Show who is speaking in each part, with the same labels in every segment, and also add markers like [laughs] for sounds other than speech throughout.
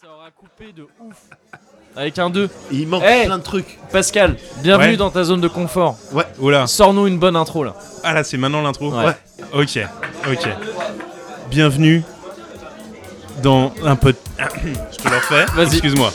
Speaker 1: Ça aura coupé de ouf. Avec un 2.
Speaker 2: Et il manque
Speaker 1: Hey
Speaker 2: plein de trucs.
Speaker 1: Pascal, bienvenue
Speaker 3: Ouais.
Speaker 1: dans ta zone de confort.
Speaker 3: Oula.
Speaker 1: Sors-nous une bonne intro là.
Speaker 3: Ah là, c'est maintenant l'intro.
Speaker 1: Ouais.
Speaker 3: Ok. Ok. Bienvenue dans un peu. [coughs] Je te le refais.
Speaker 1: Vas-y.
Speaker 3: Excuse-moi.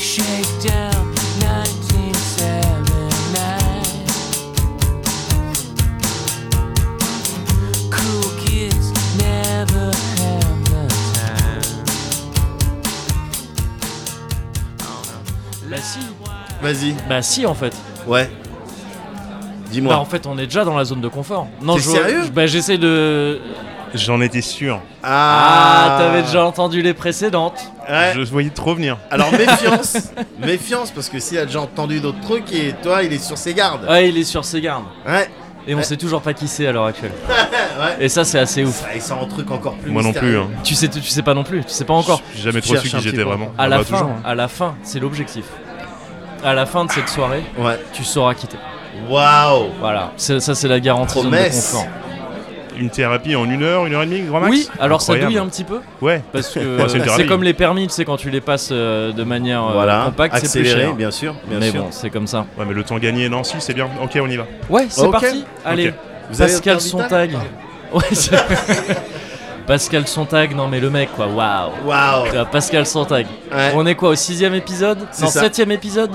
Speaker 4: Shakedown 1979. Cool kids never have the time.
Speaker 1: Bah si.
Speaker 2: Vas-y.
Speaker 1: Bah si en fait.
Speaker 2: Ouais. Dis-moi.
Speaker 1: Bah en fait on est déjà dans la zone de confort. Non,
Speaker 2: T'es
Speaker 1: je
Speaker 2: sérieux
Speaker 1: je- Bah j'essaie de.
Speaker 3: J'en étais sûr.
Speaker 1: Ah, t'avais déjà entendu les précédentes.
Speaker 2: Ouais.
Speaker 3: Je voyais trop venir.
Speaker 1: [laughs]
Speaker 2: Alors méfiance, méfiance parce que s'il a déjà entendu d'autres trucs et toi il est sur ses gardes.
Speaker 1: Ouais, Ah, il est sur ses gardes.
Speaker 2: Ouais.
Speaker 1: Et on
Speaker 2: Ouais.
Speaker 1: sait toujours pas qui c'est à l'heure actuelle.
Speaker 2: [laughs] Ouais.
Speaker 1: Et ça c'est assez ouf.
Speaker 2: Ça, Ah, il sort un truc encore plus.
Speaker 3: Moi non plus.
Speaker 2: mystérieux.
Speaker 3: Hein.
Speaker 1: Tu sais, tu sais pas non plus. Tu sais pas encore.
Speaker 3: J'ai jamais
Speaker 2: Tu
Speaker 3: trop su
Speaker 2: cherches
Speaker 3: qui
Speaker 2: un petit
Speaker 3: j'étais
Speaker 2: peu.
Speaker 3: vraiment.
Speaker 1: À
Speaker 3: Ah
Speaker 1: la
Speaker 3: bah,
Speaker 1: fin,
Speaker 2: hein.
Speaker 3: toujours.
Speaker 1: à la fin, c'est l'objectif. À la fin de cette soirée,
Speaker 3: hein.
Speaker 2: Ouais.
Speaker 1: tu sauras quitter.
Speaker 2: Waouh.
Speaker 1: Voilà, C'est- ça c'est la garantie zone de
Speaker 2: Promesse. Oh,
Speaker 1: confort.
Speaker 3: Une thérapie en une heure, une heure et demie, grand max.
Speaker 1: hein. Oui, alors ça
Speaker 3: Incroyable.
Speaker 1: douille hein. un petit peu
Speaker 3: Ouais.
Speaker 1: parce
Speaker 2: [laughs]
Speaker 1: que
Speaker 3: Ouais, c'est une
Speaker 1: euh, c'est
Speaker 3: thérapie.
Speaker 1: comme les permis, tu sais quand tu les passes euh, de manière euh,
Speaker 2: Voilà.
Speaker 1: compacte, c'est plus
Speaker 2: Accéléré,
Speaker 1: cher.
Speaker 2: bien sûr. Bien
Speaker 1: Mais
Speaker 2: sûr.
Speaker 1: bon, c'est comme ça.
Speaker 3: Ouais, mais le temps gagné, non, si, c'est bien. Ok, on y va.
Speaker 1: Ouais, c'est
Speaker 2: Ok.
Speaker 1: parti. Allez,
Speaker 3: Ok.
Speaker 2: Vous avez
Speaker 1: Pascal
Speaker 2: Herbie Tac
Speaker 1: Sontag. Ouais, c'est- [laughs] Pascal Sontag, non mais le mec quoi, waouh.
Speaker 2: Waouh.
Speaker 1: Tu vois, Euh, Pascal Sontag.
Speaker 2: Ouais.
Speaker 1: On est quoi au sixième épisode
Speaker 2: C'est
Speaker 1: Non,
Speaker 2: ça.
Speaker 1: septième épisode.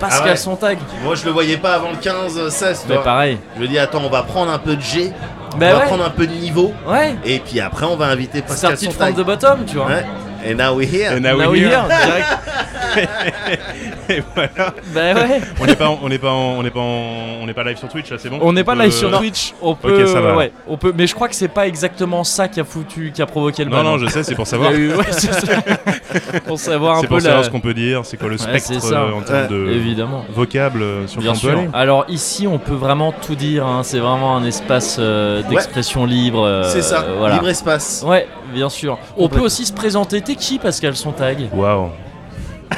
Speaker 1: Pascal
Speaker 2: Ah ouais.
Speaker 1: Sontag.
Speaker 2: Moi je le voyais pas avant le 15, euh, 16. tu
Speaker 1: Mais
Speaker 2: vois.
Speaker 1: pareil.
Speaker 2: Je me dis attends on va prendre un peu de G, on
Speaker 1: Bah
Speaker 2: va
Speaker 1: ouais.
Speaker 2: prendre un peu de niveau
Speaker 1: Ouais.
Speaker 2: et puis après on va inviter Pascal
Speaker 1: Started from
Speaker 2: Sontag.
Speaker 1: the bottom, tu vois.
Speaker 2: Ouais. And now we're here.
Speaker 3: now
Speaker 1: Euh, Now
Speaker 3: we're
Speaker 1: we're
Speaker 3: here.
Speaker 1: here, direct.
Speaker 3: [laughs] Et voilà.
Speaker 1: bah ouais.
Speaker 3: On n'est pas, en- on n'est pas, en- on n'est pas, en- on n'est pas live sur Twitch là, c'est bon.
Speaker 1: On n'est pas
Speaker 3: peut-
Speaker 1: live sur
Speaker 3: Non.
Speaker 1: Twitch, on peut,
Speaker 3: ça va.
Speaker 1: ouais, on peut, mais je crois que c'est pas exactement ça qui a foutu, qui a provoqué le
Speaker 3: Non,
Speaker 1: mal.
Speaker 3: non, je sais, c'est pour savoir. [laughs]
Speaker 1: pour savoir un
Speaker 3: C'est
Speaker 1: peu
Speaker 3: pour
Speaker 1: la.
Speaker 3: savoir ce qu'on peut dire, c'est quoi le
Speaker 1: Ouais,
Speaker 3: spectre
Speaker 1: c'est ça.
Speaker 3: euh, en termes
Speaker 2: Ouais.
Speaker 3: de
Speaker 1: Évidemment.
Speaker 3: vocable euh, sur
Speaker 1: Bien
Speaker 3: lequel on peut
Speaker 1: sûr.
Speaker 3: aller.
Speaker 1: Alors ici, on peut vraiment tout dire. hein, C'est vraiment un espace euh, d'expression libre. euh,
Speaker 2: C'est ça.
Speaker 1: voilà.
Speaker 2: Libre espace.
Speaker 1: Ouais, bien sûr. On peut
Speaker 2: Complètement.
Speaker 1: aussi se présenter. T'es qui, Pascal
Speaker 3: [laughs]
Speaker 1: Sontag
Speaker 3: Waouh. Eh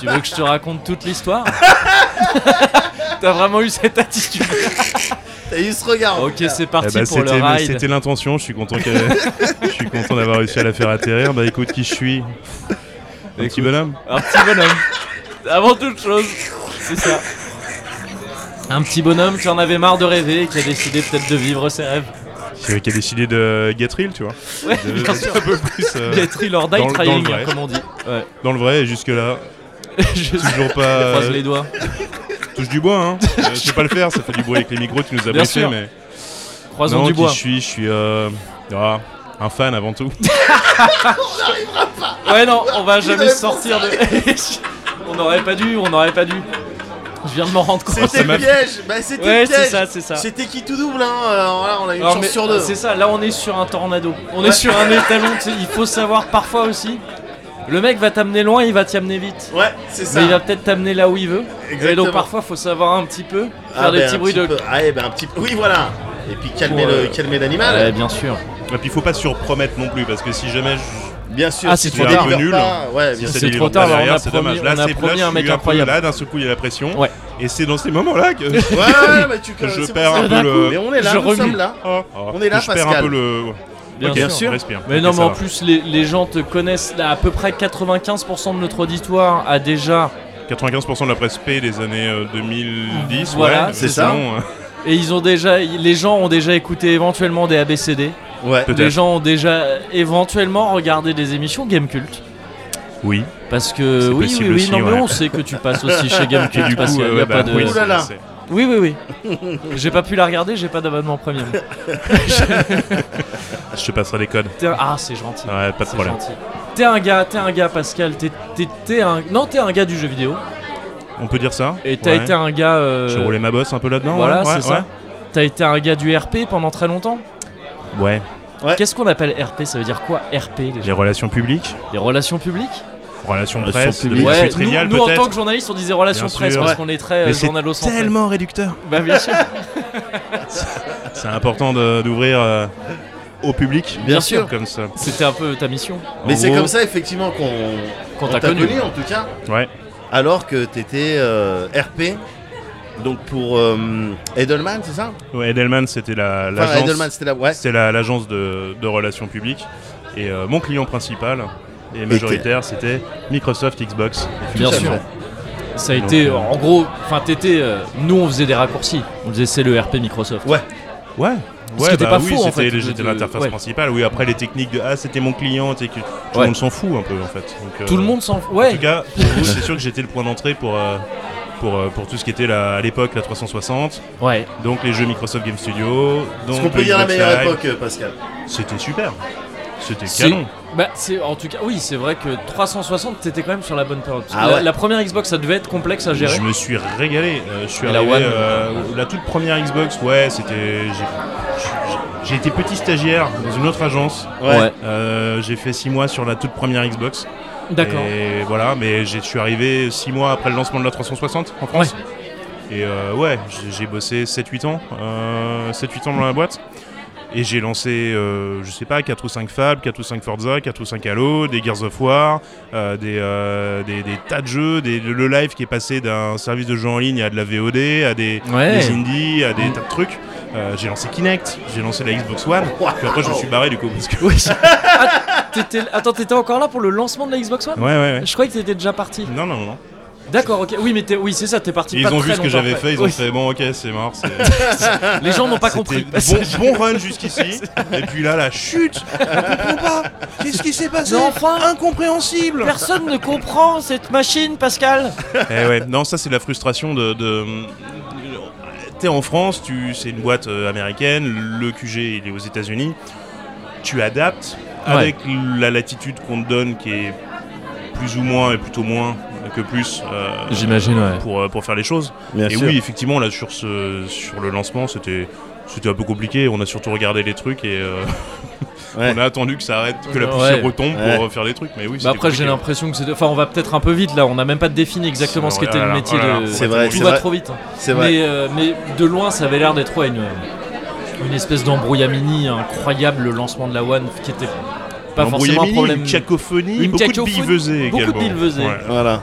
Speaker 1: Tu veux que je te raconte toute l'histoire T'as vraiment eu cette attitude.
Speaker 2: Et il se regarde.
Speaker 1: ok, c'est parti
Speaker 3: Eh ben,
Speaker 1: pour le
Speaker 3: c'était-
Speaker 1: ride.
Speaker 3: C'était l'intention, je suis content que- [laughs] je suis content d'avoir réussi à la faire atterrir. Bah écoute, qui je suis Un petit bonhomme
Speaker 1: Un petit bonhomme. Avant toute chose, c'est ça. Un petit bonhomme qui en avait marre de rêver et qui a décidé peut-être de vivre ses rêves.
Speaker 3: qui, qui a décidé de get real, tu vois.
Speaker 1: Ouais,
Speaker 3: De-
Speaker 1: bien sûr.
Speaker 3: Un peu plus euh,
Speaker 1: Get real or die
Speaker 3: Dans le- dans le
Speaker 1: trying,
Speaker 3: vrai.
Speaker 1: comme on
Speaker 3: [laughs]
Speaker 1: dit. Ouais.
Speaker 3: dans le vrai, et jusque-là,
Speaker 1: Je
Speaker 3: toujours
Speaker 1: [laughs]
Speaker 3: pas.
Speaker 1: croise les doigts.
Speaker 3: touche du bois, hein. Euh, je sais pas le faire, ça fait du bruit avec les micros, tu nous as
Speaker 1: Bien
Speaker 3: briefé,
Speaker 1: sûr.
Speaker 3: mais.
Speaker 1: Croisons
Speaker 3: non,
Speaker 1: du
Speaker 3: qui
Speaker 1: bois.
Speaker 3: je suis Je suis euh, ah, un fan avant tout.
Speaker 1: Ouais, non, on
Speaker 2: [laughs]
Speaker 1: va jamais
Speaker 2: avait
Speaker 1: sortir de. [laughs] on n'aurait pas dû, on n'aurait pas dû. Je viens de m'en rendre compte.
Speaker 2: C'était
Speaker 3: m'a-
Speaker 2: le piège. Bah c'était
Speaker 1: Ouais,
Speaker 2: le piège.
Speaker 1: c'est ça, c'est ça.
Speaker 2: C'était qui tout double hein euh, voilà, on a une
Speaker 1: Alors,
Speaker 2: chance
Speaker 1: mais- ah,
Speaker 2: sur deux. hein.
Speaker 1: C'est ça, là on est sur un tornado. On est sur un étalon, tu sais, il faut savoir parfois aussi. Le mec va t'amener loin, il va t'y amener vite.
Speaker 2: Ouais, c'est ça.
Speaker 1: Mais il va peut-être t'amener là où il veut. Et
Speaker 2: Exactement.
Speaker 1: donc parfois faut savoir un petit peu faire
Speaker 2: Ah,
Speaker 1: des
Speaker 2: ben,
Speaker 1: petits
Speaker 2: un
Speaker 1: bruits
Speaker 2: petit
Speaker 1: de.
Speaker 2: peu. Ah, eh ben, un petit peu. Oui, voilà. Et puis calmer
Speaker 1: Pour,
Speaker 2: le
Speaker 1: euh,
Speaker 2: calmer l'animal.
Speaker 1: Ouais, bien sûr.
Speaker 3: Et puis faut pas surpromettre non plus, parce que si jamais je-
Speaker 2: Bien sûr.
Speaker 1: Ah, c'est
Speaker 2: si
Speaker 1: trop
Speaker 2: tu
Speaker 1: tard. hein.
Speaker 2: délivres
Speaker 3: Nul.
Speaker 2: pas, Ouais, bien
Speaker 3: Si
Speaker 2: sûr.
Speaker 3: ça
Speaker 1: c'est
Speaker 3: délivre
Speaker 1: trop
Speaker 3: pas
Speaker 1: tard, là,
Speaker 3: derrière,
Speaker 1: on a
Speaker 3: c'est
Speaker 1: promis-
Speaker 3: dommage. Là,
Speaker 1: on a
Speaker 3: c'est- là,
Speaker 1: promis
Speaker 3: je
Speaker 1: un
Speaker 3: suis
Speaker 1: mec
Speaker 3: peu
Speaker 1: incroyable.
Speaker 3: Là, d'un seul coup, il y a la pression.
Speaker 1: Ouais.
Speaker 3: Et c'est dans ces moments-là
Speaker 2: [laughs]
Speaker 3: que,
Speaker 2: Ouais, ouais, mais tu
Speaker 3: que
Speaker 2: c'est
Speaker 3: je
Speaker 2: pour
Speaker 3: perds
Speaker 2: ça.
Speaker 3: un peu le.
Speaker 2: Mais on est là,
Speaker 1: Je
Speaker 2: nous
Speaker 1: remue.
Speaker 2: sommes là.
Speaker 3: Ah,
Speaker 2: On est là,
Speaker 3: que je perds un
Speaker 2: Pascal.
Speaker 3: peu le.
Speaker 1: Bien
Speaker 3: Ok,
Speaker 1: sûr.
Speaker 3: Respire.
Speaker 1: Mais
Speaker 3: Ok,
Speaker 1: non,
Speaker 3: ça
Speaker 1: mais en
Speaker 3: va.
Speaker 1: plus, les, les gens te connaissent. Là, à peu près 95% de notre auditoire a déjà.
Speaker 3: 95% de la presse P des années euh, 2010.
Speaker 1: Voilà,
Speaker 3: ouais,
Speaker 2: c'est
Speaker 3: mais
Speaker 2: ça.
Speaker 3: sinon, euh,
Speaker 1: Et ils ont déjà. Les gens ont déjà écouté éventuellement des ABCD.
Speaker 2: Ouais.
Speaker 3: Peut-être.
Speaker 1: Les gens ont déjà éventuellement regardé des émissions Game Cult.
Speaker 3: Oui.
Speaker 1: Parce que
Speaker 3: C'est
Speaker 1: oui, oui,
Speaker 3: possible
Speaker 1: oui,
Speaker 3: aussi,
Speaker 1: non, mais
Speaker 3: ouais.
Speaker 1: on sait que tu passes aussi chez
Speaker 3: [laughs]
Speaker 1: Game
Speaker 3: Et
Speaker 1: Cult.
Speaker 3: du
Speaker 1: Ah, parce
Speaker 3: coup,
Speaker 1: qu'il y a
Speaker 3: euh,
Speaker 1: pas
Speaker 3: bah,
Speaker 1: de.
Speaker 3: oui,
Speaker 2: Ouh là là.
Speaker 3: c'est-
Speaker 1: Oui, oui, oui. J'ai pas pu la regarder, j'ai pas d'abonnement premium.
Speaker 3: [laughs]
Speaker 1: [laughs]
Speaker 3: je te passerai les codes.
Speaker 1: T'es un- Ah, c'est gentil.
Speaker 3: Ouais, pas de
Speaker 1: C'est
Speaker 3: problème.
Speaker 1: gentil. T'es un gars, t'es un gars, Pascal. T'es, t'es- t'es un. Non, t'es un gars du jeu vidéo.
Speaker 3: On peut dire ça
Speaker 1: Et t'as
Speaker 3: Ouais.
Speaker 1: été un gars. euh,
Speaker 3: J'ai roulé ma bosse un peu là-dedans.
Speaker 1: Voilà,
Speaker 3: ouais,
Speaker 1: c'est
Speaker 3: ouais,
Speaker 1: ça. T'as été un gars du RP pendant très longtemps.
Speaker 3: Ouais. Ouais.
Speaker 2: Ouais.
Speaker 1: Qu'est-ce qu'on appelle RP Ça veut dire quoi RP déjà
Speaker 3: Les relations publiques.
Speaker 1: Les relations publiques
Speaker 3: Relation
Speaker 2: Relation
Speaker 3: presse, de
Speaker 2: publique.
Speaker 3: manière
Speaker 1: Ouais,
Speaker 3: plus
Speaker 1: nous,
Speaker 3: triviale
Speaker 1: nous, en
Speaker 3: peut-être.
Speaker 1: tant que journaliste, on disait relations
Speaker 3: Bien
Speaker 1: presse
Speaker 3: sûr.
Speaker 1: parce
Speaker 3: Ouais.
Speaker 1: qu'on est très
Speaker 3: Mais
Speaker 1: euh,
Speaker 3: c'est
Speaker 1: journal au centre.
Speaker 3: tellement réducteur.
Speaker 1: Bah, bien
Speaker 3: [laughs]
Speaker 1: sûr.
Speaker 3: C'est important de- d'ouvrir euh, au public.
Speaker 2: Bien sûr.
Speaker 3: Comme ça.
Speaker 1: C'était un peu ta mission
Speaker 2: Mais
Speaker 3: En
Speaker 2: c'est
Speaker 3: gros,
Speaker 2: comme ça, effectivement, qu'on
Speaker 1: quand
Speaker 2: on
Speaker 1: t'as
Speaker 2: t'a
Speaker 1: connu.
Speaker 2: connu, en tout cas.
Speaker 3: Ouais.
Speaker 2: Alors que t'étais euh, RP, donc pour euh, Edelman, c'est ça
Speaker 3: Ouais, Edelman, c'était la-
Speaker 2: Enfin,
Speaker 3: l'agence.
Speaker 2: Edelman, c'était la. Ouais.
Speaker 3: C'est la- l'agence de, de relations publiques. Et euh, mon client principal et majoritaire, c'était Microsoft Xbox.
Speaker 1: Bien
Speaker 2: Tout à
Speaker 1: sûr.
Speaker 2: fait.
Speaker 1: Ça a
Speaker 3: Donc,
Speaker 1: été,
Speaker 3: euh,
Speaker 1: en gros, enfin, t'étais. euh, nous, on faisait des raccourcis. On disait c'est le RP Microsoft.
Speaker 2: Ouais.
Speaker 3: Ouais.
Speaker 1: Ce qui
Speaker 3: Ouais,
Speaker 1: était
Speaker 3: bah
Speaker 1: pas
Speaker 3: oui,
Speaker 1: faux, en
Speaker 3: c'était
Speaker 1: fait,
Speaker 3: j'étais
Speaker 1: de-
Speaker 3: l'interface
Speaker 1: ouais.
Speaker 3: principale. Oui, après les techniques de ah c'était mon client, tu sais, que tout
Speaker 1: Ouais.
Speaker 3: le monde s'en fout un peu en fait. Donc, euh,
Speaker 1: Tout le monde s'en.
Speaker 3: En tout
Speaker 1: Ouais.
Speaker 3: cas, pour vous, c'est sûr que j'étais le point d'entrée pour, euh, pour, euh, pour tout ce qui était la- à l'époque la 360,
Speaker 1: Ouais.
Speaker 3: donc les jeux Microsoft Game Studio. Donc
Speaker 2: Ce qu'on peut
Speaker 3: le
Speaker 2: dire la
Speaker 3: Xbox
Speaker 2: meilleure
Speaker 3: Live.
Speaker 2: époque, euh, Pascal.
Speaker 3: C'était super. C'était
Speaker 1: C'est-
Speaker 3: canon.
Speaker 1: Bah, c'est en tout cas, oui, c'est vrai que 360, t'étais quand même sur la bonne période. Parce que
Speaker 2: Ah
Speaker 1: la,
Speaker 2: ouais.
Speaker 1: la première Xbox, ça devait être complexe à gérer.
Speaker 3: Je me suis régalé. Euh, je suis
Speaker 1: Et la
Speaker 3: arrivé,
Speaker 1: One
Speaker 3: euh, la toute première Xbox, ouais, c'était. j'ai- j'ai- J'ai été petit stagiaire dans une autre agence.
Speaker 1: Ouais.
Speaker 3: Euh, j'ai fait 6 mois sur la toute première Xbox.
Speaker 1: D'accord.
Speaker 3: Et voilà, mais j'ai- je suis arrivé 6 mois après le lancement de la 360 en France. Et euh, ouais, j'ai- j'ai bossé 7-8 ans, euh, 7-8 ans dans la boîte. Et j'ai lancé, euh, je sais pas, 4 ou 5 Fab, 4 ou 5 Forza, 4 ou 5 Halo, des Gears of War, euh, des, euh, des, des tas de jeux, des, le live qui est passé d'un service de jeu en ligne à de la VOD, à des,
Speaker 1: Ouais.
Speaker 3: des indies, à des tas de trucs. Euh, j'ai lancé Kinect, j'ai lancé la Xbox One, puis après je me suis barré du coup. Parce que...
Speaker 1: T'étais- Attends, t'étais encore là pour le lancement de la Xbox One
Speaker 3: [laughs] Ouais, ouais, ouais.
Speaker 1: Je croyais que t'étais déjà parti.
Speaker 3: Non, non, non.
Speaker 1: D'accord, ok. Oui, mais t'es- oui, c'est ça, t'es parti.
Speaker 3: Ils
Speaker 1: pas
Speaker 3: ont
Speaker 1: très
Speaker 3: vu ce que
Speaker 1: longtemps
Speaker 3: j'avais
Speaker 1: après.
Speaker 3: fait, ils ont
Speaker 1: Oui.
Speaker 3: fait bon ok c'est
Speaker 1: [laughs]
Speaker 3: mort. c'est-
Speaker 1: Les gens n'ont pas
Speaker 3: C'était
Speaker 1: compris. [laughs]
Speaker 3: bon, bon run jusqu'ici, et puis là la chute. On comprend pas. Qu'est-ce qui s'est passé
Speaker 1: Mais enfin
Speaker 3: Incompréhensible.
Speaker 1: Personne ne comprend cette machine, Pascal.
Speaker 3: Eh ouais, non ça c'est la frustration de. de... T'es en France, tu c'est une boîte euh, américaine, le QG il est aux États-Unis. Tu adaptes
Speaker 1: Ouais.
Speaker 3: avec la latitude qu'on te donne qui est plus ou moins et plutôt moins que plus euh,
Speaker 1: J'imagine, ouais.
Speaker 3: pour, euh, pour faire les choses.
Speaker 2: Bien
Speaker 3: Et oui, effectivement, là, sur, ce, sur le lancement, c'était. C'était un peu compliqué, on a surtout regardé les trucs et euh, [laughs]
Speaker 2: Ouais.
Speaker 3: on a attendu que ça arrête, que la
Speaker 1: Ouais.
Speaker 3: poussière retombe pour
Speaker 2: Ouais.
Speaker 3: euh, faire des trucs. Mais oui,
Speaker 1: Bah après, j'ai
Speaker 3: l'impression.
Speaker 1: l'impression que c'est. Enfin, on va peut-être un peu vite là. On n'a même pas défini exactement ce
Speaker 3: C'est-
Speaker 1: qu'était
Speaker 3: oh là
Speaker 1: le
Speaker 3: là,
Speaker 1: métier
Speaker 3: oh là
Speaker 1: de.
Speaker 3: là.
Speaker 2: C'est vrai,
Speaker 1: Tout
Speaker 2: c'est
Speaker 1: va
Speaker 2: vrai.
Speaker 1: trop vite. hein.
Speaker 2: C'est vrai.
Speaker 1: Mais, euh, mais de loin, ça avait l'air d'être ouais, une, une espèce d'embrouillamini incroyable, le lancement de la One, qui était pas forcément un problème.
Speaker 3: Une cacophonie,
Speaker 1: Une
Speaker 3: beaucoup
Speaker 1: cacophonie,
Speaker 3: de billevesées
Speaker 1: beaucoup de
Speaker 3: également.
Speaker 1: billevesées.
Speaker 3: Ouais.
Speaker 2: Voilà.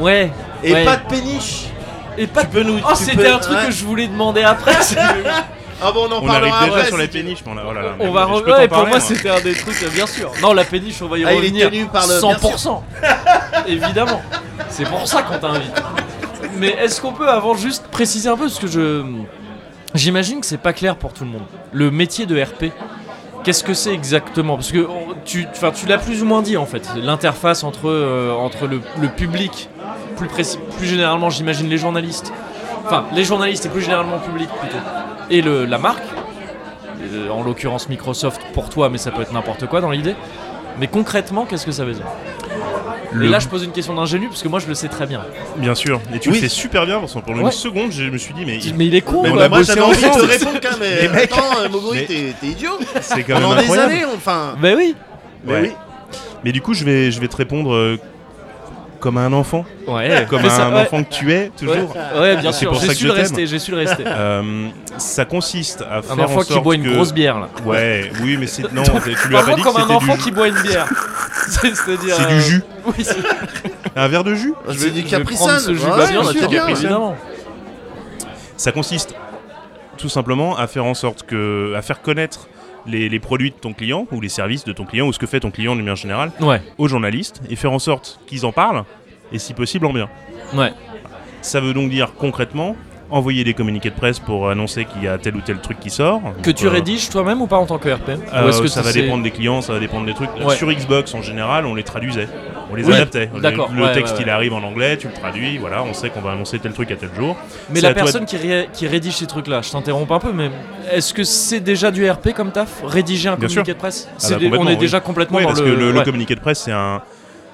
Speaker 1: Ouais.
Speaker 2: Et
Speaker 1: ouais.
Speaker 2: pas de péniche.
Speaker 1: Et pas
Speaker 2: Tu peux nous.
Speaker 1: Oh,
Speaker 2: tu
Speaker 1: c'était
Speaker 2: peux-
Speaker 1: un truc
Speaker 2: ouais.
Speaker 1: que je voulais demander après.
Speaker 2: Ah bon, on en
Speaker 3: On arrive
Speaker 2: parlera
Speaker 3: déjà
Speaker 2: après,
Speaker 3: sur
Speaker 2: si
Speaker 3: les
Speaker 2: tu veux.
Speaker 3: péniches, mais on a- oh là là, mais
Speaker 1: on va
Speaker 3: je peux
Speaker 1: revenir.
Speaker 3: t'en
Speaker 1: Ouais, pour
Speaker 3: parler,
Speaker 1: moi, c'était un des trucs, euh, bien sûr. Non, la péniche, on va y
Speaker 2: Ah, il est
Speaker 1: revenir.
Speaker 2: tenu par le- bien sûr.
Speaker 1: 100%. [laughs] Évidemment. C'est pour ça qu'on t'invite. Mais est-ce qu'on peut avant juste préciser un peu parce que je j'imagine que c'est pas clair pour tout le monde. Le métier de RP. Qu'est-ce que c'est exactement Parce que on- tu, enfin, tu l'as plus ou moins dit en fait. L'interface entre, euh, entre le, le public, plus, précis, plus généralement j'imagine les journalistes, enfin les journalistes et plus généralement le public plutôt, et le, la marque, Euh, en l'occurrence Microsoft pour toi, mais ça peut être n'importe quoi dans l'idée. Mais concrètement, qu'est-ce que ça veut dire
Speaker 3: Le-
Speaker 1: Et là, je pose une question d'ingénu parce que moi je le sais très bien.
Speaker 3: Bien sûr, et tu
Speaker 2: Oui.
Speaker 3: le fais super bien parce que pendant
Speaker 1: Ouais.
Speaker 3: une seconde, je me suis dit, mais il-
Speaker 1: Mais il est con,
Speaker 2: Mais
Speaker 3: On
Speaker 1: quoi.
Speaker 2: bah,
Speaker 3: a
Speaker 2: moi
Speaker 3: bossé
Speaker 2: j'avais envie de te
Speaker 3: ensemble.
Speaker 2: répondre quand même.
Speaker 3: Les
Speaker 2: Mais
Speaker 3: mecs.
Speaker 2: attends, euh, Moguri,
Speaker 3: Mais-
Speaker 2: t'es t'es idiot.
Speaker 3: c'est
Speaker 1: [laughs]
Speaker 3: quand même
Speaker 2: Pendant des
Speaker 3: incroyable.
Speaker 2: années, enfin.
Speaker 1: Bah oui.
Speaker 2: Mais
Speaker 3: Ouais.
Speaker 2: oui.
Speaker 3: Mais du coup, je vais, je vais te répondre euh, comme à un enfant,
Speaker 1: Ouais.
Speaker 3: comme
Speaker 1: Mais
Speaker 3: à
Speaker 1: ça-
Speaker 3: un
Speaker 1: ouais.
Speaker 3: enfant que tu es toujours.
Speaker 1: Ouais, ouais, bien
Speaker 3: C'est
Speaker 1: sûr.
Speaker 3: pour ça
Speaker 1: J'ai
Speaker 3: que
Speaker 1: su
Speaker 3: je
Speaker 1: le
Speaker 3: t'aime.
Speaker 1: rester. J'ai su le
Speaker 3: [laughs]
Speaker 1: rester.
Speaker 3: Euh, ça consiste à faire
Speaker 1: Un enfant
Speaker 3: en
Speaker 1: qui
Speaker 3: sorte
Speaker 1: boit une
Speaker 3: que-
Speaker 1: grosse bière là.
Speaker 3: Ouais, oui, mais c'est non, tu lui as pas
Speaker 1: Parle-moi
Speaker 3: dit que
Speaker 1: comme un
Speaker 3: c'était
Speaker 1: enfant
Speaker 3: du
Speaker 1: qui
Speaker 3: jus.
Speaker 1: boit une
Speaker 3: [laughs]
Speaker 1: bière. C'est- C'est-à-dire.
Speaker 3: C'est du
Speaker 1: euh,
Speaker 3: jus.
Speaker 1: [laughs] Oui, c'est
Speaker 3: Un verre de jus.
Speaker 2: C'est du
Speaker 1: Ah, je vais
Speaker 2: Capri
Speaker 1: prendre
Speaker 2: Sun.
Speaker 1: ce jus.
Speaker 2: Ouais,
Speaker 1: Bah, bien
Speaker 2: ouais,
Speaker 1: sûr,
Speaker 2: c'est bien.
Speaker 3: Capri Sun.
Speaker 1: évidemment.
Speaker 3: Ça consiste tout simplement à faire en sorte que, à faire connaître les, les produits de ton client ou les services de ton client ou ce que fait ton client de manière générale
Speaker 1: Ouais,
Speaker 3: aux journalistes et faire en sorte qu'ils en parlent et si possible en bien.
Speaker 1: ouais.
Speaker 3: Ça veut donc dire concrètement envoyer des communiqués de presse pour annoncer qu'il y a tel ou tel truc qui sort.
Speaker 1: Que tu
Speaker 3: Euh,
Speaker 1: rédiges toi-même ou pas en tant que RP
Speaker 3: euh,
Speaker 1: Ou est-ce que
Speaker 3: ça va
Speaker 1: c'est-
Speaker 3: dépendre des clients, ça va dépendre des trucs.
Speaker 1: Ouais.
Speaker 3: Sur Xbox en général, on les traduisait, on les
Speaker 1: Oui,
Speaker 3: adaptait. Le-
Speaker 1: d'accord,
Speaker 3: Le,
Speaker 1: ouais,
Speaker 3: texte
Speaker 1: ouais, ouais.
Speaker 3: il arrive en anglais, tu le traduis, voilà, on sait qu'on va annoncer tel truc à tel jour.
Speaker 1: Mais
Speaker 3: C'est
Speaker 1: la
Speaker 3: à toi de-
Speaker 1: personne qui, ré- qui rédige ces trucs-là, je t'interromps un peu, mais est-ce que c'est déjà du RP comme taf Rédiger un
Speaker 3: Bien
Speaker 1: communiqué
Speaker 3: sûr.
Speaker 1: de presse
Speaker 3: Ah
Speaker 1: C'est
Speaker 3: bah,
Speaker 1: des- On
Speaker 3: complètement,
Speaker 1: est
Speaker 3: oui.
Speaker 1: déjà complètement
Speaker 3: Oui,
Speaker 1: dans
Speaker 3: parce que le, le
Speaker 1: ouais.
Speaker 3: communiqué de presse, c'est un,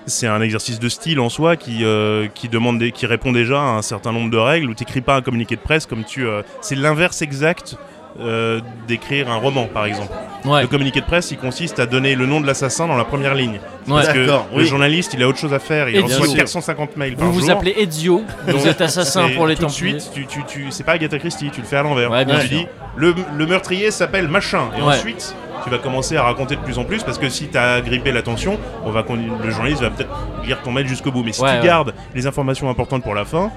Speaker 3: c'est un exercice de style en soi qui, euh, qui, demande des- qui répond déjà à un certain nombre de règles où tu pas un communiqué de presse comme tu. euh, c'est l'inverse exact euh, d'écrire un roman, par exemple.
Speaker 1: Ouais.
Speaker 3: Le communiqué de presse, il consiste à donner le nom de l'assassin dans la première ligne.
Speaker 1: Ouais.
Speaker 3: Parce que
Speaker 2: D'accord,
Speaker 3: le
Speaker 2: oui.
Speaker 3: journaliste, il a autre chose à faire. Il
Speaker 1: Et
Speaker 3: reçoit
Speaker 2: bien sûr.
Speaker 3: 450 mails par
Speaker 1: Vous vous
Speaker 3: jour.
Speaker 1: appelez Ezio,
Speaker 3: Donc,
Speaker 1: vous êtes assassin
Speaker 3: c'est-
Speaker 1: pour les
Speaker 3: tout de
Speaker 1: Templiers.
Speaker 3: suite, tu, tu, tu- c'est pas Agatha Christie, tu le fais à l'envers.
Speaker 1: Ouais, bien
Speaker 3: tu
Speaker 1: sûr.
Speaker 3: dis, le, le meurtrier s'appelle machin. Et
Speaker 1: Ouais.
Speaker 3: ensuite, tu vas commencer à raconter de plus en plus parce que si tu as grippé l'attention, on va, con- le journaliste va peut-être lire ton mail jusqu'au bout. Mais si
Speaker 1: Ouais,
Speaker 3: tu
Speaker 1: ouais.
Speaker 3: gardes les informations importantes pour la fin,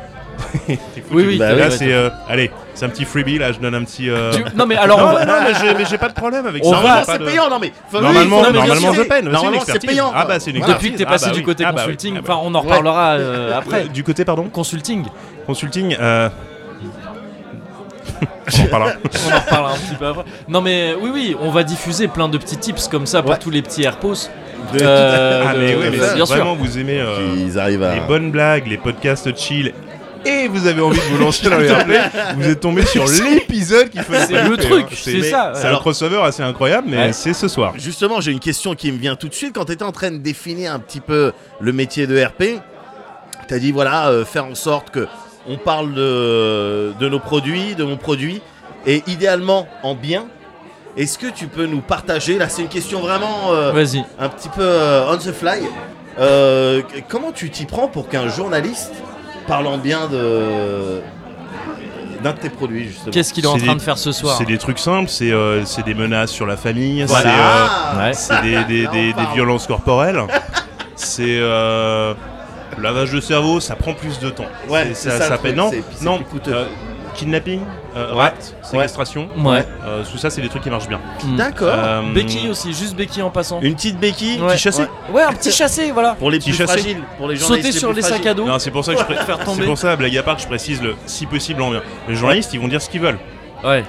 Speaker 3: t'es foutu.
Speaker 1: Oui, Ah oui,
Speaker 2: Bah
Speaker 1: t'as
Speaker 2: oui,
Speaker 3: Là,
Speaker 1: raison.
Speaker 3: c'est. euh, allez, c'est un petit freebie, là, je donne un petit. euh,
Speaker 1: Tu- Non mais alors,
Speaker 3: Non,
Speaker 1: on va-
Speaker 3: non, mais j'ai- mais j'ai pas de problème avec
Speaker 1: On
Speaker 3: ça.
Speaker 1: va-
Speaker 3: j'ai
Speaker 2: Normalement,
Speaker 3: pas
Speaker 2: c'est
Speaker 3: de-
Speaker 2: payant, non mais. Enfin, oui,
Speaker 3: Normalement,
Speaker 2: faut-
Speaker 1: non, mais
Speaker 3: normalement je
Speaker 2: c'est-
Speaker 3: peine.
Speaker 2: Normalement, c'est payant.
Speaker 3: Ah bah c'est une
Speaker 2: Voilà.
Speaker 1: depuis
Speaker 3: expertise.
Speaker 1: que t'es
Speaker 3: Ah
Speaker 1: passé
Speaker 3: bah
Speaker 1: du
Speaker 3: oui.
Speaker 1: côté
Speaker 3: Ah bah oui.
Speaker 1: consulting,
Speaker 3: Ah bah-
Speaker 1: enfin on en reparlera euh,
Speaker 3: Euh,
Speaker 1: après.
Speaker 3: Du côté, pardon
Speaker 1: Consulting,
Speaker 3: Consulting, euh...
Speaker 1: Euh,
Speaker 3: [laughs] on en
Speaker 1: [laughs]
Speaker 3: parlera.
Speaker 1: on en reparlera un petit peu après. Non mais oui oui, on va diffuser plein de petits tips comme ça pour
Speaker 2: Ouais.
Speaker 1: tous les petits airposts.
Speaker 2: De-
Speaker 1: Euh,
Speaker 3: ah, mais
Speaker 1: de-
Speaker 3: oui, mais
Speaker 1: bien
Speaker 3: si
Speaker 1: sûr.
Speaker 3: vraiment vous aimez euh,
Speaker 2: Ils arrivent à.
Speaker 3: les bonnes blagues, les podcasts chill, et vous avez envie de vous lancer dans les
Speaker 2: [laughs]
Speaker 3: replays, vous êtes tombé sur l'épisode qu'il fallait
Speaker 1: C'est
Speaker 3: pas
Speaker 1: le
Speaker 3: louper,
Speaker 1: truc,
Speaker 3: hein.
Speaker 1: c'est ça.
Speaker 3: C'est un
Speaker 2: Alors-
Speaker 3: crossover assez incroyable, mais
Speaker 1: Ouais.
Speaker 3: c'est ce soir.
Speaker 2: Justement, j'ai une question qui me vient tout de suite. Quand tu étais en train de définir un petit peu le métier de RP, tu as dit voilà, euh, faire en sorte que on parle de, de nos produits, de mon produit, et idéalement en bien. Est-ce que tu peux nous partager Là, c'est une question vraiment euh,
Speaker 1: Vas-y.
Speaker 2: un petit peu euh, on the fly. Euh, c- comment tu t'y prends pour qu'un journaliste parlant bien de d'un de tes produits justement
Speaker 1: Qu'est-ce qu'il est en
Speaker 3: C'est
Speaker 1: train
Speaker 3: des-
Speaker 1: de faire ce soir
Speaker 3: C'est des trucs simples, c'est euh, c'est des menaces sur la famille, c'est, euh,
Speaker 2: Voilà.
Speaker 1: Ouais.
Speaker 3: c'est des, des-
Speaker 2: Là, on
Speaker 3: des- des
Speaker 2: parle.
Speaker 3: violences corporelles, c'est euh, lavage de cerveau, ça prend plus de temps.
Speaker 2: Ouais,
Speaker 3: C'est-
Speaker 2: c'est
Speaker 3: ça,
Speaker 2: ça le
Speaker 3: ça
Speaker 2: truc,
Speaker 3: paie. Non,
Speaker 2: c'est- c'est
Speaker 3: non,
Speaker 2: plus coûteux.
Speaker 3: euh, kidnapping, euh,
Speaker 2: Ouais.
Speaker 3: rapt, séquestration,
Speaker 1: Ouais.
Speaker 3: euh, tout ça, c'est des trucs qui marchent bien.
Speaker 1: Mm.
Speaker 2: D'accord.
Speaker 3: Euh,
Speaker 1: Béquille aussi, juste béquille en passant.
Speaker 2: Une petite béquille,
Speaker 1: Ouais.
Speaker 2: petit chassé.
Speaker 1: Ouais. Ouais, un petit chassé, voilà.
Speaker 2: Pour les
Speaker 3: Petit
Speaker 2: plus
Speaker 3: chassé.
Speaker 2: fragiles, pour les journalistes.
Speaker 1: Sauter sur
Speaker 2: plus
Speaker 1: les sacs
Speaker 2: fragiles.
Speaker 1: à dos.
Speaker 3: Non, c'est pour ça que
Speaker 2: [laughs]
Speaker 3: je pré-
Speaker 1: Faire tomber.
Speaker 3: C'est pour ça, blague à part, que je précise le si possible en bien. Les journalistes, ils vont dire ce qu'ils veulent.
Speaker 1: Ouais.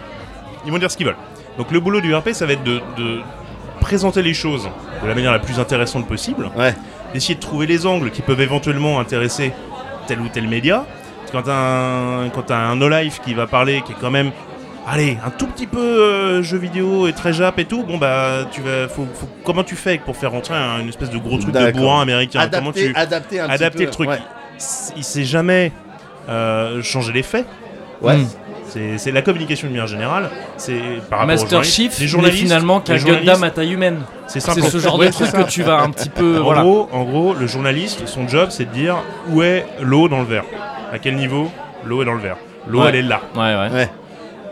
Speaker 3: Ils vont dire ce qu'ils veulent. Donc le boulot du RP, ça va être de, de présenter les choses de la manière la plus intéressante possible,
Speaker 2: Ouais.
Speaker 3: d'essayer de trouver les angles qui peuvent éventuellement intéresser tel ou tel média. Parce que Quand t'as un, quand t'as un no-life qui va parler, qui est quand même, allez, un tout petit peu euh, jeu vidéo et très jap et tout, bon bah, tu vas, faut- faut- comment tu fais pour faire rentrer un- une espèce de gros truc de
Speaker 2: D'accord.
Speaker 3: bourrin américain Comment
Speaker 2: Adapter,
Speaker 3: tu
Speaker 2: adapter un petit
Speaker 3: adapter
Speaker 2: peu,
Speaker 3: le truc
Speaker 2: ouais.
Speaker 3: Il- Il sait jamais euh, changer les faits.
Speaker 2: Ouais.
Speaker 1: Mm.
Speaker 3: C'est c'est la communication de manière générale. C'est par rapport aux
Speaker 1: Master
Speaker 3: Ah, journalistes.
Speaker 1: Chief
Speaker 3: les
Speaker 1: n'est
Speaker 3: journalistes,
Speaker 1: finalement
Speaker 3: les
Speaker 1: qu'un
Speaker 3: journalistes,
Speaker 1: Gundam à taille humaine.
Speaker 3: C'est
Speaker 1: C'est
Speaker 3: simple.
Speaker 1: ce genre
Speaker 3: Ouais,
Speaker 1: de
Speaker 3: c'est
Speaker 1: truc
Speaker 3: ça.
Speaker 1: que tu vas un petit peu.
Speaker 3: En,
Speaker 1: voilà.
Speaker 3: gros, en gros, le journaliste, son job, c'est de dire où est l'eau dans le verre. À quel niveau l'eau est dans le verre. L'eau,
Speaker 1: Ouais.
Speaker 3: elle est là.
Speaker 1: Ouais, ouais.
Speaker 2: Ouais.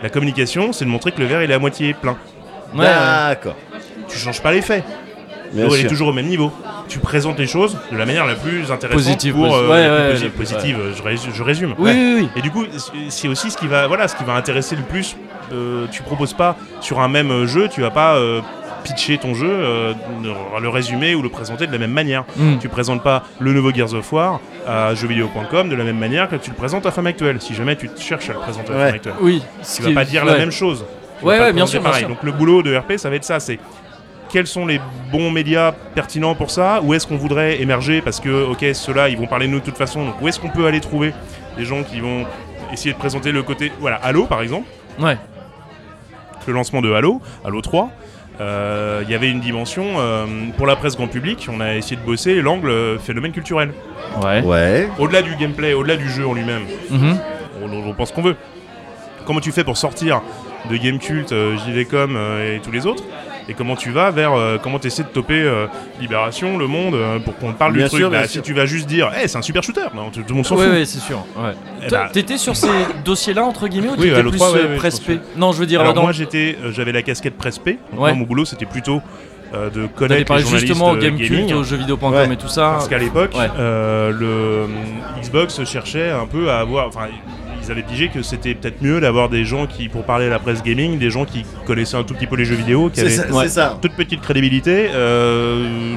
Speaker 3: La communication, c'est de montrer que le verre, il est à moitié plein.
Speaker 1: Ouais,
Speaker 3: Bah,
Speaker 1: ouais.
Speaker 2: D'accord.
Speaker 3: Tu changes pas les faits.
Speaker 2: Bien
Speaker 3: L'eau, elle est
Speaker 2: sûr.
Speaker 3: toujours au même niveau. Tu présentes les choses de la manière la plus intéressante
Speaker 1: Positive,
Speaker 3: pour
Speaker 1: posi-
Speaker 3: euh,
Speaker 1: ouais,
Speaker 3: la plus
Speaker 1: ouais, la
Speaker 3: posi-
Speaker 1: plus-
Speaker 3: positive. euh, je rés- Je résume.
Speaker 1: Oui, oui, oui.
Speaker 3: Et du coup, c'est aussi ce qui va, voilà, ce qui va intéresser le plus. Euh, tu proposes pas sur un même jeu, tu vas pas euh, pitcher ton jeu, euh, le résumer ou le présenter de la même manière.
Speaker 1: Mm.
Speaker 3: Tu présentes pas le nouveau Gears of War à jeuxvideo.com de la même manière que tu le présentes à Femme Actuelle. Si jamais tu te cherches à le présenter à
Speaker 2: Ouais.
Speaker 3: Femme Actuelle,
Speaker 1: Oui.
Speaker 3: tu vas pas dire la même chose. Tu
Speaker 1: Ouais,
Speaker 3: vas pas
Speaker 1: ouais,
Speaker 3: le
Speaker 1: bien
Speaker 3: présenter
Speaker 1: sûr, bien
Speaker 3: pareil.
Speaker 1: sûr.
Speaker 3: Donc le boulot de RP, ça va être ça. C'est quels sont les bons médias pertinents pour ça Où est-ce qu'on voudrait émerger Parce que, ok, ceux-là, ils vont parler de nous de toute façon. Donc où est-ce qu'on peut aller trouver des gens qui vont essayer de présenter le côté. Voilà, Halo par exemple,
Speaker 1: Ouais.
Speaker 3: le lancement de Halo, Halo 3. euh, Il y avait une dimension euh, pour la presse grand public. On a essayé de bosser l'angle euh, phénomène culturel.
Speaker 1: Ouais.
Speaker 2: Ouais.
Speaker 3: Au-delà du gameplay, au-delà du jeu en lui-même,
Speaker 1: Mhm.
Speaker 3: on, on- on pense qu'on veut. Comment tu fais pour sortir de Gamecult, euh, JVcom euh, et tous les autres Et comment tu vas vers euh, comment tu essaies de toper euh, Libération, Le Monde euh, pour qu'on parle du
Speaker 2: Bien
Speaker 3: truc
Speaker 2: sûr,
Speaker 3: Bah,
Speaker 2: bien
Speaker 3: Si
Speaker 2: sûr.
Speaker 3: tu vas juste dire, Eh, c'est un super shooter, non, tout, tout le monde s'en
Speaker 1: Ouais,
Speaker 3: fout.
Speaker 1: ouais, c'est sûr. Ouais.
Speaker 3: Eh
Speaker 1: Toi,
Speaker 3: bah,
Speaker 1: T'étais sur ces dossiers-là, entre guillemets, ou
Speaker 3: Oui,
Speaker 1: t'étais
Speaker 3: Halo
Speaker 1: plus
Speaker 3: 3, ouais,
Speaker 1: euh,
Speaker 3: ouais,
Speaker 1: presse
Speaker 3: je pense
Speaker 1: P Non, je veux dire,
Speaker 3: Alors
Speaker 1: dans-
Speaker 3: moi j'étais, euh, j'avais la casquette presse P. Donc,
Speaker 1: Ouais.
Speaker 3: moi, mon boulot c'était plutôt euh, de
Speaker 1: t'allais
Speaker 3: connaître les
Speaker 1: parler
Speaker 3: journalistes
Speaker 1: justement au
Speaker 3: euh,
Speaker 1: GameCube,
Speaker 3: gaming.
Speaker 1: au jeuxvideo.com
Speaker 2: Ouais.
Speaker 1: et tout ça.
Speaker 3: Parce qu'à l'époque,
Speaker 1: Ouais.
Speaker 3: euh, le hum, Xbox cherchait un peu à avoir. Enfin, ils avaient pigé que c'était peut-être mieux d'avoir des gens qui, pour parler à la presse gaming, des gens qui connaissaient un tout petit peu les jeux vidéo, qui
Speaker 2: C'est
Speaker 3: avaient
Speaker 2: ça.
Speaker 1: Ouais.
Speaker 2: C'est ça.
Speaker 3: toute petite crédibilité, euh,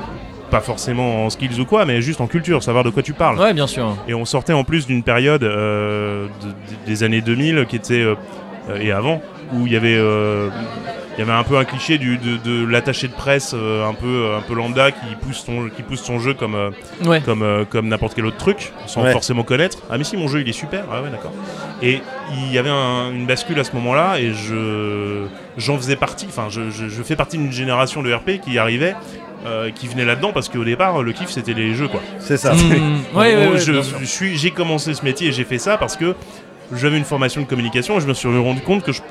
Speaker 3: pas forcément en skills ou quoi, mais juste en culture, savoir de quoi tu parles.
Speaker 1: Ouais, bien sûr.
Speaker 3: Et on sortait en plus d'une période euh, de- des années 2000 qui était euh, euh, et avant où il y avait euh, il y avait un peu un cliché du, de, de l'attaché de presse euh, un peu un peu lambda qui pousse son qui pousse son jeu comme euh,
Speaker 1: Ouais.
Speaker 3: comme euh, comme n'importe quel autre truc sans
Speaker 2: Ouais.
Speaker 3: forcément connaître. Ah mais si mon jeu il est super. Ah ouais d'accord. Et il y avait un- une bascule à ce moment-là et je j'en faisais partie. Enfin je, je, je fais partie d'une génération de RP qui arrivait. euh, qui venait là-dedans parce qu'au départ le kiff c'était les jeux quoi.
Speaker 2: C'est ça.
Speaker 1: Mm, ouais,
Speaker 3: En
Speaker 1: ouais,
Speaker 3: gros,
Speaker 1: ouais,
Speaker 3: je,
Speaker 1: bien sûr.
Speaker 3: je suis, j'ai commencé ce métier et j'ai fait ça parce que j'avais une formation de communication et je me suis rendu compte que je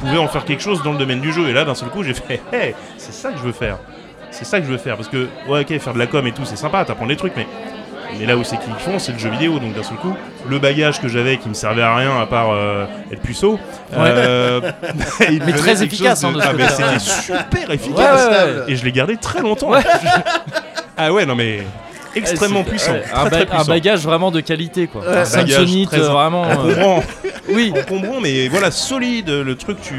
Speaker 3: pouvais en faire quelque chose dans le domaine du jeu. Et là, d'un seul coup, j'ai fait, [laughs] hey, c'est ça que je veux faire. C'est ça que je veux faire. Parce que, ouais, ok, faire de la com et tout, c'est sympa, t'apprends des trucs, mais. Mais là où c'est qu'ils font, c'est le jeu vidéo. Donc d'un seul coup, le bagage que j'avais qui me servait à rien à part euh, être puceau. euh, [laughs] il
Speaker 1: Mais
Speaker 3: devenait
Speaker 1: très
Speaker 3: quelque
Speaker 1: efficace,
Speaker 3: chose
Speaker 1: hein, de ce
Speaker 3: ah, mais
Speaker 1: côté-là.
Speaker 3: c'était super efficace.
Speaker 1: Ouais, ouais, ouais.
Speaker 3: Et je l'ai gardé très longtemps.
Speaker 1: Euh, Ouais.
Speaker 3: [laughs] ah ouais, non mais extrêmement
Speaker 1: C'est-
Speaker 3: puissant.
Speaker 1: ouais,
Speaker 3: très,
Speaker 1: un, ba-
Speaker 3: très
Speaker 1: un
Speaker 3: puissant.
Speaker 1: bagage vraiment de qualité, quoi.
Speaker 2: Ouais.
Speaker 1: Un Samsonite,
Speaker 3: très-
Speaker 1: euh, vraiment. euh,
Speaker 3: [laughs] Encombrant,
Speaker 1: Oui,
Speaker 3: encombrant, mais voilà, solide. Le truc, tu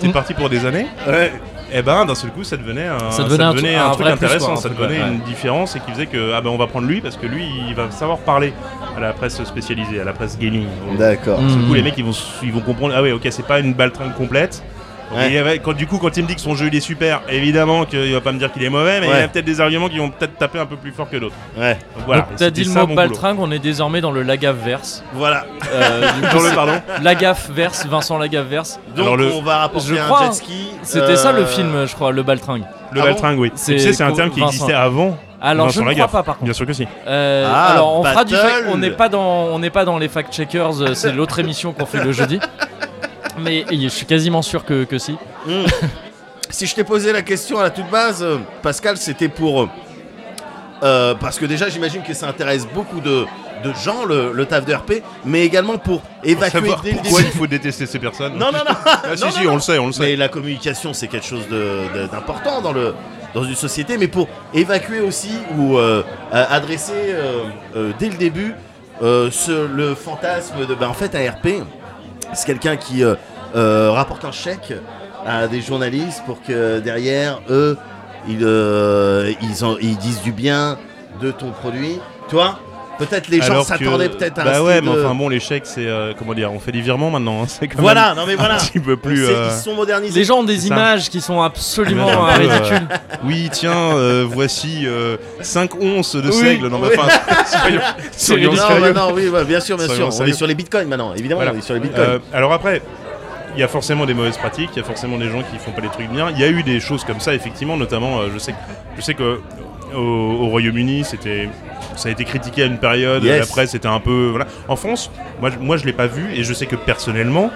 Speaker 3: t'es
Speaker 1: Mhm.
Speaker 3: parti pour des années.
Speaker 2: Ouais.
Speaker 3: Et ben, d'un seul coup, ça devenait un,
Speaker 1: Ça devenait un tru- un
Speaker 3: truc
Speaker 1: vrai plus,
Speaker 3: intéressant.
Speaker 1: quoi, un
Speaker 3: ça
Speaker 1: truc, ouais,
Speaker 3: devenait
Speaker 1: ouais.
Speaker 3: une différence et qui faisait que ah ben on va prendre lui parce que lui, il va savoir parler à la presse spécialisée, à la presse gaming.
Speaker 2: D'accord.
Speaker 1: Mm.
Speaker 3: Du coup, les mecs, ils vont, ils vont comprendre. Ah ouais, ok, c'est pas une baltringue complète. Donc,
Speaker 2: Ouais.
Speaker 3: il y avait- quand, du coup, quand il me dit que son jeu il est super, évidemment qu'il va pas me dire qu'il est mauvais, mais il y
Speaker 2: Ouais.
Speaker 3: a peut-être des arguments qui vont peut-être taper un peu plus fort que d'autres.
Speaker 2: Ouais.
Speaker 3: Donc, voilà,
Speaker 1: Donc,
Speaker 3: Et
Speaker 1: t'as
Speaker 3: c'était
Speaker 1: dit le
Speaker 3: ça,
Speaker 1: mot
Speaker 3: mon
Speaker 1: baltringue, on est désormais dans le Lagaffe
Speaker 3: [laughs]
Speaker 1: verse.
Speaker 2: Voilà.
Speaker 3: boulot. Dans
Speaker 2: [laughs]
Speaker 3: le pardon.
Speaker 1: Lagaffe verse, Vincent Lagaffe verse.
Speaker 2: Donc
Speaker 3: Alors, le-
Speaker 2: on va rapporter
Speaker 1: Je
Speaker 2: un
Speaker 1: crois,
Speaker 2: jet ski.
Speaker 1: C'était
Speaker 2: euh,
Speaker 1: ça le film, je crois, le baltringue.
Speaker 3: Le
Speaker 2: Ah bon
Speaker 3: baltringue, oui.
Speaker 1: C'est
Speaker 3: Tu sais, c'est un
Speaker 1: co-
Speaker 3: terme qui
Speaker 1: Vincent.
Speaker 3: existait avant.
Speaker 1: Alors
Speaker 3: Vincent
Speaker 1: je ne crois
Speaker 3: Lagaffe.
Speaker 1: pas par contre.
Speaker 3: Bien sûr que si.
Speaker 1: Euh,
Speaker 2: Ah,
Speaker 1: alors on fera du fact-
Speaker 2: battle.
Speaker 1: on n'est pas dans on n'est pas dans les fact checkers, euh, c'est l'autre émission qu'on fait le jeudi. Mais je suis quasiment sûr que, que si.
Speaker 2: Hmm. si je t'ai posé la question à la toute base, euh, Pascal, c'était pour. euh, euh, parce que déjà, j'imagine que ça intéresse beaucoup de, de gens, le, le taf de RP, mais également pour évacuer
Speaker 3: Savoir
Speaker 2: dès le
Speaker 3: pourquoi il
Speaker 2: début.
Speaker 3: faut détester ces personnes.
Speaker 2: Non, non, non
Speaker 3: Ah, si,
Speaker 2: Non,
Speaker 3: si,
Speaker 2: non,
Speaker 3: on le sait, on le sait.
Speaker 2: Mais la communication, c'est quelque chose de- de- d'important dans, le, dans une société, mais pour évacuer aussi ou euh, euh, adresser euh, euh, dès le début euh, ce- le fantasme de. ben, en fait, ARP, c'est quelqu'un qui euh, euh, rapporte un chèque à des journalistes pour que derrière, eux, ils, euh, ils, en- ils disent du bien de ton produit. Toi, peut-être les gens
Speaker 3: Alors
Speaker 2: s'attendaient
Speaker 3: que-
Speaker 2: peut-être à un
Speaker 3: Bah ouais,
Speaker 2: style
Speaker 3: mais
Speaker 2: de-
Speaker 3: enfin bon, l'échec, c'est. euh, comment dire On fait des virements maintenant. hein, c'est quand même
Speaker 2: Voilà, non mais voilà.
Speaker 3: Un petit peu plus.
Speaker 2: C'est-
Speaker 3: euh,
Speaker 2: Ils sont modernisés.
Speaker 1: Les gens ont des
Speaker 3: C'est ça.
Speaker 1: images qui sont absolument hein.
Speaker 3: Un peu, euh,
Speaker 1: ridicules.
Speaker 3: Oui, tiens, euh, voici 5 onces de
Speaker 1: Oui,
Speaker 3: seigle. Non, mais
Speaker 2: oui.
Speaker 3: enfin,
Speaker 1: [laughs]
Speaker 3: soyons- soyons
Speaker 1: ridicule.
Speaker 2: Non,
Speaker 3: sérieux.
Speaker 2: bah non, oui, bah, bien sûr, bien
Speaker 3: Soyons
Speaker 2: sûr. On
Speaker 3: sérieux.
Speaker 2: est sur les bitcoins maintenant, évidemment,
Speaker 3: Voilà.
Speaker 2: on est sur les bitcoins.
Speaker 3: Euh, alors après, il y a forcément des mauvaises pratiques, il y a forcément des gens qui font pas les trucs bien. Il y a eu des choses comme ça, effectivement, notamment, euh, je sais, je sais que au, au Royaume-Uni, c'était, ça a été critiqué à une période.
Speaker 2: Yes.
Speaker 3: La presse était un peu, voilà. En France, moi, je- moi, je l'ai pas vu, et je sais que personnellement.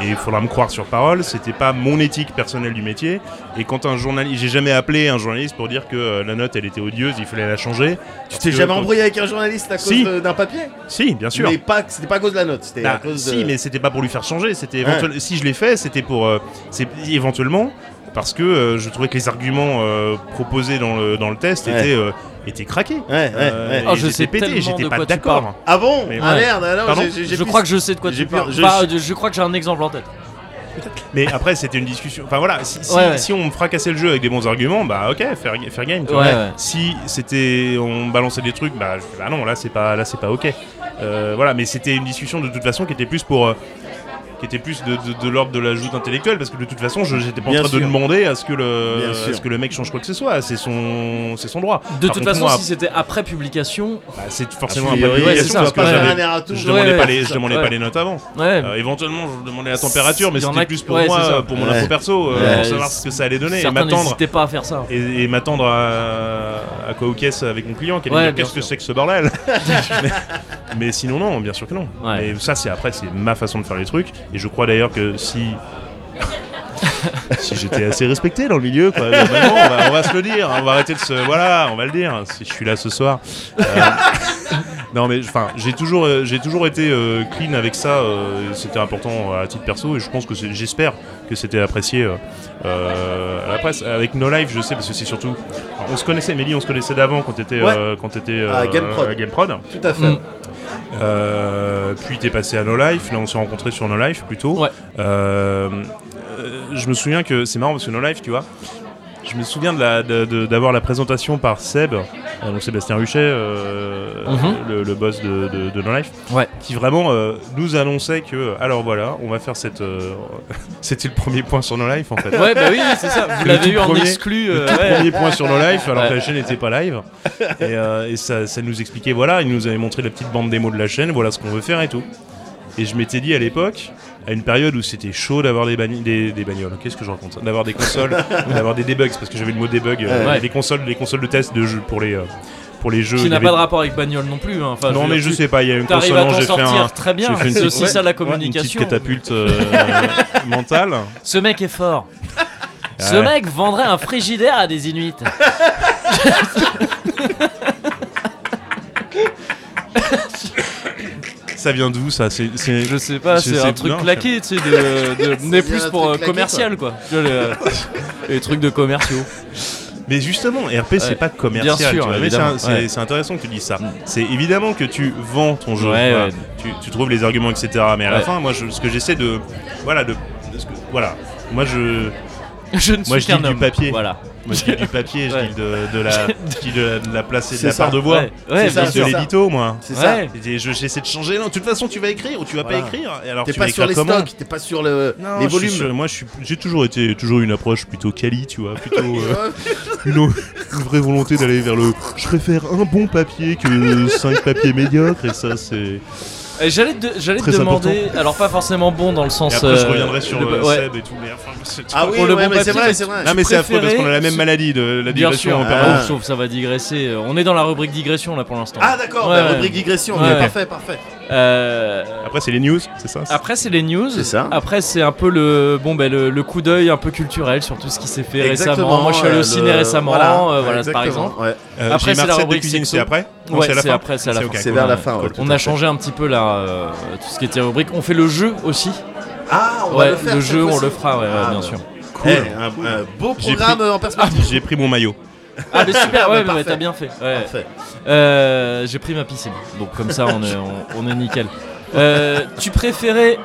Speaker 3: Et il faudra me croire sur parole, c'était pas mon éthique personnelle du métier. Et quand un journaliste, j'ai jamais appelé un journaliste pour dire que euh, la note elle était odieuse, il fallait la changer.
Speaker 2: tu
Speaker 3: Parce
Speaker 2: t'es
Speaker 3: que
Speaker 2: jamais
Speaker 3: quand-
Speaker 2: embrouillé avec un journaliste à cause
Speaker 3: Si.
Speaker 2: de- d'un papier
Speaker 3: Si, bien sûr.
Speaker 2: Mais pas, c'était pas à cause de la note, c'était à
Speaker 3: Bah,
Speaker 2: cause de.
Speaker 3: Si, mais c'était pas pour lui faire changer. C'était éventuel- si je l'ai fait, c'était pour euh, c'est éventuellement parce que euh, je trouvais que les arguments euh, proposés dans le dans le test
Speaker 2: Ouais.
Speaker 3: étaient euh, étaient craqués.
Speaker 2: Ouais, ouais,
Speaker 3: Euh,
Speaker 2: ouais.
Speaker 3: et
Speaker 1: Oh, je
Speaker 3: j'étais
Speaker 1: sais
Speaker 3: pété,
Speaker 1: tellement
Speaker 3: j'étais
Speaker 1: de
Speaker 3: pas
Speaker 1: quoi tu
Speaker 3: d'accord.
Speaker 1: parles.
Speaker 2: Ah bon
Speaker 3: Mais-
Speaker 2: Ah
Speaker 1: Ouais.
Speaker 2: merde, alors
Speaker 3: Pardon
Speaker 2: j'ai- j'ai- j'ai
Speaker 1: Je
Speaker 2: plus-
Speaker 1: crois que je sais de quoi
Speaker 2: j'ai
Speaker 1: tu
Speaker 2: plus-
Speaker 1: parles.
Speaker 2: je-
Speaker 1: Enfin, je... je crois que j'ai un exemple en tête.
Speaker 3: Mais après, c'était une discussion. Enfin voilà, si, si,
Speaker 1: Ouais, ouais.
Speaker 3: si on me fracassait le jeu avec des bons arguments, bah ok, faire faire game. tu
Speaker 1: Ouais,
Speaker 3: vois.
Speaker 1: ouais.
Speaker 3: Si c'était on balançait des trucs, bah, je- bah non, là c'est pas là c'est pas ok. Euh, voilà, mais c'était une discussion de toute façon qui était plus pour euh, qui était plus de, de- de l'ordre de l'ajout intellectuelle parce que de toute façon je j'étais pas en
Speaker 2: Bien
Speaker 3: train de
Speaker 2: sûr.
Speaker 3: demander à ce que
Speaker 2: Bien
Speaker 3: le à
Speaker 2: sûr.
Speaker 3: ce que le mec change quoi que ce soit c'est son c'est son droit
Speaker 1: De
Speaker 3: Par
Speaker 1: toute
Speaker 3: contre,
Speaker 1: façon,
Speaker 3: moi,
Speaker 1: si c'était après publication,
Speaker 3: bah, c'est
Speaker 2: A
Speaker 3: forcément un peu
Speaker 2: priori,
Speaker 3: une
Speaker 1: ouais,
Speaker 3: obligation
Speaker 1: c'est ça,
Speaker 3: parce que
Speaker 1: parce que
Speaker 3: j'avais-
Speaker 2: j'avais un retour.
Speaker 3: je demandais
Speaker 1: Ouais,
Speaker 3: pas
Speaker 1: ouais,
Speaker 3: les
Speaker 1: c'est
Speaker 3: je
Speaker 1: ça,
Speaker 3: demandais
Speaker 1: ouais.
Speaker 3: pas les notes avant
Speaker 1: ouais.
Speaker 3: euh, éventuellement, je demandais la température, mais
Speaker 1: Il y en
Speaker 3: c'était
Speaker 1: a
Speaker 3: plus
Speaker 1: qui-
Speaker 3: pour
Speaker 1: ouais, c'est ça.
Speaker 3: moi, pour mon
Speaker 2: Ouais.
Speaker 3: info perso, euh,
Speaker 1: Ouais,
Speaker 3: pour savoir
Speaker 1: c'est-
Speaker 3: ce que ça allait donner et
Speaker 1: certains
Speaker 3: m'attendre.
Speaker 1: n'hésitaient pas à faire ça.
Speaker 3: Et, et m'attendre à, à quoi aux caisses avec mon client, qui allait
Speaker 1: Ouais,
Speaker 3: me dire
Speaker 1: bien
Speaker 3: qu'est-ce que
Speaker 1: sûr.
Speaker 3: c'est que
Speaker 1: [laughs]
Speaker 3: ce bordel mais, mais sinon, non, bien sûr que non.
Speaker 1: Ouais.
Speaker 3: Mais ça, c'est après, c'est ma façon de faire les trucs. Et je crois d'ailleurs que si. si j'étais assez respecté dans le milieu, quoi, bah, vraiment, on, va, on va se le dire, hein. on va arrêter de se. Voilà, on va le dire, si je suis là ce soir. Euh, non, mais enfin, j'ai toujours, euh, j'ai toujours été euh, clean avec ça, euh, c'était important euh, à titre perso, et je pense que c'est- j'espère que c'était apprécié euh, euh, à la presse. Avec No Life, je sais, parce que c'est surtout. On se connaissait, Mélie, on se connaissait d'avant quand t'étais
Speaker 2: Ouais.
Speaker 3: euh, quand t'étais, euh,
Speaker 2: À GameProd.
Speaker 3: à GameProd.
Speaker 2: Tout à fait.
Speaker 1: Mm.
Speaker 3: Euh, puis t'es passé à No Life, là on s'est rencontrés sur No Life plutôt.
Speaker 1: Ouais.
Speaker 3: Euh, euh, je me souviens que c'est marrant parce que No Life, tu vois, je me souviens de la- de- de- d'avoir la présentation par Seb, euh, donc Sébastien Ruchet, euh,
Speaker 1: Mhm.
Speaker 3: le, le boss de, de, de No Life, [laughs]
Speaker 1: Ouais.
Speaker 3: qui vraiment euh, nous annonçait que alors voilà, on va faire cette. euh, [laughs] C'était le premier point sur No Life en fait.
Speaker 1: Ouais, bah oui, c'est ça. Vous
Speaker 3: Le
Speaker 1: l'avez
Speaker 3: tout
Speaker 1: eu en
Speaker 3: premier-
Speaker 1: exclu. euh,
Speaker 3: Le tout
Speaker 1: ouais.
Speaker 3: premier point sur nos lives, alors que
Speaker 1: Ouais.
Speaker 3: la chaîne n'était pas live. Et, euh, et ça, ça nous expliquait, voilà, il nous avait montré la petite bande démo de la chaîne, voilà ce qu'on veut faire et tout. Et je m'étais dit à l'époque, à une période où c'était chaud d'avoir des, bagn- des, des bagnoles, qu'est-ce que je raconte ça
Speaker 1: [laughs]
Speaker 3: D'avoir des consoles, d'avoir des debugs, parce que j'avais le mot debug, euh,
Speaker 1: Ouais.
Speaker 3: des consoles, des consoles de test de jeux pour les. euh, pour les jeux.
Speaker 1: Qui
Speaker 3: il y
Speaker 1: n'a
Speaker 3: avait-
Speaker 1: pas de rapport avec bagnole non plus. hein. Enfin,
Speaker 3: non
Speaker 1: veux
Speaker 3: mais
Speaker 1: dire,
Speaker 3: je
Speaker 1: tu-
Speaker 3: sais pas, il y a une
Speaker 1: T'arrives à
Speaker 3: consonance,
Speaker 1: t'en
Speaker 3: j'ai fait un,
Speaker 1: sortir très bien.
Speaker 3: j'ai fait une
Speaker 1: C'est
Speaker 3: petite-
Speaker 1: aussi ça la
Speaker 3: ouais, une petite
Speaker 1: communication.
Speaker 3: catapulte euh, [laughs] mentale.
Speaker 1: Ce mec est
Speaker 3: [laughs]
Speaker 1: fort. Ce
Speaker 3: Ouais.
Speaker 1: mec vendrait un frigidaire à des Inuits.
Speaker 3: Ça vient d'où ça C'est c'est-
Speaker 1: Je sais pas,
Speaker 3: Je
Speaker 1: c'est
Speaker 3: sais
Speaker 1: un
Speaker 3: pas,
Speaker 1: truc
Speaker 3: non,
Speaker 1: claqué, tu sais, de, de- mais
Speaker 2: bien
Speaker 1: plus
Speaker 2: un
Speaker 1: pour
Speaker 2: truc
Speaker 1: euh,
Speaker 2: claqué,
Speaker 1: commercial quoi. Tu vois, les, euh, les trucs de commerciaux. [laughs]
Speaker 3: Mais justement, RP c'est
Speaker 1: Ouais.
Speaker 3: pas commercial.
Speaker 1: Bien sûr,
Speaker 3: tu vois, mais c'est
Speaker 1: évidemment,
Speaker 3: un- c'est
Speaker 1: ouais.
Speaker 3: c'est intéressant que tu dises ça. C'est évidemment que tu vends ton jeu.
Speaker 1: Ouais,
Speaker 3: voilà.
Speaker 1: ouais.
Speaker 3: Tu, tu trouves les arguments, etc. Mais à la
Speaker 1: Ouais.
Speaker 3: fin, moi, je- ce que j'essaie de, voilà, de, de ce que- voilà, moi je,
Speaker 1: Je ne suis
Speaker 3: Moi, je dis
Speaker 1: qu'un
Speaker 3: du
Speaker 1: homme.
Speaker 3: papier.
Speaker 1: Voilà.
Speaker 3: moi, je dis du papier,
Speaker 1: [laughs]
Speaker 3: je
Speaker 1: Ouais.
Speaker 3: dis de, de la, je dis de la, de la place et de
Speaker 2: C'est
Speaker 3: la
Speaker 2: ça,
Speaker 3: part de voix.
Speaker 1: ouais. Ouais,
Speaker 3: je dis
Speaker 2: bien
Speaker 3: de
Speaker 2: sûr.
Speaker 3: l'édito, moi.
Speaker 2: C'est
Speaker 1: Ouais.
Speaker 2: ça.
Speaker 3: Et je- J'essaie de changer. Non, de toute façon, tu vas écrire ou tu vas
Speaker 2: Voilà.
Speaker 3: pas écrire. Et alors,
Speaker 2: T'es
Speaker 3: tu vas
Speaker 2: pas sur
Speaker 3: écrire
Speaker 2: les
Speaker 3: comment
Speaker 2: stocks, t'es pas sur le,
Speaker 3: Non,
Speaker 2: les
Speaker 3: je suis
Speaker 2: volumes.
Speaker 3: sur- moi, je suis- j'ai toujours été, toujours eu une approche plutôt quali, tu vois, plutôt euh,
Speaker 2: Ouais.
Speaker 3: une, une vraie volonté d'aller vers le. Je préfère un bon papier que cinq papiers médiocres, et ça, c'est.
Speaker 1: Euh, J'allais te, j'allais te
Speaker 3: Très
Speaker 1: demander, alors pas forcément bon dans le sens.
Speaker 3: Et après, je
Speaker 1: euh,
Speaker 3: reviendrai sur
Speaker 1: de-
Speaker 3: euh,
Speaker 1: ouais.
Speaker 3: Seb et tout, mais enfin, c'est-
Speaker 2: Ah oui,
Speaker 1: Pour le
Speaker 2: ouais,
Speaker 1: bon
Speaker 2: mais c'est
Speaker 1: papier,
Speaker 2: vrai, c'est vrai.
Speaker 3: Non, mais c'est affreux parce qu'on a la même
Speaker 1: préférais-
Speaker 3: maladie de la
Speaker 1: Bien
Speaker 3: digression
Speaker 1: sûr,
Speaker 3: en
Speaker 1: Ah,
Speaker 3: permanence.
Speaker 2: permanence.
Speaker 1: sauf ça va digresser. Euh, On est dans la rubrique digression là pour l'instant.
Speaker 2: Ah d'accord,
Speaker 1: Ouais,
Speaker 2: la
Speaker 1: ouais.
Speaker 2: rubrique digression,
Speaker 1: Ouais,
Speaker 2: mais
Speaker 1: ouais.
Speaker 2: parfait, parfait.
Speaker 1: Euh,
Speaker 3: Après, c'est les news, c'est ça c'est-
Speaker 1: après c'est les news.
Speaker 2: C'est ça.
Speaker 1: Après c'est un peu le bon ben le, le coup d'œil un peu culturel sur tout ce qui s'est fait récemment. Moi je suis allé
Speaker 2: euh,
Speaker 1: au ciné
Speaker 2: le-
Speaker 1: récemment.
Speaker 2: voilà,
Speaker 1: euh, voilà, par
Speaker 2: exactement,
Speaker 1: exemple.
Speaker 2: ouais.
Speaker 3: Euh,
Speaker 1: après,
Speaker 3: j'ai
Speaker 1: c'est la
Speaker 3: Marcel de
Speaker 1: rubrique
Speaker 3: cuisine,
Speaker 1: sexo.
Speaker 3: c'est après Non,
Speaker 1: Ouais,
Speaker 3: à la
Speaker 1: c'est
Speaker 3: fin
Speaker 1: après, c'est à la
Speaker 3: C'est
Speaker 1: fin.
Speaker 3: ok,
Speaker 2: C'est
Speaker 3: cool.
Speaker 2: vers la fin, ouais.
Speaker 3: Cool.
Speaker 1: On a changé un petit peu là euh, tout ce qui était rubrique. On fait le jeu aussi.
Speaker 2: Ah, on va
Speaker 1: ouais,
Speaker 2: le faire cette
Speaker 1: jeu on
Speaker 2: fois-ci.
Speaker 1: le fera. Ouais, ouais,
Speaker 2: Ah,
Speaker 1: bien
Speaker 2: bah.
Speaker 1: sûr.
Speaker 2: Eh, un, un beau
Speaker 3: J'ai
Speaker 2: programme
Speaker 3: pris-
Speaker 2: euh, en perspective.
Speaker 3: J'ai pris mon maillot.
Speaker 1: Ah mais super.
Speaker 2: bah,
Speaker 1: Ouais, mais
Speaker 2: parfait.
Speaker 1: t'as bien fait. Ouais.
Speaker 2: Parfait.
Speaker 1: Euh, j'ai pris ma piscine, donc comme ça on est, on, on est nickel. Euh, tu préférais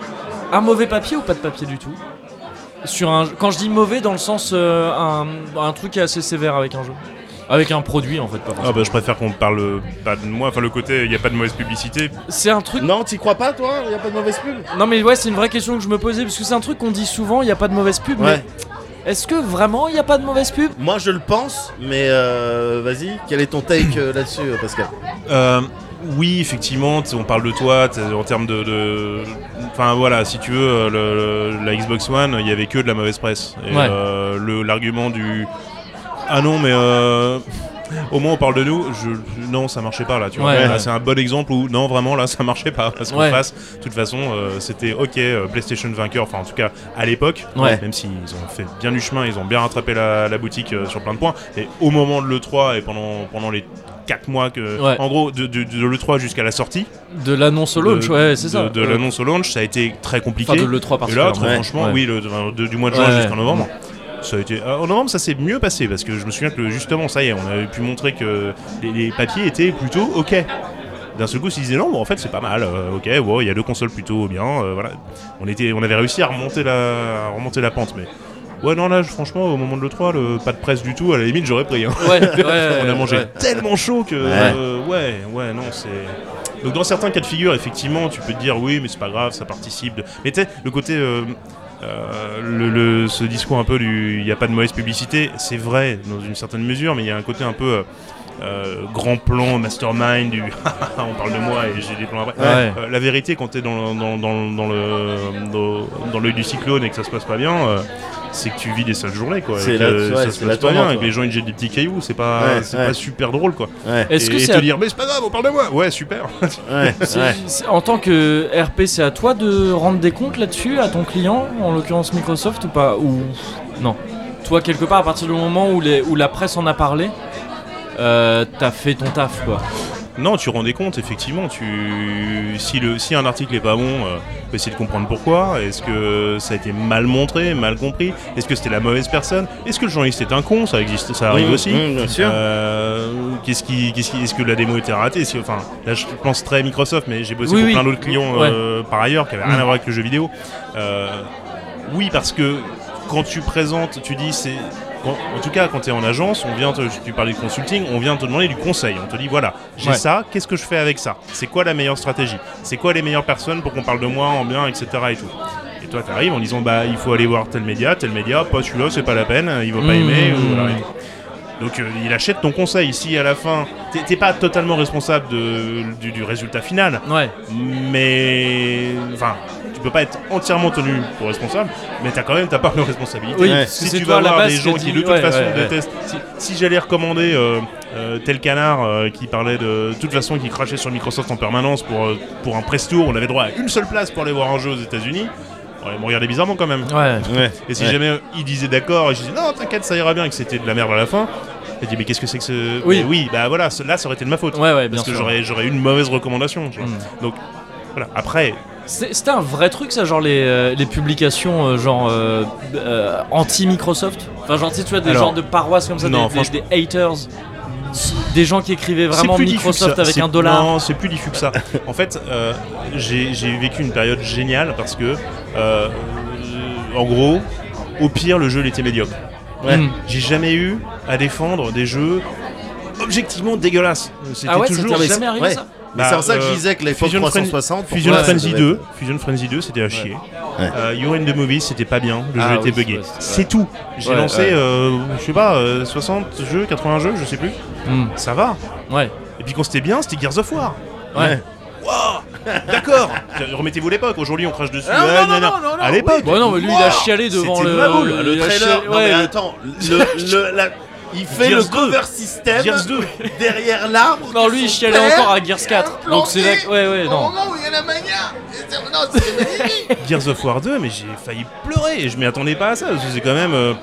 Speaker 1: un mauvais papier ou pas de papier du tout Sur un, quand je dis mauvais, dans le sens euh, un, un truc assez sévère avec un jeu, avec un produit en fait. Pas
Speaker 3: Ah
Speaker 1: forcément.
Speaker 3: bah je préfère qu'on parle euh, pas de moi, enfin le côté il n'y a pas de mauvaise publicité.
Speaker 1: C'est un truc.
Speaker 2: Non, t'y crois pas, toi Il a pas de mauvaise pub
Speaker 1: Non mais ouais, c'est une vraie question que je me posais parce que c'est un truc qu'on dit souvent. Il n'y a pas de mauvaise pub.
Speaker 2: Ouais.
Speaker 1: Mais est-ce que vraiment il n'y a pas de mauvaise pub
Speaker 2: Moi, je le pense, mais euh, vas-y, quel est ton take euh, là-dessus, euh, Pascal
Speaker 3: Euh, oui effectivement, t- on parle de toi t- en termes de, de- Enfin voilà, si tu veux, euh, le- le- la Xbox One, il y avait que de la mauvaise presse. Et,
Speaker 1: Ouais.
Speaker 3: euh, le- L'argument du... Ah non mais... euh, Au moins on parle de nous, je... non ça marchait pas là, tu vois.
Speaker 1: Ouais,
Speaker 3: Là,
Speaker 1: ouais.
Speaker 3: C'est un bon exemple où non vraiment là ça marchait pas parce qu'on
Speaker 1: Ouais.
Speaker 3: fasse. De toute façon euh, c'était ok euh, PlayStation vainqueur, enfin en tout cas à l'époque,
Speaker 1: Ouais.
Speaker 3: même s'ils ont fait bien du chemin, ils ont bien rattrapé la, la boutique euh, sur plein de points. Et au moment de l'E3 et pendant, pendant les 4 mois que...
Speaker 1: Ouais.
Speaker 3: En gros, de, de- de l'E3 jusqu'à la sortie,
Speaker 1: De l'annonce au launch,
Speaker 3: de-
Speaker 1: ouais, c'est
Speaker 3: de-
Speaker 1: ça.
Speaker 3: De
Speaker 1: Ouais.
Speaker 3: l'annonce au launch, ça a été très compliqué.
Speaker 1: Enfin, de le 3
Speaker 3: Et l'autre,
Speaker 2: Ouais.
Speaker 3: franchement,
Speaker 1: Ouais.
Speaker 3: oui, le, de- de- du mois de juin
Speaker 1: Ouais, ouais.
Speaker 3: jusqu'en novembre. Ça a été... euh, En novembre, ça s'est mieux passé parce que je me souviens que justement, ça y est, on avait pu montrer que les, les papiers étaient plutôt ok. D'un seul coup, ils se disaient non, bon, en fait, c'est pas mal, euh, ok, wow, il y a deux consoles plutôt bien, euh, voilà. On, était, on avait réussi à remonter la, à remonter la pente, mais. Ouais, non, là, je- franchement, au moment de l'E3, le, pas de presse du tout, à la limite, j'aurais pris. hein.
Speaker 1: Ouais,
Speaker 2: [laughs]
Speaker 1: ouais, ouais,
Speaker 3: On a mangé
Speaker 1: ouais.
Speaker 3: tellement chaud que.
Speaker 2: Ouais.
Speaker 3: euh, ouais, ouais, non, c'est. Donc, dans certains cas de figure, effectivement, tu peux te dire oui, mais c'est pas grave, ça participe. de- Mais tu sais, le côté. euh, euh, le, le- ce discours un peu du il n'y a pas de mauvaise publicité, c'est vrai dans une certaine mesure, mais il y a un côté un peu euh, euh, grand plan, mastermind, du [laughs] on parle de moi et j'ai des plans après.
Speaker 1: Ouais.
Speaker 3: Euh, la vérité, quand t'es dans, le- dans, dans, dans le dans, dans l'œil du cyclone et que ça se passe pas bien, euh, c'est que tu vis des sales journées quoi. et
Speaker 2: C'est
Speaker 3: que
Speaker 2: la- ouais,
Speaker 3: ça se
Speaker 2: c'est la
Speaker 3: passe pas bien
Speaker 2: tourmente,
Speaker 3: et que
Speaker 2: ouais.
Speaker 3: les gens ils jettent des petits cailloux, c'est pas,
Speaker 2: Ouais,
Speaker 3: c'est
Speaker 2: ouais.
Speaker 3: pas super drôle quoi.
Speaker 2: Ouais,
Speaker 1: Est-ce
Speaker 3: et
Speaker 1: que
Speaker 3: te
Speaker 1: c'est à-
Speaker 3: dire mais c'est pas grave, on parle de moi. Ouais super. [laughs]
Speaker 2: ouais,
Speaker 1: C'est-
Speaker 2: ouais.
Speaker 1: c'est- En tant que RP, c'est à toi de rendre des comptes là-dessus à ton client, en l'occurrence Microsoft ou pas Ou non Toi, quelque part, à partir du moment où, les, où la presse en a parlé, euh, t'as fait ton taf, quoi.
Speaker 3: Non, tu rendais compte, effectivement. Tu... Si, le... si un article est pas bon, euh, on peut essayer de comprendre pourquoi. Est-ce que ça a été mal montré, mal compris Est-ce que c'était la mauvaise personne Est-ce que le journaliste est un con Ça existe, ça arrive
Speaker 2: Mmh,
Speaker 3: aussi.
Speaker 2: mmh, bien sûr.
Speaker 3: Euh, Qu'est-ce qui, qu'est-ce qui... Est-ce que la démo était ratée Si- Enfin, là, je pense très Microsoft, mais j'ai bossé
Speaker 1: Oui,
Speaker 3: pour
Speaker 1: oui.
Speaker 3: plein d'autres clients
Speaker 1: Ouais.
Speaker 3: euh, par ailleurs qui avaient rien
Speaker 1: Mmh.
Speaker 3: à voir avec le jeu vidéo. Euh, oui, parce que quand tu présentes, tu dis c'est. quand- en tout cas, quand tu es en agence, on vient te, tu parles de consulting, on vient te demander du conseil. On te dit voilà, j'ai
Speaker 1: Ouais.
Speaker 3: ça, qu'est-ce que je fais avec ça C'est quoi la meilleure stratégie C'est quoi les meilleures personnes pour qu'on parle de moi en bien, etc. Et tout. Et toi, t'arrives en disant bah il faut aller voir tel média, tel média, pas celui-là, c'est pas la peine, il va pas
Speaker 1: Mmh.
Speaker 3: aimer. ou voilà. Donc euh, il achète ton conseil. Si à la fin, t'es- t'es pas totalement responsable de- du, du résultat final,
Speaker 1: Ouais.
Speaker 3: mais enfin, tu peux pas être entièrement tenu pour responsable, mais t'as quand même ta part de responsabilité.
Speaker 1: Oui,
Speaker 2: Ouais.
Speaker 1: parce que
Speaker 3: Si
Speaker 1: c'est
Speaker 3: tu
Speaker 1: toi
Speaker 3: vas
Speaker 1: à la
Speaker 3: voir
Speaker 1: base
Speaker 3: des gens qui
Speaker 1: a
Speaker 3: de
Speaker 1: dit-
Speaker 3: toute
Speaker 1: ouais,
Speaker 3: façon
Speaker 1: ouais, ouais.
Speaker 3: détestent, si, si j'allais recommander euh, euh, tel canard euh, qui parlait de, de toute façon qui crachait sur Microsoft en permanence pour, euh, pour un press tour, on avait droit à une seule place pour aller voir un jeu aux États-Unis. Ouais, ils me regardaient bizarrement quand même.
Speaker 1: Ouais.
Speaker 2: Ouais.
Speaker 3: Et si
Speaker 2: Ouais.
Speaker 3: jamais euh, il disait d'accord, et je disais non, t'inquiète, ça ira bien, et que c'était de la merde à la fin, il dit mais qu'est-ce que c'est que ce.
Speaker 1: Oui.
Speaker 3: Mais oui, bah voilà, ce- là ça aurait été de ma faute.
Speaker 1: Ouais, ouais, bien
Speaker 3: parce que
Speaker 1: sûr. Mm. Hmm.
Speaker 3: j'aurais j'aurais eu une mauvaise recommandation. tu vois. Donc voilà, après,
Speaker 1: C'est- C'était un vrai truc ça, genre les, euh, les publications euh, genre euh, euh, anti-Microsoft Enfin genre tu sais, tu vois des
Speaker 3: Alors,
Speaker 1: genres de paroisses comme ça,
Speaker 3: non,
Speaker 1: des, des-
Speaker 3: franchement-
Speaker 1: des haters Des gens qui écrivaient
Speaker 3: c'est
Speaker 1: vraiment
Speaker 3: plus diffus que
Speaker 1: Microsoft
Speaker 3: ça.
Speaker 1: avec
Speaker 3: C'est-
Speaker 1: un dollar
Speaker 3: Non, c'est plus diffus que ça. en fait, euh, j'ai j'ai vécu une période géniale parce que, euh, en gros, au pire, le jeu il était médiocre.
Speaker 2: Ouais.
Speaker 1: Mm.
Speaker 3: J'ai jamais eu à défendre des jeux objectivement dégueulasses. C'était
Speaker 1: Ah ouais, ça
Speaker 3: toujours
Speaker 1: t'est jamais arrivé
Speaker 2: ouais.
Speaker 1: ça
Speaker 2: Mais
Speaker 3: Bah,
Speaker 2: c'est en ça que je
Speaker 3: euh,
Speaker 2: disais que l'époque
Speaker 3: Fusion Frenzy-
Speaker 2: 360. pour
Speaker 3: Fusion
Speaker 2: moi, ça
Speaker 3: Frenzy
Speaker 2: devait
Speaker 3: 2, Fusion Frenzy 2, c'était à chier.
Speaker 2: Ouais.
Speaker 3: Euh, You're in the Movie, c'était pas bien, le
Speaker 1: Ah
Speaker 3: jeu était
Speaker 1: oui,
Speaker 3: buggé.
Speaker 1: ouais, c'est-
Speaker 3: c'est tout. J'ai
Speaker 1: Ouais,
Speaker 3: lancé,
Speaker 1: ouais.
Speaker 3: euh, je sais pas, euh, 60 jeux, 80 jeux, je sais plus.
Speaker 1: Mm.
Speaker 3: Ça va.
Speaker 1: Ouais,
Speaker 3: Et puis quand c'était bien, c'était Gears of War.
Speaker 1: ouais.
Speaker 3: D'accord. Remettez-vous l'époque. Aujourd'hui, on crache dessus.
Speaker 2: Ah, non,
Speaker 3: Ouais,
Speaker 2: non,
Speaker 3: nanana.
Speaker 2: non, non, non,
Speaker 3: à l'époque.
Speaker 1: Bon Bah non mais lui il a chialé
Speaker 2: C'était
Speaker 1: devant
Speaker 2: de
Speaker 1: le...
Speaker 2: la boule, le
Speaker 1: il a
Speaker 2: trailer.
Speaker 1: chialé-
Speaker 2: Non, mais
Speaker 1: ouais, le-
Speaker 2: attends,
Speaker 1: [laughs]
Speaker 2: le, le- la- il fait
Speaker 3: Gears
Speaker 2: le
Speaker 3: 2.
Speaker 2: cover system
Speaker 3: Gears 2.
Speaker 2: derrière l'arbre.
Speaker 1: Non
Speaker 2: que
Speaker 1: lui il
Speaker 2: son
Speaker 1: chialait
Speaker 2: père
Speaker 1: encore à Gears 4 Donc c'est
Speaker 2: planté
Speaker 1: là...
Speaker 2: Oh,
Speaker 1: Ouais ouais
Speaker 2: au
Speaker 1: non
Speaker 2: moment où il y a la mania. Et c'est- non,
Speaker 1: [laughs]
Speaker 2: c'est magnifique.
Speaker 3: Gears of War 2, mais j'ai failli pleurer. Et je m'y attendais pas à ça. Parce que c'est quand même euh,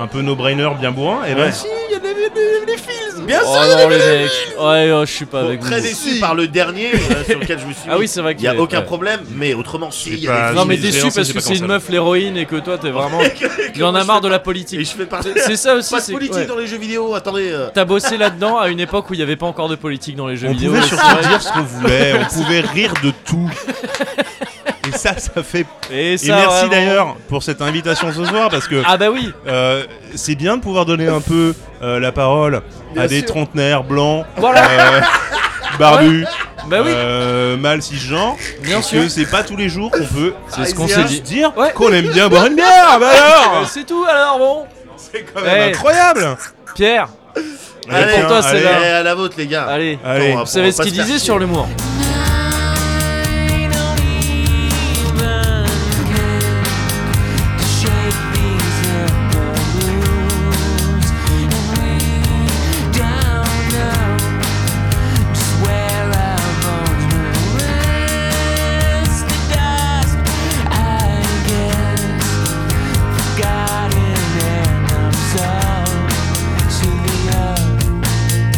Speaker 3: un peu no-brainer bien bourrin. Et ben
Speaker 2: Ouais.
Speaker 3: si, il y a des, des- des films.
Speaker 2: Bien
Speaker 1: Oh
Speaker 2: sûr, il y a
Speaker 1: non les
Speaker 2: des vidéos.
Speaker 1: mecs Ouais ouais, je suis pas
Speaker 2: Bon,
Speaker 1: avec vous
Speaker 2: très déçu par le dernier
Speaker 1: [laughs]
Speaker 2: euh, sur lequel je me suis.
Speaker 1: Ah
Speaker 2: mis.
Speaker 1: oui, c'est vrai
Speaker 2: Il y a
Speaker 1: qu'il est-
Speaker 2: aucun
Speaker 1: ouais.
Speaker 2: problème, mais autrement si.
Speaker 3: J'ai
Speaker 2: il y a des
Speaker 3: pas-
Speaker 2: films.
Speaker 1: Non mais
Speaker 3: J'ai
Speaker 1: déçu
Speaker 3: lancé,
Speaker 1: parce
Speaker 3: j'ai
Speaker 1: que
Speaker 3: pas
Speaker 1: c'est une
Speaker 3: commencé à
Speaker 1: meuf l'héroïne et que toi t'es
Speaker 2: [laughs]
Speaker 1: vraiment... Il en
Speaker 2: moi,
Speaker 1: a
Speaker 2: je
Speaker 1: marre
Speaker 2: fais
Speaker 1: de la
Speaker 2: Et
Speaker 1: politique
Speaker 2: je fais partie.
Speaker 1: C'est ça aussi
Speaker 2: [laughs] Pas de
Speaker 1: c'est-
Speaker 2: politique
Speaker 1: ouais.
Speaker 2: dans les jeux vidéo. Attendez. euh,
Speaker 1: T'as bossé là-dedans à une époque où il n'y avait pas encore de politique dans les jeux
Speaker 3: On
Speaker 1: vidéo.
Speaker 3: pouvait
Speaker 1: et
Speaker 3: surtout dire ce qu'on voulait,
Speaker 2: [laughs]
Speaker 3: on pouvait rire de tout. Et ça, ça fait.
Speaker 1: Et,
Speaker 3: Et
Speaker 1: ça,
Speaker 3: merci
Speaker 1: vraiment-
Speaker 3: d'ailleurs pour cette invitation ce soir parce que
Speaker 1: Ah bah oui.
Speaker 3: euh, c'est bien de pouvoir donner un peu euh, la parole
Speaker 2: Bien
Speaker 3: à des
Speaker 2: sûr.
Speaker 3: trentenaires blancs,
Speaker 1: Voilà.
Speaker 2: [laughs]
Speaker 3: euh, barbus,
Speaker 1: Bah oui.
Speaker 3: euh, mâles cisgenres.
Speaker 1: Bien
Speaker 3: parce
Speaker 1: sûr.
Speaker 3: que c'est pas tous les jours qu'on peut
Speaker 1: C'est ce qu'on
Speaker 2: Asia.
Speaker 1: s'est
Speaker 3: se
Speaker 1: dit.
Speaker 3: dire
Speaker 1: Ouais.
Speaker 3: qu'on aime bien boire une
Speaker 1: [laughs]
Speaker 3: bière. Bah
Speaker 1: Euh,
Speaker 3: alors
Speaker 1: C'est tout alors bon.
Speaker 3: C'est quand même
Speaker 1: Eh.
Speaker 3: incroyable
Speaker 1: Pierre,
Speaker 2: Allez,
Speaker 1: pour toi, c'est
Speaker 2: allez,
Speaker 1: là.
Speaker 2: à la vôtre, les gars.
Speaker 1: allez.
Speaker 3: Allez.
Speaker 1: Vous savez ce qu'il disait sur
Speaker 2: le
Speaker 1: l'humour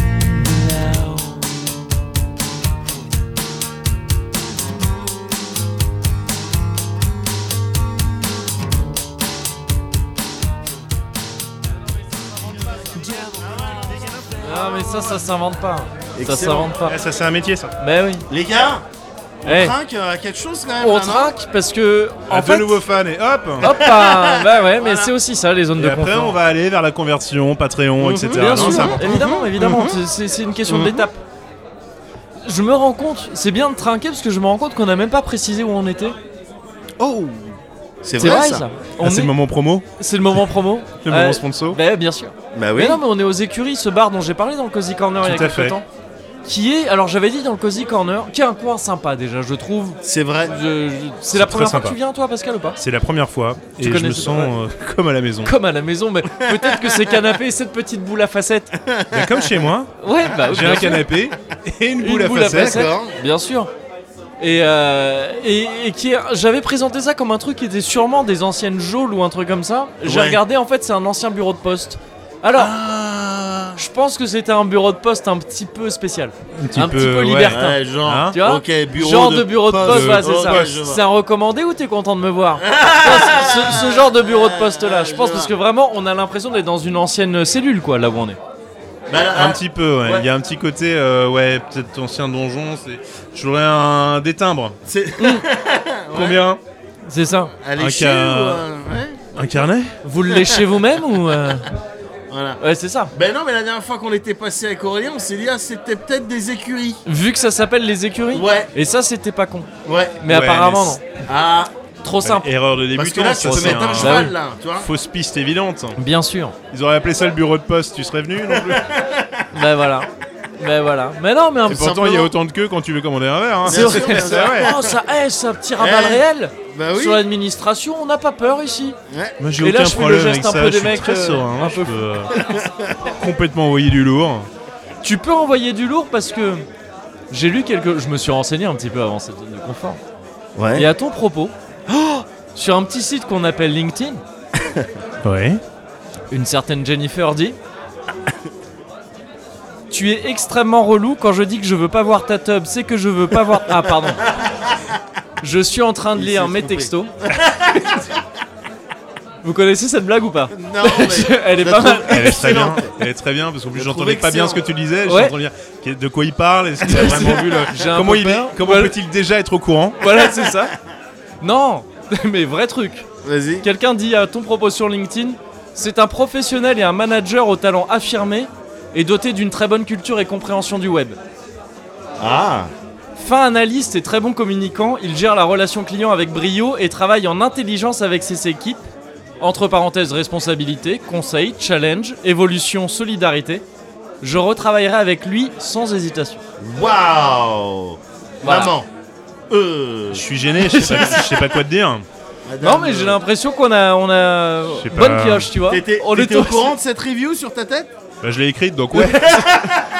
Speaker 4: Below.
Speaker 1: Non mais ça, ça s'invente pas.
Speaker 2: Excellent.
Speaker 1: Ça s'invente pas.
Speaker 3: Ouais, Eh, Ça, c'est un métier ça.
Speaker 1: Bah oui.
Speaker 2: Les gars, on
Speaker 1: Eh,
Speaker 2: trinque euh, à quelque chose quand même.
Speaker 1: on
Speaker 2: là, non
Speaker 1: trinque parce que en
Speaker 3: Ah,
Speaker 1: fait.
Speaker 3: de nouveaux fans et hop
Speaker 1: Hop
Speaker 3: [laughs]
Speaker 1: ah, Bah ouais, mais
Speaker 2: Voilà.
Speaker 1: c'est aussi ça les zones
Speaker 3: Et
Speaker 1: de
Speaker 3: après,
Speaker 1: confort. Mhm,
Speaker 3: on va aller vers la conversion, Patreon, etc.
Speaker 1: Bien
Speaker 3: Non, c'est
Speaker 1: sûr,
Speaker 3: important.
Speaker 1: évidemment, évidemment, c'est- c'est c'est une question
Speaker 3: Mhm.
Speaker 1: d'étape. Je me rends compte, c'est bien de trinquer parce que je me rends compte qu'on n'a même pas précisé où on était.
Speaker 2: Oh C'est
Speaker 1: C'est
Speaker 2: vrai,
Speaker 1: vrai
Speaker 2: ça,
Speaker 1: ça.
Speaker 3: Ah,
Speaker 1: On
Speaker 3: c'est
Speaker 1: est-
Speaker 3: le moment promo,
Speaker 1: C'est le moment promo.
Speaker 3: [laughs] le
Speaker 1: Euh,
Speaker 3: moment sponsor.
Speaker 1: Bah bien sûr.
Speaker 2: Bah oui.
Speaker 1: Mais non, mais on est aux écuries, ce bar dont j'ai parlé dans le Cozy Corner
Speaker 3: Tout
Speaker 1: il y a
Speaker 3: à
Speaker 1: quelques
Speaker 3: fait.
Speaker 1: temps. Qui est, alors j'avais dit dans le Cozy Corner, qui est un coin sympa déjà, je trouve.
Speaker 2: C'est vrai.
Speaker 1: Je- je- c'est la
Speaker 3: très
Speaker 1: première fois
Speaker 3: sympa.
Speaker 1: que tu viens, toi, Pascal, ou pas
Speaker 3: C'est la première fois
Speaker 1: Tu
Speaker 3: et je
Speaker 1: connais
Speaker 3: me
Speaker 1: ce-
Speaker 3: sens euh, comme à la maison.
Speaker 1: Comme à la maison, mais peut-être que ces canapés et cette petite boule à facettes.
Speaker 3: Mais comme chez moi,
Speaker 1: Ouais, bah oui,
Speaker 3: j'ai
Speaker 1: bien
Speaker 3: un
Speaker 1: sûr.
Speaker 3: canapé et une
Speaker 1: Une
Speaker 3: boule à
Speaker 1: boule à
Speaker 3: facettes. hein.
Speaker 1: facettes.
Speaker 2: D'accord.
Speaker 1: Bien sûr. Et, euh, et, et qui est- j'avais présenté ça comme un truc qui était sûrement des anciennes geôles ou un truc comme ça. J'ai
Speaker 2: Ouais.
Speaker 1: regardé, en fait, c'est un ancien bureau de poste. Alors,
Speaker 3: Ah.
Speaker 1: je pense que c'était un bureau de poste un petit peu spécial.
Speaker 3: Un
Speaker 1: Un petit peu
Speaker 3: ouais.
Speaker 1: libertin.
Speaker 2: Ouais, genre,
Speaker 3: Hein
Speaker 1: Tu vois
Speaker 2: ok, bureau
Speaker 1: genre de, bureau de poste,
Speaker 3: poste.
Speaker 1: voilà, c'est
Speaker 2: Ok,
Speaker 1: ça.
Speaker 2: je vois.
Speaker 1: C'est un recommandé ou t'es content de me
Speaker 2: [laughs]
Speaker 1: voir Toi, ce, ce- ce genre de bureau de poste là, je pense, parce que vraiment, on a l'impression d'être dans une ancienne cellule, quoi, là où on est.
Speaker 2: Bah, là,
Speaker 3: Un petit peu, ouais.
Speaker 2: Ouais.
Speaker 3: Il y a un petit côté, euh, ouais, peut-être ancien donjon. c'est- J'aurais un des timbres. [laughs]
Speaker 2: c'est-
Speaker 3: Combien
Speaker 1: C'est ça.
Speaker 2: Elle
Speaker 3: Un
Speaker 2: est chez
Speaker 3: cas-
Speaker 2: ou, euh, ouais
Speaker 3: Un carnet
Speaker 1: Vous le léchez vous-même ou euh,
Speaker 2: [laughs] Voilà.
Speaker 1: Ouais, c'est ça.
Speaker 2: Ben non, mais la dernière fois qu'on était passé avec Aurélien, on s'est dit, ah, c'était peut-être des écuries.
Speaker 1: Vu que ça s'appelle les écuries.
Speaker 2: Ouais.
Speaker 1: Et ça, c'était pas con.
Speaker 2: Ouais.
Speaker 1: Mais
Speaker 3: Ouais,
Speaker 1: apparemment,
Speaker 3: mais
Speaker 1: non.
Speaker 2: Ah,
Speaker 1: Trop simple.
Speaker 3: Erreur de débutant.
Speaker 2: parce que là, tu
Speaker 3: ça,
Speaker 2: peux
Speaker 3: c'est
Speaker 2: mettre un
Speaker 3: un-
Speaker 2: cheval, là, tu vois.
Speaker 3: Fausse piste évidente.
Speaker 1: Bien sûr.
Speaker 2: [laughs]
Speaker 3: Ils auraient appelé ça le bureau de poste, tu serais venu non plus
Speaker 1: Bah voilà. Mais voilà. Mais non, mais un
Speaker 3: Et
Speaker 2: Tout
Speaker 3: pourtant, il y a
Speaker 2: simplement.
Speaker 3: autant de queues quand tu veux commander un verre. hein.
Speaker 1: C'est vrai.
Speaker 2: sûr, bien sûr.
Speaker 3: vrai.
Speaker 1: Oh, ça, eh, c'est un petit rabat
Speaker 2: Eh,
Speaker 1: réel.
Speaker 2: Bah oui.
Speaker 1: Sur l'administration, on n'a pas peur ici.
Speaker 2: Ouais.
Speaker 3: Moi, j'ai
Speaker 1: Et là, je
Speaker 3: aucun
Speaker 1: fais le
Speaker 3: problème
Speaker 1: geste
Speaker 3: avec
Speaker 1: un
Speaker 3: ça.
Speaker 1: peu
Speaker 3: je
Speaker 1: des
Speaker 3: suis
Speaker 1: mecs,
Speaker 3: très
Speaker 1: euh,
Speaker 3: serein. hein.
Speaker 1: un
Speaker 3: je
Speaker 1: peu
Speaker 3: peux, euh, complètement envoyer du lourd.
Speaker 1: Tu peux envoyer du lourd parce que j'ai lu quelques. Je me suis renseigné un petit peu avant cette zone de confort.
Speaker 2: Ouais.
Speaker 1: Et à ton propos, [gasps] oh, sur un petit site qu'on appelle LinkedIn,
Speaker 3: Ouais.
Speaker 1: une certaine Jennifer dit [coughs] Tu es extrêmement relou quand je dis que je veux pas voir ta tub, c'est que je veux pas voir. Ah, pardon. Je suis en train de
Speaker 2: Il
Speaker 1: lire
Speaker 2: s'est
Speaker 1: mes
Speaker 2: trompé.
Speaker 1: textos. [laughs] Vous connaissez cette blague ou pas
Speaker 2: Non,
Speaker 1: [laughs]
Speaker 2: mais...
Speaker 1: Elle est
Speaker 2: je
Speaker 1: pas
Speaker 2: la
Speaker 1: mal.
Speaker 2: trouve
Speaker 3: Elle est très bien.
Speaker 2: excellente.
Speaker 3: Elle est très bien parce qu'en plus,
Speaker 2: Je la trouve
Speaker 3: j'entendais pas bien
Speaker 2: excellente.
Speaker 3: ce que tu disais.
Speaker 1: Ouais.
Speaker 3: J'entendais bien de quoi il parle.
Speaker 2: [laughs]
Speaker 3: Est-ce qu'il a vraiment vu le-
Speaker 1: J'ai un
Speaker 3: Comment
Speaker 1: peu
Speaker 3: il est-
Speaker 1: peur.
Speaker 3: Comment
Speaker 1: Voilà.
Speaker 3: peut-il déjà être au courant
Speaker 1: Voilà, c'est ça. Non, [laughs] mais vrai truc.
Speaker 2: Vas-y.
Speaker 1: Quelqu'un dit à ton propos sur LinkedIn, c'est un professionnel et un manager au talent affirmé et doté d'une très bonne culture et compréhension du web.
Speaker 2: Ah.
Speaker 1: Fin analyste et très bon communicant, il gère la relation client avec brio et travaille en intelligence avec ses équipes. Entre parenthèses, responsabilité, conseil, challenge, évolution, solidarité. Je retravaillerai avec lui sans hésitation.
Speaker 2: Waouh.
Speaker 1: Voilà.
Speaker 2: Maman. Euh.
Speaker 3: Je suis gêné. Je sais pas, je sais pas quoi te dire.
Speaker 1: non mais j'ai l'impression qu'on a, on a
Speaker 3: Je sais pas.
Speaker 1: bonne pioche, tu vois.
Speaker 2: T'étais
Speaker 1: On
Speaker 2: t'étais
Speaker 1: est
Speaker 2: au
Speaker 1: aussi-
Speaker 2: courant de cette review sur ta tête
Speaker 3: Bah, je l'ai écrite, donc ouais.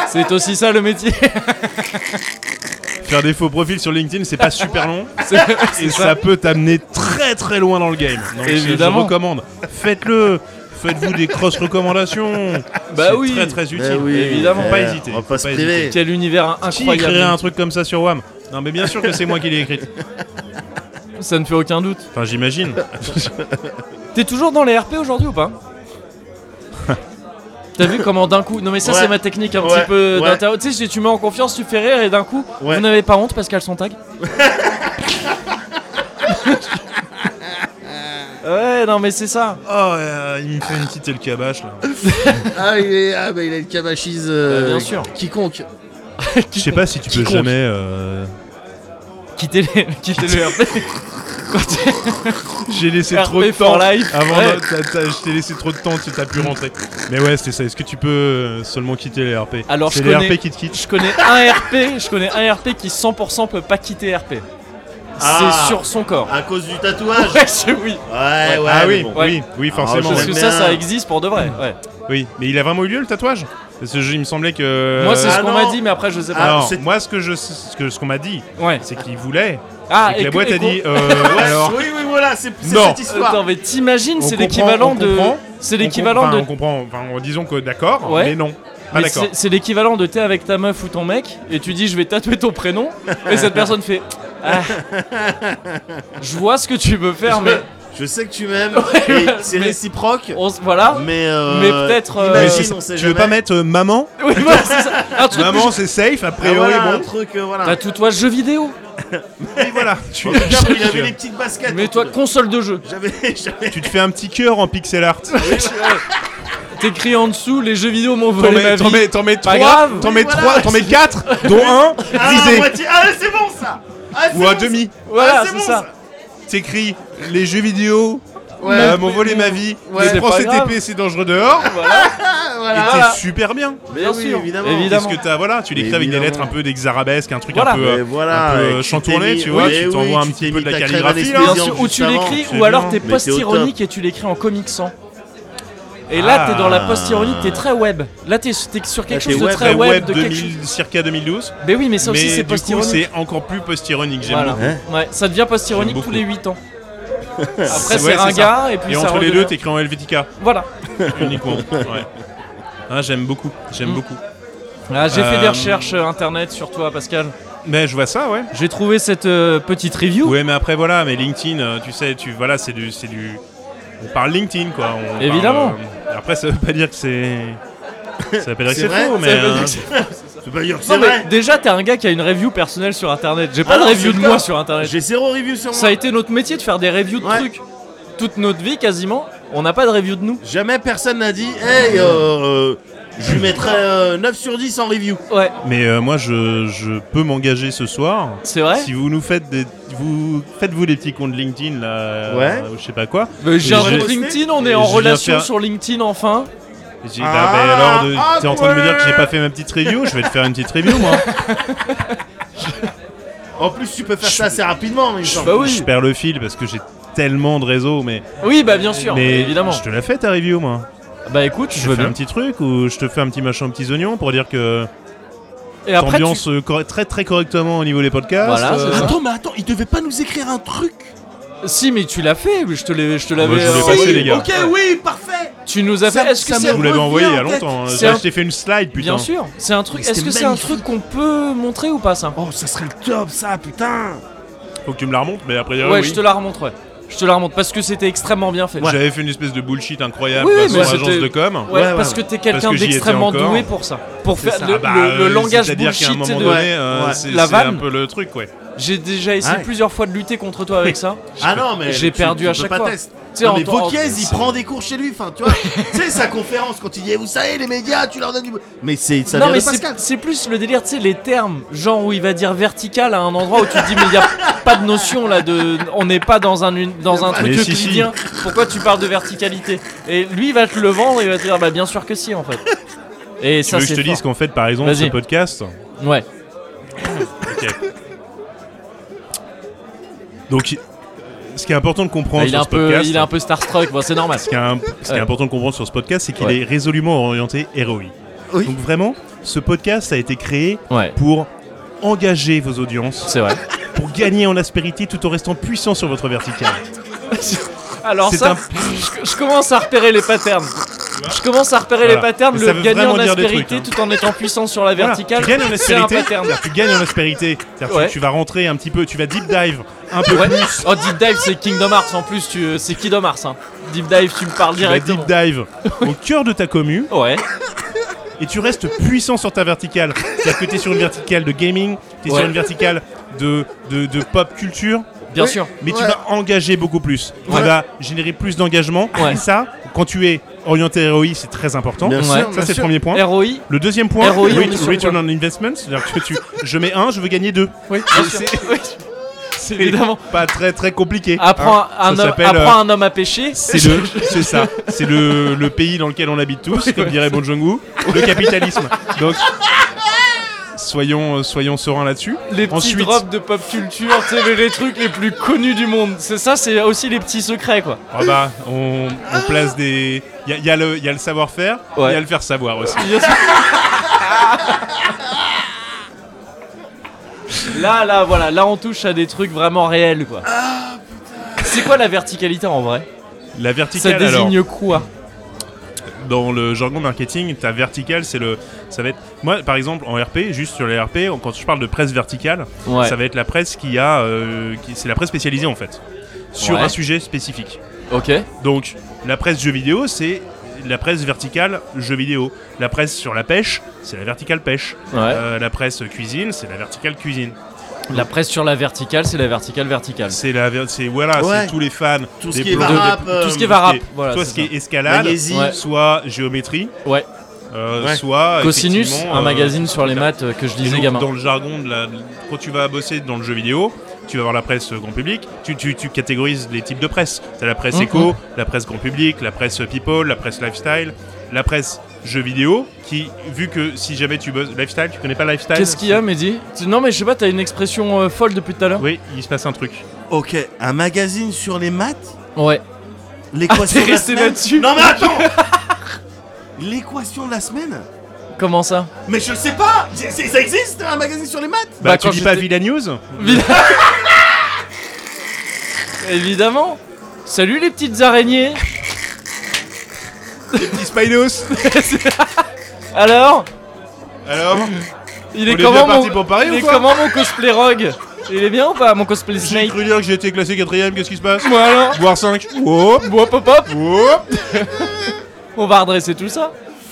Speaker 1: C'est aussi ça le métier. [laughs]
Speaker 3: Faire des faux profils sur LinkedIn, c'est pas super long.
Speaker 1: C'est- c'est
Speaker 3: Et ça, peut t'amener très très loin dans le game. Donc, je-
Speaker 1: Évidemment.
Speaker 3: Je recommande. Faites-le. Faites-vous des cross recommandations.
Speaker 1: Bah
Speaker 3: C'est
Speaker 1: oui.
Speaker 3: Très très utile.
Speaker 2: Bah oui,
Speaker 1: Évidemment.
Speaker 2: eh,
Speaker 3: Pas hésiter,
Speaker 2: On va
Speaker 3: faut
Speaker 2: pas se
Speaker 3: pas
Speaker 2: priver.
Speaker 1: Quel univers
Speaker 3: Qui écrirait un
Speaker 1: incroyable.
Speaker 3: truc comme ça sur WAM Non, mais bien sûr que c'est moi qui l'ai écrite.
Speaker 1: Ça ne fait aucun doute.
Speaker 3: Enfin, j'imagine.
Speaker 1: T'es toujours dans les RP aujourd'hui
Speaker 2: [laughs]
Speaker 1: ou pas T'as vu comment d'un coup. Non, mais ça,
Speaker 2: Ouais.
Speaker 1: c'est ma technique un
Speaker 2: Ouais.
Speaker 1: petit peu
Speaker 2: Ouais.
Speaker 1: d'interro- Tu sais, si tu mets en confiance, tu fais rire et d'un coup,
Speaker 2: Ouais.
Speaker 1: vous n'avez pas honte, Pascal Sontag
Speaker 2: [laughs]
Speaker 1: Ouais, non, mais c'est ça.
Speaker 3: Oh, euh, il me fait une petite le cabache là.
Speaker 2: Ah, il, est, ah, bah, il a le cabachise euh,
Speaker 1: Bah, bien sûr.
Speaker 2: quiconque.
Speaker 3: Je sais pas si tu peux
Speaker 2: Quiconque.
Speaker 3: jamais. euh,
Speaker 1: Quittez les, [laughs] quittez les RP.
Speaker 3: J'ai laissé
Speaker 1: RP
Speaker 3: trop de
Speaker 1: for
Speaker 3: temps.
Speaker 1: life.
Speaker 3: Avant,
Speaker 1: Ouais.
Speaker 3: de- t'as- t'as- je t'ai laissé trop de temps, tu t'as pu rentrer. Mais ouais, c'était ça. Est-ce que tu peux euh, seulement quitter les RP
Speaker 1: Alors,
Speaker 3: c'est
Speaker 1: je
Speaker 3: les
Speaker 1: connais-
Speaker 3: RP qui te quittent.
Speaker 1: Je connais un RP, je connais un RP qui 100% peut pas quitter RP.
Speaker 2: Ah.
Speaker 1: C'est sur son corps.
Speaker 2: À cause du tatouage
Speaker 1: Ouais, je- oui.
Speaker 2: Ouais, ouais.
Speaker 3: ah
Speaker 2: mais
Speaker 3: oui,
Speaker 2: bon.
Speaker 1: Ouais.
Speaker 3: oui, oui,
Speaker 2: Ah,
Speaker 3: forcément.
Speaker 2: je
Speaker 1: Parce
Speaker 3: ouais.
Speaker 1: que
Speaker 2: mais
Speaker 1: ça,
Speaker 2: un-
Speaker 1: ça existe pour de vrai. Ouais.
Speaker 3: Oui, mais il a vraiment eu lieu le tatouage Parce que je- il me semblait que.
Speaker 1: Moi, c'est
Speaker 2: Ah
Speaker 1: ce qu'on m'a
Speaker 2: non.
Speaker 1: dit, mais après, je sais pas.
Speaker 3: Alors,
Speaker 2: Ah, c'est-
Speaker 3: moi, ce que je, ce que- ce qu'on m'a dit,
Speaker 1: ouais.
Speaker 3: c'est qu'il voulait.
Speaker 1: Ah,
Speaker 3: et que la
Speaker 1: que-
Speaker 3: boîte a
Speaker 1: qu'on-
Speaker 3: dit. euh,
Speaker 2: Ouais,
Speaker 3: [laughs] alors,
Speaker 2: Oui, oui, voilà, c'est c'est
Speaker 3: Non.
Speaker 2: cette histoire.
Speaker 1: Euh, Attends, mais t'imagines,
Speaker 3: On
Speaker 1: c'est
Speaker 3: comprend,
Speaker 1: l'équivalent
Speaker 3: on
Speaker 1: de.
Speaker 3: comprend,
Speaker 1: C'est
Speaker 3: on
Speaker 1: l'équivalent
Speaker 3: comprend-
Speaker 1: de.
Speaker 3: enfin, On comprend. Enfin, disons que d'accord,
Speaker 1: Ouais.
Speaker 3: mais non. Pas
Speaker 1: mais
Speaker 3: d'accord.
Speaker 1: c'est- C'est l'équivalent de t'es avec ta meuf ou ton mec et tu dis je vais tatouer ton prénom et cette personne fait. Ah, je vois ce que tu veux faire, mais.
Speaker 2: Je sais que tu m'aimes,
Speaker 1: Ouais,
Speaker 2: et c'est
Speaker 1: mais-
Speaker 2: réciproque,
Speaker 1: on s- voilà.
Speaker 2: mais. euh,
Speaker 1: Mais peut-être, euh,
Speaker 3: Mais
Speaker 2: Imagine,
Speaker 3: c'est-
Speaker 2: on sait
Speaker 3: tu
Speaker 2: jamais.
Speaker 3: veux pas mettre euh, maman
Speaker 1: Oui, voilà, c'est ça. Un truc.
Speaker 3: Maman, c'est safe, a
Speaker 2: Ah,
Speaker 3: priori.
Speaker 2: voilà, un
Speaker 3: bon,
Speaker 2: truc, euh, voilà.
Speaker 1: Tatoue-toi jeu vidéo.
Speaker 3: Oui, voilà. Tu,
Speaker 2: En tout cas, il avait
Speaker 3: tu-
Speaker 2: les petites baskets.
Speaker 1: Mets-toi console de jeu.
Speaker 2: J'avais. j'avais-
Speaker 3: tu te fais un petit cœur en pixel art.
Speaker 1: T'écris en dessous les jeux vidéo m'ont
Speaker 3: T'en
Speaker 1: volé ma
Speaker 3: mets, t'en
Speaker 1: vie.
Speaker 3: mets, t'en mets
Speaker 1: Pas
Speaker 3: trois,
Speaker 1: grave.
Speaker 3: t'en
Speaker 2: Oui,
Speaker 3: mets
Speaker 2: voilà.
Speaker 3: trois, t'en mets quatre, dont un
Speaker 2: Ah, la
Speaker 3: brisé
Speaker 2: moitié. Ah, c'est bon ça Ah, c'est
Speaker 3: ou à
Speaker 2: bon,
Speaker 3: demi.
Speaker 1: Voilà,
Speaker 2: Ah, c'est
Speaker 1: c'est
Speaker 2: bon,
Speaker 1: ça.
Speaker 2: ça.
Speaker 3: T'écris les jeux vidéo.
Speaker 2: Ouais.
Speaker 3: euh, m'ont volé ma vie.
Speaker 1: Ouais,
Speaker 3: les
Speaker 1: c'est
Speaker 3: prends
Speaker 1: pas
Speaker 3: CTP, c'est dangereux dehors.
Speaker 1: [laughs]
Speaker 2: ça, Voilà.
Speaker 3: Et
Speaker 1: Voilà.
Speaker 3: t'es super bien.
Speaker 2: Mais
Speaker 1: Bien
Speaker 2: oui,
Speaker 1: sûr.
Speaker 2: évidemment.
Speaker 1: Évidemment.
Speaker 3: Parce que t'as, voilà, tu l'écris avec des
Speaker 2: Évidemment.
Speaker 3: lettres un peu d'exarabesque, un truc
Speaker 1: Voilà.
Speaker 3: un peu,
Speaker 2: Mais
Speaker 3: euh,
Speaker 2: voilà,
Speaker 3: un peu,
Speaker 2: et
Speaker 3: euh,
Speaker 2: tu
Speaker 3: chantourné,
Speaker 2: t'es
Speaker 3: tu
Speaker 2: mis-
Speaker 3: vois.
Speaker 2: oui,
Speaker 3: tu t'envoies
Speaker 2: oui,
Speaker 3: un
Speaker 2: tu
Speaker 3: petit
Speaker 2: t'es
Speaker 3: peu
Speaker 2: mis
Speaker 3: de la
Speaker 2: ta crème
Speaker 3: calligraphie. hein.
Speaker 2: anesthésiante.
Speaker 1: Bien
Speaker 3: là.
Speaker 2: Bien
Speaker 1: sûr,
Speaker 2: sûr,
Speaker 1: ou tu
Speaker 2: justement.
Speaker 1: l'écris, ou
Speaker 3: Absolument.
Speaker 1: alors t'es
Speaker 2: Mais t'es au
Speaker 1: post-ironique et tu l'écris en comics sans. Et là,
Speaker 3: Ah.
Speaker 1: t'es dans la post-ironique, t'es très web. Là, t'es t'es sur quelque
Speaker 2: Là,
Speaker 1: chose
Speaker 2: t'es
Speaker 1: de
Speaker 2: web,
Speaker 1: très
Speaker 3: Très
Speaker 1: web,
Speaker 3: web,
Speaker 1: de quelque
Speaker 3: 2000, circa 2012.
Speaker 1: chose- Mais oui, mais ça aussi,
Speaker 3: mais
Speaker 1: c'est
Speaker 3: du coup,
Speaker 1: post-ironique.
Speaker 3: c'est encore plus post-ironique, j'aime
Speaker 1: Voilà.
Speaker 3: beaucoup. Hein.
Speaker 1: Ouais, ça devient post-ironique
Speaker 3: J'aime
Speaker 1: tous les 8
Speaker 3: [laughs]
Speaker 1: ans. Après,
Speaker 3: Ouais,
Speaker 1: c'est
Speaker 3: c'est ça.
Speaker 1: ringard, et puis
Speaker 3: Et
Speaker 1: ça
Speaker 3: entre les
Speaker 1: redevient-
Speaker 3: deux, t'écris en Helvetica
Speaker 1: Voilà.
Speaker 3: uniquement. [laughs] Ouais. Ah, j'aime beaucoup, j'aime
Speaker 1: Mm.
Speaker 3: beaucoup.
Speaker 1: Ah, J'ai fait des
Speaker 3: Euh,
Speaker 1: recherches euh, internet sur toi, Pascal.
Speaker 3: Mais je vois ça, ouais.
Speaker 1: J'ai trouvé cette euh, petite review.
Speaker 3: Ouais, mais après voilà, mais LinkedIn, euh, tu sais, tu voilà, c'est du, c'est du, on parle LinkedIn quoi. on parle,
Speaker 1: Évidemment.
Speaker 3: euh, après, ça veut pas dire que c'est, ça veut pas dire que
Speaker 2: C'est
Speaker 3: c'est
Speaker 2: vrai,
Speaker 3: faux,
Speaker 2: ça
Speaker 3: mais
Speaker 1: veut
Speaker 3: euh,
Speaker 1: dire que
Speaker 2: C'est pas dur,
Speaker 1: Non,
Speaker 2: c'est
Speaker 1: mais
Speaker 2: vrai.
Speaker 1: déjà, t'es un gars qui a une review personnelle sur internet. J'ai pas
Speaker 2: Ah
Speaker 1: de
Speaker 2: non,
Speaker 1: review
Speaker 2: c'est
Speaker 1: de
Speaker 2: clair.
Speaker 1: moi sur internet.
Speaker 2: J'ai zéro review sur
Speaker 1: Ça
Speaker 2: moi.
Speaker 1: a été notre métier de faire des reviews de
Speaker 2: Ouais.
Speaker 1: trucs. Toute notre vie, quasiment, on n'a pas de review de nous.
Speaker 2: Jamais personne n'a dit, hey, euh, euh, je lui mettrais euh, 9 sur 10 en review.
Speaker 1: Ouais,
Speaker 3: mais euh, moi je, je peux m'engager ce soir.
Speaker 1: c'est vrai.
Speaker 3: Si vous nous faites des, vous faites vous des petits comptes LinkedIn là, euh,
Speaker 2: Ouais.
Speaker 3: ou je sais pas quoi.
Speaker 1: Mais j'ai
Speaker 3: Et
Speaker 1: un
Speaker 3: j'ai-
Speaker 1: compte LinkedIn, on
Speaker 3: et
Speaker 1: est en
Speaker 3: je viens
Speaker 1: relation
Speaker 3: faire-
Speaker 1: sur LinkedIn enfin.
Speaker 3: J'ai dit,
Speaker 2: Ah,
Speaker 3: bah, bah, alors, de- t'es en train de me dire que j'ai
Speaker 2: awkward.
Speaker 3: pas fait ma petite review, je vais te faire une petite review, moi.
Speaker 2: En plus, tu peux faire ça assez rapidement, il me semble.
Speaker 1: Bah oui.
Speaker 3: Je perds le fil parce que j'ai tellement de réseaux, mais,
Speaker 1: Oui, bah bien sûr,
Speaker 3: mais
Speaker 1: évidemment.
Speaker 3: je te la fais ta review, moi.
Speaker 1: Bah écoute, je
Speaker 3: Je
Speaker 1: veux
Speaker 3: te fais un
Speaker 1: bien.
Speaker 3: petit truc ou je te fais un petit machin aux petits oignons pour dire que
Speaker 1: Et après, tu-
Speaker 3: t'ambiances euh, cor- très très correctement au niveau des podcasts. Euh,
Speaker 1: Voilà, c'est ça.
Speaker 2: Euh, Attends, mais attends, il devait pas nous écrire un truc
Speaker 1: si, mais tu l'as fait. Je te l'ai- je te l'avais.
Speaker 3: bah, je vous l'ai
Speaker 1: euh,
Speaker 3: passé,
Speaker 1: envoyé.
Speaker 3: les gars.
Speaker 2: Ok, oui, parfait
Speaker 1: Tu nous as
Speaker 2: Ça-
Speaker 1: fait. Est-ce que
Speaker 2: ça
Speaker 1: c'est
Speaker 2: me
Speaker 3: Vous l'avez
Speaker 2: revient
Speaker 3: envoyé il y a
Speaker 2: en tête.
Speaker 3: longtemps. hein.
Speaker 1: C'est
Speaker 3: Là,
Speaker 1: un-
Speaker 3: je t'ai fait une slide, putain.
Speaker 1: Bien sûr. C'est un truc.
Speaker 2: Mais
Speaker 1: Est-ce que
Speaker 2: c'était
Speaker 1: c'est un
Speaker 2: magnifique.
Speaker 1: truc qu'on peut montrer ou pas
Speaker 3: Ah
Speaker 1: ça
Speaker 2: Oh, ça serait le top, ça, putain
Speaker 3: Faut que tu me la remontes, mais après,
Speaker 1: Ouais,
Speaker 3: oui.
Speaker 1: je te la remonte. Ouais. Je te la remonte parce que c'était extrêmement bien fait.
Speaker 3: J'avais fait une espèce de bullshit incroyable
Speaker 1: Oui, oui,
Speaker 3: façon
Speaker 1: mais
Speaker 3: agence
Speaker 1: c'était-
Speaker 3: de com.
Speaker 1: Ouais,
Speaker 2: Ouais,
Speaker 1: parce
Speaker 2: ouais.
Speaker 1: que t'es quelqu'un
Speaker 3: Parce que j'y étais
Speaker 1: d'extrêmement
Speaker 3: encore.
Speaker 1: doué pour ça. Pour
Speaker 2: C'est
Speaker 1: faire
Speaker 2: ça.
Speaker 1: le,
Speaker 3: Ah bah,
Speaker 1: le- le
Speaker 3: euh,
Speaker 1: langage
Speaker 3: c'est-à-dire qu'à un
Speaker 1: bullshit.
Speaker 3: moment
Speaker 1: de-
Speaker 3: donné, euh,
Speaker 2: Ouais.
Speaker 3: c'est
Speaker 1: La
Speaker 3: c'est un
Speaker 1: vanne.
Speaker 3: peu le truc, ouais.
Speaker 1: J'ai déjà essayé
Speaker 2: Ouais.
Speaker 1: plusieurs fois de lutter contre toi avec ça.
Speaker 2: Ah non, mais.
Speaker 1: J'ai
Speaker 2: tu-
Speaker 1: perdu
Speaker 2: tu
Speaker 1: à
Speaker 2: peux
Speaker 1: chaque
Speaker 2: pas
Speaker 1: fois.
Speaker 2: test.
Speaker 1: Tu sais,
Speaker 2: Non,
Speaker 1: en
Speaker 2: mais
Speaker 1: temps-
Speaker 2: Vauquiez,
Speaker 1: en-
Speaker 2: il prend des cours chez lui, enfin,
Speaker 1: [laughs]
Speaker 2: tu vois. tu sais, sa conférence, quand il dit, eh, vous savez, les médias, tu leur donnes du. Mais c'est, ça
Speaker 1: non
Speaker 2: vient
Speaker 1: mais
Speaker 2: de Pascal.
Speaker 1: c'est c'est plus le délire, tu sais, les termes, genre où il va dire vertical à un endroit où tu te dis mais il y a pas de notion là de, on n'est pas dans un une- dans un
Speaker 2: Mais
Speaker 1: truc
Speaker 3: si, si.
Speaker 1: euclidien. Pourquoi tu parles de verticalité Et lui il va te le vendre et il va te dire bah bien sûr que si en fait. Et
Speaker 3: Tu
Speaker 1: ça
Speaker 3: veux que
Speaker 1: c'est
Speaker 3: je te dise
Speaker 1: fort.
Speaker 3: qu'en fait, par exemple,
Speaker 1: Vas-y.
Speaker 3: ce podcast.
Speaker 1: Ouais.
Speaker 3: Ok. Donc, ce qui est important de comprendre
Speaker 1: Bah, il est
Speaker 3: sur
Speaker 1: un
Speaker 3: ce
Speaker 1: peu
Speaker 3: podcast.
Speaker 1: il est un peu starstruck, bon, c'est normal.
Speaker 3: Ce qui est un- ce qui est
Speaker 1: Ouais.
Speaker 3: important de comprendre sur ce podcast, c'est qu'il
Speaker 1: Ouais.
Speaker 3: est résolument orienté héroïque.
Speaker 2: Oui.
Speaker 3: Donc vraiment, ce podcast a été créé
Speaker 1: Ouais.
Speaker 3: pour engager vos audiences,
Speaker 1: C'est vrai.
Speaker 3: pour gagner en aspérité tout en restant puissant sur
Speaker 1: [laughs]
Speaker 3: votre verticale.
Speaker 1: Alors
Speaker 3: C'est
Speaker 1: ça,
Speaker 3: un-
Speaker 1: je, je commence à repérer les patterns. Je commence à repérer
Speaker 3: Voilà.
Speaker 1: les patterns,
Speaker 3: Et
Speaker 1: le
Speaker 3: ça veut
Speaker 1: gagner en
Speaker 3: vraiment dire des
Speaker 1: aspérité
Speaker 3: trucs, hein.
Speaker 1: tout en étant puissant sur la
Speaker 3: Voilà.
Speaker 1: verticale.
Speaker 3: Tu gagnes en
Speaker 1: c'est un
Speaker 3: aspérité.
Speaker 1: pattern.
Speaker 3: c'est-à-dire que Tu gagnes en aspérité. C'est-à-dire
Speaker 1: Ouais.
Speaker 3: que tu vas rentrer un petit peu, tu vas deep dive un peu
Speaker 1: Ouais.
Speaker 3: plus.
Speaker 1: Oh, Deep Dive, c'est Kingdom Hearts en plus, tu... c'est Kingdom Hearts. Hein. Deep Dive, tu me parles
Speaker 3: Tu vas deep
Speaker 1: directement. [laughs]
Speaker 3: dive au cœur de ta commu
Speaker 1: Ouais,
Speaker 3: et tu restes puissant sur ta verticale. C'est-à-dire que tu es sur une verticale de gaming, tu es
Speaker 1: Ouais.
Speaker 3: sur une verticale de, de, de pop culture,
Speaker 1: bien
Speaker 2: Oui.
Speaker 1: sûr.
Speaker 3: mais tu
Speaker 2: Ouais.
Speaker 3: vas engager beaucoup plus. Tu
Speaker 1: Ouais.
Speaker 3: vas générer plus d'engagement.
Speaker 1: Ouais.
Speaker 3: Et ça, quand tu es orienté ROI, c'est très important.
Speaker 2: Bien
Speaker 1: Ouais.
Speaker 2: sûr, bien
Speaker 3: Ça, c'est le
Speaker 2: sûr.
Speaker 3: premier point.
Speaker 1: ROI
Speaker 3: Le deuxième point,
Speaker 1: ROI,
Speaker 3: re-
Speaker 1: on est sur
Speaker 3: return
Speaker 1: quoi
Speaker 3: on investment. C'est-à-dire que tu, je mets un, je veux gagner deux.
Speaker 1: Oui, bien sûr. [laughs] Oui.
Speaker 3: C'est
Speaker 1: Évidemment.
Speaker 3: pas très très compliqué.
Speaker 1: Apprends,
Speaker 3: hein.
Speaker 1: un,
Speaker 3: Ça
Speaker 1: homme,
Speaker 3: s'appelle,
Speaker 1: apprends un homme à pêcher.
Speaker 3: C'est le, c'est ça, c'est le, le pays dans lequel on habite tous, comme dirait Bon Jong-woo, le capitalisme. Donc, soyons, euh, soyons sereins là-dessus.
Speaker 1: [laughs] Les petits
Speaker 3: Ensuite-
Speaker 1: drops de pop culture, tu sais, les trucs les plus connus du monde. C'est ça, c'est aussi les petits secrets, quoi.
Speaker 3: Ah bah, on, on place des, il y a, il y a le, il y a le savoir-faire, il
Speaker 1: Ouais.
Speaker 3: y a le faire savoir aussi.
Speaker 1: Bien sûr. Là, là, voilà, là on touche à des trucs vraiment réels, quoi. C'est quoi la verticalité en vrai
Speaker 3: La
Speaker 1: Ça
Speaker 3: verticale, alors,
Speaker 1: désigne quoi
Speaker 3: dans le jargon marketing, ta verticale, c'est le. Ça va être. Moi, par exemple, en RP, juste sur les RP, on- quand je parle de presse verticale,
Speaker 1: Ouais.
Speaker 3: ça va être la presse qui a. euh, qui- c'est la presse spécialisée, en fait, sur
Speaker 1: Ouais.
Speaker 3: un sujet spécifique.
Speaker 1: Ok.
Speaker 3: Donc, la presse jeux vidéo, c'est la presse verticale jeux vidéo. La presse sur la pêche, c'est la verticale pêche.
Speaker 1: Ouais.
Speaker 3: Euh, la presse cuisine, c'est la verticale cuisine.
Speaker 1: La presse sur la verticale, c'est la verticale verticale.
Speaker 3: C'est la. ver- C'est voilà,
Speaker 2: Ouais.
Speaker 3: c'est tous les fans.
Speaker 2: Tout ce
Speaker 3: des
Speaker 2: qui est
Speaker 3: blogs,
Speaker 2: varap,
Speaker 3: des-
Speaker 2: euh,
Speaker 1: Tout ce qui est varap, voilà.
Speaker 3: soit
Speaker 1: c'est
Speaker 3: ce qui
Speaker 1: ça.
Speaker 3: est escalade,
Speaker 2: magnésie,
Speaker 1: Ouais.
Speaker 3: soit géométrie,
Speaker 1: Ouais.
Speaker 3: euh,
Speaker 2: Ouais.
Speaker 3: soit
Speaker 1: Cosinus,
Speaker 3: effectivement,
Speaker 1: un
Speaker 3: euh,
Speaker 1: magazine sur les maths euh, que je
Speaker 3: Et
Speaker 1: lisais
Speaker 3: donc,
Speaker 1: gamin.
Speaker 3: dans le jargon, de la- quand tu vas bosser dans le jeu vidéo, tu vas voir la presse euh, grand public, tu, tu- tu catégorises les types de presse. T'as la presse
Speaker 1: Mhm.
Speaker 3: éco, la presse grand public, la presse people, la presse lifestyle, la presse jeux vidéo, qui, vu que si jamais tu bosses lifestyle, tu connais pas lifestyle
Speaker 1: Qu'est-ce qu'il y a, Mehdi Tu- Non, mais je sais pas, t'as une expression euh, folle depuis tout à l'heure
Speaker 3: Oui, il se passe un truc.
Speaker 2: Ok, un magazine sur les
Speaker 1: [laughs]
Speaker 2: maths
Speaker 1: Ouais.
Speaker 2: L'équation
Speaker 1: t'es
Speaker 2: de la
Speaker 1: resté
Speaker 2: semaine
Speaker 1: là-dessus
Speaker 2: Non mais attends L'équation de la semaine
Speaker 1: Comment ça
Speaker 2: Mais je sais pas C'est- c'est- Ça existe un magazine sur les maths
Speaker 3: Bah,
Speaker 1: Bah,
Speaker 3: tu
Speaker 1: quand
Speaker 3: dis pas
Speaker 1: j'étais- [laughs]
Speaker 3: Villa News
Speaker 1: Évidemment Salut les petites araignées
Speaker 3: Les petits Spinos
Speaker 1: Alors
Speaker 3: Alors
Speaker 1: Il est,
Speaker 3: On est
Speaker 1: comment
Speaker 3: bien parti
Speaker 1: mon...
Speaker 3: pour Paris
Speaker 1: Il
Speaker 3: ou
Speaker 1: est
Speaker 3: quoi
Speaker 1: comment mon cosplay Rogue Il est bien ou pas mon cosplay
Speaker 3: J'ai
Speaker 1: Snake
Speaker 3: cru dire que j'étais classé quatrième, qu'est-ce qui se passe
Speaker 1: Moi alors
Speaker 3: Voir Oh, 5 Hop
Speaker 1: Bon, hop, hop, hop.
Speaker 3: Hop
Speaker 1: On va redresser tout ça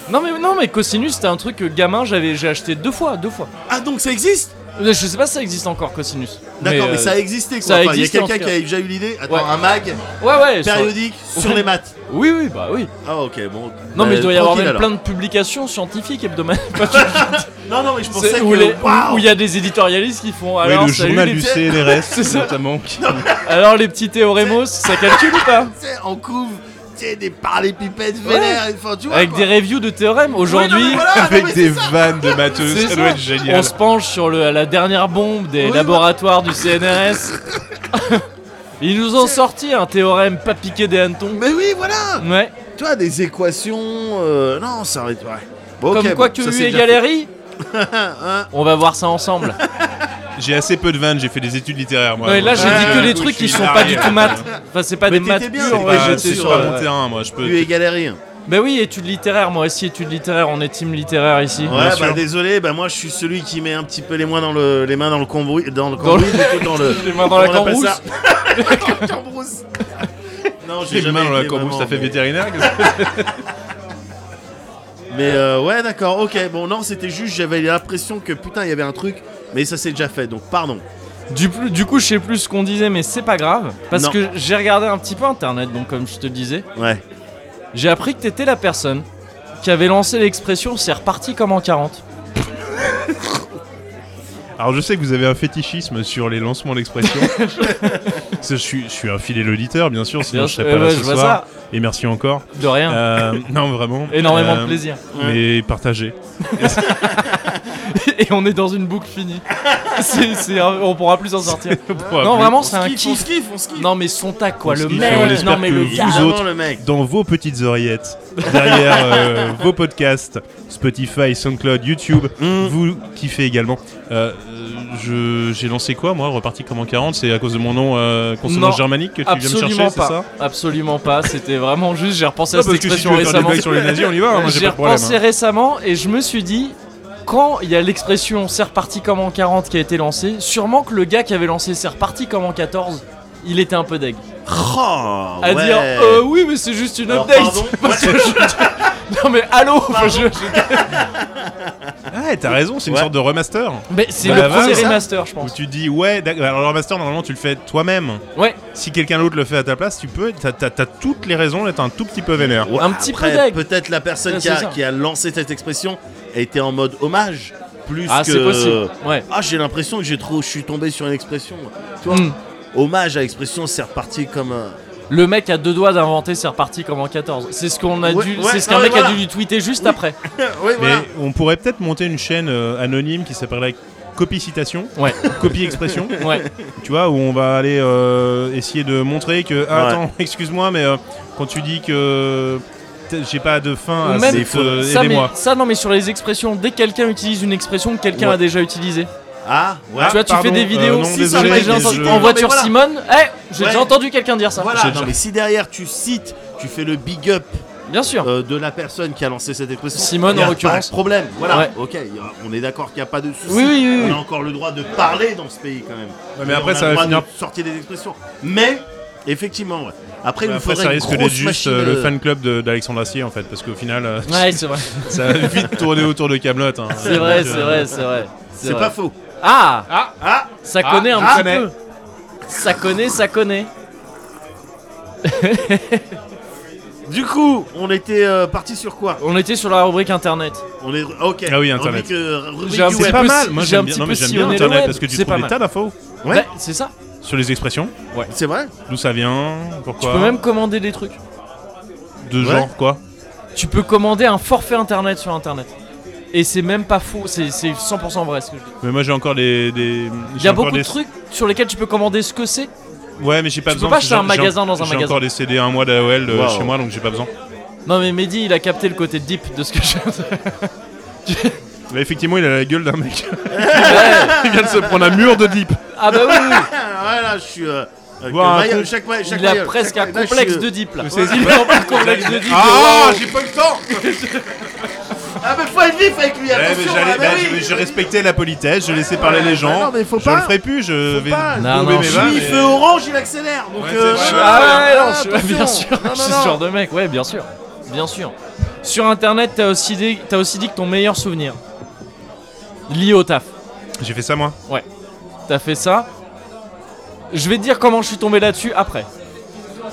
Speaker 1: Non mais non mais Cosinus c'était un truc que gamin j'avais j'ai acheté deux fois, deux fois.
Speaker 2: Ah donc ça existe
Speaker 1: Je sais pas si ça existe encore Cosinus.
Speaker 2: D'accord, mais,
Speaker 1: euh,
Speaker 2: ça a existé quoi
Speaker 1: ça a
Speaker 2: Enfin, Il y a
Speaker 1: existé, en
Speaker 2: quelqu'un
Speaker 1: tout
Speaker 2: qui
Speaker 1: cas.
Speaker 2: a déjà eu l'idée Attends,
Speaker 1: Ouais.
Speaker 2: un mag
Speaker 1: euh, Ouais ouais, sur- [laughs]
Speaker 2: périodique sur les maths
Speaker 1: Oui oui, bah oui.
Speaker 2: Ah ok, bon... Euh,
Speaker 1: Non mais il doit y avoir même
Speaker 2: plein de
Speaker 1: plein de publications scientifiques hebdomadaires
Speaker 2: Non, non, mais je
Speaker 1: [laughs]
Speaker 2: pensais
Speaker 1: C'est-
Speaker 2: que.
Speaker 1: où les-
Speaker 2: Waouh
Speaker 1: où il y a des éditorialistes qui font
Speaker 3: Oui,
Speaker 1: alors
Speaker 3: le
Speaker 1: salut,
Speaker 3: journal
Speaker 1: les
Speaker 3: du
Speaker 1: petits- [laughs]
Speaker 3: CNRS,
Speaker 1: ça.
Speaker 3: notamment. qui-
Speaker 1: alors les petits théorémos, ça calcule ou pas
Speaker 2: Tu sais, en couve, tu sais, des parler-pipettes vénères, enfin, tu vois,
Speaker 1: Avec
Speaker 2: quoi.
Speaker 1: des reviews de théorème
Speaker 2: Oui, non,
Speaker 1: aujourd'hui.
Speaker 2: mais voilà, Ah, non, mais
Speaker 3: Avec
Speaker 2: c'est
Speaker 3: des
Speaker 2: ça.
Speaker 3: vannes de matheux,
Speaker 1: c'est
Speaker 3: ça doit
Speaker 1: ça.
Speaker 3: être génial.
Speaker 1: On se penche sur le, la dernière bombe des
Speaker 2: Oui,
Speaker 1: laboratoires du [laughs] CNRS. Ils nous ont sorti un théorème pas piqué des hannetons.
Speaker 2: Mais oui, voilà
Speaker 1: Ouais.
Speaker 2: Tu vois, des équations... euh, non, ça arrête... Ouais. Bon,
Speaker 1: Comme
Speaker 2: ok,
Speaker 1: quoi
Speaker 2: bon,
Speaker 1: que
Speaker 2: ça,
Speaker 1: U
Speaker 2: c'est déjà
Speaker 1: égale RI,
Speaker 2: Hein,
Speaker 1: on va voir ça ensemble.
Speaker 3: J'ai assez peu de vannes, j'ai fait des études littéraires moi.
Speaker 1: Ouais, là, j'ai
Speaker 3: Donc,
Speaker 1: dit
Speaker 3: euh,
Speaker 1: que les
Speaker 3: du coup,
Speaker 1: trucs
Speaker 3: je
Speaker 1: qui
Speaker 3: suis
Speaker 1: sont pas du
Speaker 3: largué.
Speaker 1: tout maths. Enfin, c'est pas
Speaker 2: Mais
Speaker 1: des maths
Speaker 2: t'étais bien,
Speaker 1: purs,
Speaker 2: ouais,
Speaker 1: ouais,
Speaker 3: Bah,
Speaker 1: j'étais
Speaker 3: C'est
Speaker 1: sur,
Speaker 3: sur
Speaker 1: euh,
Speaker 3: mon terrain moi, je peux.
Speaker 2: U égale rien.
Speaker 1: Bah oui, études littéraires, moi aussi, études littéraires, on est team littéraire ici.
Speaker 2: Ouais, bah
Speaker 3: sûr.
Speaker 2: désolé, bah moi je suis celui qui met un petit peu les mains dans le, les mains dans le cambouis, dans
Speaker 1: Dans le-
Speaker 2: le cambouis, du coup, dans le,
Speaker 1: [laughs] Les mains dans la
Speaker 2: comment on appelle
Speaker 1: cambrousse.
Speaker 2: ça Dans le cambrousse. [laughs] Non, j'ai
Speaker 3: Les
Speaker 2: jamais
Speaker 3: mains dans la
Speaker 2: été
Speaker 3: cambrousse,
Speaker 2: vraiment,
Speaker 3: ça fait
Speaker 2: mais-
Speaker 3: vétérinaire qu'est-ce que-
Speaker 2: Mais euh, ouais, d'accord, ok. Bon, non, c'était juste, j'avais l'impression que putain, il y avait un truc, mais ça c'est déjà fait, donc pardon.
Speaker 1: Du, plus- du coup, je sais plus ce qu'on disait, mais c'est pas grave. Parce
Speaker 2: Non.
Speaker 1: que j'ai regardé un petit peu internet, donc comme je te le disais,
Speaker 2: Ouais.
Speaker 1: j'ai appris que t'étais la personne qui avait lancé l'expression c'est reparti comme en 40.
Speaker 3: Alors je sais que vous avez un fétichisme sur les
Speaker 1: [laughs]
Speaker 3: lancements d'expression. Parce que je, suis, je suis un fidèle auditeur, bien sûr, sinon
Speaker 1: Bien
Speaker 3: je serais
Speaker 1: sûr, euh,
Speaker 3: pas là
Speaker 1: ouais,
Speaker 3: ce
Speaker 1: je vois
Speaker 3: soir. Et merci encore.
Speaker 1: De rien.
Speaker 3: Euh, non, vraiment.
Speaker 1: [laughs] Énormément
Speaker 3: Euh,
Speaker 1: de plaisir.
Speaker 3: Mais
Speaker 1: [laughs]
Speaker 3: partagez. [laughs]
Speaker 1: Et on est dans une boucle finie. [laughs] C'est- c'est un- on pourra plus s'en sortir. Non,
Speaker 3: Probablement.
Speaker 1: vraiment, c'est un
Speaker 2: on
Speaker 1: kiff.
Speaker 2: skiffe, on skiffe.
Speaker 1: Non, mais son tac, quoi.
Speaker 3: On se
Speaker 1: Le
Speaker 3: kiffe,
Speaker 1: mec.
Speaker 3: on espère
Speaker 1: Non, mais
Speaker 3: que
Speaker 1: le
Speaker 3: vous
Speaker 1: gars.
Speaker 2: Carrément,
Speaker 3: autres.
Speaker 2: le mec.
Speaker 3: Dans vos petites oreillettes, derrière euh, vos podcasts, Spotify, SoundCloud, YouTube, vous kiffez également. Euh, je- J'ai lancé quoi, moi, reparti comme en 40 C'est à cause de mon nom euh, consonance
Speaker 1: Non,
Speaker 3: germanique que tu viens me
Speaker 1: Absolument
Speaker 3: chercher, c'est
Speaker 1: pas.
Speaker 3: ça
Speaker 1: Absolument pas. C'était vraiment juste. J'ai repensé à
Speaker 3: Non,
Speaker 1: cette
Speaker 3: parce que si tu
Speaker 1: expression
Speaker 3: veux faire des
Speaker 1: récemment.
Speaker 3: blagues sur les nazis, on y va, hein, moi j'ai
Speaker 1: J'ai
Speaker 3: pas de problème.
Speaker 1: repensé récemment et je me suis dit, quand il y a l'expression c'est reparti comme en 40 qui a été lancée, sûrement que le gars qui avait lancé c'est reparti comme en 14, il était un peu deg.
Speaker 2: Oh,
Speaker 1: À
Speaker 2: ouais.
Speaker 1: dire, euh, oui, mais c'est juste une
Speaker 2: Alors,
Speaker 1: update.
Speaker 2: pardon.
Speaker 1: Parce que je- [laughs] Non, mais allô je-
Speaker 3: hein. Ouais, t'as raison, c'est une
Speaker 2: Ouais.
Speaker 3: sorte de remaster.
Speaker 1: Mais c'est
Speaker 3: Bah,
Speaker 1: le
Speaker 3: la
Speaker 1: premier
Speaker 3: vache, ça.
Speaker 1: remaster, je
Speaker 3: Où
Speaker 1: pense.
Speaker 3: tu dis, ouais, d'accord. alors le remaster, normalement, tu le fais toi-même.
Speaker 1: Ouais,
Speaker 3: Si quelqu'un d'autre le fait à ta place, tu peux, t'as t'as- t'as toutes les raisons d'être un tout petit peu vénère.
Speaker 2: Ouais,
Speaker 1: Un petit peu
Speaker 2: après,
Speaker 1: deg.
Speaker 2: Peut-être la personne
Speaker 1: Ouais,
Speaker 2: qui
Speaker 1: c'est
Speaker 2: a,
Speaker 1: ça.
Speaker 2: qui a lancé cette expression était en mode hommage, plus
Speaker 1: ah,
Speaker 2: que.
Speaker 1: c'est possible. Ouais.
Speaker 2: Ah, j'ai l'impression que j'ai trop, je suis tombé sur une expression. Tu vois,
Speaker 1: Hmm.
Speaker 2: hommage à l'expression, c'est reparti comme. euh, un-
Speaker 1: Le mec a deux doigts d'inventer, c'est reparti comme en 14. C'est ce qu'on a
Speaker 2: Ouais,
Speaker 1: dû,
Speaker 2: ouais,
Speaker 1: c'est ce
Speaker 2: non,
Speaker 1: qu'un
Speaker 2: mais
Speaker 1: mec a
Speaker 2: voilà.
Speaker 1: dû lui tweeter juste après.
Speaker 2: oui,
Speaker 3: Mais
Speaker 2: voilà.
Speaker 3: on pourrait peut-être monter une chaîne euh, anonyme qui s'appellerait Copie Citation,
Speaker 1: Ouais,
Speaker 3: Copie Expression,
Speaker 2: [laughs]
Speaker 1: ouais.
Speaker 3: tu vois, où on va aller euh, essayer de montrer que. Ah,
Speaker 2: Ouais.
Speaker 3: attends, [laughs] excuse-moi, mais euh, quand tu dis que. t'as- J'ai pas de
Speaker 1: Ou
Speaker 3: fin à
Speaker 1: même-
Speaker 3: cette, euh,
Speaker 1: Ça, mais,
Speaker 3: aidez-moi.
Speaker 1: ça, non, mais sur les expressions, dès que quelqu'un utilise une expression que quelqu'un
Speaker 2: Ouais.
Speaker 1: a déjà utilisée.
Speaker 2: Ah, ouais.
Speaker 1: tu vois, tu
Speaker 3: pardon,
Speaker 1: fais des
Speaker 3: euh,
Speaker 1: vidéos.
Speaker 3: non,
Speaker 1: si,
Speaker 2: désolé,
Speaker 1: j'en ai déjà
Speaker 2: mais
Speaker 1: entendu.
Speaker 2: je-
Speaker 1: En
Speaker 2: Non,
Speaker 1: voiture
Speaker 2: mais voilà.
Speaker 1: Simone, eh, j'ai
Speaker 2: Ouais.
Speaker 1: déjà entendu quelqu'un dire ça.
Speaker 2: Voilà.
Speaker 3: J'ai-
Speaker 2: Non, mais si derrière tu cites, tu fais le big up
Speaker 1: Bien sûr.
Speaker 2: euh, de la personne qui a lancé cette expression.
Speaker 1: Simone,
Speaker 2: il y a
Speaker 1: en
Speaker 2: pas
Speaker 1: l'occurrence.
Speaker 2: de problème. Voilà.
Speaker 1: Ouais.
Speaker 2: Ok. il y a- On est d'accord qu'il n'y a pas de souci.
Speaker 1: Oui, oui, oui, oui.
Speaker 2: On a encore le droit de parler dans ce pays quand même.
Speaker 3: Ouais, mais
Speaker 2: Et
Speaker 3: après,
Speaker 2: on a
Speaker 3: ça
Speaker 2: le
Speaker 3: va
Speaker 2: droit
Speaker 3: finir-
Speaker 2: de sortir des expressions. Mais effectivement, ouais. Après, il nous
Speaker 3: Après, ça
Speaker 2: faudrait une
Speaker 3: risque d'être
Speaker 2: grosse
Speaker 3: juste
Speaker 2: machine.
Speaker 3: euh,
Speaker 2: de-
Speaker 3: le fan club de- d'Alexandre Assier en fait, parce qu'au final, euh,
Speaker 1: Ouais,
Speaker 2: [laughs]
Speaker 1: c'est vrai.
Speaker 3: [laughs] ça va vite tourner autour de Camelot. hein. euh,
Speaker 1: C'est vrai, c'est vrai, c'est vrai.
Speaker 2: C'est pas faux.
Speaker 1: Ah,
Speaker 2: Ah,
Speaker 1: ça connaît un
Speaker 2: ah,
Speaker 1: petit
Speaker 2: mais-
Speaker 1: peu. Ça connaît, ça connaît.
Speaker 2: du coup, on était euh, parti sur quoi
Speaker 1: On était sur la rubrique internet.
Speaker 2: On est ok.
Speaker 3: Ah oui, Internet.
Speaker 2: Rubrique, euh, rubrique
Speaker 1: J'ai un
Speaker 2: du
Speaker 1: petit
Speaker 2: web.
Speaker 3: C'est
Speaker 1: Ouais,
Speaker 3: pas
Speaker 1: peu
Speaker 3: mal.
Speaker 1: si-
Speaker 3: Moi,
Speaker 1: j'ai un
Speaker 3: j'aime bien,
Speaker 1: petit
Speaker 3: non,
Speaker 1: peu
Speaker 3: mais j'aime bien
Speaker 1: sillonné le
Speaker 3: Internet
Speaker 1: web,
Speaker 3: parce que tu
Speaker 1: c'est pas
Speaker 3: trouves des
Speaker 1: mal.
Speaker 3: tas d'infos
Speaker 2: Ouais.
Speaker 1: Bah, c'est ça.
Speaker 3: sur les expressions,
Speaker 2: C'est vrai.
Speaker 3: d'où ça vient,
Speaker 1: Tu
Speaker 3: pourquoi,
Speaker 1: peux même commander des trucs.
Speaker 3: de
Speaker 2: Ouais.
Speaker 3: genre quoi.
Speaker 1: Tu peux commander un forfait internet sur internet. Et c'est même pas faux, c'est c'est 100% vrai ce que je dis.
Speaker 3: Mais moi, j'ai encore des. des
Speaker 1: Il y
Speaker 3: j'ai
Speaker 1: a
Speaker 3: encore
Speaker 1: beaucoup
Speaker 3: des-
Speaker 1: de trucs sur lesquels tu peux commander ce que c'est.
Speaker 3: Ouais, mais j'ai pas
Speaker 1: Tu peux
Speaker 3: besoin.
Speaker 1: pas
Speaker 3: parce que
Speaker 1: acheter un
Speaker 3: j'ai- j'ai-
Speaker 1: magasin dans un
Speaker 3: J'ai
Speaker 1: magasin.
Speaker 3: encore des CD un mois d'AOL euh,
Speaker 2: Wow.
Speaker 3: chez moi, donc j'ai pas besoin.
Speaker 1: Non mais Mehdi il a capté le côté deep de ce que je
Speaker 3: Mais effectivement, il a la gueule
Speaker 2: [laughs]
Speaker 3: d'un mec. il vient de se prendre un mur de deep.
Speaker 1: Ah bah oui, oui, oui.
Speaker 2: Ah, ouais, là, je suis. euh, avec
Speaker 3: Voir
Speaker 2: le
Speaker 3: un
Speaker 2: maillot-
Speaker 3: peu.
Speaker 2: chaque maillot-
Speaker 1: [laughs]
Speaker 2: chaque
Speaker 1: il a
Speaker 2: maillot-
Speaker 1: presque
Speaker 2: chaque
Speaker 1: un
Speaker 2: maillot- là, je
Speaker 1: complexe
Speaker 2: suis, euh,
Speaker 1: de deep là.
Speaker 3: C'est-
Speaker 1: Il a un complexe de deep.
Speaker 3: Ah,
Speaker 1: wow.
Speaker 3: j'ai pas eu le temps.
Speaker 2: Ah, mais faut être vif avec lui,
Speaker 3: Ouais,
Speaker 2: attention.
Speaker 3: mais j'allais-
Speaker 2: ah,
Speaker 3: bah,
Speaker 2: oui.
Speaker 3: je, je respectais la politesse, je laissais parler les gens.
Speaker 2: Bah non, mais faut
Speaker 3: je
Speaker 2: pas.
Speaker 3: le ferai plus, je vais
Speaker 2: pas.
Speaker 3: tomber
Speaker 1: Non, non,
Speaker 3: mes
Speaker 1: je
Speaker 3: vannes
Speaker 2: Lui,
Speaker 3: et-
Speaker 2: feu orange, il accélère. Donc,
Speaker 3: Ouais,
Speaker 2: euh,
Speaker 3: c'est vrai.
Speaker 1: Ah ouais, non, je-
Speaker 2: attention.
Speaker 1: bien sûr,
Speaker 2: Non, non,
Speaker 1: je suis [laughs]
Speaker 2: non.
Speaker 1: ce genre de mec, ouais, bien sûr, bien sûr. Sur internet, t'as aussi, dit- t'as aussi dit que ton meilleur souvenir, lié au taf,
Speaker 3: J'ai fait ça moi.
Speaker 1: t'as fait ça. Je vais te dire comment je suis tombé là-dessus après.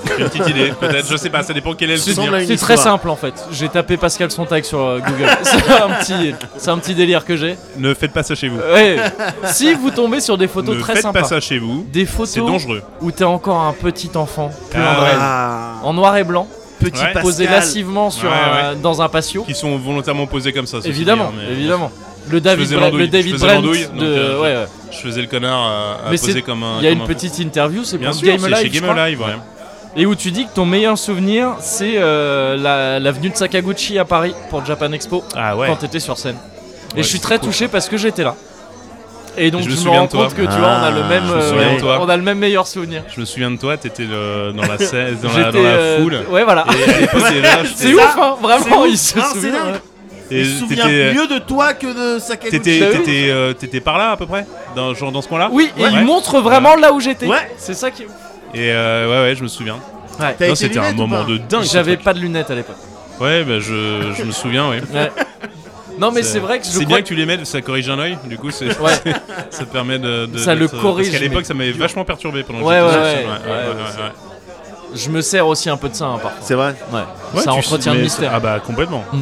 Speaker 3: J'ai une petite idée, peut-être, je sais pas, ça dépend quel est le
Speaker 1: C'est
Speaker 2: semble
Speaker 3: souvenir.
Speaker 2: à une
Speaker 1: c'est très
Speaker 2: histoire.
Speaker 1: simple en fait. J'ai tapé Pascal Sontag sur euh, Google. [laughs] c'est un petit, c'est un petit délire que j'ai.
Speaker 3: Ne faites pas ça chez vous.
Speaker 1: Ouais. si vous tombez sur des photos
Speaker 3: ne
Speaker 1: très
Speaker 3: faites
Speaker 1: sympas,
Speaker 3: pas ça chez vous.
Speaker 1: des
Speaker 3: C'est
Speaker 1: photos
Speaker 3: dangereux.
Speaker 1: où t'es encore un petit enfant, plus
Speaker 3: Ah
Speaker 1: en vrai,
Speaker 2: Ah.
Speaker 1: en noir et blanc,
Speaker 2: petit
Speaker 3: Ouais.
Speaker 2: Pascal.
Speaker 1: posé lassivement sur
Speaker 3: Ouais,
Speaker 1: un- dans un patio.
Speaker 3: Qui sont volontairement posés comme ça. ceci
Speaker 1: Évidemment,
Speaker 3: dit, hein, mais-
Speaker 1: évidemment. Le David,
Speaker 3: faisais
Speaker 1: Bra-
Speaker 3: l'andouille,
Speaker 1: le
Speaker 3: je
Speaker 1: David
Speaker 3: faisais
Speaker 1: Brent
Speaker 3: l'andouille, donc,
Speaker 1: de-
Speaker 3: euh,
Speaker 1: ouais, ouais.
Speaker 3: Je faisais le connard à, à
Speaker 1: Mais
Speaker 3: poser
Speaker 1: c'est-
Speaker 3: comme un.
Speaker 1: Il y a
Speaker 3: comme
Speaker 1: une
Speaker 3: un-
Speaker 1: petite interview, c'est
Speaker 3: Bien
Speaker 1: pour
Speaker 3: sûr,
Speaker 1: Game
Speaker 3: c'est
Speaker 1: Live,
Speaker 3: chez
Speaker 1: je
Speaker 3: Game
Speaker 1: crois.
Speaker 3: Alive, ouais.
Speaker 1: et où tu dis que ton meilleur souvenir, c'est euh, la- l'avenue de Sakaguchi à Paris pour Japan Expo
Speaker 3: Ah ouais.
Speaker 1: quand t'étais sur scène. Et
Speaker 3: Ouais,
Speaker 1: je suis
Speaker 3: c'est
Speaker 1: très
Speaker 3: cool.
Speaker 1: touché parce que j'étais là. Et donc
Speaker 3: Je
Speaker 1: je
Speaker 3: me
Speaker 1: me,
Speaker 3: souviens
Speaker 1: rends
Speaker 3: de toi.
Speaker 1: compte que tu vois, on a le
Speaker 2: Ah,
Speaker 1: même,
Speaker 2: je me
Speaker 1: euh,
Speaker 2: souviens
Speaker 3: de toi.
Speaker 1: on a le même meilleur souvenir.
Speaker 3: Je me souviens de toi, t'étais le-
Speaker 1: [laughs]
Speaker 3: dans la scène, dans la,
Speaker 1: J'étais,
Speaker 3: dans la
Speaker 1: euh,
Speaker 3: foule.
Speaker 1: Ouais, voilà.
Speaker 3: Et à
Speaker 1: [laughs]
Speaker 3: l'époque, t'étais là,
Speaker 1: C'est
Speaker 2: C'est
Speaker 1: ouf,
Speaker 2: ça.
Speaker 1: hein,
Speaker 2: C'est
Speaker 1: vraiment,
Speaker 2: ouf.
Speaker 1: il se
Speaker 2: Ah, c'est
Speaker 1: souvient.
Speaker 2: dingue.
Speaker 3: et
Speaker 2: Il se souvient
Speaker 3: t'étais-
Speaker 2: mieux de toi que de Sakaguchi.
Speaker 3: T'étais,
Speaker 1: Bah oui.
Speaker 3: t'étais, euh, t'étais par là à peu près, dans, genre dans ce coin-là.
Speaker 1: Oui, et
Speaker 3: Ouais.
Speaker 1: il montre vraiment là où j'étais.
Speaker 2: Ouais.
Speaker 1: C'est ça qui est ouf.
Speaker 3: Et euh, ouais, ouais, je me souviens.
Speaker 1: Ouais.
Speaker 2: T'as
Speaker 3: Non,
Speaker 2: été
Speaker 3: c'était un
Speaker 2: lunette ou
Speaker 3: moment
Speaker 2: pas
Speaker 3: de dingue. ce
Speaker 1: J'avais
Speaker 3: truc.
Speaker 1: pas de lunettes à l'époque.
Speaker 3: Ouais, bah, je, je me souviens, ouais.
Speaker 1: Ouais. Non, mais c'est vrai que je
Speaker 3: C'est
Speaker 1: crois
Speaker 3: bien que tu les mettes, ça corrige un œil. Du coup, c'est,
Speaker 1: Ouais.
Speaker 3: [laughs] ça permet de. de-
Speaker 1: Ça le
Speaker 3: d'être-
Speaker 1: corrige,
Speaker 3: Parce qu'à l'époque,
Speaker 1: mais
Speaker 3: ça m'avait vachement perturbé pendant que
Speaker 1: Ouais,
Speaker 3: j'étais
Speaker 1: ouais,
Speaker 3: sur
Speaker 1: ouais.
Speaker 3: scène,
Speaker 1: Ouais, ouais, que je me sers aussi un peu de ça hein, parfois.
Speaker 2: C'est vrai.
Speaker 1: Ouais.
Speaker 3: Ouais,
Speaker 1: ça
Speaker 3: tu-
Speaker 1: entretient le
Speaker 3: mais-
Speaker 1: mystère.
Speaker 3: Ah bah complètement.
Speaker 1: Mm.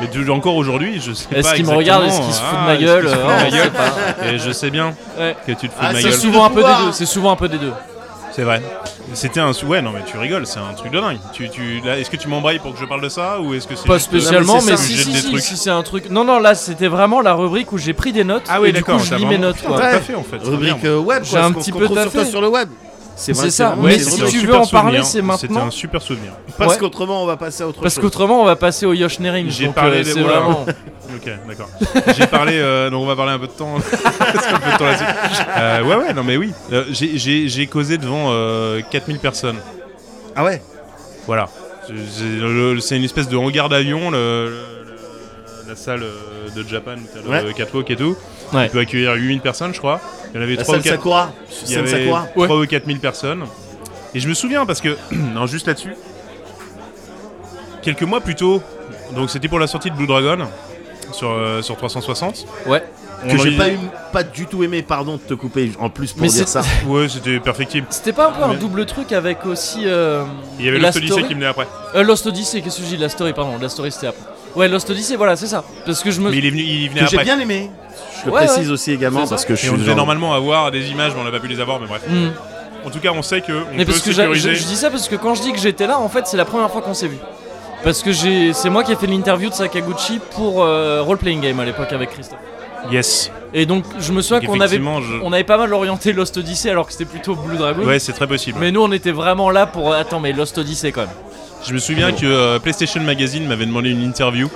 Speaker 3: Mais tu- encore aujourd'hui, je sais ah, pas.
Speaker 1: Est-ce qu'il me regarde Est-ce
Speaker 3: exactement,
Speaker 1: qu'il se fout de
Speaker 3: ah,
Speaker 1: ma
Speaker 3: est-ce qu'il
Speaker 1: gueule
Speaker 3: se fout de
Speaker 1: euh,
Speaker 3: ma
Speaker 1: on sait
Speaker 3: gueule
Speaker 1: pas.
Speaker 3: Et je sais bien
Speaker 1: Ouais.
Speaker 3: que tu te fous
Speaker 2: Ah,
Speaker 3: de
Speaker 2: ça
Speaker 3: ma
Speaker 1: C'est
Speaker 3: gueule.
Speaker 2: sou-
Speaker 1: souvent un peu des
Speaker 2: Pouvoir.
Speaker 1: deux. C'est souvent un peu des deux.
Speaker 3: C'est vrai. C'était un. sou- Ouais, non, mais tu rigoles, c'est un truc de dingue. Tu, tu... là, Est-ce que tu m'embrayes pour que je parle de ça Ou est-ce que c'est.
Speaker 1: Pas
Speaker 3: juste, euh,
Speaker 1: spécialement, mais,
Speaker 2: mais
Speaker 3: c'est
Speaker 1: si, si,
Speaker 3: ça. Jette des
Speaker 1: si,
Speaker 3: trucs.
Speaker 1: si, c'est un truc. Non, non, là, c'était vraiment la rubrique où j'ai pris des notes.
Speaker 3: Ah oui,
Speaker 1: et du coup,
Speaker 3: d'accord.
Speaker 1: je
Speaker 3: t'as
Speaker 1: lis mes
Speaker 3: vraiment-
Speaker 1: notes.
Speaker 3: Putain,
Speaker 1: quoi.
Speaker 3: t'as
Speaker 2: Ouais.
Speaker 3: pas fait en fait.
Speaker 2: Rubrique
Speaker 3: Merde.
Speaker 2: euh, web,
Speaker 1: J'ai
Speaker 2: quoi,
Speaker 1: un
Speaker 2: ce qu'on
Speaker 1: petit peu
Speaker 2: retrouve sur
Speaker 1: taffé.
Speaker 2: toi sur le web.
Speaker 1: C'est
Speaker 2: vrai,
Speaker 1: ça.
Speaker 2: vraiment-
Speaker 1: Mais si
Speaker 2: c'est vraiment-
Speaker 3: C'était un
Speaker 1: tu veux
Speaker 3: super
Speaker 1: en parler,
Speaker 3: souvenir.
Speaker 1: c'est
Speaker 3: C'était
Speaker 1: maintenant.
Speaker 3: un
Speaker 1: [laughs]
Speaker 3: super souvenir.
Speaker 2: Parce
Speaker 1: Ouais.
Speaker 2: qu'autrement, on va passer à autre
Speaker 1: Parce
Speaker 2: chose.
Speaker 1: qu'autrement, on va passer au Yoshnerim.
Speaker 3: J'ai
Speaker 1: donc,
Speaker 3: parlé
Speaker 1: euh,
Speaker 3: des-
Speaker 1: c'est
Speaker 3: voilà.
Speaker 1: vraiment.
Speaker 3: [laughs] Ok, d'accord. J'ai parlé. euh, donc on va parler un peu de temps. [laughs] Parce qu'on a peu de temps là-dessus. Euh, ouais, ouais, non, mais oui. Euh, j'ai- J'ai j'ai causé devant euh, 4000 personnes.
Speaker 2: Ah ouais
Speaker 3: Voilà. C'est- C'est le- le- c'est une espèce de hangar d'avion, le- le- le- la salle euh, de Japan, où t'as le
Speaker 2: Ouais.
Speaker 3: catwalk et tout.
Speaker 1: Ouais.
Speaker 3: Il peut accueillir 8000 personnes, je crois. Il y en avait
Speaker 2: La
Speaker 3: 3 ou
Speaker 2: salle
Speaker 3: 4
Speaker 2: Sakura.
Speaker 3: il y
Speaker 2: Scène
Speaker 3: avait
Speaker 2: Sakura.
Speaker 3: 3 ou 4000 personnes. Et je me souviens parce que, [clears throat] non, juste là-dessus, quelques mois plus tôt, donc c'était pour la sortie de Blue Dragon sur, euh, sur 360.
Speaker 1: Ouais.
Speaker 2: Que
Speaker 3: On
Speaker 2: j'ai
Speaker 3: en-
Speaker 2: pas, eu, pas du tout aimé, pardon de te couper en plus pour
Speaker 1: Mais
Speaker 2: dire
Speaker 1: c'est-
Speaker 2: ça.
Speaker 3: Ouais, c'était perfectible.
Speaker 1: C'était pas un peu un
Speaker 3: Mais-
Speaker 1: double truc avec aussi. euh,
Speaker 3: Il y avait
Speaker 1: la
Speaker 3: Lost Odyssey
Speaker 1: story
Speaker 3: qui venait après.
Speaker 1: Euh, Lost Odyssey, qu'est-ce que je dis La story, pardon. La story, c'était après. Ouais, Lost Odyssey, voilà, c'est ça. Parce que je me.
Speaker 3: Mais il, est venu, il venait
Speaker 2: Que j'ai
Speaker 3: après.
Speaker 2: bien aimé. Je le
Speaker 1: Ouais,
Speaker 2: précise
Speaker 1: ouais.
Speaker 2: aussi également
Speaker 1: C'est ça.
Speaker 2: parce que je
Speaker 3: Et
Speaker 2: suis
Speaker 3: on
Speaker 2: le
Speaker 3: devait
Speaker 2: genre-
Speaker 3: normalement avoir des images, mais on n'a pas pu les avoir, mais bref.
Speaker 1: Hmm.
Speaker 3: En tout cas, on sait que on
Speaker 1: Mais
Speaker 3: peut
Speaker 1: parce que j'a- je,
Speaker 3: sécuriser.
Speaker 1: je dis ça parce que quand je dis que j'étais là, en fait, c'est la première fois qu'on s'est vu. Parce que j'ai, c'est moi qui ai fait l'interview de Sakaguchi pour euh, Role Playing Game à l'époque avec Christophe.
Speaker 3: Yes.
Speaker 1: Et donc je me souviens
Speaker 3: Donc,
Speaker 1: qu'on avait,
Speaker 3: effectivement, je-
Speaker 1: on avait pas mal orienté Lost Odyssey alors que c'était plutôt Blue Dragon.
Speaker 3: Ouais, c'est très possible.
Speaker 1: Mais nous on était vraiment là pour euh, attends mais Lost Odyssey quand même.
Speaker 3: Je me souviens que euh, PlayStation Magazine m'avait demandé une interview.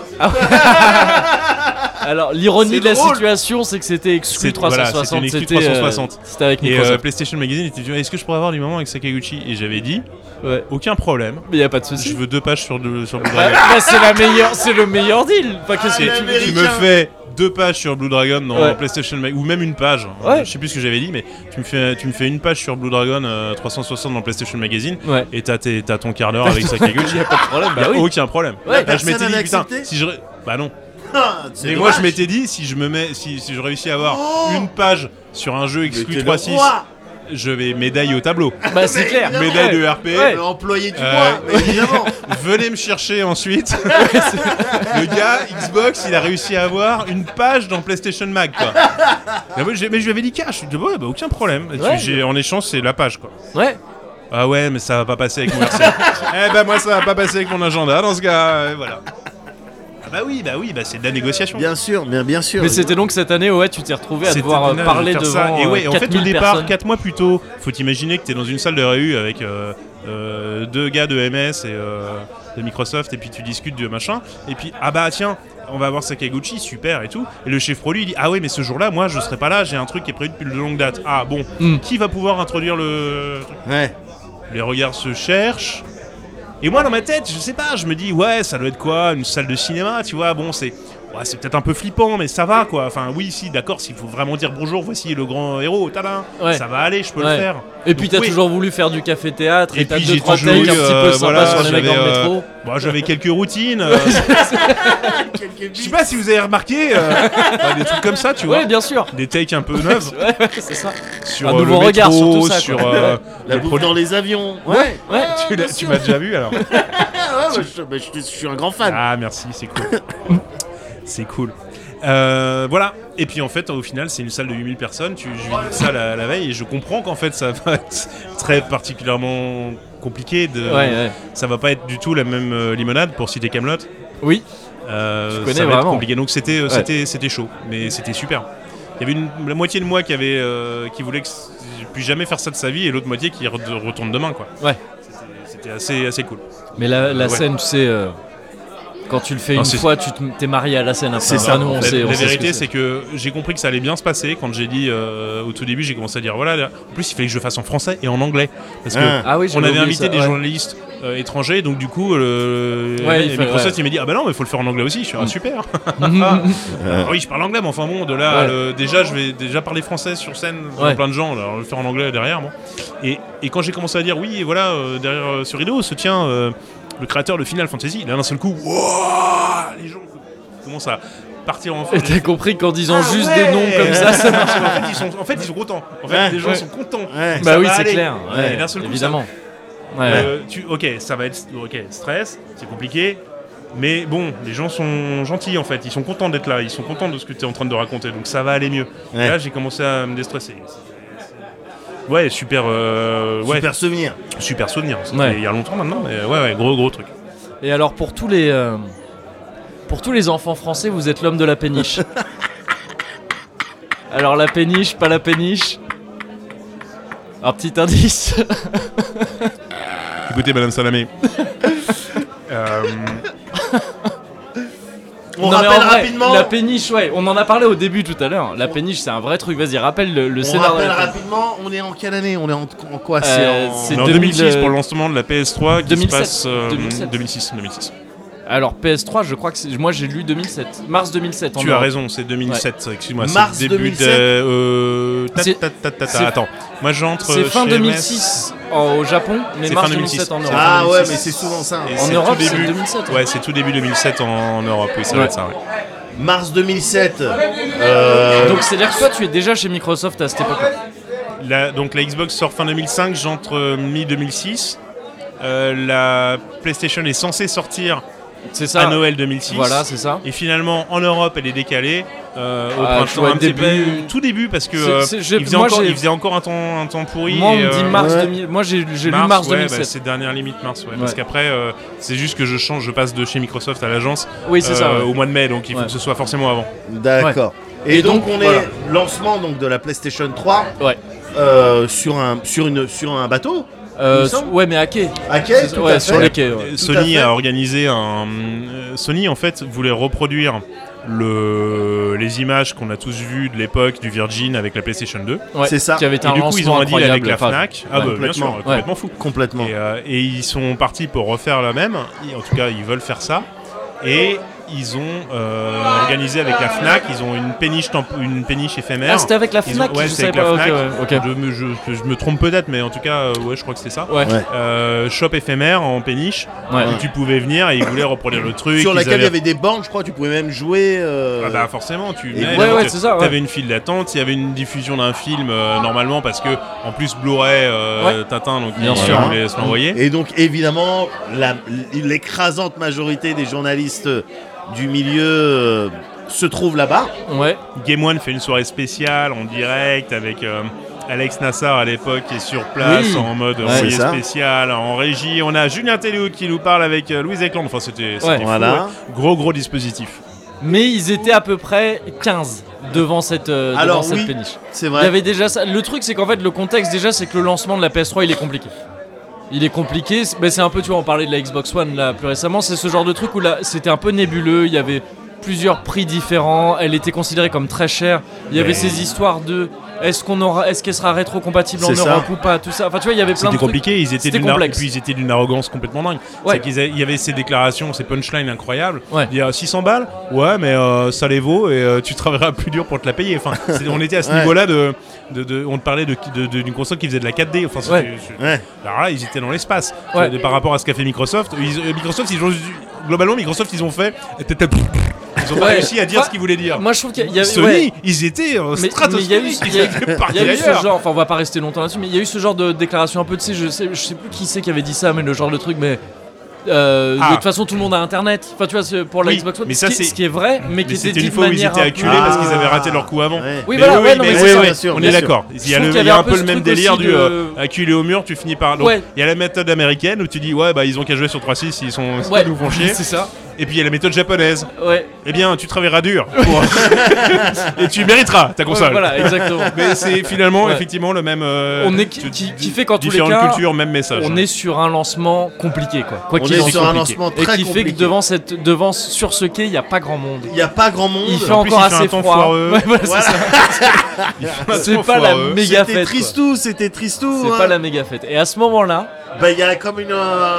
Speaker 1: Alors l'ironie
Speaker 2: C'est
Speaker 1: de la
Speaker 2: drôle.
Speaker 1: situation c'est que c'était exclu
Speaker 3: C'est- voilà,
Speaker 1: 360.
Speaker 3: c'était une exclu
Speaker 1: c'était, euh,
Speaker 3: 360.
Speaker 1: c'était avec
Speaker 3: Et euh,
Speaker 1: Microsoft.
Speaker 3: PlayStation Magazine était dit Est-ce que je pourrais avoir du moment avec Sakaguchi Et j'avais dit
Speaker 1: Ouais.
Speaker 3: Aucun problème.
Speaker 1: Mais y a pas de
Speaker 3: euh, Je
Speaker 1: souci.
Speaker 3: veux deux pages sur le, sur Blue
Speaker 1: Bah,
Speaker 3: Dragon.
Speaker 1: bah, c'est la meilleure, c'est le meilleur deal. Enfin, qu'est-ce
Speaker 2: Ah,
Speaker 1: que
Speaker 2: la
Speaker 1: tu veux
Speaker 2: vérité.
Speaker 3: Tu me fais deux pages sur Blue Dragon dans
Speaker 1: Ouais.
Speaker 3: PlayStation Magazine, ou même une page. Hein.
Speaker 1: Ouais.
Speaker 3: Je sais plus ce que j'avais dit, mais tu me fais, tu me fais une page sur Blue Dragon euh, 360 dans PlayStation Magazine.
Speaker 1: Ouais.
Speaker 3: Et t'as tes- t'as ton quart
Speaker 1: [laughs]
Speaker 3: d'heure avec Sakaguchi.
Speaker 1: Y a pas de problème.
Speaker 3: Y
Speaker 1: Bah
Speaker 3: a
Speaker 1: oui.
Speaker 3: Aucun problème.
Speaker 1: Ouais.
Speaker 3: Bah, je m'étais
Speaker 2: Personne
Speaker 3: dit,
Speaker 2: avait
Speaker 3: putain,
Speaker 2: accepté
Speaker 3: si je. ré- Bah non.
Speaker 2: Ah, c'est
Speaker 3: Mais moi je
Speaker 2: dommage.
Speaker 3: m'étais dit si je me mets si, si je réussis à avoir
Speaker 2: Oh
Speaker 3: une page sur un jeu
Speaker 2: Mais t'es
Speaker 3: exclu
Speaker 2: le
Speaker 3: 3.6
Speaker 2: roi.
Speaker 3: je vais médaille au tableau.
Speaker 1: Bah c'est clair.
Speaker 2: évidemment.
Speaker 3: médaille de
Speaker 1: Ouais.
Speaker 3: RP.
Speaker 1: Ouais.
Speaker 2: Le employé du
Speaker 3: Euh,
Speaker 2: mois, mais évidemment.
Speaker 3: Venez me chercher ensuite. le gars Xbox, il a réussi à avoir une page dans PlayStation Mag quoi. Et moi, j'ai- mais je lui avais dit cash, je lui ai dit, ouais, bah, aucun problème. Et tu-
Speaker 1: Ouais.
Speaker 3: j'ai- en échange c'est la page quoi.
Speaker 1: Ouais.
Speaker 3: Ah ouais mais ça va pas passer avec mon RC. eh bah moi ça va pas passer avec mon agenda dans ce cas, et voilà. Ah bah oui, bah oui, bah c'est de la
Speaker 2: [laughs]
Speaker 3: négociation.
Speaker 2: Bien sûr, bien, bien sûr.
Speaker 1: Mais c'était donc cette année, ouais, tu t'es retrouvé à
Speaker 3: C'est
Speaker 1: devoir euh,
Speaker 3: étonnant de
Speaker 1: parler
Speaker 3: faire
Speaker 1: devant
Speaker 3: ça. Et ouais,
Speaker 1: euh,
Speaker 3: en fait, au
Speaker 1: 4000
Speaker 3: départ,
Speaker 1: personnes.
Speaker 3: 4 mois plus tôt, faut imaginer que t'es dans une salle de réu avec euh, euh, deux gars de MS et euh, de Microsoft, et puis tu discutes de machin. Et puis, ah bah tiens, on va voir Sakaguchi, super et tout. Et le chef pro lui, il dit Ah ouais, mais ce jour-là, moi, je serai pas là, j'ai un truc qui est prévu depuis de longue date. Ah bon,
Speaker 1: Mm.
Speaker 3: qui va pouvoir introduire le truc
Speaker 2: Ouais.
Speaker 3: Les regards se cherchent. Et moi, dans ma tête, je sais pas, je me dis Ouais, ça doit être quoi Une salle de cinéma, tu vois, bon, c'est. Ouais, c'est peut-être un peu flippant, mais ça va quoi. Enfin, oui, si, d'accord, s'il faut vraiment dire bonjour, voici le grand héros, tadam.
Speaker 1: Ouais.
Speaker 3: Ça va aller, je peux
Speaker 1: Ouais.
Speaker 3: le faire.
Speaker 1: Et puis
Speaker 3: Donc,
Speaker 1: t'as
Speaker 3: oui.
Speaker 1: toujours voulu faire du café-théâtre et,
Speaker 3: Et
Speaker 1: t'as
Speaker 3: puis
Speaker 1: deux
Speaker 3: j'ai
Speaker 1: trois
Speaker 3: toujours
Speaker 1: takes
Speaker 3: eu,
Speaker 1: un petit
Speaker 3: euh,
Speaker 1: peu sympas
Speaker 3: voilà,
Speaker 1: sur les mecs
Speaker 3: j'avais,
Speaker 1: dans le
Speaker 3: euh,
Speaker 1: métro.
Speaker 3: Bon, j'avais quelques
Speaker 1: [laughs]
Speaker 3: routines. euh, je sais pas si vous avez remarqué, euh, enfin, des trucs comme ça, tu vois.
Speaker 1: Ouais, bien sûr.
Speaker 3: Des takes un peu neufs
Speaker 1: Ouais, ouais, [laughs] c'est ça.
Speaker 3: sur
Speaker 1: Un
Speaker 3: euh, le
Speaker 1: nouveau regard sur
Speaker 3: métro,
Speaker 1: tout ça, quoi.
Speaker 3: sur, euh, [laughs]
Speaker 2: La
Speaker 3: les
Speaker 2: bouffe
Speaker 3: produits-
Speaker 2: dans les avions.
Speaker 1: Ouais, ouais.
Speaker 3: Tu l'as- Tu m'as déjà vu alors
Speaker 2: Ah, ouais, bah, je, bah, je- je suis un grand fan.
Speaker 3: Ah merci, c'est cool. c'est cool. Euh, voilà. Et puis en fait, au final, c'est une salle de 8000 personnes. Tu, je vis ça la, la veille et je comprends qu'en fait, ça va être très particulièrement compliqué. De,
Speaker 1: Ouais, ouais.
Speaker 3: Ça va pas être du tout la même euh, limonade pour citer Camelot.
Speaker 1: Oui,
Speaker 3: Euh,
Speaker 1: Je connais
Speaker 3: ça va
Speaker 1: vraiment.
Speaker 3: être compliqué. Donc c'était euh,
Speaker 1: Ouais.
Speaker 3: c'était c'était chaud, mais c'était super. Il y avait une, la moitié de moi qui avait euh, qui voulait que c- je puisse jamais faire ça de sa vie et l'autre moitié qui re- retourne demain quoi.
Speaker 1: Ouais.
Speaker 3: C'était- C'était assez assez cool.
Speaker 1: mais la, la
Speaker 3: Ouais.
Speaker 1: scène, tu sais, euh, quand tu le fais
Speaker 3: Non, c'est-
Speaker 1: une fois, tu te- t'es marié à la scène. après.
Speaker 3: C'est
Speaker 1: Ah,
Speaker 3: ça.
Speaker 1: nous, on
Speaker 3: la,
Speaker 1: sait- on
Speaker 3: la
Speaker 1: sait ce que
Speaker 3: vérité, c'est que j'ai compris que ça allait bien se passer quand j'ai dit euh, au tout début, j'ai commencé à dire voilà. là- En plus, il fallait que je le fasse en français et en anglais parce que
Speaker 2: Ah.
Speaker 1: Ah oui,
Speaker 3: on
Speaker 1: j'avais
Speaker 3: avait
Speaker 1: oublié
Speaker 3: invité
Speaker 1: ça,
Speaker 3: des
Speaker 1: ouais.
Speaker 3: journalistes euh, étrangers, donc du coup, euh,
Speaker 1: Ouais,
Speaker 3: et
Speaker 1: il fallait-
Speaker 3: Microsoft
Speaker 1: ouais. Mm.
Speaker 3: il m'a dit ah bah non, mais faut le faire en anglais aussi. Je suis ah, super. Ah oui, je parle anglais, mais enfin bon, de là,
Speaker 1: Euh, Ouais.
Speaker 3: à le- déjà, je vais déjà parler français sur scène devant
Speaker 1: Ouais.
Speaker 3: plein de gens, alors le faire en anglais derrière, moi. Et, et quand j'ai commencé à dire, oui, et voilà, euh, derrière euh, ce rideau se tient euh, le créateur de Final Fantasy, là, d'un seul coup, Wouah les gens commencent à partir en
Speaker 1: [laughs] Et t'as compris qu'en disant
Speaker 3: Ah
Speaker 1: juste
Speaker 3: ouais
Speaker 1: des noms comme ça, ça marche.
Speaker 3: en, fait, ils sont, en fait, ils sont contents. En fait,
Speaker 2: Ouais.
Speaker 3: les gens
Speaker 1: Ouais.
Speaker 3: sont contents.
Speaker 2: Ouais.
Speaker 3: Ça
Speaker 1: Bah oui,
Speaker 3: va
Speaker 1: c'est
Speaker 3: aller.
Speaker 1: clair.
Speaker 3: Et
Speaker 1: ouais,
Speaker 3: d'un seul coup, ça-
Speaker 1: évidemment. Ouais.
Speaker 3: euh, tu, ok, ça va être ok, stress, c'est compliqué. Mais bon, les gens sont gentils en fait, ils sont contents d'être là, ils sont contents de ce que tu es en train de raconter, donc ça va aller mieux.
Speaker 2: Ouais.
Speaker 3: Et là, j'ai commencé à me déstresser. Ouais, super, euh, ouais,
Speaker 2: Super
Speaker 3: super.
Speaker 2: souvenir.
Speaker 3: souvenir. C'était
Speaker 1: Ouais.
Speaker 3: Il y a longtemps maintenant, mais ouais, ouais, gros, gros truc.
Speaker 1: Et alors pour tous les euh, pour tous les enfants français, vous êtes l'homme de la
Speaker 2: [laughs]
Speaker 1: péniche. alors la péniche, pas la péniche. Un petit indice.
Speaker 3: Écoutez, Madame Salamé.
Speaker 1: [laughs]
Speaker 3: euh,
Speaker 2: On
Speaker 1: Non, mais en
Speaker 2: rappelle
Speaker 1: vrai,
Speaker 2: rapidement.
Speaker 1: La péniche, ouais. On en a parlé au début tout à l'heure. La péniche, c'est un vrai truc. Vas-y, rappelle le, le
Speaker 2: On
Speaker 1: scénario. de
Speaker 2: rappelle
Speaker 1: la péniche.
Speaker 2: rapidement, on est en quelle année On est en, en quoi
Speaker 1: Euh,
Speaker 2: en-
Speaker 1: c'est
Speaker 3: on est en
Speaker 1: 2000,
Speaker 3: 2006
Speaker 1: euh,
Speaker 3: pour le lancement de la PS3 qui
Speaker 1: 2007,
Speaker 3: se passe euh,
Speaker 1: 2007.
Speaker 3: 2006. 2006.
Speaker 1: Alors PS3, je crois que c'est- moi j'ai lu 2007, mars 2007. en
Speaker 3: Tu as
Speaker 1: Europe.
Speaker 3: raison, c'est 2007, excuse-moi. c'est
Speaker 2: Mars
Speaker 3: début
Speaker 2: 2007.
Speaker 3: de. euh, ta-
Speaker 1: C'est-
Speaker 3: ta- ta- ta- ta-
Speaker 1: c'est-
Speaker 3: Attends, moi j'entre.
Speaker 1: C'est fin
Speaker 3: chez
Speaker 1: 2006 en- au Japon, mais
Speaker 3: C'est
Speaker 1: mars
Speaker 3: fin 2006.
Speaker 1: 2007 en Europe.
Speaker 2: Ah ouais,
Speaker 3: 2006.
Speaker 2: mais c'est souvent ça.
Speaker 3: MS,
Speaker 2: hein.
Speaker 3: et
Speaker 1: Ah, En
Speaker 3: c'est
Speaker 1: Europe,
Speaker 3: tout
Speaker 1: c'est
Speaker 3: début-
Speaker 1: 2007.
Speaker 3: Ouais, c'est tout début 2007 en, en Europe, oui, ça doit
Speaker 1: Ouais.
Speaker 3: être ça. ouais.
Speaker 2: Mars 2007. euh,
Speaker 1: Donc c'est-à-dire que toi tu es déjà chez Microsoft
Speaker 3: Ah
Speaker 1: à cette époque.
Speaker 3: La- donc la Xbox sort fin 2005, j'entre euh, mi-2006. Euh, la PlayStation est censée sortir
Speaker 1: C'est ça.
Speaker 3: à Noël 2006.
Speaker 1: Voilà, c'est ça.
Speaker 3: Et finalement, en Europe, elle est décalée euh, au
Speaker 1: Ah, tu
Speaker 3: printemps,
Speaker 1: vois,
Speaker 3: un petit
Speaker 1: début-
Speaker 3: peu- tout début, parce que
Speaker 1: C'est-
Speaker 3: euh,
Speaker 1: c'est- j'ai-
Speaker 3: il, faisait
Speaker 1: moi,
Speaker 3: encore,
Speaker 1: j'ai-
Speaker 3: il faisait encore un temps, un temps pourri.
Speaker 1: Moi on
Speaker 3: et,
Speaker 1: me dit
Speaker 3: euh,
Speaker 1: mars
Speaker 2: ouais.
Speaker 1: 2000. Moi j'ai j'ai lu mars,
Speaker 3: ouais, bah,
Speaker 1: 2007.
Speaker 3: c'est dernière limite mars, ouais,
Speaker 1: Ouais.
Speaker 3: parce qu'après euh, c'est juste que je change, je passe de chez Microsoft à l'agence
Speaker 1: oui c'est ça.
Speaker 3: euh,
Speaker 1: ouais.
Speaker 3: au mois de mai, donc il faut
Speaker 1: Ouais.
Speaker 3: que ce soit forcément avant.
Speaker 2: D'accord. Et,
Speaker 1: Et
Speaker 2: donc,
Speaker 1: donc,
Speaker 2: on est
Speaker 1: voilà.
Speaker 2: lancement donc de la PlayStation 3
Speaker 1: Ouais.
Speaker 2: euh, sur un sur une sur un bateau.
Speaker 1: Euh,
Speaker 2: il me semble.
Speaker 1: ouais mais à quai.
Speaker 2: À quai,
Speaker 1: C'est-
Speaker 2: tout
Speaker 1: ouais,
Speaker 2: à
Speaker 1: sur
Speaker 2: fait.
Speaker 1: les quais. ouais.
Speaker 3: Euh,
Speaker 2: Tout à
Speaker 3: Sony
Speaker 2: fait.
Speaker 3: a organisé un euh, Sony en fait voulait reproduire le les images qu'on a tous vues de l'époque du Virgin avec la PlayStation 2.
Speaker 1: Ouais,
Speaker 2: c'est ça.
Speaker 1: Qui avait été
Speaker 3: et
Speaker 1: un
Speaker 3: du coup ils ont
Speaker 1: lancement
Speaker 3: un deal
Speaker 1: incroyable.
Speaker 3: avec la
Speaker 1: enfin,
Speaker 3: Fnac. Ah
Speaker 1: ouais.
Speaker 3: bah, bien sûr,
Speaker 2: Complètement,
Speaker 1: ouais.
Speaker 3: complètement fou.
Speaker 2: Complètement.
Speaker 3: Et, euh, et ils sont partis pour refaire la même. Et En tout cas, ils veulent faire ça. Et ils ont euh, organisé avec la Fnac. Ils ont une péniche, temp- une péniche éphémère.
Speaker 1: Ah c'était avec la
Speaker 3: Ils ont-
Speaker 1: Fnac.
Speaker 3: ouais,
Speaker 1: je
Speaker 3: c'est
Speaker 1: savais
Speaker 3: avec la
Speaker 1: pas. ok,
Speaker 3: Fnac.
Speaker 1: ouais, ok.
Speaker 3: Je, me, je- je me trompe peut-être, mais en tout cas, euh, ouais, je crois que c'est ça.
Speaker 1: Ouais.
Speaker 2: Ouais.
Speaker 3: Euh, shop éphémère en péniche
Speaker 1: Ouais.
Speaker 3: où tu pouvais venir et ils voulaient reproduire le truc.
Speaker 2: sur
Speaker 3: ils
Speaker 2: laquelle il y
Speaker 3: avaient-
Speaker 2: avait des bandes, je crois, tu pouvais même jouer. euh,
Speaker 3: Ah bah forcément, tu
Speaker 2: Et-
Speaker 3: venais,
Speaker 1: Ouais, ouais,
Speaker 3: tu-
Speaker 1: c'est ça, ouais.
Speaker 3: t'avais une file d'attente, il y avait une diffusion d'un film euh, normalement parce que en plus Blu-ray euh, Tintin donc
Speaker 1: Bien
Speaker 3: ils
Speaker 1: sûr.
Speaker 3: voulaient se l'envoyer.
Speaker 2: Et donc évidemment, la- l'écrasante majorité des journalistes euh, du milieu euh, se trouve là-bas.
Speaker 1: Ouais.
Speaker 3: Game One fait une soirée spéciale en direct avec euh, Alex Nassar à l'époque qui est sur place
Speaker 1: Oui.
Speaker 3: en mode
Speaker 2: c'est
Speaker 3: envoyé
Speaker 2: ça.
Speaker 3: spécial en régie. On a Julien Tellou qui nous parle avec euh, Louise Eklund. Enfin, c'était c'était
Speaker 1: Ouais.
Speaker 3: fou,
Speaker 2: Voilà.
Speaker 3: ouais. Gros, gros dispositif.
Speaker 1: Mais ils étaient à peu près 15 devant cette euh, devant
Speaker 2: Alors,
Speaker 1: cette
Speaker 2: oui.
Speaker 1: péniche.
Speaker 2: C'est
Speaker 1: Il y
Speaker 2: vrai.
Speaker 1: avait déjà ça. Le truc, c'est qu'en fait, le contexte, déjà, c'est que le lancement de la PS3, il est compliqué. Il est compliqué. C'est- ben, c'est un peu, tu vois, on parlait de la Xbox One là plus récemment. C'est ce genre de truc où là, c'était un peu nébuleux. Il y avait plusieurs prix différents. Elle était considérée comme très chère. Il y avait
Speaker 3: Mais-
Speaker 1: ces histoires de est-ce qu'on aura, est-ce qu'elle sera rétro-compatible en
Speaker 2: C'est ça.
Speaker 1: Europe ou pas, tout ça. Enfin, tu vois, il y avait plein de
Speaker 3: C'était
Speaker 1: trucs.
Speaker 3: compliqué, ils étaient
Speaker 1: C'était
Speaker 3: d'une ar- et
Speaker 1: complexe.
Speaker 3: puis ils étaient d'une arrogance complètement dingue.
Speaker 1: Ouais.
Speaker 3: C'est qu'ils a- Il y avait ces déclarations, ces punchlines incroyables.
Speaker 1: Ouais.
Speaker 3: Il y a 600 balles, ouais, mais euh, ça les vaut et euh, tu travailleras plus dur pour te la payer.
Speaker 1: [laughs]
Speaker 3: Enfin, c'est- on était à ce
Speaker 2: Ouais.
Speaker 3: niveau-là de, de, de- On te parlait de- de- de- d'une console qui faisait de la 4D. Enfin, c'était-
Speaker 1: Ouais.
Speaker 3: c'est-
Speaker 2: Ouais.
Speaker 3: Alors là, ils étaient dans l'espace.
Speaker 1: Ouais.
Speaker 3: Euh, Par rapport à ce qu'a fait Microsoft, ils- euh, Microsoft, ils ont globalement Microsoft, ils ont fait. eh, Ils ont pas
Speaker 1: Ouais.
Speaker 3: réussi à dire
Speaker 1: Ouais.
Speaker 3: ce qu'ils voulaient dire.
Speaker 1: Moi, je trouve qu'il y avait.
Speaker 3: Sony,
Speaker 1: ouais.
Speaker 3: ils étaient
Speaker 1: [laughs]
Speaker 3: euh,
Speaker 1: Mais- mais
Speaker 3: stratosphériques.
Speaker 1: il y a eu-
Speaker 3: ils étaient
Speaker 1: Il
Speaker 3: partis
Speaker 1: y a eu ce
Speaker 3: ailleurs.
Speaker 1: genre, enfin on va pas rester longtemps là-dessus, mais il y a eu ce genre de déclaration un peu, tu sais, je sais, je sais plus qui c'est qui avait dit ça, mais le genre de truc, mais euh, de
Speaker 3: Ah.
Speaker 1: toute façon, tout le monde a Internet. Enfin, tu vois, c'est- pour la
Speaker 3: Oui,
Speaker 1: Xbox One,
Speaker 3: mais
Speaker 1: ce
Speaker 3: ça,
Speaker 1: qui est-
Speaker 3: c'est-
Speaker 1: ce qui est vrai, mais qui
Speaker 3: Mais
Speaker 1: était
Speaker 3: c'était
Speaker 1: dit
Speaker 3: une
Speaker 1: de
Speaker 3: fois où ils
Speaker 1: manière
Speaker 3: étaient
Speaker 1: un peu- Ah.
Speaker 3: acculés parce qu'ils avaient raté leur coup avant.
Speaker 2: Ouais.
Speaker 1: Oui,
Speaker 3: Mais
Speaker 1: voilà, ouais, non,
Speaker 3: mais
Speaker 1: mais
Speaker 2: oui,
Speaker 1: c'est
Speaker 3: oui,
Speaker 1: ça.
Speaker 2: bien sûr,
Speaker 3: on
Speaker 2: bien
Speaker 3: est
Speaker 2: sûr.
Speaker 3: d'accord. Il y a,
Speaker 1: Je trouve
Speaker 3: le-
Speaker 1: qu'il y
Speaker 3: il y a
Speaker 1: avait
Speaker 3: un peu
Speaker 1: ce
Speaker 3: le même
Speaker 1: truc aussi
Speaker 3: délire du
Speaker 1: de-
Speaker 3: euh, acculé au mur, tu finis par. Donc,
Speaker 1: Ouais.
Speaker 3: Il y a la méthode américaine où tu dis ouais bah ils ont qu'à jouer sur 3.6, ils sont
Speaker 1: Ouais,
Speaker 3: ils nous font chier.
Speaker 1: [laughs] c'est ça.
Speaker 3: Et puis il y a la méthode japonaise.
Speaker 1: Ouais,
Speaker 3: Eh bien tu travailleras dur
Speaker 1: [laughs]
Speaker 3: pour- et tu mériteras ta console.
Speaker 1: Ouais, voilà, exactement.
Speaker 3: [laughs] Mais c'est finalement
Speaker 1: Ouais.
Speaker 3: effectivement le même. euh,
Speaker 1: On est-
Speaker 3: tu-
Speaker 1: qui- qui fait qu'en tous les
Speaker 3: différentes
Speaker 1: cas,
Speaker 3: cultures, même message.
Speaker 1: on est sur un lancement compliqué, quoi. Quoi
Speaker 2: On
Speaker 1: qu'il
Speaker 2: est
Speaker 1: en
Speaker 2: sur
Speaker 1: soit.
Speaker 2: un lancement
Speaker 1: Et
Speaker 2: très
Speaker 1: qui fait
Speaker 2: compliqué.
Speaker 1: que devant cette, devant sur ce quai, il n'y a pas grand monde.
Speaker 2: Il n'y a pas grand monde.
Speaker 1: Il fait
Speaker 3: en plus,
Speaker 1: encore
Speaker 3: il fait un
Speaker 1: assez
Speaker 3: temps
Speaker 1: froid. [laughs]
Speaker 3: foireux.
Speaker 1: Ouais, voilà, c'est
Speaker 2: Voilà.
Speaker 1: ça. C'est pas la méga
Speaker 2: C'était
Speaker 1: fête. quoi.
Speaker 2: tristou, c'était tristou.
Speaker 1: C'est
Speaker 2: hein.
Speaker 1: pas la méga fête. Et à ce moment-là,
Speaker 2: Bah, il y a comme une. euh,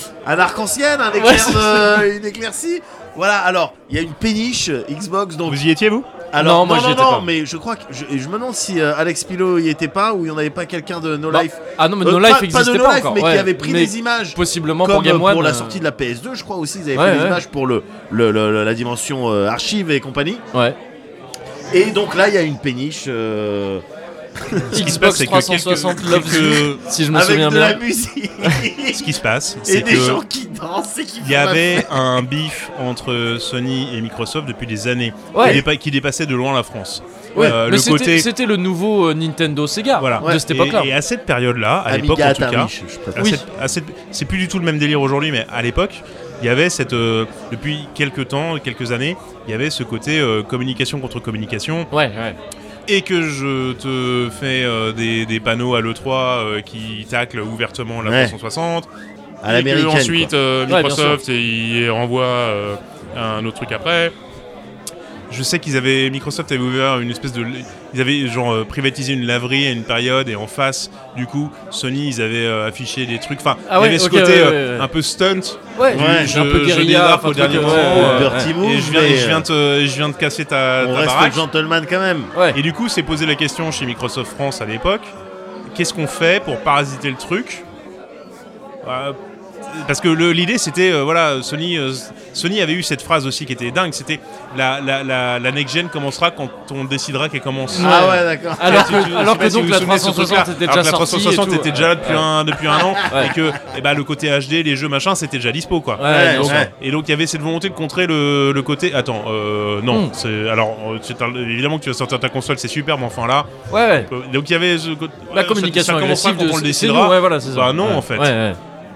Speaker 2: [laughs] un arc-en-ciel, un éclair
Speaker 1: Ouais, c'est ça.
Speaker 2: de- une éclaircie. Voilà, alors, il y a une péniche euh, Xbox. Donc,
Speaker 3: Vous y étiez vous
Speaker 2: alors,
Speaker 1: Non, moi,
Speaker 2: non,
Speaker 1: j'y
Speaker 2: non,
Speaker 1: étais
Speaker 2: non,
Speaker 1: pas.
Speaker 2: mais je crois que. Je, et je me demande si euh, Alex Pilo y était pas ou il n'y en avait pas quelqu'un de No
Speaker 1: Non.
Speaker 2: Life.
Speaker 1: ah non, mais
Speaker 2: Euh,
Speaker 1: No
Speaker 2: pas-
Speaker 1: Life
Speaker 2: pas,
Speaker 1: existait
Speaker 2: de
Speaker 1: pas,
Speaker 2: No Life,
Speaker 1: encore.
Speaker 2: mais
Speaker 1: ouais.
Speaker 2: qui avait pris
Speaker 1: Mais
Speaker 2: des images.
Speaker 1: Possiblement
Speaker 2: Comme
Speaker 1: pour Game
Speaker 2: euh,
Speaker 1: One.
Speaker 2: pour
Speaker 1: euh,
Speaker 2: la sortie de la PS2, je crois aussi, ils avaient
Speaker 1: Ouais,
Speaker 2: fait des
Speaker 1: ouais.
Speaker 2: images pour le, le- le- la dimension euh, archive et compagnie.
Speaker 1: Ouais.
Speaker 2: Et donc là, il y a une péniche euh,
Speaker 3: Ce qui se
Speaker 1: Xbox
Speaker 3: passe, c'est que quelques-
Speaker 1: 360 Love You,
Speaker 3: quelques-
Speaker 1: si je me
Speaker 2: avec de
Speaker 1: souviens
Speaker 2: la
Speaker 1: bien.
Speaker 2: musique
Speaker 1: [laughs]
Speaker 3: Ce qui se passe,
Speaker 2: et
Speaker 3: c'est
Speaker 2: des
Speaker 3: que
Speaker 2: gens qui dansent et qui
Speaker 3: il y
Speaker 1: Ah,
Speaker 2: font
Speaker 1: bah,
Speaker 2: la
Speaker 3: avait un beef entre Sony et Microsoft depuis des années,
Speaker 1: Ouais.
Speaker 3: qui, dépa- qui dépassait de loin la France.
Speaker 2: Ouais.
Speaker 3: Euh,
Speaker 1: Mais
Speaker 3: le
Speaker 1: c'était-
Speaker 3: côté
Speaker 1: c'était le nouveau euh, Nintendo Sega
Speaker 3: Voilà.
Speaker 1: de cette
Speaker 3: Et-
Speaker 1: époque-là.
Speaker 3: Et, à cette période-là, à
Speaker 2: Amiga
Speaker 3: l'époque en tout
Speaker 2: Atari,
Speaker 3: cas,
Speaker 2: je- je préfère.
Speaker 3: à
Speaker 1: Oui.
Speaker 3: cette- à cette- c'est plus du tout le même délire aujourd'hui, mais à l'époque, il y avait cette, euh, depuis quelques temps, quelques années, il y avait ce côté euh, communication contre communication,
Speaker 1: Ouais, ouais.
Speaker 3: et que je te fais euh, des, des panneaux à l'E3 euh, qui taclent ouvertement la
Speaker 2: Ouais. à
Speaker 3: 360, et que
Speaker 2: l'américaine. quoi.
Speaker 3: ensuite euh,
Speaker 1: Ouais, bien
Speaker 3: Microsoft et il renvoie euh, un autre truc après. Je sais qu'ils avaient Microsoft avait ouvert une espèce de ils avaient genre euh, privatisé une laverie à une période et en face du coup Sony ils avaient euh, affiché des trucs enfin
Speaker 1: Ah
Speaker 3: il y
Speaker 1: ouais,
Speaker 3: avait ce
Speaker 1: ok,
Speaker 3: côté
Speaker 1: ouais,
Speaker 3: euh,
Speaker 1: ouais, ouais.
Speaker 3: un peu stunt
Speaker 1: Ouais,
Speaker 2: Ouais,
Speaker 1: un
Speaker 3: je-
Speaker 1: peu
Speaker 3: je
Speaker 1: guérilla,
Speaker 3: débarque
Speaker 1: enfin,
Speaker 3: au
Speaker 1: truc,
Speaker 3: dernier
Speaker 1: ouais,
Speaker 3: moment,
Speaker 1: ouais,
Speaker 3: euh,
Speaker 1: ouais.
Speaker 2: Dirty
Speaker 3: et
Speaker 2: Move,
Speaker 3: je viens, et
Speaker 2: mais, euh,
Speaker 3: je viens te je viens te casser ta,
Speaker 2: on
Speaker 3: ta
Speaker 2: reste
Speaker 3: baraque
Speaker 2: gentleman quand même.
Speaker 1: Ouais.
Speaker 3: et du coup s'est posé la question chez Microsoft France à l'époque qu'est-ce qu'on fait pour parasiter le truc Euh, parce que le- l'idée c'était euh, voilà Sony euh, Sony avait eu cette phrase aussi qui était dingue c'était la, la, la, la next gen commencera quand on décidera qu'elle commence
Speaker 2: Ah ouais, d'accord.
Speaker 1: Alors
Speaker 3: Je sais pas
Speaker 1: que,
Speaker 3: si
Speaker 1: alors
Speaker 3: vous
Speaker 1: que
Speaker 3: vous
Speaker 1: donc
Speaker 3: souvenez
Speaker 1: la
Speaker 3: de ce truc-là.
Speaker 1: 360 était
Speaker 3: Alors
Speaker 1: déjà
Speaker 3: que la
Speaker 1: sortie.
Speaker 3: 360
Speaker 1: et tout.
Speaker 3: était déjà là depuis, un, depuis un an
Speaker 1: Ouais.
Speaker 3: et que eh ben, le côté HD, les jeux machin, c'était déjà dispo quoi.
Speaker 1: Ouais,
Speaker 2: Ouais,
Speaker 1: donc,
Speaker 2: ouais.
Speaker 3: Et donc il y avait cette volonté de contrer le, le côté. Attends, euh, non.
Speaker 1: Hmm.
Speaker 3: c'est- Alors euh, c'est un- évidemment que tu vas sortir ta console, c'est super, mais enfin là.
Speaker 1: ouais, ouais.
Speaker 3: euh, Donc il y avait ce côté-
Speaker 1: La
Speaker 3: ouais,
Speaker 1: communication
Speaker 3: ça, ça commencera
Speaker 1: agressive de
Speaker 3: quand on le
Speaker 1: c'est- c'est
Speaker 3: décidera.
Speaker 1: nous, ouais, voilà, c'est ça.
Speaker 3: Bah non,
Speaker 1: Ouais.
Speaker 3: en fait.
Speaker 1: Ouais, ouais.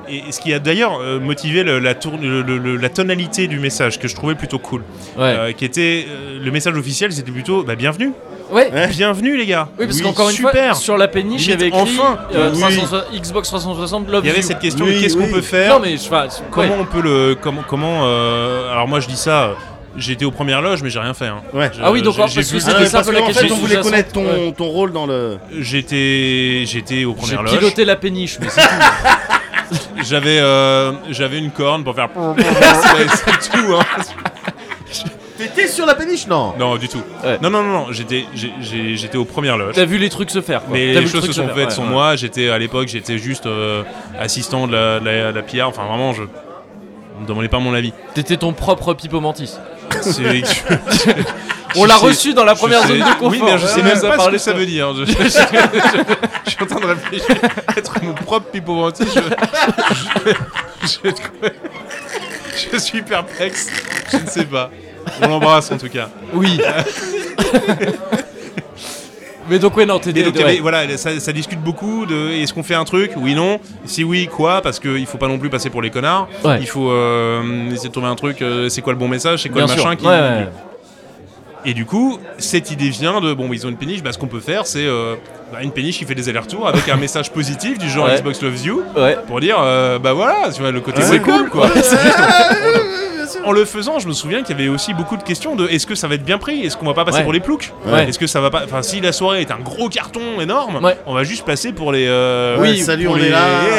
Speaker 3: Et ce qui a d'ailleurs euh, motivé le- la, tourne, le- le- le- la tonalité du message que je trouvais plutôt cool,
Speaker 1: Ouais.
Speaker 3: Euh, qui était euh, le message officiel, c'était plutôt bah, bienvenue,
Speaker 1: Ouais.
Speaker 2: Ouais.
Speaker 3: bienvenue les gars.
Speaker 1: Oui, parce
Speaker 2: Oui,
Speaker 1: qu'encore une
Speaker 3: super.
Speaker 1: fois, sur la péniche, il y avait
Speaker 3: Limite,
Speaker 1: écrit
Speaker 3: enfin.
Speaker 1: euh,
Speaker 2: Oui.
Speaker 1: 360 Xbox 360 Love
Speaker 3: Il y avait
Speaker 1: You.
Speaker 3: cette question
Speaker 2: Oui,
Speaker 3: de qu'est-ce
Speaker 2: oui.
Speaker 3: qu'on peut faire
Speaker 1: Non, mais je enfin, c'est-
Speaker 3: Comment
Speaker 1: ouais.
Speaker 3: on peut le comment comment euh, alors moi je dis ça euh, j'étais aux premières loges mais j'ai rien fait hein.
Speaker 2: Ouais.
Speaker 3: Je-
Speaker 1: Ah oui, donc,
Speaker 3: j'ai-
Speaker 1: ah,
Speaker 3: j'ai
Speaker 1: parce
Speaker 3: vu-
Speaker 1: que
Speaker 2: Ah non,
Speaker 1: C'était
Speaker 2: mais
Speaker 1: ça,
Speaker 2: parce
Speaker 1: la
Speaker 2: qu'en
Speaker 1: question
Speaker 2: fait, on voulait
Speaker 1: sous-jacente.
Speaker 2: connaître ton, ton rôle dans le.
Speaker 3: j'étais j'étais aux
Speaker 1: J'ai
Speaker 3: premières loges
Speaker 1: piloté la péniche, mais c'est
Speaker 3: j'avais euh, j'avais une corne pour faire [laughs] Ouais, c'est tout hein.
Speaker 2: T'étais sur la péniche, [laughs] non
Speaker 3: non du tout
Speaker 1: Ouais.
Speaker 3: non non non, non j'étais j'ai- j'ai- j'étais aux premières loges
Speaker 1: T'as vu les trucs se faire. quoi.
Speaker 3: mais
Speaker 1: T'as vu
Speaker 3: les
Speaker 1: le
Speaker 3: choses se
Speaker 1: truc
Speaker 3: sont
Speaker 1: faire,
Speaker 3: faites
Speaker 1: ouais,
Speaker 3: sans
Speaker 1: ouais.
Speaker 3: moi j'étais à l'époque j'étais juste euh, assistant de la, de la, de la PR enfin vraiment je on me demandait pas mon avis
Speaker 1: T'étais ton propre Pipo Mantis.
Speaker 3: C'est- [laughs]
Speaker 1: On l'a
Speaker 3: Je sais-
Speaker 1: reçu dans la première
Speaker 3: Je sais-
Speaker 1: zone de confort.
Speaker 3: Oui, mais je sais même
Speaker 1: Ça
Speaker 3: pas ce
Speaker 1: parlait
Speaker 3: que ça
Speaker 1: de
Speaker 3: veut dire. Je, [laughs] je- je- je- je suis en train de réfléchir. Être mon propre pipo menti, je, je- je- je suis perplexe. Je ne sais pas. On l'embrasse en tout cas. [laughs]
Speaker 1: Oui. mais donc, ouais, non, t'es
Speaker 3: Et
Speaker 1: des.
Speaker 3: donc, il y avait-
Speaker 1: ouais.
Speaker 3: voilà, ça, ça discute beaucoup de est-ce qu'on fait un truc Oui, non. Si oui, quoi Parce qu'il faut pas non plus passer pour les connards.
Speaker 1: Ouais.
Speaker 3: Il faut euh, essayer de trouver un truc. euh, c'est quoi le bon message C'est quoi
Speaker 1: Bien
Speaker 3: le
Speaker 1: sûr.
Speaker 3: machin qui,
Speaker 1: Ouais, ouais.
Speaker 3: Et du coup, cette idée vient de bon, bah, ils ont une péniche, bah, ce qu'on peut faire, c'est euh, bah, une péniche qui fait des allers-retours avec un message positif du genre
Speaker 1: Ouais.
Speaker 3: Xbox Loves You
Speaker 1: Ouais.
Speaker 3: pour dire euh, bah voilà, tu vois, le côté
Speaker 2: Ouais.
Speaker 3: c'est cool quoi.
Speaker 2: bien sûr.
Speaker 3: En le faisant, je me souviens qu'il y avait aussi beaucoup de questions de est-ce que ça va être bien pris Est-ce qu'on va pas passer
Speaker 1: Ouais.
Speaker 3: pour les ploucs
Speaker 1: Ouais.
Speaker 3: Est-ce que ça va pas. Enfin, si la soirée est un gros carton énorme,
Speaker 1: Ouais.
Speaker 3: on va juste passer pour les. euh,
Speaker 1: Oui,
Speaker 2: Ouais, salut,
Speaker 3: pour
Speaker 2: on
Speaker 3: les-
Speaker 2: est là.
Speaker 3: Hey,
Speaker 2: Nous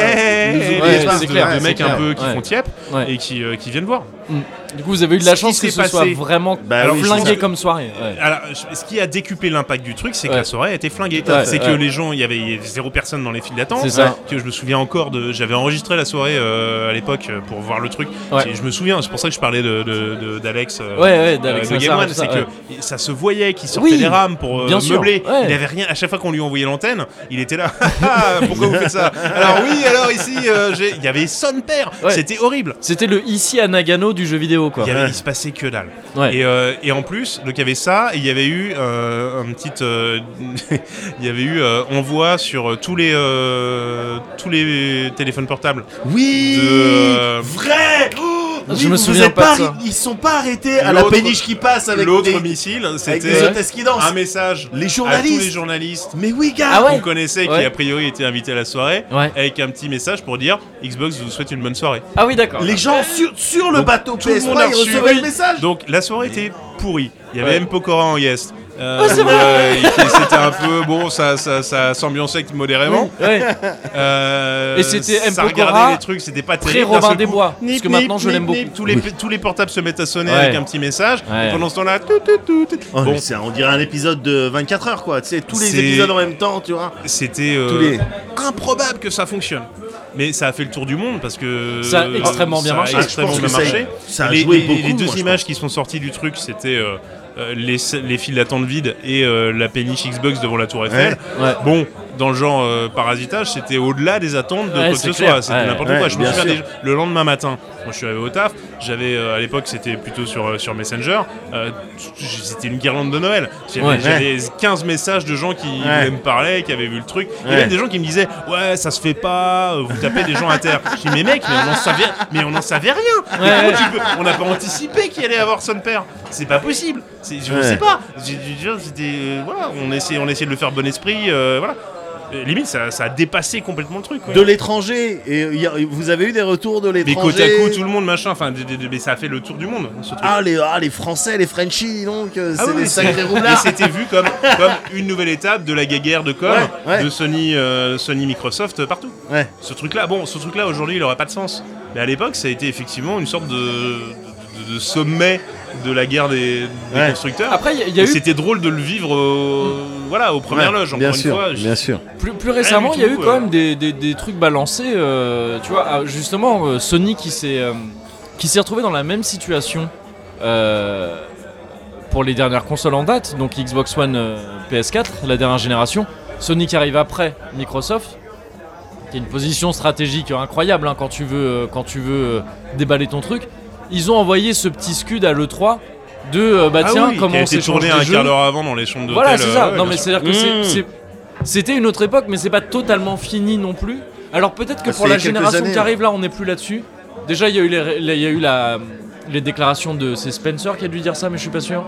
Speaker 2: oubliez
Speaker 3: hey, hey,
Speaker 1: ouais,
Speaker 3: les
Speaker 2: pas.
Speaker 3: espèces
Speaker 1: c'est
Speaker 3: de-
Speaker 1: clair,
Speaker 3: de
Speaker 1: c'est
Speaker 3: mecs un
Speaker 1: clair.
Speaker 3: peu qui
Speaker 1: Ouais.
Speaker 3: font tiep
Speaker 1: Ouais.
Speaker 3: et qui, euh, qui viennent voir.
Speaker 1: Mm. [laughs] Du coup, vous avez eu de la
Speaker 3: Ce qui
Speaker 1: chance que
Speaker 3: s'est
Speaker 1: ce soit
Speaker 3: passé-
Speaker 1: vraiment
Speaker 2: Bah
Speaker 1: alors,
Speaker 2: oui, c'est
Speaker 1: flingué
Speaker 2: ça.
Speaker 1: comme soirée. ouais.
Speaker 3: Alors, je- ce qui a décuplé l'impact du truc, c'est que
Speaker 1: Ouais.
Speaker 3: la soirée a été flinguée.
Speaker 1: Tout à fait,
Speaker 3: c'est que
Speaker 1: ouais.
Speaker 3: les gens, il y avait il y avait zéro personne dans les files d'attente.
Speaker 1: C'est ça.
Speaker 3: Que je me souviens encore de, j'avais enregistré la soirée euh, à l'époque euh, pour voir le truc.
Speaker 1: Ouais.
Speaker 3: Et je me souviens, c'est pour ça que je parlais de- de- de- d'Alex. euh,
Speaker 1: Ouais, ouais,
Speaker 3: euh,
Speaker 1: d'Alex
Speaker 3: de Game
Speaker 1: Nassar,
Speaker 3: One,
Speaker 1: tout
Speaker 3: c'est
Speaker 1: ça,
Speaker 3: que
Speaker 1: ouais.
Speaker 3: ça se voyait qu'il sortait
Speaker 1: Oui,
Speaker 3: des rames pour euh,
Speaker 1: bien sûr,
Speaker 3: meubler.
Speaker 1: ouais.
Speaker 3: Il avait rien. À chaque fois qu'on lui envoyait l'antenne, il était là. [laughs] Ah, Pourquoi vous faites ça Alors oui, alors ici, euh, j'ai- il y avait son père.
Speaker 1: Ouais.
Speaker 3: C'était horrible.
Speaker 1: C'était le ici à Nagano du jeu vidéo, quoi.
Speaker 3: Il, y avait,
Speaker 2: Ouais.
Speaker 3: il se passait que dalle.
Speaker 1: Ouais.
Speaker 3: Et, euh, et en plus, donc il y avait ça, et il y avait eu euh, un petit, euh, [laughs] il y avait eu euh, envoi sur euh, tous les euh, tous les téléphones portables.
Speaker 2: Oui
Speaker 3: De-
Speaker 2: Vrai Oh
Speaker 1: Je
Speaker 2: Oui,
Speaker 1: me
Speaker 2: vous
Speaker 1: souviens
Speaker 2: êtes
Speaker 1: pas de ça.
Speaker 2: arrêt- Ils sont pas arrêtés à la
Speaker 3: L'autre-
Speaker 2: péniche qui passe avec
Speaker 3: L'autre
Speaker 2: des,
Speaker 3: missile,
Speaker 2: avec des
Speaker 3: c'était Ah,
Speaker 2: hôtesses qui dansent.
Speaker 3: un message
Speaker 2: Les
Speaker 3: à tous les
Speaker 2: journalistes
Speaker 3: journalistes
Speaker 2: Mais oui, gars
Speaker 1: Ah ouais
Speaker 3: qu'on connaissait,
Speaker 1: Ouais.
Speaker 3: qui a priori étaient invités à la soirée,
Speaker 1: Ouais.
Speaker 3: avec un petit message pour dire Xbox vous souhaite une bonne soirée.
Speaker 1: Ah oui, d'accord.
Speaker 2: Les gens sur, sur le
Speaker 3: Donc,
Speaker 2: bateau
Speaker 3: tout le
Speaker 2: PS3,
Speaker 3: monde a
Speaker 2: ils
Speaker 3: reçu-
Speaker 2: recevaient
Speaker 1: oui.
Speaker 2: le message
Speaker 3: Donc la soirée était pourrie. Il y avait
Speaker 1: Ouais.
Speaker 3: même Pokora en guest. Euh,
Speaker 1: Oh, c'est vrai.
Speaker 3: euh, et qui- c'était un peu bon, ça, ça, ça s'ambiançait modérément.
Speaker 1: Ouais.
Speaker 3: Euh,
Speaker 1: Et c'était
Speaker 3: ça
Speaker 1: M. Pokora,
Speaker 3: regardait les trucs, c'était pas terrible.
Speaker 1: pré-Robin
Speaker 3: d'un seul
Speaker 1: des
Speaker 3: coup,
Speaker 1: Bois, parce que maintenant, je l'aime beaucoup.
Speaker 3: Tous les, tous les portables se mettent à sonner
Speaker 1: Ouais.
Speaker 3: avec un petit message.
Speaker 1: Ouais.
Speaker 3: Et pendant ce temps-là, tout, tout, tout, tout.
Speaker 2: Oh, mais
Speaker 3: bon,
Speaker 2: c'est- on dirait un épisode de 24 heures, quoi. Tu sais, tous les
Speaker 3: C'est-
Speaker 2: épisodes en même temps, tu vois.
Speaker 3: c'était euh,
Speaker 2: Tous les-
Speaker 3: improbable que ça fonctionne. Mais ça a fait le tour du monde parce que euh,
Speaker 1: Ça a extrêmement bien
Speaker 3: ça a
Speaker 1: marché.
Speaker 3: extrêmement
Speaker 2: Je pense
Speaker 3: bien
Speaker 2: que ça a-
Speaker 3: marché.
Speaker 2: ça a
Speaker 3: les,
Speaker 2: joué
Speaker 3: les-
Speaker 2: beaucoup,
Speaker 3: les deux
Speaker 2: moi, je
Speaker 3: images qui sont sorties du truc, c'était euh, euh, les, les files d'attente vides et euh, la péniche Xbox devant la Tour Eiffel.
Speaker 1: Ouais. Ouais.
Speaker 3: Bon, dans le genre euh, parasitage, c'était au-delà des attentes de
Speaker 1: Ouais,
Speaker 3: quoi que
Speaker 1: c'est
Speaker 3: ce
Speaker 1: clair.
Speaker 3: soit. C'était
Speaker 1: Ouais.
Speaker 3: n'importe
Speaker 2: Ouais,
Speaker 3: quoi. Je me
Speaker 2: bien
Speaker 3: souviens
Speaker 2: sûr.
Speaker 3: des- le lendemain matin, moi je suis arrivé au taf. J'avais euh, à l'époque, c'était plutôt sur, euh, sur Messenger. euh, c'était une guirlande de Noël. J'avais
Speaker 1: Ouais.
Speaker 3: j'avais 15 messages de gens qui
Speaker 2: Ouais.
Speaker 3: voulaient me parlaient, qui avaient vu le truc. Il y
Speaker 2: Ouais.
Speaker 3: a même des gens qui me disaient Ouais, ça se fait pas, euh, vous tapez des gens à terre. Je dis Mais mec, mais on en savait, mais on en savait rien. Mais
Speaker 1: Ouais.
Speaker 3: comment tu peux- on n'a pas anticipé qu'il allait avoir son père. C'est pas possible. C'est- Je ne
Speaker 2: Ouais.
Speaker 3: sais pas. J'ai- j'ai- c'était- euh, voilà, on, essayait, on essayait de le faire bon esprit. euh, voilà. Euh, Limite, ça, ça a dépassé complètement le truc. quoi.
Speaker 2: De l'étranger. Et il y a- vous avez eu des retours de
Speaker 3: mais
Speaker 2: l'étranger
Speaker 3: côte à côte, tout le monde, machin. Enfin, des- des- des- mais ça a fait le tour du monde, ce truc. Ah
Speaker 2: Ah les, ah, les Français, les Frenchies, donc, euh, c'est
Speaker 3: oui,
Speaker 2: des
Speaker 3: c'est-
Speaker 2: sacrés
Speaker 3: Et
Speaker 2: roublards.
Speaker 3: c'était vu comme, comme une nouvelle étape de la guerre de com
Speaker 2: Ouais, ouais.
Speaker 3: de Sony, euh, Sony Microsoft euh, partout.
Speaker 2: Ouais.
Speaker 3: Ce truc-là, bon, ce truc-là aujourd'hui, il aurait pas de sens. Mais à l'époque, ça a été effectivement une sorte de, de- de sommet de la guerre des, des
Speaker 2: Ouais.
Speaker 3: constructeurs.
Speaker 1: Après, il y a- il y a
Speaker 3: Et
Speaker 1: eu Hmm.
Speaker 3: c'était drôle de le vivre, au- voilà, aux premières
Speaker 2: Ouais,
Speaker 3: loges. Encore
Speaker 2: bien
Speaker 3: une
Speaker 2: sûr,
Speaker 3: fois, je-
Speaker 2: bien sûr.
Speaker 1: Plus, plus récemment, il y a
Speaker 3: du
Speaker 1: eu
Speaker 3: tout,
Speaker 1: quand
Speaker 3: euh.
Speaker 1: même des, des- des trucs balancés. euh, tu vois, ah, justement, euh, Sony qui s'est euh, qui s'est retrouvé dans la même situation euh, pour les dernières consoles en date, donc Xbox One, euh, PS4, la dernière génération. Sony qui arrive après Microsoft, qui a une position stratégique incroyable hein, quand tu veux euh, quand tu veux euh, déballer ton truc. Ils ont envoyé ce petit scud à le 3 de euh, bah
Speaker 3: Ah
Speaker 1: tiens
Speaker 3: oui, qui
Speaker 1: comment
Speaker 3: a
Speaker 1: on
Speaker 3: été
Speaker 1: s'est
Speaker 3: tourné un quart d'heure avant dans les chambres d'hôtel.
Speaker 1: voilà, c'est
Speaker 3: euh,
Speaker 1: ça.
Speaker 3: ouais,
Speaker 1: non,
Speaker 3: bien
Speaker 1: mais
Speaker 3: sûr.
Speaker 1: c'est-à-dire que c'est-
Speaker 2: Mmh.
Speaker 1: c'est- c'était une autre époque, mais c'est pas totalement fini non plus. Alors peut-être que
Speaker 2: Ah,
Speaker 1: pour la
Speaker 2: c'est il y a quelques
Speaker 1: génération
Speaker 2: années,
Speaker 3: hein.
Speaker 1: qui arrive là, on n'est plus là-dessus. Déjà, il y a eu, les, ré- les- il y a eu la, les déclarations de. C'est Spencer qui a dû dire ça, mais je suis pas sûr.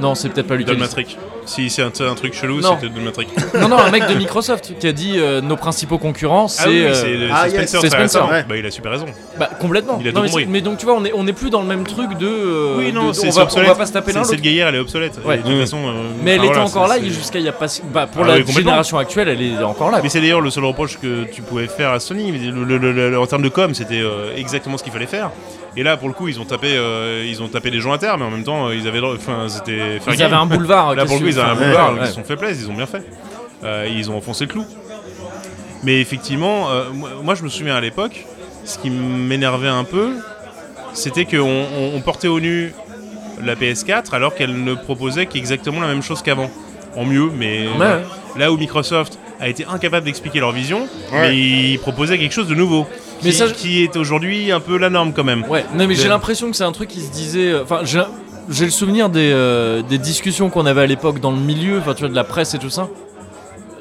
Speaker 1: Non, c'est peut-être pas lui qui a
Speaker 3: Don
Speaker 1: dit ça.
Speaker 3: Matrix. Si c'est un, un truc chelou,
Speaker 1: Non.
Speaker 3: c'était Don Matrix. Ah
Speaker 1: Non, non, un mec de Microsoft qui a dit euh, nos principaux concurrents, c'est.
Speaker 3: Ah oui,
Speaker 1: euh,
Speaker 3: oui, c'est
Speaker 2: ah,
Speaker 3: c'est
Speaker 2: yes,
Speaker 3: Spencer.
Speaker 1: c'est
Speaker 3: frère,
Speaker 1: Spencer,
Speaker 3: attends.
Speaker 2: ouais.
Speaker 3: Bah, il a super raison.
Speaker 1: bah, complètement.
Speaker 3: Il a
Speaker 1: Non,
Speaker 3: tout
Speaker 1: mais, c'est-
Speaker 3: compris.
Speaker 1: mais donc tu vois, on est, on est plus dans le même truc de. euh,
Speaker 3: Oui,
Speaker 1: de-
Speaker 3: non,
Speaker 1: de-
Speaker 3: c'est
Speaker 1: on,
Speaker 3: c'est
Speaker 1: va, on
Speaker 3: obsolète.
Speaker 1: va pas se taper l'un
Speaker 3: C'est-
Speaker 1: l'autre.
Speaker 3: Cette guerre, elle est obsolète.
Speaker 1: Ouais.
Speaker 3: Et De toute
Speaker 2: Mm.
Speaker 3: façon, euh,
Speaker 1: Mais elle
Speaker 3: enfin,
Speaker 1: était
Speaker 3: voilà,
Speaker 1: encore là,
Speaker 3: c'est-
Speaker 1: il- jusqu'à il y a pas. si- Bah, pour
Speaker 3: Ah
Speaker 1: la
Speaker 3: oui, complètement.
Speaker 1: génération actuelle, elle est encore là.
Speaker 3: Mais c'est d'ailleurs le seul reproche que tu pouvais faire à Sony. Mais le- le- le- le- en termes de com, c'était euh, exactement ce qu'il fallait faire. Et là, pour le coup, ils ont tapé, euh, ils ont tapé des gens à terre, mais en même temps, euh, ils avaient, le- enfin, c'était. fair
Speaker 1: Ils avaient
Speaker 3: game.
Speaker 1: un boulevard.
Speaker 3: Là, pour le coup,
Speaker 1: qu'est-ce que
Speaker 3: ils avaient un
Speaker 1: tu veux
Speaker 3: boulevard,
Speaker 1: Ouais,
Speaker 3: donc
Speaker 1: ouais.
Speaker 3: ils se sont fait plaisir, ils ont bien fait. Euh, ils ont enfoncé le clou. Mais effectivement, euh, moi, moi, je me souviens à l'époque, ce qui m'énervait un peu, c'était qu'on on- on portait au nu la PS4 alors qu'elle ne proposait qu'exactement la même chose qu'avant. En mieux, mais
Speaker 1: Ouais.
Speaker 3: là où Microsoft a été incapable d'expliquer leur vision,
Speaker 2: Ouais.
Speaker 3: mais ils proposaient quelque chose de nouveau.
Speaker 1: Mais
Speaker 3: qui,
Speaker 1: ça, je-
Speaker 3: qui est aujourd'hui un peu la norme quand même.
Speaker 1: Ouais, non mais j'ai
Speaker 3: De-
Speaker 1: l'impression que c'est un truc qui se disait. euh, Enfin, j'ai j'ai le souvenir des, euh, des discussions qu'on avait à l'époque dans le milieu, enfin tu vois, de la presse et tout ça.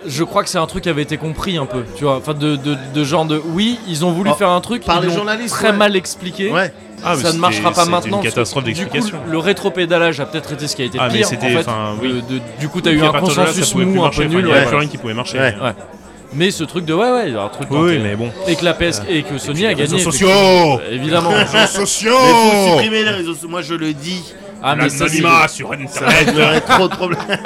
Speaker 1: Je crois que c'est un truc qui avait été compris un peu, tu vois. Enfin, de, de, de genre de. Oui, ils ont voulu
Speaker 2: Oh,
Speaker 1: faire un truc,
Speaker 2: par
Speaker 1: ils
Speaker 2: les
Speaker 1: l'ont
Speaker 2: journalistes,
Speaker 1: Très
Speaker 2: ouais.
Speaker 1: mal expliqué.
Speaker 2: Ouais.
Speaker 1: ça
Speaker 3: Ah, mais
Speaker 1: ne
Speaker 3: c'était-
Speaker 1: marchera pas
Speaker 3: c'était
Speaker 1: maintenant.
Speaker 3: Une
Speaker 1: parce que,
Speaker 3: catastrophe
Speaker 1: du coup,
Speaker 3: d'explication.
Speaker 1: le rétropédalage a peut-être été ce qui a été
Speaker 3: Ah, mais
Speaker 1: pire. en
Speaker 3: c'était-
Speaker 1: fait,
Speaker 3: enfin, oui.
Speaker 1: de- de- du coup, t'as eu
Speaker 3: Puis à
Speaker 1: un
Speaker 3: partir de là, ça
Speaker 1: consensus
Speaker 3: pouvait plus
Speaker 1: mou un
Speaker 3: marcher.
Speaker 1: peu
Speaker 3: Enfin,
Speaker 1: nul.
Speaker 3: Il n'y avait
Speaker 1: ouais.
Speaker 3: plus rien qui pouvait marcher.
Speaker 2: Ouais.
Speaker 1: Ouais. Mais ce truc de ouais, ouais, un truc
Speaker 3: Oui,
Speaker 1: tenté.
Speaker 3: oui, mais bon. Euh,
Speaker 1: Et que la PS et que Sony a gagné.
Speaker 3: sociaux
Speaker 1: effectivement. Évidemment.
Speaker 3: sociaux
Speaker 2: Mais faut supprimer les réseaux sociaux. Moi, je le dis.
Speaker 1: Ah, mais ça, c'est-
Speaker 3: L'anonymat sur
Speaker 2: Ça [laughs]
Speaker 3: internet
Speaker 2: réglerait trop de problèmes.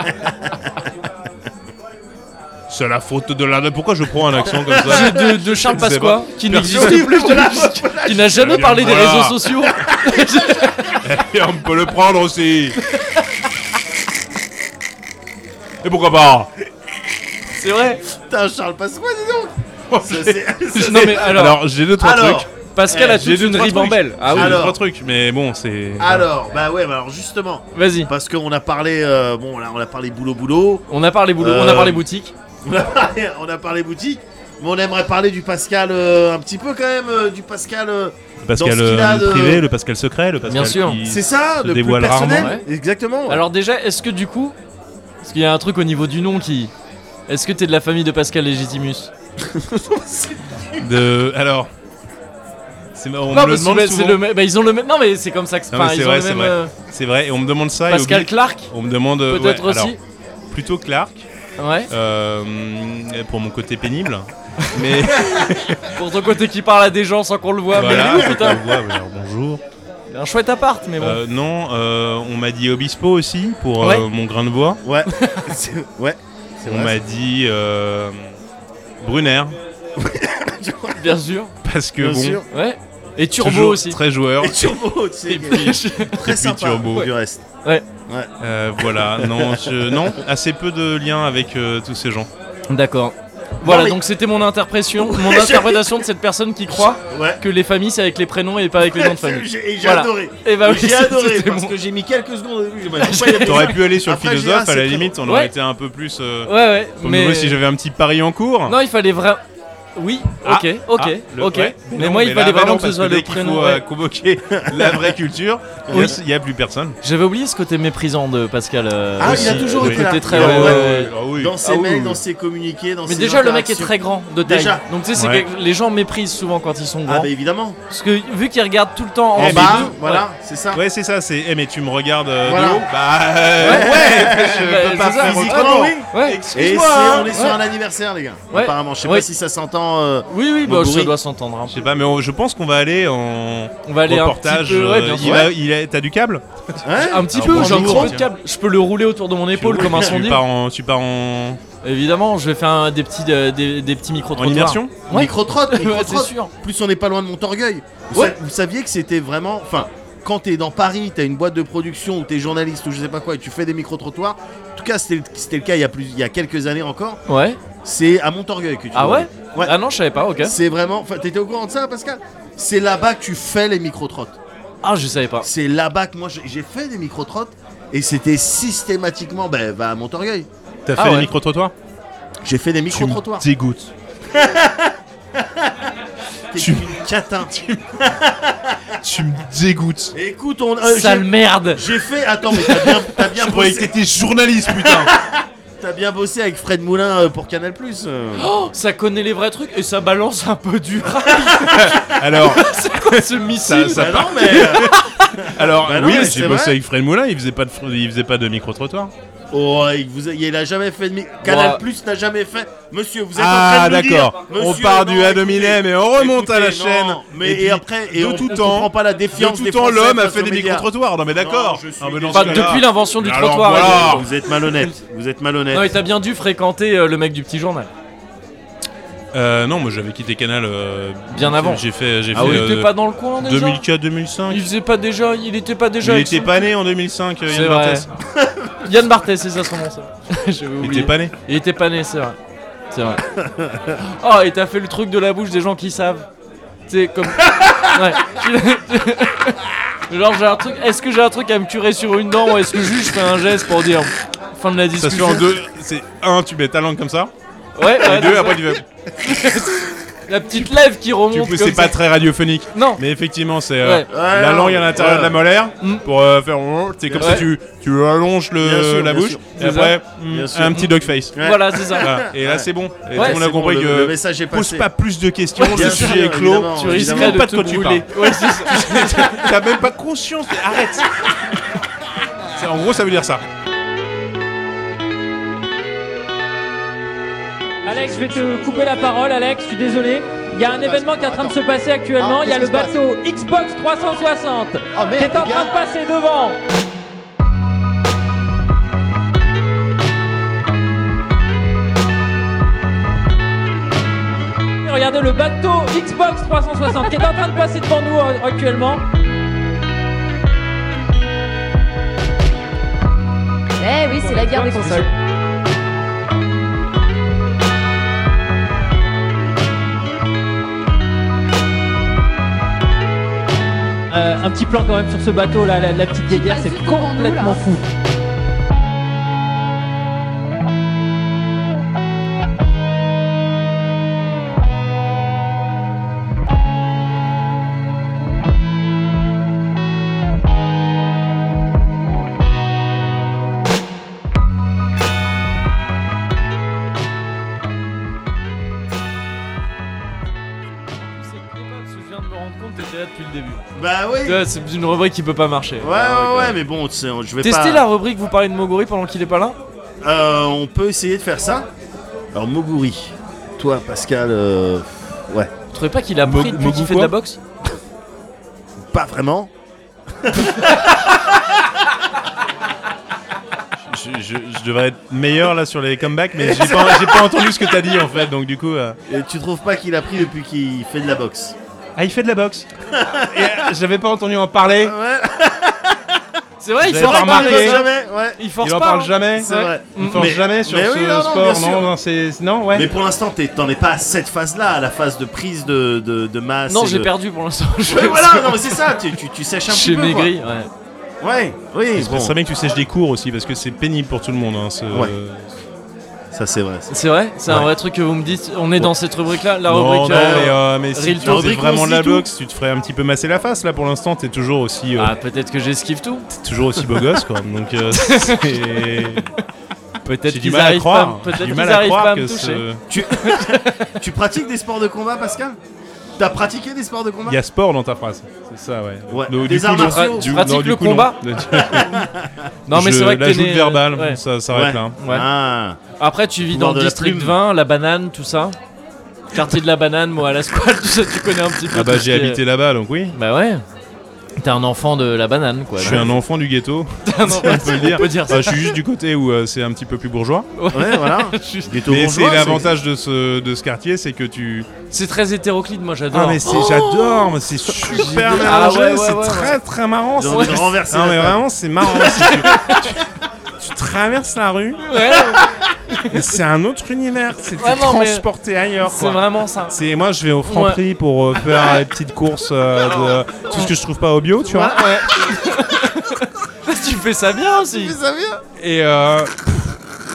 Speaker 3: C'est la faute de la. Pourquoi je prends un accent comme ça
Speaker 1: C'est de, de Charles
Speaker 3: Je sais
Speaker 1: Pasqua, qui n'existe
Speaker 2: Merci,
Speaker 1: plus,
Speaker 2: je te la-
Speaker 1: qui n'a jamais
Speaker 3: Voilà.
Speaker 1: parlé des réseaux
Speaker 3: [laughs]
Speaker 1: sociaux.
Speaker 3: Et on peut le prendre aussi Et pourquoi pas
Speaker 1: C'est [laughs] vrai.
Speaker 2: Putain, Charles, passe-moi, dis donc Ça, c'est- [laughs]
Speaker 1: Non, mais alors-
Speaker 3: j'ai deux trois
Speaker 2: Alors,
Speaker 3: trucs.
Speaker 1: Pascal a
Speaker 2: Eh,
Speaker 1: toute
Speaker 3: deux,
Speaker 1: une
Speaker 3: trois
Speaker 1: ribambelle.
Speaker 3: trucs.
Speaker 1: Ah
Speaker 3: J'ai
Speaker 1: oui,
Speaker 3: deux,
Speaker 2: Alors.
Speaker 3: trois trucs, mais bon, c'est.
Speaker 2: alors, bah ouais, bah alors justement,
Speaker 1: vas-y.
Speaker 2: parce qu'on a parlé, euh, bon là, on a parlé boulot boulot, [laughs]
Speaker 1: On a parlé boulot, on a
Speaker 2: Euh,
Speaker 1: parlé boutique.
Speaker 2: on a parlé, on a parlé boutique, mais on aimerait parler du Pascal euh, un petit peu quand même, euh, du Pascal. euh,
Speaker 3: Le Pascal
Speaker 2: Dans ce qu'il a
Speaker 3: euh,
Speaker 2: de-
Speaker 3: privé, le Pascal secret, le Pascal.
Speaker 1: Bien sûr.
Speaker 3: qui-
Speaker 2: c'est ça,
Speaker 3: se
Speaker 2: le plus
Speaker 3: dévoile
Speaker 2: personnel,
Speaker 3: rarement,
Speaker 2: exactement.
Speaker 1: Alors déjà, est-ce que du coup, parce qu'il y a un truc au niveau du nom qui, est-ce que t'es de la famille de Pascal Légitimus
Speaker 3: de- Alors. c'est- On
Speaker 1: Non,
Speaker 3: me le
Speaker 1: parce que
Speaker 3: demande
Speaker 1: c'est
Speaker 3: souvent.
Speaker 1: le même. Bah, ils ont le même. Non, mais c'est comme ça que.
Speaker 3: Non, mais
Speaker 1: enfin,
Speaker 3: c'est
Speaker 1: ils
Speaker 3: vrai,
Speaker 1: ont le
Speaker 3: c'est
Speaker 1: même.
Speaker 3: vrai. Ah,
Speaker 1: euh,
Speaker 3: C'est vrai, et on me demande ça. et
Speaker 1: Pascal
Speaker 3: oublie-
Speaker 1: Clark,
Speaker 3: On me demande. euh,
Speaker 1: peut-être
Speaker 3: ouais, alors,
Speaker 1: aussi.
Speaker 3: plutôt Clark,
Speaker 1: Ouais.
Speaker 3: euh, pour mon côté pénible. Mais.
Speaker 1: Pour ton côté qui parle à des gens sans qu'on le voit. mais
Speaker 3: voilà,
Speaker 1: lui, Ah, bah putain,
Speaker 3: on voit, mais bah, alors, bonjour.
Speaker 1: il a un chouette appart, mais bon.
Speaker 3: Euh, non, euh, on m'a dit Obispo aussi pour euh,
Speaker 1: Ouais.
Speaker 3: mon grain de bois.
Speaker 2: ouais, [laughs] c'est- ouais, c'est
Speaker 3: On
Speaker 2: vrai.
Speaker 3: m'a dit euh, Brunner
Speaker 1: Bien sûr.
Speaker 3: parce que
Speaker 2: Bien
Speaker 3: bon,
Speaker 2: sûr.
Speaker 1: Ouais. Et Turbo
Speaker 3: toujours
Speaker 1: aussi.
Speaker 3: très joueur.
Speaker 2: Et Turbo, tu sais,
Speaker 1: Et [laughs] puis-
Speaker 2: très
Speaker 3: puis
Speaker 2: sympa
Speaker 3: Turbo.
Speaker 2: du reste.
Speaker 3: Euh, voilà, non, je- non, assez peu de liens avec euh, tous ces gens.
Speaker 1: D'accord. Voilà,
Speaker 2: mais-
Speaker 1: donc c'était mon
Speaker 2: [laughs]
Speaker 1: interprétation, mon interprétation de cette personne qui croit
Speaker 2: Ouais.
Speaker 1: que les familles c'est avec les prénoms et pas avec les noms de famille.
Speaker 2: J'ai et j'ai
Speaker 1: Voilà.
Speaker 2: adoré.
Speaker 1: Et bah oui,
Speaker 2: j'ai
Speaker 1: [laughs]
Speaker 2: adoré
Speaker 1: c'était
Speaker 2: parce
Speaker 1: mon-
Speaker 2: que j'ai mis quelques secondes au début. j'ai
Speaker 1: [laughs]
Speaker 2: bah, pas- j'ai pas aimé.
Speaker 3: T'aurais pu aller sur
Speaker 2: Après,
Speaker 3: le
Speaker 2: j'ai un,
Speaker 3: philosophe à
Speaker 2: c'est
Speaker 3: la
Speaker 2: très
Speaker 3: limite, on
Speaker 1: bon.
Speaker 3: aurait
Speaker 1: Ouais.
Speaker 3: été un peu plus. euh,
Speaker 1: Ouais, ouais.
Speaker 3: comme
Speaker 1: Mais
Speaker 3: nouveau, si j'avais un petit pari en cours.
Speaker 1: non, il fallait vraiment. Oui,
Speaker 3: Ah,
Speaker 1: ok, ok,
Speaker 3: Ah, le-
Speaker 1: ok.
Speaker 3: ouais,
Speaker 1: mais
Speaker 3: non,
Speaker 1: moi, il
Speaker 3: là,
Speaker 1: fallait
Speaker 3: bah
Speaker 1: vraiment
Speaker 3: non,
Speaker 1: que ce
Speaker 3: parce
Speaker 1: soit
Speaker 3: dès
Speaker 1: le
Speaker 3: qu'il
Speaker 1: prénom.
Speaker 3: faut, euh,
Speaker 1: ouais.
Speaker 3: convoquer [laughs] la vraie culture. Il
Speaker 1: Oui.
Speaker 3: n'y a, plus personne.
Speaker 1: J'avais oublié ce côté méprisant de Pascal. euh,
Speaker 2: Ah,
Speaker 1: aussi.
Speaker 2: il a toujours
Speaker 1: Le
Speaker 2: été là.
Speaker 1: côté très-
Speaker 2: Ouais,
Speaker 1: ouais,
Speaker 2: ouais,
Speaker 1: ouais, ouais.
Speaker 3: Ah oui.
Speaker 2: Dans ses
Speaker 3: Ah oui,
Speaker 2: mails,
Speaker 3: oui.
Speaker 2: dans ses communiqués, dans
Speaker 1: Mais
Speaker 2: ses
Speaker 1: déjà, le mec est
Speaker 2: interactions.
Speaker 1: très grand de taille.
Speaker 2: Déjà.
Speaker 1: Donc, tu sais, c'est
Speaker 3: Ouais.
Speaker 1: que les gens méprisent souvent quand ils sont
Speaker 2: Ah
Speaker 1: grands.
Speaker 2: bah évidemment.
Speaker 1: Parce que vu qu'ils regardent tout le temps en
Speaker 2: En
Speaker 3: mais
Speaker 2: bas,
Speaker 1: deux,
Speaker 2: voilà, c'est ça.
Speaker 3: Ouais, c'est ça, c'est. Eh, mais tu me regardes euh,
Speaker 2: Voilà.
Speaker 3: de haut Bah. euh, ouais, je
Speaker 1: Bah,
Speaker 3: peux pas
Speaker 1: c'est ça,
Speaker 3: faire
Speaker 2: physiquement,
Speaker 3: autrement.
Speaker 2: oui.
Speaker 3: [laughs]
Speaker 1: Ouais.
Speaker 2: Et
Speaker 3: Excuse-moi,
Speaker 2: c'est-
Speaker 3: hein.
Speaker 2: on est sur
Speaker 1: Ouais.
Speaker 2: un anniversaire, les gars.
Speaker 1: Ouais.
Speaker 2: Apparemment, je sais
Speaker 1: Ouais.
Speaker 2: pas si ça s'entend. euh,
Speaker 1: Oui, oui,
Speaker 2: Mon
Speaker 1: bah, ça
Speaker 2: bruit.
Speaker 1: doit s'entendre un
Speaker 3: Je
Speaker 1: peu.
Speaker 3: sais pas, mais on- je pense qu'on va aller en
Speaker 1: On va aller un
Speaker 3: reportage.
Speaker 1: petit peu. ouais, bien
Speaker 3: euh,
Speaker 1: sûr.
Speaker 3: il va- il est- T'as du câble
Speaker 2: hein
Speaker 1: Un petit
Speaker 3: Un
Speaker 1: peu,
Speaker 3: bon
Speaker 1: j'ai un petit
Speaker 3: jour.
Speaker 1: peu de câble. Je peux le rouler autour de mon épaule comme un
Speaker 3: Tu
Speaker 1: sondier.
Speaker 3: pars en, tu pars en,
Speaker 1: Évidemment, je vais faire un- des petits, euh, des, des petits micro
Speaker 3: en immersion
Speaker 1: Ouais. [laughs]
Speaker 2: Micro-trotte,
Speaker 1: Ouais, c'est
Speaker 2: micro-trotte.
Speaker 1: sûr.
Speaker 2: Plus on n'est pas loin de Montorgueil. Vous,
Speaker 1: Ouais.
Speaker 2: sa- vous saviez que c'était vraiment. Enfin, quand t'es dans Paris, t'as une boîte de production ou t'es journaliste ou je sais pas quoi et tu fais des micro-trottoirs. En tout cas, c'était le- c'était le cas il y, a plus, il y a quelques années encore.
Speaker 1: Ouais.
Speaker 2: C'est à Montorgueil que tu
Speaker 1: Ah
Speaker 2: dois
Speaker 1: ouais
Speaker 2: aller. Ouais.
Speaker 1: Ah non, je savais pas, ok.
Speaker 2: C'est vraiment. Enfin, t'étais au courant de ça, Pascal C'est là-bas que tu fais les micro-trottes.
Speaker 1: Ah, je savais pas.
Speaker 2: C'est là-bas que moi j'ai- j'ai fait des micro-trottes et c'était systématiquement. Ben, va à Montorgueil.
Speaker 3: T'as
Speaker 1: Ah
Speaker 3: fait
Speaker 1: ouais.
Speaker 3: des micro-trottoirs
Speaker 2: J'ai fait des micro-trottoirs.
Speaker 3: Tu me dégoûtes.
Speaker 2: T'es
Speaker 3: tu-
Speaker 2: une catin.
Speaker 3: Tu me dégoûtes.
Speaker 2: [laughs] Écoute, on. euh, j'ai-
Speaker 1: Sale merde
Speaker 2: j'ai fait. Attends, mais t'as bien, t'as
Speaker 1: [laughs]
Speaker 2: bien
Speaker 3: Je croyais que
Speaker 2: bossé.
Speaker 3: t'étais journaliste,
Speaker 2: [laughs]
Speaker 3: putain.
Speaker 2: T'as bien bossé avec Fred Moulin euh, pour Canal Plus.
Speaker 1: Oh, ça connaît les vrais trucs et ça balance un peu du rap. [laughs]
Speaker 3: Alors,
Speaker 1: C'est quoi ce missile
Speaker 3: Ça part.
Speaker 2: non, mais. euh, [laughs]
Speaker 3: alors,
Speaker 2: Bah non,
Speaker 3: oui,
Speaker 2: mais
Speaker 3: j'ai
Speaker 2: c'est
Speaker 3: bossé
Speaker 2: vrai.
Speaker 3: avec Fred Moulin. Il faisait pas de, fr- il faisait pas de micro-trottoir.
Speaker 2: oh, il, vous a, il a jamais fait de. mi- Canal
Speaker 1: Ouais.
Speaker 2: Plus n'a jamais fait. Monsieur, vous êtes
Speaker 3: Ah,
Speaker 2: en train de nous
Speaker 3: d'accord.
Speaker 2: dire,
Speaker 3: On
Speaker 2: monsieur,
Speaker 3: part
Speaker 2: non,
Speaker 3: du ad
Speaker 2: écoutez,
Speaker 3: hominem et on remonte à la
Speaker 2: écoutez,
Speaker 3: chaîne.
Speaker 2: non, mais et,
Speaker 3: puis,
Speaker 2: après, et
Speaker 3: de
Speaker 2: on,
Speaker 3: tout
Speaker 2: on
Speaker 3: temps,
Speaker 2: comprend pas la
Speaker 3: de
Speaker 2: défiance
Speaker 3: tout
Speaker 2: des
Speaker 3: temps,
Speaker 2: Français
Speaker 3: l'homme a
Speaker 2: face
Speaker 3: fait
Speaker 2: aux
Speaker 3: des
Speaker 2: médias.
Speaker 3: micro-trottoirs. Non, mais d'accord.
Speaker 2: je suis
Speaker 3: Ah, mais
Speaker 2: désolé.
Speaker 3: dans ce
Speaker 1: Enfin,
Speaker 3: cas-là-
Speaker 1: depuis l'invention du
Speaker 3: Alors,
Speaker 1: trottoir.
Speaker 3: voilà.
Speaker 1: évidemment.
Speaker 2: Vous êtes malhonnête. Vous êtes malhonnête.
Speaker 1: Non, et t'as bien dû fréquenter euh, le mec du petit journal.
Speaker 3: Euh, non, moi j'avais quitté Canal euh,
Speaker 1: Bien avant.
Speaker 3: J'ai fait, j'ai
Speaker 1: Ah
Speaker 3: fait
Speaker 1: oui, il
Speaker 3: euh,
Speaker 1: était pas dans le coin déjà
Speaker 3: 2004-2005.
Speaker 1: Il faisait pas déjà, il était pas déjà.
Speaker 3: Il
Speaker 1: avec
Speaker 3: était
Speaker 1: son-
Speaker 3: pas né en 2005, euh,
Speaker 1: C'est
Speaker 3: Yann
Speaker 1: vrai.
Speaker 3: Barthès.
Speaker 1: [laughs] Yann Barthès, c'est ça son
Speaker 3: [laughs]
Speaker 1: nom ça. J'avais
Speaker 3: Il
Speaker 1: oublié.
Speaker 3: était pas né.
Speaker 1: Il était pas né, c'est vrai. C'est
Speaker 3: [laughs]
Speaker 1: vrai. oh, et t'as fait le truc de la bouche des gens qui savent. Tu sais,
Speaker 3: [laughs]
Speaker 1: comme. Ouais. Genre, j'ai un truc. Est-ce que j'ai un truc à me curer sur une dent ou est-ce que juste je fais un geste pour dire. Fin de la
Speaker 3: Ça se fait
Speaker 1: discussion.
Speaker 3: en deux. C'est un, tu mets ta langue comme ça.
Speaker 1: Ouais, ouais,
Speaker 3: Et deux,
Speaker 1: c'est
Speaker 3: après
Speaker 1: ça.
Speaker 3: tu fais.
Speaker 1: La petite lèvre qui
Speaker 3: Du
Speaker 1: remonte.
Speaker 3: coup,
Speaker 1: comme
Speaker 3: c'est pas
Speaker 1: ça.
Speaker 3: très radiophonique.
Speaker 1: Non.
Speaker 3: Mais effectivement, c'est euh,
Speaker 1: Ouais.
Speaker 3: la
Speaker 2: Ouais,
Speaker 3: langue
Speaker 2: non,
Speaker 3: à l'intérieur
Speaker 2: ouais.
Speaker 3: de la molaire
Speaker 1: Mm.
Speaker 3: pour euh, faire. C'est comme
Speaker 1: Ouais.
Speaker 3: ça, tu, tu allonges le,
Speaker 2: Bien sûr,
Speaker 3: la
Speaker 2: bien
Speaker 3: bouche
Speaker 2: sûr.
Speaker 3: et
Speaker 1: C'est
Speaker 3: après mm,
Speaker 2: Bien sûr.
Speaker 3: un petit dog face.
Speaker 2: Ouais.
Speaker 1: Voilà, c'est ça.
Speaker 3: Voilà. Et là,
Speaker 2: Ouais.
Speaker 3: c'est bon. Et
Speaker 1: Ouais,
Speaker 3: tout le monde a
Speaker 2: C'est bon,
Speaker 3: compris
Speaker 2: le-
Speaker 3: que
Speaker 2: le message est
Speaker 3: pose
Speaker 2: passé.
Speaker 3: pas plus de questions.
Speaker 2: Bien
Speaker 3: le
Speaker 2: sûr,
Speaker 3: sujet est clos.
Speaker 2: évidemment,
Speaker 1: Tu
Speaker 2: évidemment.
Speaker 3: risques
Speaker 1: risquerais
Speaker 3: même
Speaker 1: de
Speaker 3: pas de
Speaker 1: te
Speaker 3: quoi tu
Speaker 1: brûler. Ouais, c'est ça.
Speaker 3: T'as même pas conscience. Arrête. C'est- en gros, ça veut dire ça.
Speaker 5: Alex, je vais te couper la parole, Alex, je suis désolé. Il y a un événement qui est en train de se passer actuellement.
Speaker 6: Ah,
Speaker 5: Il y a le
Speaker 6: qu'est-ce qui se
Speaker 5: bateau Xbox 360
Speaker 6: Oh merde,
Speaker 5: qui est en
Speaker 6: les
Speaker 5: train
Speaker 6: gars.
Speaker 5: de passer devant. regardez le bateau Xbox 360 qui est en train de passer devant nous euh, actuellement.
Speaker 6: Eh oui, c'est la guerre des consoles.
Speaker 5: Euh, un petit plan quand même sur ce bateau là, la, la petite guéguerre,
Speaker 6: passe
Speaker 5: c'est
Speaker 6: juste devant nous, là.
Speaker 5: complètement fou.
Speaker 1: C'est incroyable, parce que je viens de me rendre compte, t'étais là depuis le début.
Speaker 2: Bah oui.
Speaker 1: Tu vois, C'est une rubrique qui peut pas marcher.
Speaker 2: Ouais, ouais, ouais, mais bon, tu sais, on- je vais
Speaker 1: Testez
Speaker 2: pas.
Speaker 1: la rubrique, vous parlez de Mogori pendant qu'il est pas là
Speaker 2: Euh, on peut essayer de faire ça. Alors, Moguri, toi, Pascal, euh, ouais,
Speaker 1: Vous trouvez pas qu'il a
Speaker 3: Mo-
Speaker 1: pris depuis
Speaker 3: Mogu
Speaker 1: qu'il fait
Speaker 3: quoi
Speaker 1: de la boxe
Speaker 2: pas vraiment.
Speaker 3: Je, je- je devrais être meilleur là sur les comebacks, mais j'ai pas, j'ai pas entendu ce que t'as dit en fait, donc du coup. euh,
Speaker 2: Et tu trouves pas qu'il a pris depuis qu'il fait de la boxe
Speaker 3: Ah, il fait de la boxe Et, euh, J'avais pas entendu en parler,
Speaker 2: Ouais,
Speaker 1: C'est vrai, il
Speaker 3: Vous
Speaker 1: force
Speaker 3: avez
Speaker 1: pas.
Speaker 3: pas
Speaker 2: il bosse
Speaker 3: remarqué
Speaker 1: hein.
Speaker 2: jamais, ouais.
Speaker 1: Il force
Speaker 3: il en
Speaker 1: pas.
Speaker 3: parle
Speaker 1: hein.
Speaker 3: jamais.
Speaker 2: C'est vrai.
Speaker 3: Il force
Speaker 2: Mais-
Speaker 3: jamais sur
Speaker 2: mais
Speaker 3: ce
Speaker 2: oui, non, non, bien
Speaker 3: sport,
Speaker 2: sûr.
Speaker 3: non, non, c'est. Non, ouais.
Speaker 2: Mais pour l'instant, t'es- t'en es pas à cette phase-là, à la phase de prise de, de, de masse.
Speaker 1: Ah, Non,
Speaker 2: et
Speaker 1: j'ai
Speaker 2: de-
Speaker 1: perdu pour l'instant. Je-
Speaker 2: Ouais, voilà, non, mais c'est ça, tu, tu, tu sèches un
Speaker 1: Chez
Speaker 2: petit peu. quoi.
Speaker 1: Maigri, ouais.
Speaker 2: Ouais, oui,
Speaker 3: C'est
Speaker 2: bon,
Speaker 3: bien que tu sèches des cours aussi, parce que c'est pénible pour tout le monde. hein, ce-
Speaker 2: Ouais. ça c'est vrai. ça.
Speaker 1: C'est vrai C'est un
Speaker 3: Ouais.
Speaker 1: vrai truc que vous me dites. On est dans cette rubrique-là La
Speaker 3: non,
Speaker 1: rubrique.
Speaker 3: non,
Speaker 1: euh,
Speaker 3: mais, euh, mais si
Speaker 1: Real
Speaker 3: tu
Speaker 1: talk.
Speaker 3: faisais
Speaker 2: Rubrique, on
Speaker 3: vraiment
Speaker 2: se
Speaker 3: de la
Speaker 2: dit tout.
Speaker 3: boxe, tu te ferais un petit peu masser la face. Là, pour l'instant, t'es toujours aussi, euh,
Speaker 1: Ah, peut-être que j'esquive tout.
Speaker 3: t'es toujours aussi beau gosse, quoi.
Speaker 1: [laughs]
Speaker 3: Donc, euh, c'est-
Speaker 1: Peut-être
Speaker 3: j'ai du
Speaker 1: qu'ils
Speaker 3: mal à
Speaker 1: arrivent pas,
Speaker 3: croire.
Speaker 1: me-
Speaker 3: J'ai
Speaker 1: peut-être
Speaker 3: du
Speaker 1: qu'ils
Speaker 3: mal à
Speaker 1: arrivent
Speaker 3: croire
Speaker 1: pas à
Speaker 3: que
Speaker 1: me
Speaker 3: ce-
Speaker 1: toucher.
Speaker 2: Tu, tu pratiques des sports de combat, Pascal T'as pratiqué des sports de combat
Speaker 3: Il y a sport dans ta phrase. C'est ça, ouais.
Speaker 2: Ouais.
Speaker 3: Donc,
Speaker 2: Des
Speaker 3: du coup,
Speaker 2: arts
Speaker 3: non.
Speaker 2: martiaux.
Speaker 3: Du-
Speaker 1: Tu pratiques
Speaker 3: non, du
Speaker 1: le
Speaker 3: coup, non.
Speaker 1: combat Non, mais
Speaker 3: Je-
Speaker 1: c'est vrai que t'es
Speaker 3: l'ajoute
Speaker 1: né, euh,
Speaker 3: verbale,
Speaker 1: ouais.
Speaker 3: ça s'arrête
Speaker 2: Ouais.
Speaker 3: là.
Speaker 1: Ouais.
Speaker 2: Ah,
Speaker 1: Après, tu vis
Speaker 2: Pouvoir
Speaker 1: dans le
Speaker 2: de la
Speaker 1: district
Speaker 2: plume.
Speaker 1: 20, la banane, tout ça. Quartier de la banane, moi à la squad, tout ça, tu connais un petit peu.
Speaker 3: Ah bah
Speaker 1: tout ce
Speaker 3: j'ai
Speaker 1: qui est-
Speaker 3: habité là-bas, donc oui.
Speaker 1: Bah ouais. T'es un enfant de la banane, quoi.
Speaker 3: Je
Speaker 1: [laughs]
Speaker 3: suis un enfant du ghetto,
Speaker 1: enfant,
Speaker 3: on peut le dire.
Speaker 1: On peut dire ça.
Speaker 3: Euh, je suis juste du côté où euh, c'est un petit peu plus bourgeois.
Speaker 2: ouais, voilà. Ghetto
Speaker 3: mais
Speaker 2: bourgeois,
Speaker 3: c'est l'avantage de ce, de ce quartier, c'est que tu.
Speaker 1: C'est très hétéroclite, moi j'adore.
Speaker 3: Ah mais c'est j'adore, mais c'est super
Speaker 1: Ah,
Speaker 3: mélangé,
Speaker 1: ouais, ouais,
Speaker 3: c'est
Speaker 1: ouais,
Speaker 3: très très marrant.
Speaker 2: J'ai
Speaker 3: c'est-
Speaker 2: envie de renverser
Speaker 3: Non
Speaker 2: la
Speaker 3: mais
Speaker 2: table.
Speaker 3: vraiment c'est marrant. si tu- tu- Tu traverses la rue,
Speaker 1: Ouais,
Speaker 3: et c'est un autre univers, c'est t'es
Speaker 1: Vraiment, mais-
Speaker 3: transporté ailleurs.
Speaker 1: c'est
Speaker 3: quoi.
Speaker 1: vraiment ça.
Speaker 3: C'est moi je vais au Franprix pour euh, faire des petites courses euh, de tout ce que je trouve pas au bio, tu vois.
Speaker 1: [laughs] tu fais ça bien aussi.
Speaker 3: Et euh,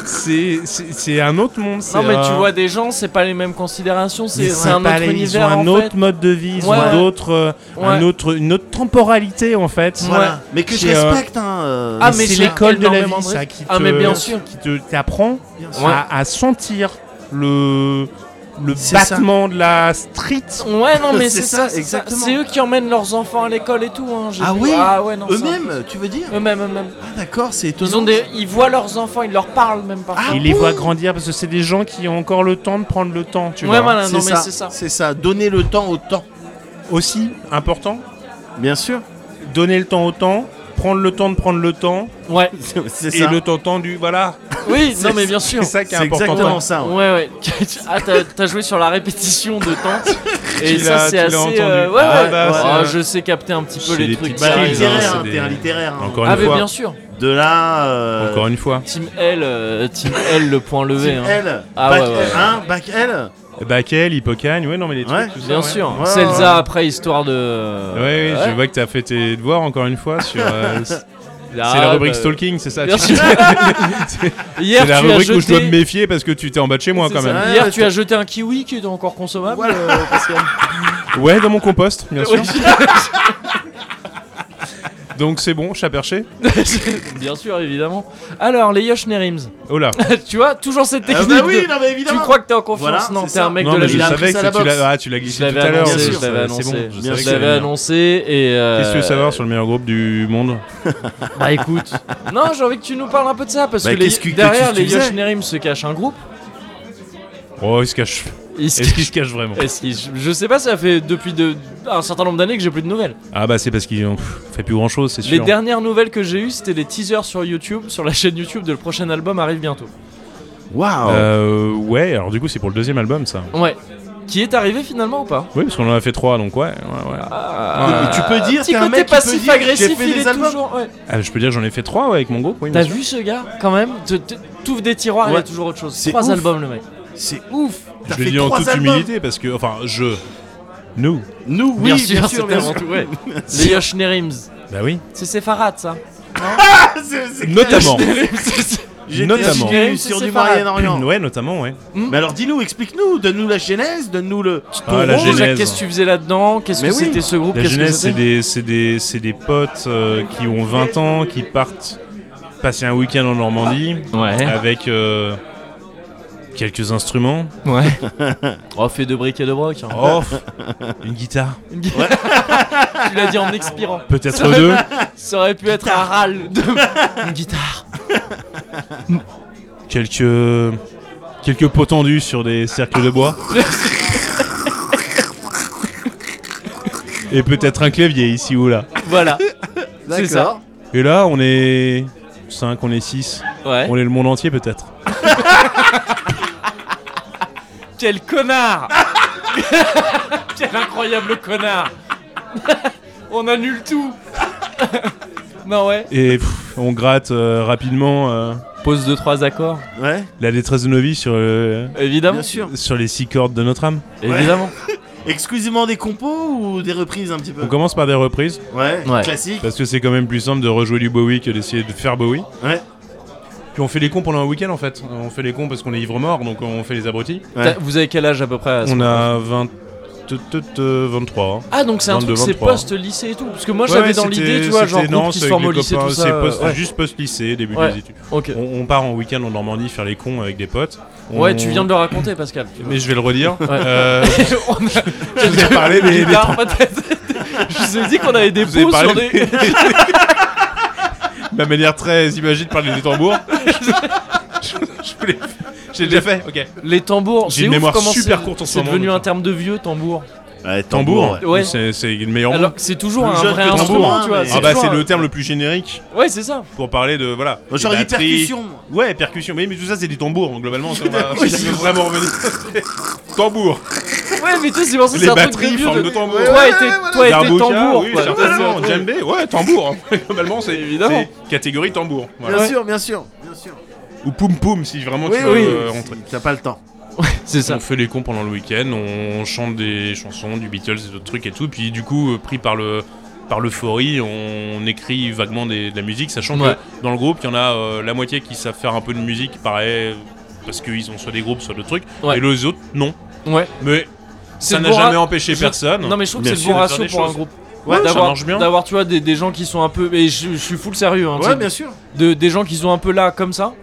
Speaker 3: c'est c'est c'est un autre monde. c'est,
Speaker 1: Non, mais tu
Speaker 3: euh,
Speaker 1: vois des gens, c'est pas les mêmes considérations,
Speaker 3: mais
Speaker 1: c'est c'est un
Speaker 3: pas
Speaker 1: autre
Speaker 3: les-
Speaker 1: univers
Speaker 3: Ils ont un
Speaker 1: en
Speaker 3: autre
Speaker 1: fait.
Speaker 3: mode de vie, ils
Speaker 1: Ouais.
Speaker 3: ont d'autres, euh,
Speaker 1: Ouais.
Speaker 3: un autre, une autre temporalité en fait.
Speaker 2: Voilà.
Speaker 1: Ouais.
Speaker 2: Mais que je
Speaker 3: C'est, euh,
Speaker 2: respecte, hein. euh,
Speaker 1: Ah,
Speaker 3: Et
Speaker 1: mais
Speaker 3: c'est
Speaker 1: j'ai
Speaker 3: l'école de la
Speaker 1: énormément
Speaker 3: vie,
Speaker 1: de
Speaker 3: ça
Speaker 1: risques.
Speaker 3: qui te,
Speaker 1: Ah, mais bien sûr.
Speaker 3: qui te t'apprend
Speaker 2: bien sûr.
Speaker 3: à, à sentir le le
Speaker 2: C'est ça.
Speaker 3: battement de la street.
Speaker 1: Ouais, non, mais c'est ça,
Speaker 2: C'est ça,
Speaker 1: c'est ça.
Speaker 2: exactement.
Speaker 1: C'est eux qui emmènent leurs enfants à l'école et tout. Hein, j'ai
Speaker 2: Ah
Speaker 1: vu.
Speaker 2: oui
Speaker 1: Ah ouais, non. ça.
Speaker 2: Eux-mêmes, tu veux dire
Speaker 1: Eux-mêmes, eux-mêmes.
Speaker 2: Ah, d'accord, c'est étonnant.
Speaker 1: Ils, ont des... ils voient leurs enfants, ils leur parlent même parfois.
Speaker 3: Il les voit grandir parce que c'est des gens qui ont encore le temps de prendre le temps, tu vois.
Speaker 1: ouais, voilà,
Speaker 2: C'est
Speaker 1: Ah, non, mais
Speaker 2: ça,
Speaker 1: c'est ça.
Speaker 2: C'est ça. Donner le temps au temps.
Speaker 3: Aussi important,
Speaker 2: Bien sûr.
Speaker 3: donner le temps au temps, prendre le temps de prendre le temps
Speaker 1: Ouais,
Speaker 2: C'est
Speaker 3: et
Speaker 2: ça.
Speaker 3: le temps tendu, voilà.
Speaker 1: oui, non,
Speaker 2: C'est-
Speaker 1: mais bien sûr.
Speaker 3: C'est ça qui est,
Speaker 2: C'est
Speaker 3: important.
Speaker 2: exactement ça. ouais.
Speaker 1: Ouais, ouais. Ah, t'as t'as joué sur la répétition de
Speaker 3: [laughs]
Speaker 1: temps. Et
Speaker 3: Tu
Speaker 1: ça,
Speaker 3: l'as-
Speaker 1: c'est
Speaker 3: tu l'as
Speaker 1: assez.
Speaker 3: entendu.
Speaker 1: euh, ouais,
Speaker 3: Ah,
Speaker 1: ouais.
Speaker 3: bah,
Speaker 1: Ah,
Speaker 3: c'est-
Speaker 1: je sais capter un petit peu
Speaker 3: C'est
Speaker 1: les
Speaker 3: des
Speaker 1: trucs.
Speaker 3: petites
Speaker 1: qui
Speaker 2: Bah,
Speaker 1: arrivent,
Speaker 2: littéraire,
Speaker 1: hein.
Speaker 2: hein,
Speaker 3: c'est
Speaker 2: t'es un
Speaker 3: des-
Speaker 2: littéraire. hein.
Speaker 3: Encore
Speaker 1: Ah,
Speaker 3: une
Speaker 1: mais
Speaker 3: fois.
Speaker 1: bien sûr.
Speaker 2: De là. euh,
Speaker 3: Encore une fois.
Speaker 1: Team L, euh, Team L, le point levé.
Speaker 2: Team
Speaker 1: hein.
Speaker 2: L.
Speaker 1: Ah,
Speaker 2: back,
Speaker 1: ouais, ouais.
Speaker 2: L, hein, back L.
Speaker 3: Bakel, Hippocagne, ouais, non mais les trucs.
Speaker 2: Ouais.
Speaker 3: tout ça,
Speaker 1: Bien
Speaker 3: ouais.
Speaker 1: sûr.
Speaker 2: Ouais,
Speaker 1: Celsa
Speaker 2: ouais.
Speaker 1: après, histoire de. euh,
Speaker 3: Ouais, ouais, je vois que t'as fait tes devoirs encore une fois sur. euh, c'est
Speaker 1: Ah,
Speaker 3: la rubrique
Speaker 1: bah,
Speaker 3: stalking, c'est ça.
Speaker 1: Bien
Speaker 3: tu-
Speaker 1: sûr.
Speaker 3: [laughs]
Speaker 1: Hier,
Speaker 3: C'est la
Speaker 1: tu as
Speaker 3: rubrique
Speaker 1: jeté...
Speaker 3: où je dois me méfier parce que tu étais en bas de chez moi
Speaker 1: C'est
Speaker 3: quand
Speaker 1: ça.
Speaker 3: même.
Speaker 2: même.
Speaker 1: Hier,
Speaker 2: Ouais,
Speaker 1: tu as jeté un kiwi qui est encore consommable. euh, Pascal.
Speaker 3: Ouais, dans mon compost, bien sûr.
Speaker 1: Oui.
Speaker 3: Donc c'est bon, chat perché.
Speaker 1: [laughs] Bien sûr, évidemment. Alors, les Yosh Nerims.
Speaker 3: Oh là.
Speaker 1: [laughs] tu vois, toujours cette
Speaker 2: Ah,
Speaker 1: technique.
Speaker 2: bah oui,
Speaker 1: de-
Speaker 2: non, mais évidemment.
Speaker 1: Tu crois que t'es en confiance
Speaker 2: Voilà,
Speaker 1: Non,
Speaker 2: c'est
Speaker 1: t'es un
Speaker 2: ça.
Speaker 1: mec
Speaker 3: non,
Speaker 1: de la
Speaker 3: mais
Speaker 1: vie.
Speaker 3: je
Speaker 2: il a appris
Speaker 3: savais
Speaker 2: ça
Speaker 3: que
Speaker 2: à la
Speaker 3: tu l'as
Speaker 2: boxe.
Speaker 3: ah, tu l'as
Speaker 1: Je
Speaker 3: glissé tout
Speaker 1: l'avais
Speaker 3: à l'heure.
Speaker 2: bien
Speaker 1: annoncé,
Speaker 2: sûr,
Speaker 1: je l'avais
Speaker 3: c'est- c'est bon,
Speaker 1: annoncé.
Speaker 3: je
Speaker 1: je
Speaker 3: savais que
Speaker 1: l'avais
Speaker 3: c'est-
Speaker 1: annoncé et. euh,
Speaker 3: Qu'est-ce que tu veux savoir sur le meilleur groupe du monde
Speaker 1: Bah
Speaker 3: [laughs]
Speaker 1: écoute. non, j'ai envie que tu nous parles un peu de ça parce
Speaker 2: Bah,
Speaker 1: que, les-
Speaker 2: qu'est-ce que-
Speaker 1: derrière
Speaker 2: qu'est-ce que
Speaker 1: les
Speaker 2: tu
Speaker 1: Yosh
Speaker 2: faisais
Speaker 1: Nerims se cache un groupe.
Speaker 3: Oh, il se cache.
Speaker 1: Ils se
Speaker 3: Est-ce qu'il se cache vraiment
Speaker 1: Est-ce qu'il- je- Je sais pas, ça fait depuis de- un certain nombre d'années que j'ai plus de nouvelles.
Speaker 3: Ah bah c'est parce qu'ils ont pff, fait plus grand chose, c'est sûr.
Speaker 1: Les dernières nouvelles que j'ai eues, c'était des teasers sur YouTube, sur la chaîne YouTube de le prochain album arrive bientôt.
Speaker 2: Waouh.
Speaker 3: Euh, ouais, alors du coup c'est pour le deuxième album ça.
Speaker 1: Ouais. Qui est arrivé finalement ou pas
Speaker 3: Oui, parce qu'on en a fait trois, donc ouais. ouais, ouais.
Speaker 1: Ah,
Speaker 2: Mais tu peux dire,
Speaker 1: petit
Speaker 2: t'es un
Speaker 1: côté
Speaker 2: mec qui peut
Speaker 1: passif
Speaker 2: dire, j'ai
Speaker 1: agressif,
Speaker 2: fait
Speaker 1: il
Speaker 2: des
Speaker 1: est
Speaker 2: albums.
Speaker 1: toujours. ouais.
Speaker 3: Ah, je peux dire que j'en ai fait trois ouais, avec mon groupe, oui. bien
Speaker 1: T'as
Speaker 3: sûr.
Speaker 1: vu ce gars quand même Te- te- T'ouvres des tiroirs, il y
Speaker 2: Ouais.
Speaker 1: a toujours autre chose.
Speaker 2: C'est
Speaker 1: Trois
Speaker 2: ouf.
Speaker 1: albums le mec.
Speaker 2: C'est ouf. T'as
Speaker 3: Je
Speaker 2: fait
Speaker 3: l'ai dit en
Speaker 2: trois
Speaker 3: toute
Speaker 2: albums.
Speaker 3: humilité parce que. Enfin, je. Nous.
Speaker 2: Nous, oui,
Speaker 1: bien sûr, c'était
Speaker 2: bien
Speaker 1: avant
Speaker 2: sûr.
Speaker 1: tout. ouais. [laughs] Les Yoshnerim.
Speaker 3: Bah oui.
Speaker 1: C'est Sepharad ça.
Speaker 2: C'est- c'est-
Speaker 1: [laughs]
Speaker 3: Notamment.
Speaker 2: J'étais
Speaker 3: Notamment.
Speaker 2: sur- sur
Speaker 1: C'est
Speaker 2: du
Speaker 1: pas grave.
Speaker 2: Moyen-Orient.
Speaker 3: ouais, notamment, ouais.
Speaker 2: Mais alors dis-nous, explique-nous, donne-nous la genèse, donne-nous le.
Speaker 3: Ah, la
Speaker 1: Oh, Jacques,
Speaker 3: genèse.
Speaker 1: Qu'est-ce que tu faisais là-dedans Qu'est-ce
Speaker 2: Mais
Speaker 1: que
Speaker 2: oui.
Speaker 1: c'était ce groupe
Speaker 3: La
Speaker 1: Qu'est-ce que
Speaker 3: jeunesse, c'est
Speaker 1: c'était
Speaker 3: des, c'est des, c'est des potes euh, qui ont 20 ans, qui partent passer un week-end en Normandie
Speaker 1: Ouais,
Speaker 3: avec euh, quelques instruments.
Speaker 1: ouais.
Speaker 3: [laughs]
Speaker 1: oh, fait de briques et de broc. hein.
Speaker 3: Oh, une guitare.
Speaker 1: Tu l'as dit en expirant.
Speaker 3: Peut-être deux.
Speaker 1: Ça aurait pu être un râle
Speaker 2: [laughs]
Speaker 1: de une guitare.
Speaker 3: Quelques. Quelques pots tendus sur des cercles de bois. Et peut-être un clavier ici ou là.
Speaker 1: Voilà. C'est
Speaker 2: D'accord.
Speaker 3: Et là, on est 5, on est 6.
Speaker 1: Ouais.
Speaker 3: On est le monde entier peut-être.
Speaker 1: Quel connard [laughs] Quel incroyable connard [laughs] On annule tout [laughs] Non ouais.
Speaker 3: Et pff, on gratte euh, rapidement euh,
Speaker 1: Pose deux trois accords.
Speaker 2: Ouais,
Speaker 3: la détresse de nos vies sur, le-
Speaker 1: Évidemment.
Speaker 2: bien sûr.
Speaker 3: sur les six cordes de notre âme.
Speaker 1: Évidemment.
Speaker 2: Exclusivement des compos ou des reprises un petit peu
Speaker 3: On commence par des reprises,
Speaker 2: Ouais,
Speaker 1: Ouais.
Speaker 2: classique.
Speaker 3: parce que c'est quand même plus simple de rejouer du Bowie que d'essayer de faire Bowie.
Speaker 2: Ouais.
Speaker 3: Puis on fait les cons pendant un week-end en fait. On fait les cons parce qu'on est ivre mort, donc on fait les abrutis.
Speaker 2: Ouais.
Speaker 1: T'as- Vous avez quel âge à peu près à ce
Speaker 3: On
Speaker 1: moment-là
Speaker 3: a 20, t- t- t- 23. hein.
Speaker 1: Ah donc c'est un
Speaker 3: 22,
Speaker 1: truc c'est
Speaker 3: 23.
Speaker 1: post lycée et tout parce que moi
Speaker 3: Ouais,
Speaker 1: j'avais
Speaker 3: ouais,
Speaker 1: dans
Speaker 3: c'était-
Speaker 1: l'idée tu vois genre
Speaker 3: c'était
Speaker 1: groupe
Speaker 3: Nance
Speaker 1: qui se
Speaker 3: avec
Speaker 1: forme
Speaker 3: les
Speaker 1: au lycée
Speaker 3: copains,
Speaker 1: tout ça.
Speaker 3: c'est
Speaker 1: euh,
Speaker 3: post-
Speaker 1: ouais.
Speaker 3: juste post-lycée, début
Speaker 1: Ouais.
Speaker 3: des études.
Speaker 1: Ok.
Speaker 3: On, on part en week-end en Normandie faire les cons avec des potes. On-
Speaker 1: Ouais tu viens de le raconter
Speaker 3: [laughs]
Speaker 1: Pascal. tu vois.
Speaker 3: Mais je vais le redire.
Speaker 1: Ouais.
Speaker 3: Euh,
Speaker 1: [laughs] On a-
Speaker 3: je vous ai parlé des, des
Speaker 1: Guitare, peut-être. [laughs] Je vous ai dit qu'on avait des
Speaker 3: Vous avez
Speaker 1: pots sur
Speaker 3: parlé
Speaker 1: des.
Speaker 3: ma manière très imagée de parler des tambours. Je- je voulais- J'ai déjà fait, [laughs] ok.
Speaker 1: Les tambours. c'est
Speaker 3: J'ai une
Speaker 1: ouf
Speaker 3: mémoire
Speaker 1: comment
Speaker 3: super
Speaker 1: c'est-
Speaker 3: courte en ce
Speaker 1: C'est
Speaker 3: moment,
Speaker 1: devenu
Speaker 3: donc.
Speaker 1: un terme de vieux tambour.
Speaker 2: Ouais,
Speaker 3: Tambour,
Speaker 2: ouais.
Speaker 1: Ouais.
Speaker 3: c'est- c'est le meilleur mot.
Speaker 1: Alors que c'est toujours
Speaker 2: Plus
Speaker 1: un
Speaker 2: jeune
Speaker 1: vrai
Speaker 2: que
Speaker 1: instrument,
Speaker 2: tambour,
Speaker 1: tu vois.
Speaker 2: mais-
Speaker 1: c'est hein.
Speaker 3: Ah bah
Speaker 1: toujours
Speaker 3: c'est
Speaker 1: un-
Speaker 3: le terme le plus générique
Speaker 1: Ouais, c'est ça.
Speaker 3: pour parler de voilà.
Speaker 2: Moi, J'aurais
Speaker 3: des
Speaker 2: dit
Speaker 3: batteries.
Speaker 2: percussion. moi.
Speaker 3: Ouais, percussion. Mais, mais tout ça c'est des tambours donc, globalement. Si on va- si on veut vraiment revenir. tambour.
Speaker 1: Ouais, mais tu sais, c'est pour ça que
Speaker 3: Les
Speaker 1: c'est un truc
Speaker 3: batteries,
Speaker 1: de vieux.
Speaker 3: forme
Speaker 1: de-
Speaker 3: de tambour.
Speaker 1: Toi et tes- toi et tes
Speaker 3: Darbuka,
Speaker 1: tambours.
Speaker 3: oui,
Speaker 1: quoi.
Speaker 3: certainement. Djembé, ouais, tambour. [laughs] globalement c'est
Speaker 1: Évidemment.
Speaker 3: c'est catégorie tambour.
Speaker 2: Bien
Speaker 3: Voilà.
Speaker 2: sûr, bien sûr. Bien sûr.
Speaker 3: Ou poum poum si vraiment
Speaker 2: Oui,
Speaker 3: tu veux
Speaker 2: oui.
Speaker 3: euh, rentrer.
Speaker 2: T'as pas le temps.
Speaker 1: C'est ça.
Speaker 3: On fait les cons pendant le week-end, on chante des chansons, du Beatles et d'autres trucs et tout. Puis du coup, euh, pris par le par l'euphorie, on écrit vaguement des- de la musique, sachant
Speaker 1: Ouais.
Speaker 3: que dans le groupe, il y en a euh, la moitié qui savent faire un peu de musique, pareil, parce qu'ils ont soit des groupes, soit d'autres trucs,
Speaker 1: Ouais.
Speaker 3: et les autres, non.
Speaker 1: Ouais.
Speaker 3: Mais
Speaker 1: C'est
Speaker 3: ça
Speaker 1: le
Speaker 3: n'a
Speaker 1: bon
Speaker 3: jamais
Speaker 1: ra-
Speaker 3: empêché
Speaker 1: je-
Speaker 3: personne.
Speaker 1: Non, mais je trouve que
Speaker 3: Bien
Speaker 1: c'est le
Speaker 3: sûr,
Speaker 1: bon
Speaker 3: de faire
Speaker 1: ratio
Speaker 3: des
Speaker 1: pour un
Speaker 3: choses.
Speaker 1: groupe.
Speaker 3: Ouais, ça
Speaker 1: D'avoir-
Speaker 3: marche bien.
Speaker 1: D'avoir, tu vois, des, des gens qui sont un peu. Et je, je suis full sérieux. Hein, tu
Speaker 2: Ouais,
Speaker 1: sais,
Speaker 2: bien sûr.
Speaker 1: de, des gens qui sont un peu là comme ça.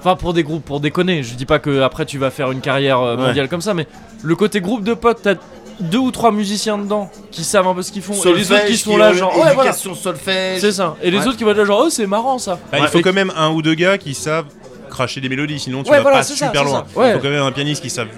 Speaker 1: Enfin, pour des groupes, pour déconner. Je dis pas que après tu vas faire une carrière euh,
Speaker 2: Ouais.
Speaker 1: mondiale comme ça, mais le côté groupe de potes, t'as deux ou trois musiciens dedans qui savent un peu ce qu'ils font. et les autres qui sont là, genre, ouais, voilà.
Speaker 2: éducation solfège.
Speaker 1: C'est ça. Et les
Speaker 2: Ouais.
Speaker 1: autres qui vont être là, genre, oh, c'est marrant ça.
Speaker 3: Bah,
Speaker 2: Ouais.
Speaker 3: il faut quand même un ou deux gars qui savent cracher des mélodies, sinon tu
Speaker 1: Ouais,
Speaker 3: vas
Speaker 1: voilà,
Speaker 3: pas
Speaker 1: c'est ça,
Speaker 3: super
Speaker 1: c'est
Speaker 3: loin.
Speaker 1: ça. Ouais.
Speaker 3: Il faut quand même un pianiste qui sache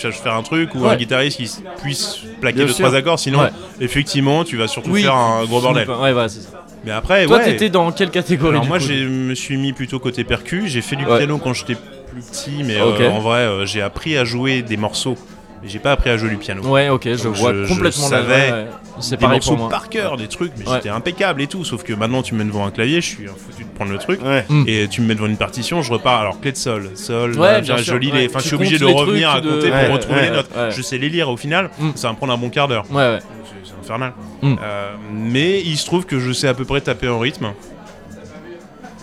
Speaker 3: sache faire un truc ou un
Speaker 1: Ouais.
Speaker 3: guitariste qui s- puisse plaquer
Speaker 2: Bien
Speaker 3: deux
Speaker 2: sûr.
Speaker 3: trois accords sinon
Speaker 1: Ouais.
Speaker 3: effectivement tu vas surtout
Speaker 1: Oui.
Speaker 3: faire un gros bordel
Speaker 1: Ouais, voilà, c'est ça.
Speaker 3: mais après
Speaker 1: Toi,
Speaker 3: ouais
Speaker 1: t'étais dans quelle catégorie
Speaker 3: alors
Speaker 1: du
Speaker 3: moi
Speaker 1: coup
Speaker 3: je me suis mis plutôt côté percu j'ai fait du
Speaker 1: Ouais.
Speaker 3: piano quand j'étais plus petit mais
Speaker 1: Ok.
Speaker 3: euh, en vrai euh, j'ai appris à jouer des morceaux mais j'ai pas appris à jouer du piano
Speaker 1: Ouais, ok, je
Speaker 3: Donc,
Speaker 1: vois
Speaker 3: je- je
Speaker 1: complètement la-
Speaker 3: savais
Speaker 1: ouais, ouais. C'est
Speaker 3: des
Speaker 1: pareil
Speaker 3: morceaux
Speaker 1: pour moi.
Speaker 3: par cœur des trucs mais
Speaker 1: Ouais.
Speaker 3: j'étais impeccable et tout sauf que maintenant tu me mets devant un clavier je suis un foutu de prendre le truc
Speaker 2: Ouais.
Speaker 3: et tu me mets devant une partition, je repars. Alors clé de sol, sol,
Speaker 1: Hmm. Ouais,
Speaker 3: là,
Speaker 1: bien
Speaker 3: je
Speaker 1: sûr,
Speaker 3: lis
Speaker 1: ouais.
Speaker 3: les. Enfin,
Speaker 1: Tu
Speaker 3: je suis obligé de
Speaker 1: comptes les
Speaker 3: revenir à
Speaker 1: trucs de-
Speaker 3: compter
Speaker 2: Ouais,
Speaker 3: pour retrouver
Speaker 2: ouais,
Speaker 3: les notes.
Speaker 1: ouais.
Speaker 3: Je sais les lire au final,
Speaker 1: Mm.
Speaker 3: ça va me prendre un bon quart d'heure.
Speaker 1: Ouais, ouais.
Speaker 3: C'est c'est infernal.
Speaker 1: Mm.
Speaker 3: Euh, mais il se trouve que je sais à peu près taper en rythme.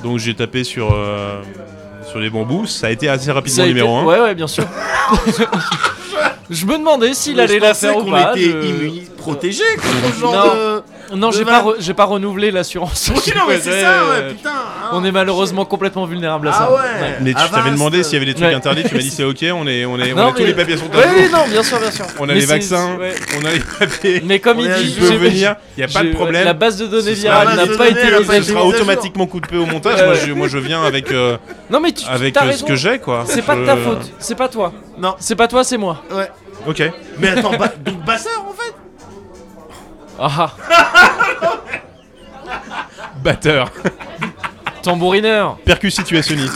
Speaker 3: Donc j'ai tapé sur euh, sur les bambous. Ça a été assez
Speaker 1: Ça
Speaker 3: rapidement
Speaker 1: a été-
Speaker 3: numéro 1.
Speaker 1: Ouais, ouais, bien sûr. [laughs] je me demandais s'il allait
Speaker 2: Je
Speaker 1: la
Speaker 2: pensais
Speaker 1: faire ou
Speaker 2: qu'on
Speaker 1: pas.
Speaker 2: était
Speaker 1: je-
Speaker 2: immunis, protégés contre ce genre
Speaker 1: Non.
Speaker 2: de.
Speaker 1: Non, j'ai
Speaker 2: Demain.
Speaker 1: pas, re- j'ai pas renouvelé l'assurance.
Speaker 2: Oui, non, mais c'est ça,
Speaker 1: Ouais.
Speaker 2: ouais, putain. hein.
Speaker 1: euh, On est malheureusement complètement vulnérable à ça.
Speaker 2: Ah ouais.
Speaker 3: Mais tu
Speaker 2: Avast.
Speaker 3: t'avais demandé s'il y avait des trucs
Speaker 1: Ouais.
Speaker 3: interdits, tu m'as dit c'est ok, on est, on est, on
Speaker 1: Non,
Speaker 3: a tous
Speaker 1: mais-
Speaker 3: les papiers sont à
Speaker 1: Ouais,
Speaker 3: jour.
Speaker 1: oui, non, bien sûr, bien sûr.
Speaker 3: On a
Speaker 1: Mais
Speaker 3: les
Speaker 1: c'est-
Speaker 3: vaccins,
Speaker 1: ouais. [laughs]
Speaker 3: on a les papiers.
Speaker 1: Mais comme
Speaker 2: On
Speaker 1: il
Speaker 2: est-
Speaker 1: dit,
Speaker 3: Tu peux
Speaker 1: j'ai-
Speaker 3: venir, il y a pas de
Speaker 1: j'ai-
Speaker 3: problème.
Speaker 1: La base de données
Speaker 3: sera
Speaker 1: virale
Speaker 2: la
Speaker 1: n'a
Speaker 2: base de
Speaker 1: pas
Speaker 2: données,
Speaker 1: été
Speaker 2: elle a
Speaker 1: mise
Speaker 2: pas
Speaker 1: à
Speaker 3: Ce
Speaker 2: été
Speaker 1: jour.
Speaker 3: sera
Speaker 2: mise à jour.
Speaker 3: automatiquement coup de peu au montage. moi, je, moi, je viens avec, euh,
Speaker 1: Non, mais tu
Speaker 3: avec
Speaker 1: t'as
Speaker 3: euh, ce
Speaker 1: raison.
Speaker 3: que j'ai, quoi.
Speaker 1: C'est pas de
Speaker 3: Je-
Speaker 1: ta faute, c'est pas toi.
Speaker 2: Non.
Speaker 1: C'est pas toi, c'est moi.
Speaker 2: Ouais.
Speaker 3: Ok.
Speaker 2: Mais attends, ba- donc Basseur en fait
Speaker 1: Ah,
Speaker 2: [laughs]
Speaker 3: Batteur.
Speaker 1: ah, tambourineur.
Speaker 3: Percu situationniste.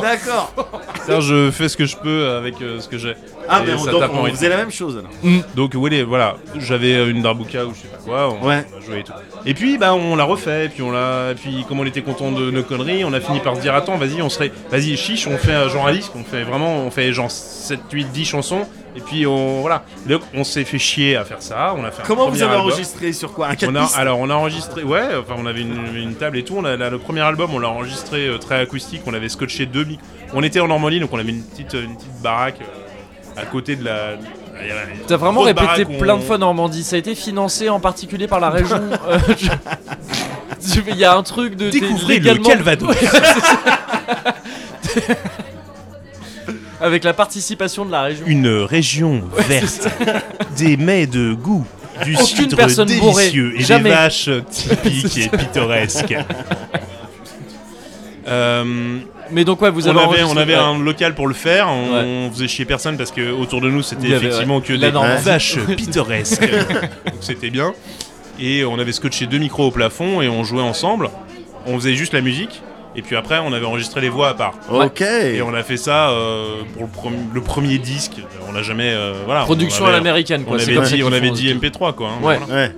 Speaker 2: D'accord.
Speaker 3: Là, je fais ce que je peux avec euh, ce que j'ai.
Speaker 2: Ah,
Speaker 3: Et
Speaker 2: mais on,
Speaker 3: ça
Speaker 2: donc,
Speaker 3: tape en
Speaker 2: on
Speaker 3: rythme.
Speaker 2: faisait la même chose alors.
Speaker 3: Donc oui, les- voilà, j'avais euh, une darbuka ou je sais pas quoi, on,
Speaker 2: Ouais.
Speaker 3: on a joué et tout. Et puis bah on l'a refait, et puis on l'a, et puis comme on était content de nos conneries, on a fini par se dire attends, vas-y, on serait, vas-y chiche, on fait euh, genre un disque, on fait vraiment, on fait genre 7, 8, 10 chansons, et puis on voilà. Donc on s'est fait chier à faire ça, on a fait. un
Speaker 2: Comment vous
Speaker 3: premier
Speaker 2: avez
Speaker 3: album.
Speaker 2: enregistré Sur quoi Un 4
Speaker 3: on a, alors on a enregistré, ouais, enfin on avait une, une table et tout, on a, la- le premier album on l'a enregistré euh, très acoustique, on avait scotché deux micros. On était en Normandie donc on avait une petite, une petite baraque euh, à côté de la... il y a la-
Speaker 1: T'as vraiment
Speaker 3: grosse
Speaker 1: répété
Speaker 3: baraque où
Speaker 1: plein
Speaker 3: on-
Speaker 1: de fois Normandie. Ça a été financé en particulier par la
Speaker 3: [laughs]
Speaker 1: région. Euh, je- Tu- Il y a un truc de. t'es
Speaker 3: Découvrez le
Speaker 1: légalement-
Speaker 3: Calvados.
Speaker 1: Ouais, c'est ça. Avec la participation de la région.
Speaker 3: [laughs] Une région verte, des mets de goût, du
Speaker 1: Aucune
Speaker 3: cidre
Speaker 1: personne bourrée.
Speaker 3: délicieux et
Speaker 1: Jamais. [laughs]
Speaker 3: des vaches typiques et pittoresques. Euh,
Speaker 1: Mais donc, ouais, vous
Speaker 3: on
Speaker 1: avez.
Speaker 3: avait, on
Speaker 1: enregistré-
Speaker 3: avait
Speaker 1: ouais.
Speaker 3: un local pour le faire, on, on faisait chier personne parce que autour de nous c'était
Speaker 1: Il y avait,
Speaker 3: effectivement
Speaker 1: ouais,
Speaker 3: que
Speaker 1: la
Speaker 3: des
Speaker 1: Normandie. [laughs]
Speaker 3: [laughs] vaches pittoresques. Donc c'était bien. Et on avait scotché deux micros au plafond et on jouait ensemble. On faisait juste la musique et puis après on avait enregistré les voix à part.
Speaker 2: Ok.
Speaker 3: Et on a fait ça euh, pour le, prom- le premier disque. On n'a jamais. euh, voilà,
Speaker 1: Production
Speaker 3: on
Speaker 1: à
Speaker 3: avait-
Speaker 1: l'américaine,
Speaker 3: On
Speaker 1: quoi. c'est
Speaker 3: avait
Speaker 1: comme ça
Speaker 3: dit,
Speaker 1: qu'ils
Speaker 3: on
Speaker 1: font
Speaker 3: avait
Speaker 1: aux
Speaker 3: dit
Speaker 1: États-Unis.
Speaker 3: MP3 quoi. hein,
Speaker 1: Ouais.
Speaker 3: voilà.
Speaker 2: Ouais.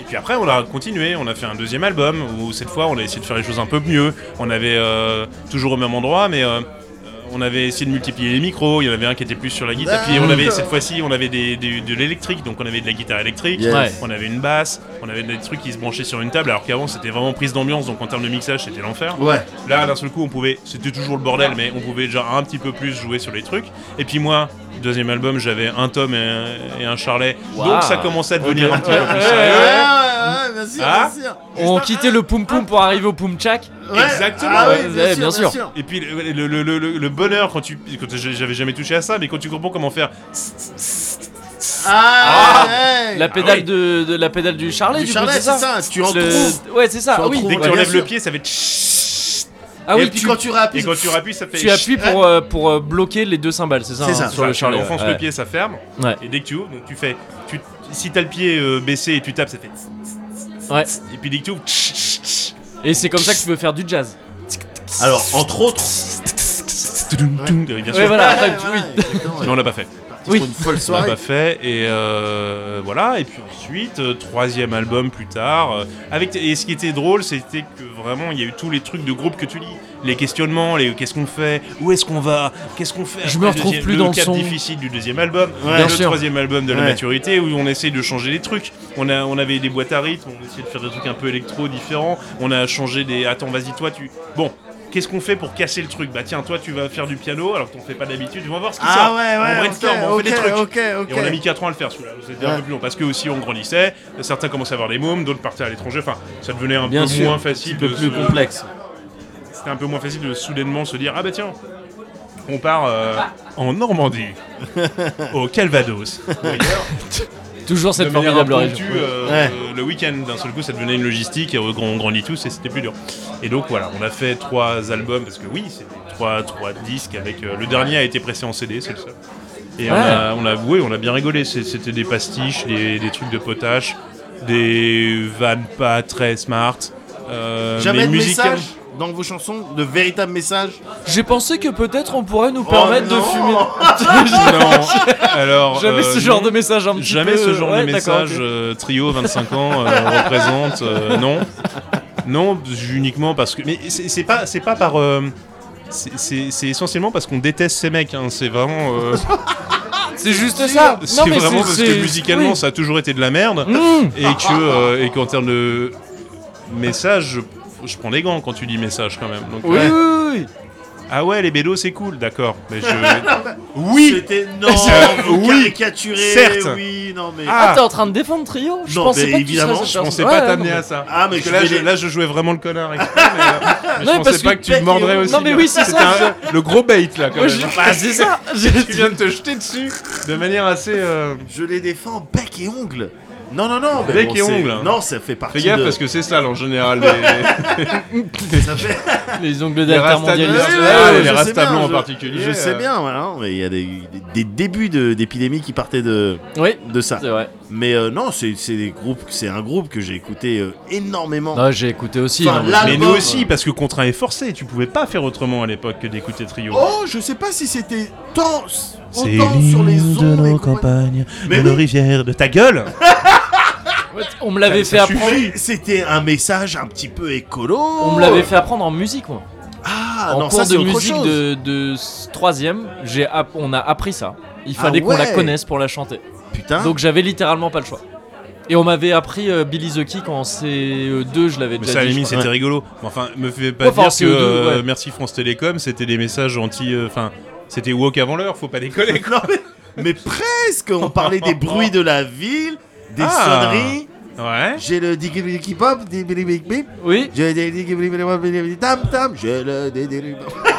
Speaker 3: Et puis après on a continué, on a fait un deuxième album où cette fois on a essayé de faire les choses un peu mieux. On avait euh, toujours au même endroit mais euh, euh, on avait essayé de multiplier les micros. Il y en avait un qui était plus sur la guitare. Puis on avait cette fois-ci on avait des, des- de l'électrique donc on avait de la guitare électrique.
Speaker 2: Yes.
Speaker 1: Ouais.
Speaker 3: On avait une basse, on avait des trucs qui se branchaient sur une table alors qu'avant c'était vraiment prise d'ambiance donc en termes de mixage c'était l'enfer.
Speaker 2: Ouais.
Speaker 3: Là, d'un seul coup, on pouvait, c'était toujours le bordel, mais on pouvait déjà un petit peu plus jouer sur les trucs. Et puis moi, deuxième album, j'avais un tome et un, et un charlet,
Speaker 1: Waouh.
Speaker 3: donc ça commençait à devenir un petit peu
Speaker 2: Ouais,
Speaker 3: plus
Speaker 2: ouais,
Speaker 3: sérieux.
Speaker 2: ouais, bien sûr,
Speaker 3: Ah.
Speaker 2: bien sûr.
Speaker 1: On quittait le poum poum pour arriver au poum tchak.
Speaker 2: Ouais.
Speaker 3: Exactement.
Speaker 2: Ah oui,
Speaker 1: Ouais,
Speaker 2: bien, sûr, bien sûr.
Speaker 3: Et puis le, le- le- le- le- le bonheur quand tu, quand j'avais jamais touché à ça, mais quand tu comprends comment faire,
Speaker 2: Ah, ouais.
Speaker 1: La pédale
Speaker 3: oui.
Speaker 1: de, de- la pédale du charlet,
Speaker 2: Du
Speaker 1: du coup,
Speaker 2: charlet,
Speaker 1: c'est
Speaker 2: c'est ça. Tu en
Speaker 1: Le-
Speaker 2: trouves.
Speaker 1: Ouais, c'est ça.
Speaker 2: Tu en
Speaker 1: ah oui.
Speaker 2: trouves.
Speaker 3: dès que
Speaker 2: bah,
Speaker 3: tu enlèves
Speaker 2: bien
Speaker 3: le
Speaker 2: sûr.
Speaker 3: pied, ça fait. tch-
Speaker 1: Ah oui.
Speaker 2: et puis
Speaker 1: tu,
Speaker 2: quand tu rappuies.
Speaker 3: Et quand tu rappuies, ça fait.
Speaker 1: tu appuies
Speaker 2: Ouais.
Speaker 1: pour euh, pour euh, bloquer les deux cymbales, c'est ça,
Speaker 2: C'est
Speaker 1: hein,
Speaker 2: ça.
Speaker 1: sur le charlet.
Speaker 3: Tu enfonces
Speaker 1: ouais.
Speaker 3: le pied, ça ferme.
Speaker 1: Ouais.
Speaker 3: Et dès que tu ouvres, donc tu fais. Tu, si t'as le pied euh, baissé et tu tapes, ça fait.
Speaker 1: Ouais.
Speaker 3: Et puis dès que tu ouvres, tch- tch- tch-
Speaker 1: Et c'est comme ça que tu peux faire du jazz.
Speaker 2: Alors, entre autres.
Speaker 3: Tudum, bien sûr.
Speaker 1: Ouais, voilà. après, tu-
Speaker 2: Ouais,
Speaker 1: oui.
Speaker 2: exactement, ouais.
Speaker 3: Mais on l'a pas fait.
Speaker 1: Oui.
Speaker 2: Pour une folle
Speaker 3: On l'a
Speaker 2: soirée.
Speaker 3: pas fait et euh, voilà. Et puis ensuite, euh, troisième album plus tard. euh, avec et ce qui était drôle, c'était que vraiment il y a eu tous les trucs de groupe que tu lis, les questionnements, les qu'est-ce qu'on fait, où est-ce qu'on va, qu'est-ce qu'on fait.
Speaker 1: Je
Speaker 3: après
Speaker 1: me
Speaker 3: le
Speaker 1: retrouve
Speaker 3: deuxième-
Speaker 1: plus dans le
Speaker 3: cap
Speaker 1: son.
Speaker 3: difficile du deuxième album,
Speaker 2: Ouais.
Speaker 1: Bien
Speaker 3: le
Speaker 1: sûr.
Speaker 3: troisième album de la
Speaker 2: Ouais.
Speaker 3: maturité où on essaye de changer les trucs. On a on avait des boîtes à rythme, on essayait de faire des trucs un peu électro différents. On a changé des. Attends, vas-y toi tu. Bon. Qu'est-ce qu'on fait pour casser le truc Bah tiens, toi tu vas faire du piano alors qu'on fait pas d'habitude. On va voir ce qui
Speaker 2: Ah
Speaker 3: sort.
Speaker 2: ouais, ouais.
Speaker 3: on brainstorm,
Speaker 2: ok,
Speaker 3: on fait des
Speaker 2: ok,
Speaker 3: trucs.
Speaker 2: Ok, ok.
Speaker 3: Et on a mis 4 ans à le faire celui-là, c'était un
Speaker 2: Ouais.
Speaker 3: peu plus long parce que aussi on grandissait, certains commençaient à avoir des mômes, d'autres partaient à l'étranger, enfin ça devenait un
Speaker 1: Bien
Speaker 3: peu
Speaker 1: sûr,
Speaker 3: moins facile,
Speaker 1: Un peu
Speaker 3: de
Speaker 1: plus
Speaker 3: se-
Speaker 1: complexe.
Speaker 2: Euh,
Speaker 3: c'était un peu moins facile de soudainement se dire ah bah tiens, on part euh, en Normandie,
Speaker 2: [laughs]
Speaker 3: au Calvados, D'ailleurs,
Speaker 1: Toujours cette
Speaker 3: de manière
Speaker 1: formidable
Speaker 3: impromptue,
Speaker 1: région.
Speaker 3: euh,
Speaker 2: Ouais.
Speaker 3: euh, le week-end d'un seul coup ça devenait une logistique et on on grandit tous et c'était plus dur. Et donc voilà, on a fait trois albums parce que oui c'était trois trois disques avec euh, le dernier a été pressé en CD c'est le seul. Et on,
Speaker 1: Ouais.
Speaker 3: a, on a oui, on a bien rigolé. C'est- C'était des pastiches, des, des trucs de potache, des vannes pas très smart. euh,
Speaker 2: Jamais
Speaker 3: mais
Speaker 2: de
Speaker 3: musicales.
Speaker 2: message dans vos chansons, de véritables messages.
Speaker 1: J'ai pensé que peut-être on pourrait
Speaker 3: Oh
Speaker 1: nous permettre de
Speaker 2: non.
Speaker 1: fumer.
Speaker 3: [laughs] Non. Alors.
Speaker 1: Jamais
Speaker 3: euh,
Speaker 1: ce genre
Speaker 3: non.
Speaker 1: de message un petit
Speaker 3: Jamais
Speaker 1: peu-
Speaker 3: ce genre
Speaker 1: ouais,
Speaker 3: de
Speaker 1: d'accord,
Speaker 3: message.
Speaker 1: ok.
Speaker 3: euh, trio 25 ans euh, [laughs] représente. euh, non. Non, uniquement parce que. Mais c'est c'est pas, c'est pas par. euh, c'est- C'est c'est essentiellement parce qu'on déteste ces mecs. hein, C'est
Speaker 1: [laughs]
Speaker 3: vraiment. euh,
Speaker 1: C'est juste ça.
Speaker 3: c'est
Speaker 1: Non, mais
Speaker 3: vraiment parce
Speaker 1: c'est-
Speaker 3: que musicalement ça a toujours été de la merde.
Speaker 1: Mmh.
Speaker 3: et que euh, et qu'en termes de message, je, je prends des gants quand tu dis message quand même. Donc,
Speaker 1: Oui,
Speaker 3: ouais.
Speaker 1: oui, oui.
Speaker 3: Ah ouais, les bédos c'est cool, d'accord.
Speaker 1: [laughs]
Speaker 3: Mais je... oui.
Speaker 2: C'était non,
Speaker 3: Euh,
Speaker 2: vous
Speaker 3: oui,
Speaker 2: caricaturé,
Speaker 3: certes.
Speaker 2: oui, non mais.
Speaker 3: Ah.
Speaker 1: Ah, t'es en train de défendre Trio Je
Speaker 2: Non,
Speaker 1: pensais
Speaker 2: mais
Speaker 1: pas
Speaker 2: évidemment,
Speaker 1: que tu
Speaker 3: Je
Speaker 1: serais cette
Speaker 3: pensais
Speaker 1: personne.
Speaker 3: pas
Speaker 1: Ouais,
Speaker 3: t'amener
Speaker 1: non,
Speaker 3: à ça.
Speaker 2: Ah, mais
Speaker 3: Parce que
Speaker 2: je
Speaker 3: là,
Speaker 2: vais
Speaker 3: je,
Speaker 2: les-
Speaker 3: là, je jouais vraiment le
Speaker 1: [laughs]
Speaker 3: connard. exprès, mais, euh, mais
Speaker 1: Non,
Speaker 3: je
Speaker 1: mais parce
Speaker 3: pensais pas
Speaker 1: que-
Speaker 3: que tu me mordrais aussi.
Speaker 1: Non, mais oui, c'est
Speaker 3: C'était
Speaker 1: ça.
Speaker 3: un- le gros bait là. Quand
Speaker 1: Moi,
Speaker 3: même.
Speaker 1: je- Ah, c'est
Speaker 3: [laughs]
Speaker 1: ça.
Speaker 3: Tu viens de te jeter dessus de manière assez. euh,
Speaker 2: Je les défends bec et ongle. Non, non, non. mais
Speaker 7: Bec et
Speaker 2: c'est-
Speaker 7: ongles.
Speaker 2: Non, ça fait partie
Speaker 7: Fais gaffe
Speaker 2: de...
Speaker 7: parce que c'est sale en général.
Speaker 2: [laughs]
Speaker 7: Les,
Speaker 2: ça fait...
Speaker 1: Les ongles
Speaker 7: les Rasta
Speaker 1: d'altermondialisme.
Speaker 2: Ouais,
Speaker 7: Ah,
Speaker 2: ouais,
Speaker 7: les
Speaker 2: je sais
Speaker 7: Rasta
Speaker 2: bien,
Speaker 7: blancs en
Speaker 2: je-
Speaker 7: particulier.
Speaker 2: Je sais
Speaker 7: euh,
Speaker 2: bien, voilà, non, mais il y a des, des débuts de- d'épidémie qui partaient de,
Speaker 1: Oui,
Speaker 2: de ça.
Speaker 1: c'est vrai.
Speaker 2: Mais euh, non, c'est c'est des groupes, c'est un groupe que j'ai écouté euh, énormément.
Speaker 1: Non, j'ai écouté aussi.
Speaker 2: Enfin,
Speaker 1: non, mais-
Speaker 2: là-
Speaker 3: Mais
Speaker 2: Album.
Speaker 3: nous aussi, parce que contraint et forcé, tu pouvais pas faire autrement à l'époque que d'écouter Trio.
Speaker 2: Oh, je sais pas si c'était tant autant sur les ondes et compagnie. Mais oui.
Speaker 3: rivières, de
Speaker 2: [laughs]
Speaker 3: ta gueule
Speaker 1: On me l'avait
Speaker 3: Ça-
Speaker 1: fait
Speaker 3: ça
Speaker 1: apprendre.
Speaker 2: Mais C'était un message un petit peu écolo.
Speaker 1: On me l'avait fait apprendre en musique, moi.
Speaker 2: Ah
Speaker 1: en
Speaker 2: non,
Speaker 1: cours
Speaker 2: ça c'est
Speaker 1: de
Speaker 2: autre
Speaker 1: musique
Speaker 2: chose.
Speaker 1: de, de s- troisième, j'ai app- on a appris ça. Il
Speaker 2: Ah
Speaker 1: fallait qu'on la
Speaker 2: ouais.
Speaker 1: connaisse pour la chanter.
Speaker 2: Putain.
Speaker 1: Donc j'avais littéralement pas le choix. Et on m'avait appris euh, Billy the Kick en CE2, euh, je l'avais
Speaker 3: Mais
Speaker 1: déjà
Speaker 3: ça, à la
Speaker 1: dit. je
Speaker 3: limite,
Speaker 1: crois.
Speaker 3: c'était rigolo. Mais Enfin, me fais pas
Speaker 1: Ouais, enfin,
Speaker 3: dire que
Speaker 1: c'est au deux,
Speaker 3: euh,
Speaker 1: ouais.
Speaker 3: merci France Télécom, c'était des messages anti. euh, Enfin, c'était woke avant l'heure, faut pas décoller.
Speaker 2: Non, mais, mais presque. On parlait des bruits de la ville, des
Speaker 3: Ah.
Speaker 2: sonneries.
Speaker 3: Ouais.
Speaker 2: J'ai le diggy pop, diggy bip bip.
Speaker 1: Oui,
Speaker 2: J'ai le diggy bip bip tam tam. J'ai le diggy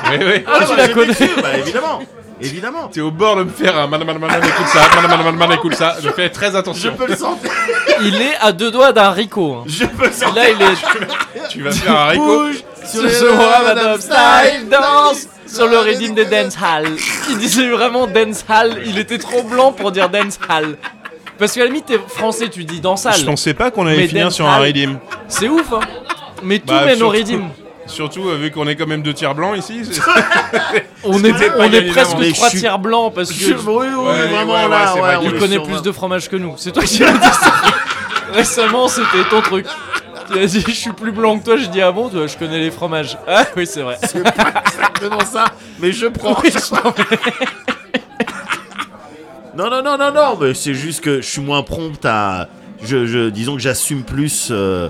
Speaker 7: Oui, oui.
Speaker 1: Ah, tu la connais.
Speaker 2: Bah évidemment, évidemment.
Speaker 7: T'es au bord de me faire un madame, madame, madame, écoute ça, madame, madame, madame, écoute ça. Je fais très
Speaker 2: Je
Speaker 7: attention.
Speaker 2: peux le sentir.
Speaker 1: il est à deux doigts d'un Rico. hein.
Speaker 2: Je peux le sentir.
Speaker 1: Là, il est
Speaker 7: Tu vas faire un haricot.
Speaker 2: Bouge
Speaker 1: sur ce Ramadan style, danse sur
Speaker 2: Ah,
Speaker 1: le rythme des dance hall. Il disait vraiment dance hall, il était trop blanc pour dire dance hall. Parce qu'à la limite, t'es français, tu dis dans
Speaker 3: Je
Speaker 1: salle.
Speaker 3: pensais pas qu'on allait
Speaker 1: Mais
Speaker 3: finir
Speaker 1: Dance
Speaker 3: sur un
Speaker 1: Hall.
Speaker 3: redeem.
Speaker 1: C'est ouf, hein. Mais tout
Speaker 7: Bah,
Speaker 1: mène au
Speaker 7: surtout-
Speaker 1: Redim.
Speaker 7: Surtout euh, vu qu'on est quand même deux tiers blancs ici. c'est-
Speaker 1: On est,
Speaker 7: pas
Speaker 1: on est
Speaker 7: gagné
Speaker 1: presque
Speaker 2: d'avance.
Speaker 1: trois
Speaker 2: Mais je suis-
Speaker 1: tiers blancs parce que
Speaker 2: Je oui, oui,
Speaker 7: Ouais,
Speaker 2: vraiment
Speaker 7: ouais, ouais,
Speaker 2: là.
Speaker 7: c'est
Speaker 2: ouais,
Speaker 7: vrai,
Speaker 2: on
Speaker 7: il
Speaker 1: il
Speaker 2: est
Speaker 1: connaît
Speaker 2: sur-
Speaker 1: plus de fromage que nous. C'est toi qui as dit
Speaker 2: [laughs]
Speaker 1: ça. Récemment, c'était ton truc. Tu as dit, je suis plus blanc que toi. J'ai dit, ah bon, toi, je connais les fromages. Ah oui, c'est vrai.
Speaker 2: C'est pas exactement ça, mais je prends.
Speaker 1: Oui, je prends.
Speaker 2: [laughs] Non, non, non, non, non, mais c'est juste que je suis moins prompt à. Je, je- disons que j'assume plus euh,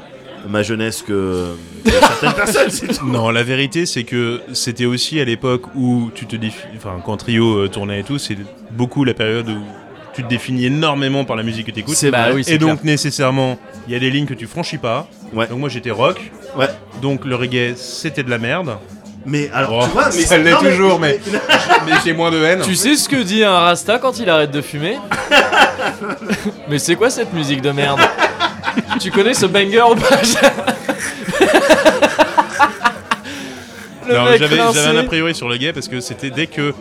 Speaker 2: ma jeunesse que, que certaines personnes, c'est tout.
Speaker 3: [laughs] Non, la vérité, c'est que c'était aussi à l'époque où tu te définis. Enfin, quand Trio euh, tournait et tout, c'est beaucoup la période où tu te définis énormément par la musique que tu écoutes.
Speaker 2: C'est
Speaker 1: Bah
Speaker 2: vrai.
Speaker 1: oui, c'est
Speaker 3: Et donc,
Speaker 1: clair.
Speaker 3: nécessairement, il y a des lignes que tu franchis pas.
Speaker 2: Ouais.
Speaker 3: Donc, moi, j'étais rock.
Speaker 2: Ouais.
Speaker 3: Donc, le reggae, c'était de la merde.
Speaker 2: Mais alors,
Speaker 3: Oh,
Speaker 2: tu
Speaker 3: [laughs]
Speaker 2: vois, mais
Speaker 7: ça l'est
Speaker 2: non, mais-
Speaker 7: toujours,
Speaker 2: [laughs]
Speaker 7: mais- Mais j'ai moins de haine.
Speaker 1: tu sais ce que dit un rasta quand il arrête de fumer [laughs] Mais c'est quoi cette musique de merde Tu connais ce banger ou pas [laughs] Le
Speaker 3: Alors,
Speaker 1: mec
Speaker 3: J'avais
Speaker 1: rincé.
Speaker 3: j'avais un a priori sur le gay parce que c'était dès que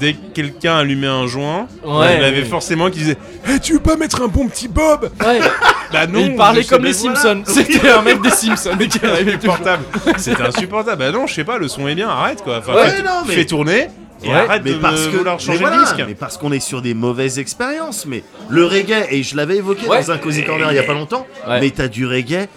Speaker 3: dès que quelqu'un allumait un joint,
Speaker 1: Ouais,
Speaker 3: il avait
Speaker 1: oui.
Speaker 3: forcément qui disait Eh, Tu veux pas mettre un bon petit Bob
Speaker 1: Ouais,
Speaker 3: Bah non
Speaker 1: il parlait
Speaker 3: je
Speaker 1: comme
Speaker 3: sais
Speaker 1: les
Speaker 3: bien,
Speaker 2: [laughs]
Speaker 1: Simpsons. C'était un mec des Simpsons qui arrivait toujours.
Speaker 3: voilà. [laughs] C'était insupportable. Bah non, je sais pas, le son est bien, arrête quoi. Enfin,
Speaker 2: Ouais,
Speaker 3: fais,
Speaker 2: non, mais-
Speaker 3: fais tourner et
Speaker 1: Ouais,
Speaker 3: arrête
Speaker 2: mais
Speaker 3: de
Speaker 2: parce
Speaker 3: me
Speaker 2: que
Speaker 3: vouloir changer
Speaker 2: mais
Speaker 3: le
Speaker 2: voilà,
Speaker 3: disque.
Speaker 2: mais parce qu'on est sur des mauvaises expériences. Mais le reggae, et je l'avais évoqué
Speaker 1: Ouais.
Speaker 2: dans un Cozy Corner il y a pas longtemps,
Speaker 1: Ouais.
Speaker 2: mais t'as du reggae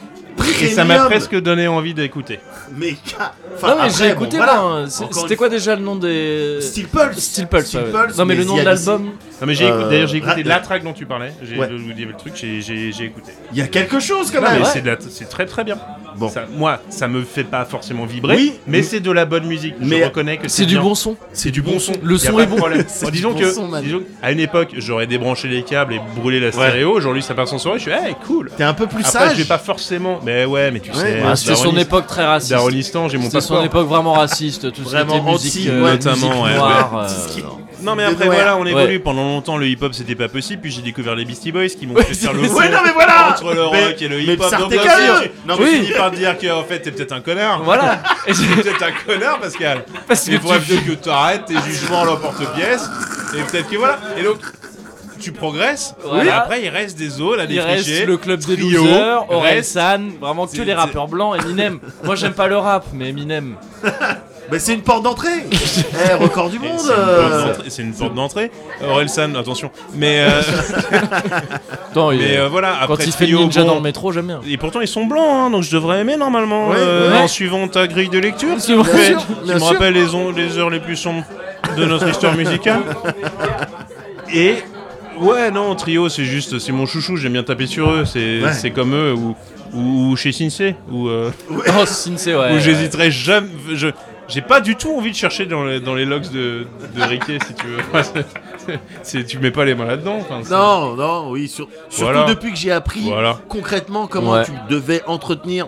Speaker 3: Et ça m'a
Speaker 2: premium.
Speaker 3: presque donné envie d'écouter.
Speaker 2: Mais [laughs] ca- enfin,
Speaker 1: Non, mais
Speaker 2: après,
Speaker 1: j'ai
Speaker 2: bon,
Speaker 1: écouté
Speaker 2: voilà.
Speaker 1: moi, hein. C'est-
Speaker 2: Encore
Speaker 1: C'était
Speaker 2: une
Speaker 1: quoi déjà le nom des.
Speaker 2: fois, Steel Pulse.
Speaker 1: Steel Pulse,
Speaker 2: Steel
Speaker 1: ouais.
Speaker 2: Pulse,
Speaker 1: Non, mais le
Speaker 2: les
Speaker 1: nom de
Speaker 2: Alice.
Speaker 1: l'album.
Speaker 3: Non mais j'ai écouté-
Speaker 2: Euh,
Speaker 3: d'ailleurs j'ai écouté
Speaker 2: ra-
Speaker 3: la track dont tu parlais. J'ai
Speaker 2: Ouais.
Speaker 3: je vous dis le truc, j'ai- j'ai j'ai écouté.
Speaker 2: Il y a quelque chose quand
Speaker 3: Non,
Speaker 2: même.
Speaker 3: mais
Speaker 1: ouais.
Speaker 3: c'est de la- c'est très très bien.
Speaker 2: Bon.
Speaker 3: Ça- moi, ça me fait pas forcément vibrer,
Speaker 2: Oui.
Speaker 3: mais c'est de la bonne musique.
Speaker 2: Mais-
Speaker 3: je reconnais que
Speaker 1: C'est du
Speaker 3: bien.
Speaker 1: bon son.
Speaker 3: C'est du bon son.
Speaker 1: Le
Speaker 3: Y a
Speaker 1: son
Speaker 3: pas
Speaker 1: est
Speaker 3: de
Speaker 1: bon.
Speaker 3: problème.
Speaker 2: C'est
Speaker 3: Bon,
Speaker 2: du
Speaker 3: disons
Speaker 2: bon
Speaker 3: que,
Speaker 2: son, man.
Speaker 3: disons que, à une époque, j'aurais débranché les câbles et brûlé la stéréo. Aujourd'hui, ça passe en soirée. Je suis, hey, cool.
Speaker 2: T'es un peu plus
Speaker 3: Après,
Speaker 2: sage.
Speaker 3: je vais pas forcément. Mais ouais, mais tu sais,
Speaker 2: bah,
Speaker 1: Ah, C'était son
Speaker 3: Daronis-
Speaker 1: époque très raciste.
Speaker 3: Daronistan, j'ai mon
Speaker 1: C'était son
Speaker 3: passeport.
Speaker 1: époque vraiment raciste. Tout ce qui
Speaker 2: Vraiment
Speaker 1: était musique,
Speaker 2: anti,
Speaker 1: euh,
Speaker 2: ouais,
Speaker 1: musique
Speaker 3: notamment, ouais,
Speaker 1: noire, euh,
Speaker 2: Tout ce qui-
Speaker 3: Non, mais
Speaker 2: De
Speaker 3: après,
Speaker 2: Noël.
Speaker 3: voilà, on évolue.
Speaker 1: Ouais.
Speaker 3: Pendant longtemps, le hip-hop, c'était pas possible. Puis j'ai découvert les Beastie Boys qui m'ont fait faire le
Speaker 1: c'est
Speaker 3: pont
Speaker 2: Ouais, non, mais voilà
Speaker 3: entre le rock
Speaker 2: Mais-
Speaker 3: et le
Speaker 2: mais
Speaker 3: hip-hop.
Speaker 2: ça
Speaker 3: Donc,
Speaker 2: t'es
Speaker 3: bien sûr,
Speaker 2: calme.
Speaker 3: tu-
Speaker 2: Non,
Speaker 3: tu
Speaker 2: mais-
Speaker 3: finis par dire qu'en fait, t'es peut-être un
Speaker 1: [laughs]
Speaker 3: connard.
Speaker 1: Voilà.
Speaker 3: [laughs]
Speaker 1: Et
Speaker 3: T'es
Speaker 1: c'est-
Speaker 3: peut-être un connard, Pascal.
Speaker 1: Parce que
Speaker 3: Il faudrait
Speaker 1: tu-
Speaker 3: peut-être que t'arrêtes tes jugements à l'emporte-pièce. Et peut-être que voilà. Et donc, tu progresses.
Speaker 1: Voilà.
Speaker 3: Et après, il reste des zones à
Speaker 1: Il reste
Speaker 3: défricher.
Speaker 1: le club des
Speaker 3: Trio,
Speaker 1: losers,
Speaker 3: reste-
Speaker 1: Orelsan, vraiment que
Speaker 3: C'est-
Speaker 1: les
Speaker 3: c'est-
Speaker 1: rappeurs blancs, Eminem. Moi j'aime pas le rap, mais Eminem.
Speaker 2: Mais c'est une porte d'entrée [laughs] Eh, record du
Speaker 3: Et
Speaker 1: [laughs]
Speaker 2: monde
Speaker 3: C'est une porte
Speaker 2: euh.
Speaker 3: d'entrée- c'est une porte d'entrée. Orelsan, attention.
Speaker 1: [laughs]
Speaker 3: Mais, euh,
Speaker 1: Attends, il-
Speaker 3: mais euh, voilà, après
Speaker 1: quand il fait le
Speaker 3: Trio,
Speaker 1: ninja
Speaker 3: bon,
Speaker 1: dans le métro, j'aime bien.
Speaker 3: Et pourtant ils sont blancs, hein, donc je devrais aimer normalement
Speaker 2: Ouais,
Speaker 3: euh,
Speaker 1: ouais.
Speaker 3: en suivant ta grille de lecture.
Speaker 1: C'est vrai.
Speaker 3: Mais
Speaker 2: sûr,
Speaker 3: tu
Speaker 2: bien
Speaker 3: me
Speaker 2: sûr.
Speaker 3: rappelles les, on- les heures les plus sombres de notre histoire musicale. Et ouais, non, trio, c'est juste, c'est mon chouchou. J'aime bien taper sur eux. C'est
Speaker 2: Ouais.
Speaker 3: c'est comme eux ou, ou, ou chez Sinsé ou euh,
Speaker 1: Oh, Sinsé, ouais.
Speaker 3: où
Speaker 1: ouais.
Speaker 3: j'hésiterais jamais. Je j'ai pas du tout envie de chercher dans les, dans les logs de, de Riquet si tu veux. Enfin, c'est- c'est- tu mets pas les mains là-dedans. enfin, c'est-
Speaker 2: Non, non, oui, sur- surtout
Speaker 3: Voilà.
Speaker 2: depuis que j'ai appris
Speaker 3: Voilà.
Speaker 2: concrètement comment
Speaker 1: Ouais.
Speaker 2: tu devais entretenir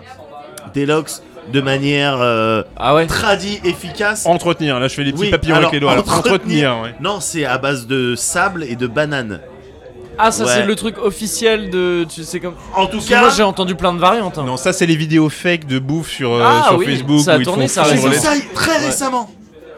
Speaker 2: tes locks de manière euh,
Speaker 1: Ah ouais
Speaker 2: tradie, efficace.
Speaker 3: Entretenir. Là, je fais des petits
Speaker 2: Oui,
Speaker 3: papillons
Speaker 2: alors,
Speaker 3: avec les doigts. là.
Speaker 2: entretenir.
Speaker 3: Entretenir. ouais.
Speaker 2: Non, c'est à base de sable et de bananes.
Speaker 1: Ah, ça,
Speaker 2: Ouais.
Speaker 1: c'est le truc officiel de. Tu sais comme.
Speaker 2: En tout
Speaker 1: Parce que Moi,
Speaker 2: cas,
Speaker 1: j'ai entendu plein de variantes. hein.
Speaker 3: Non, ça c'est les vidéos fake de bouffe sur, euh,
Speaker 1: Ah
Speaker 3: sur
Speaker 1: oui,
Speaker 3: Facebook
Speaker 1: ça a
Speaker 3: où ils te
Speaker 1: tourné,
Speaker 3: font
Speaker 1: ça,
Speaker 3: fondre
Speaker 2: j'ai
Speaker 1: récemment.
Speaker 2: vu
Speaker 3: les-
Speaker 2: ça très récemment.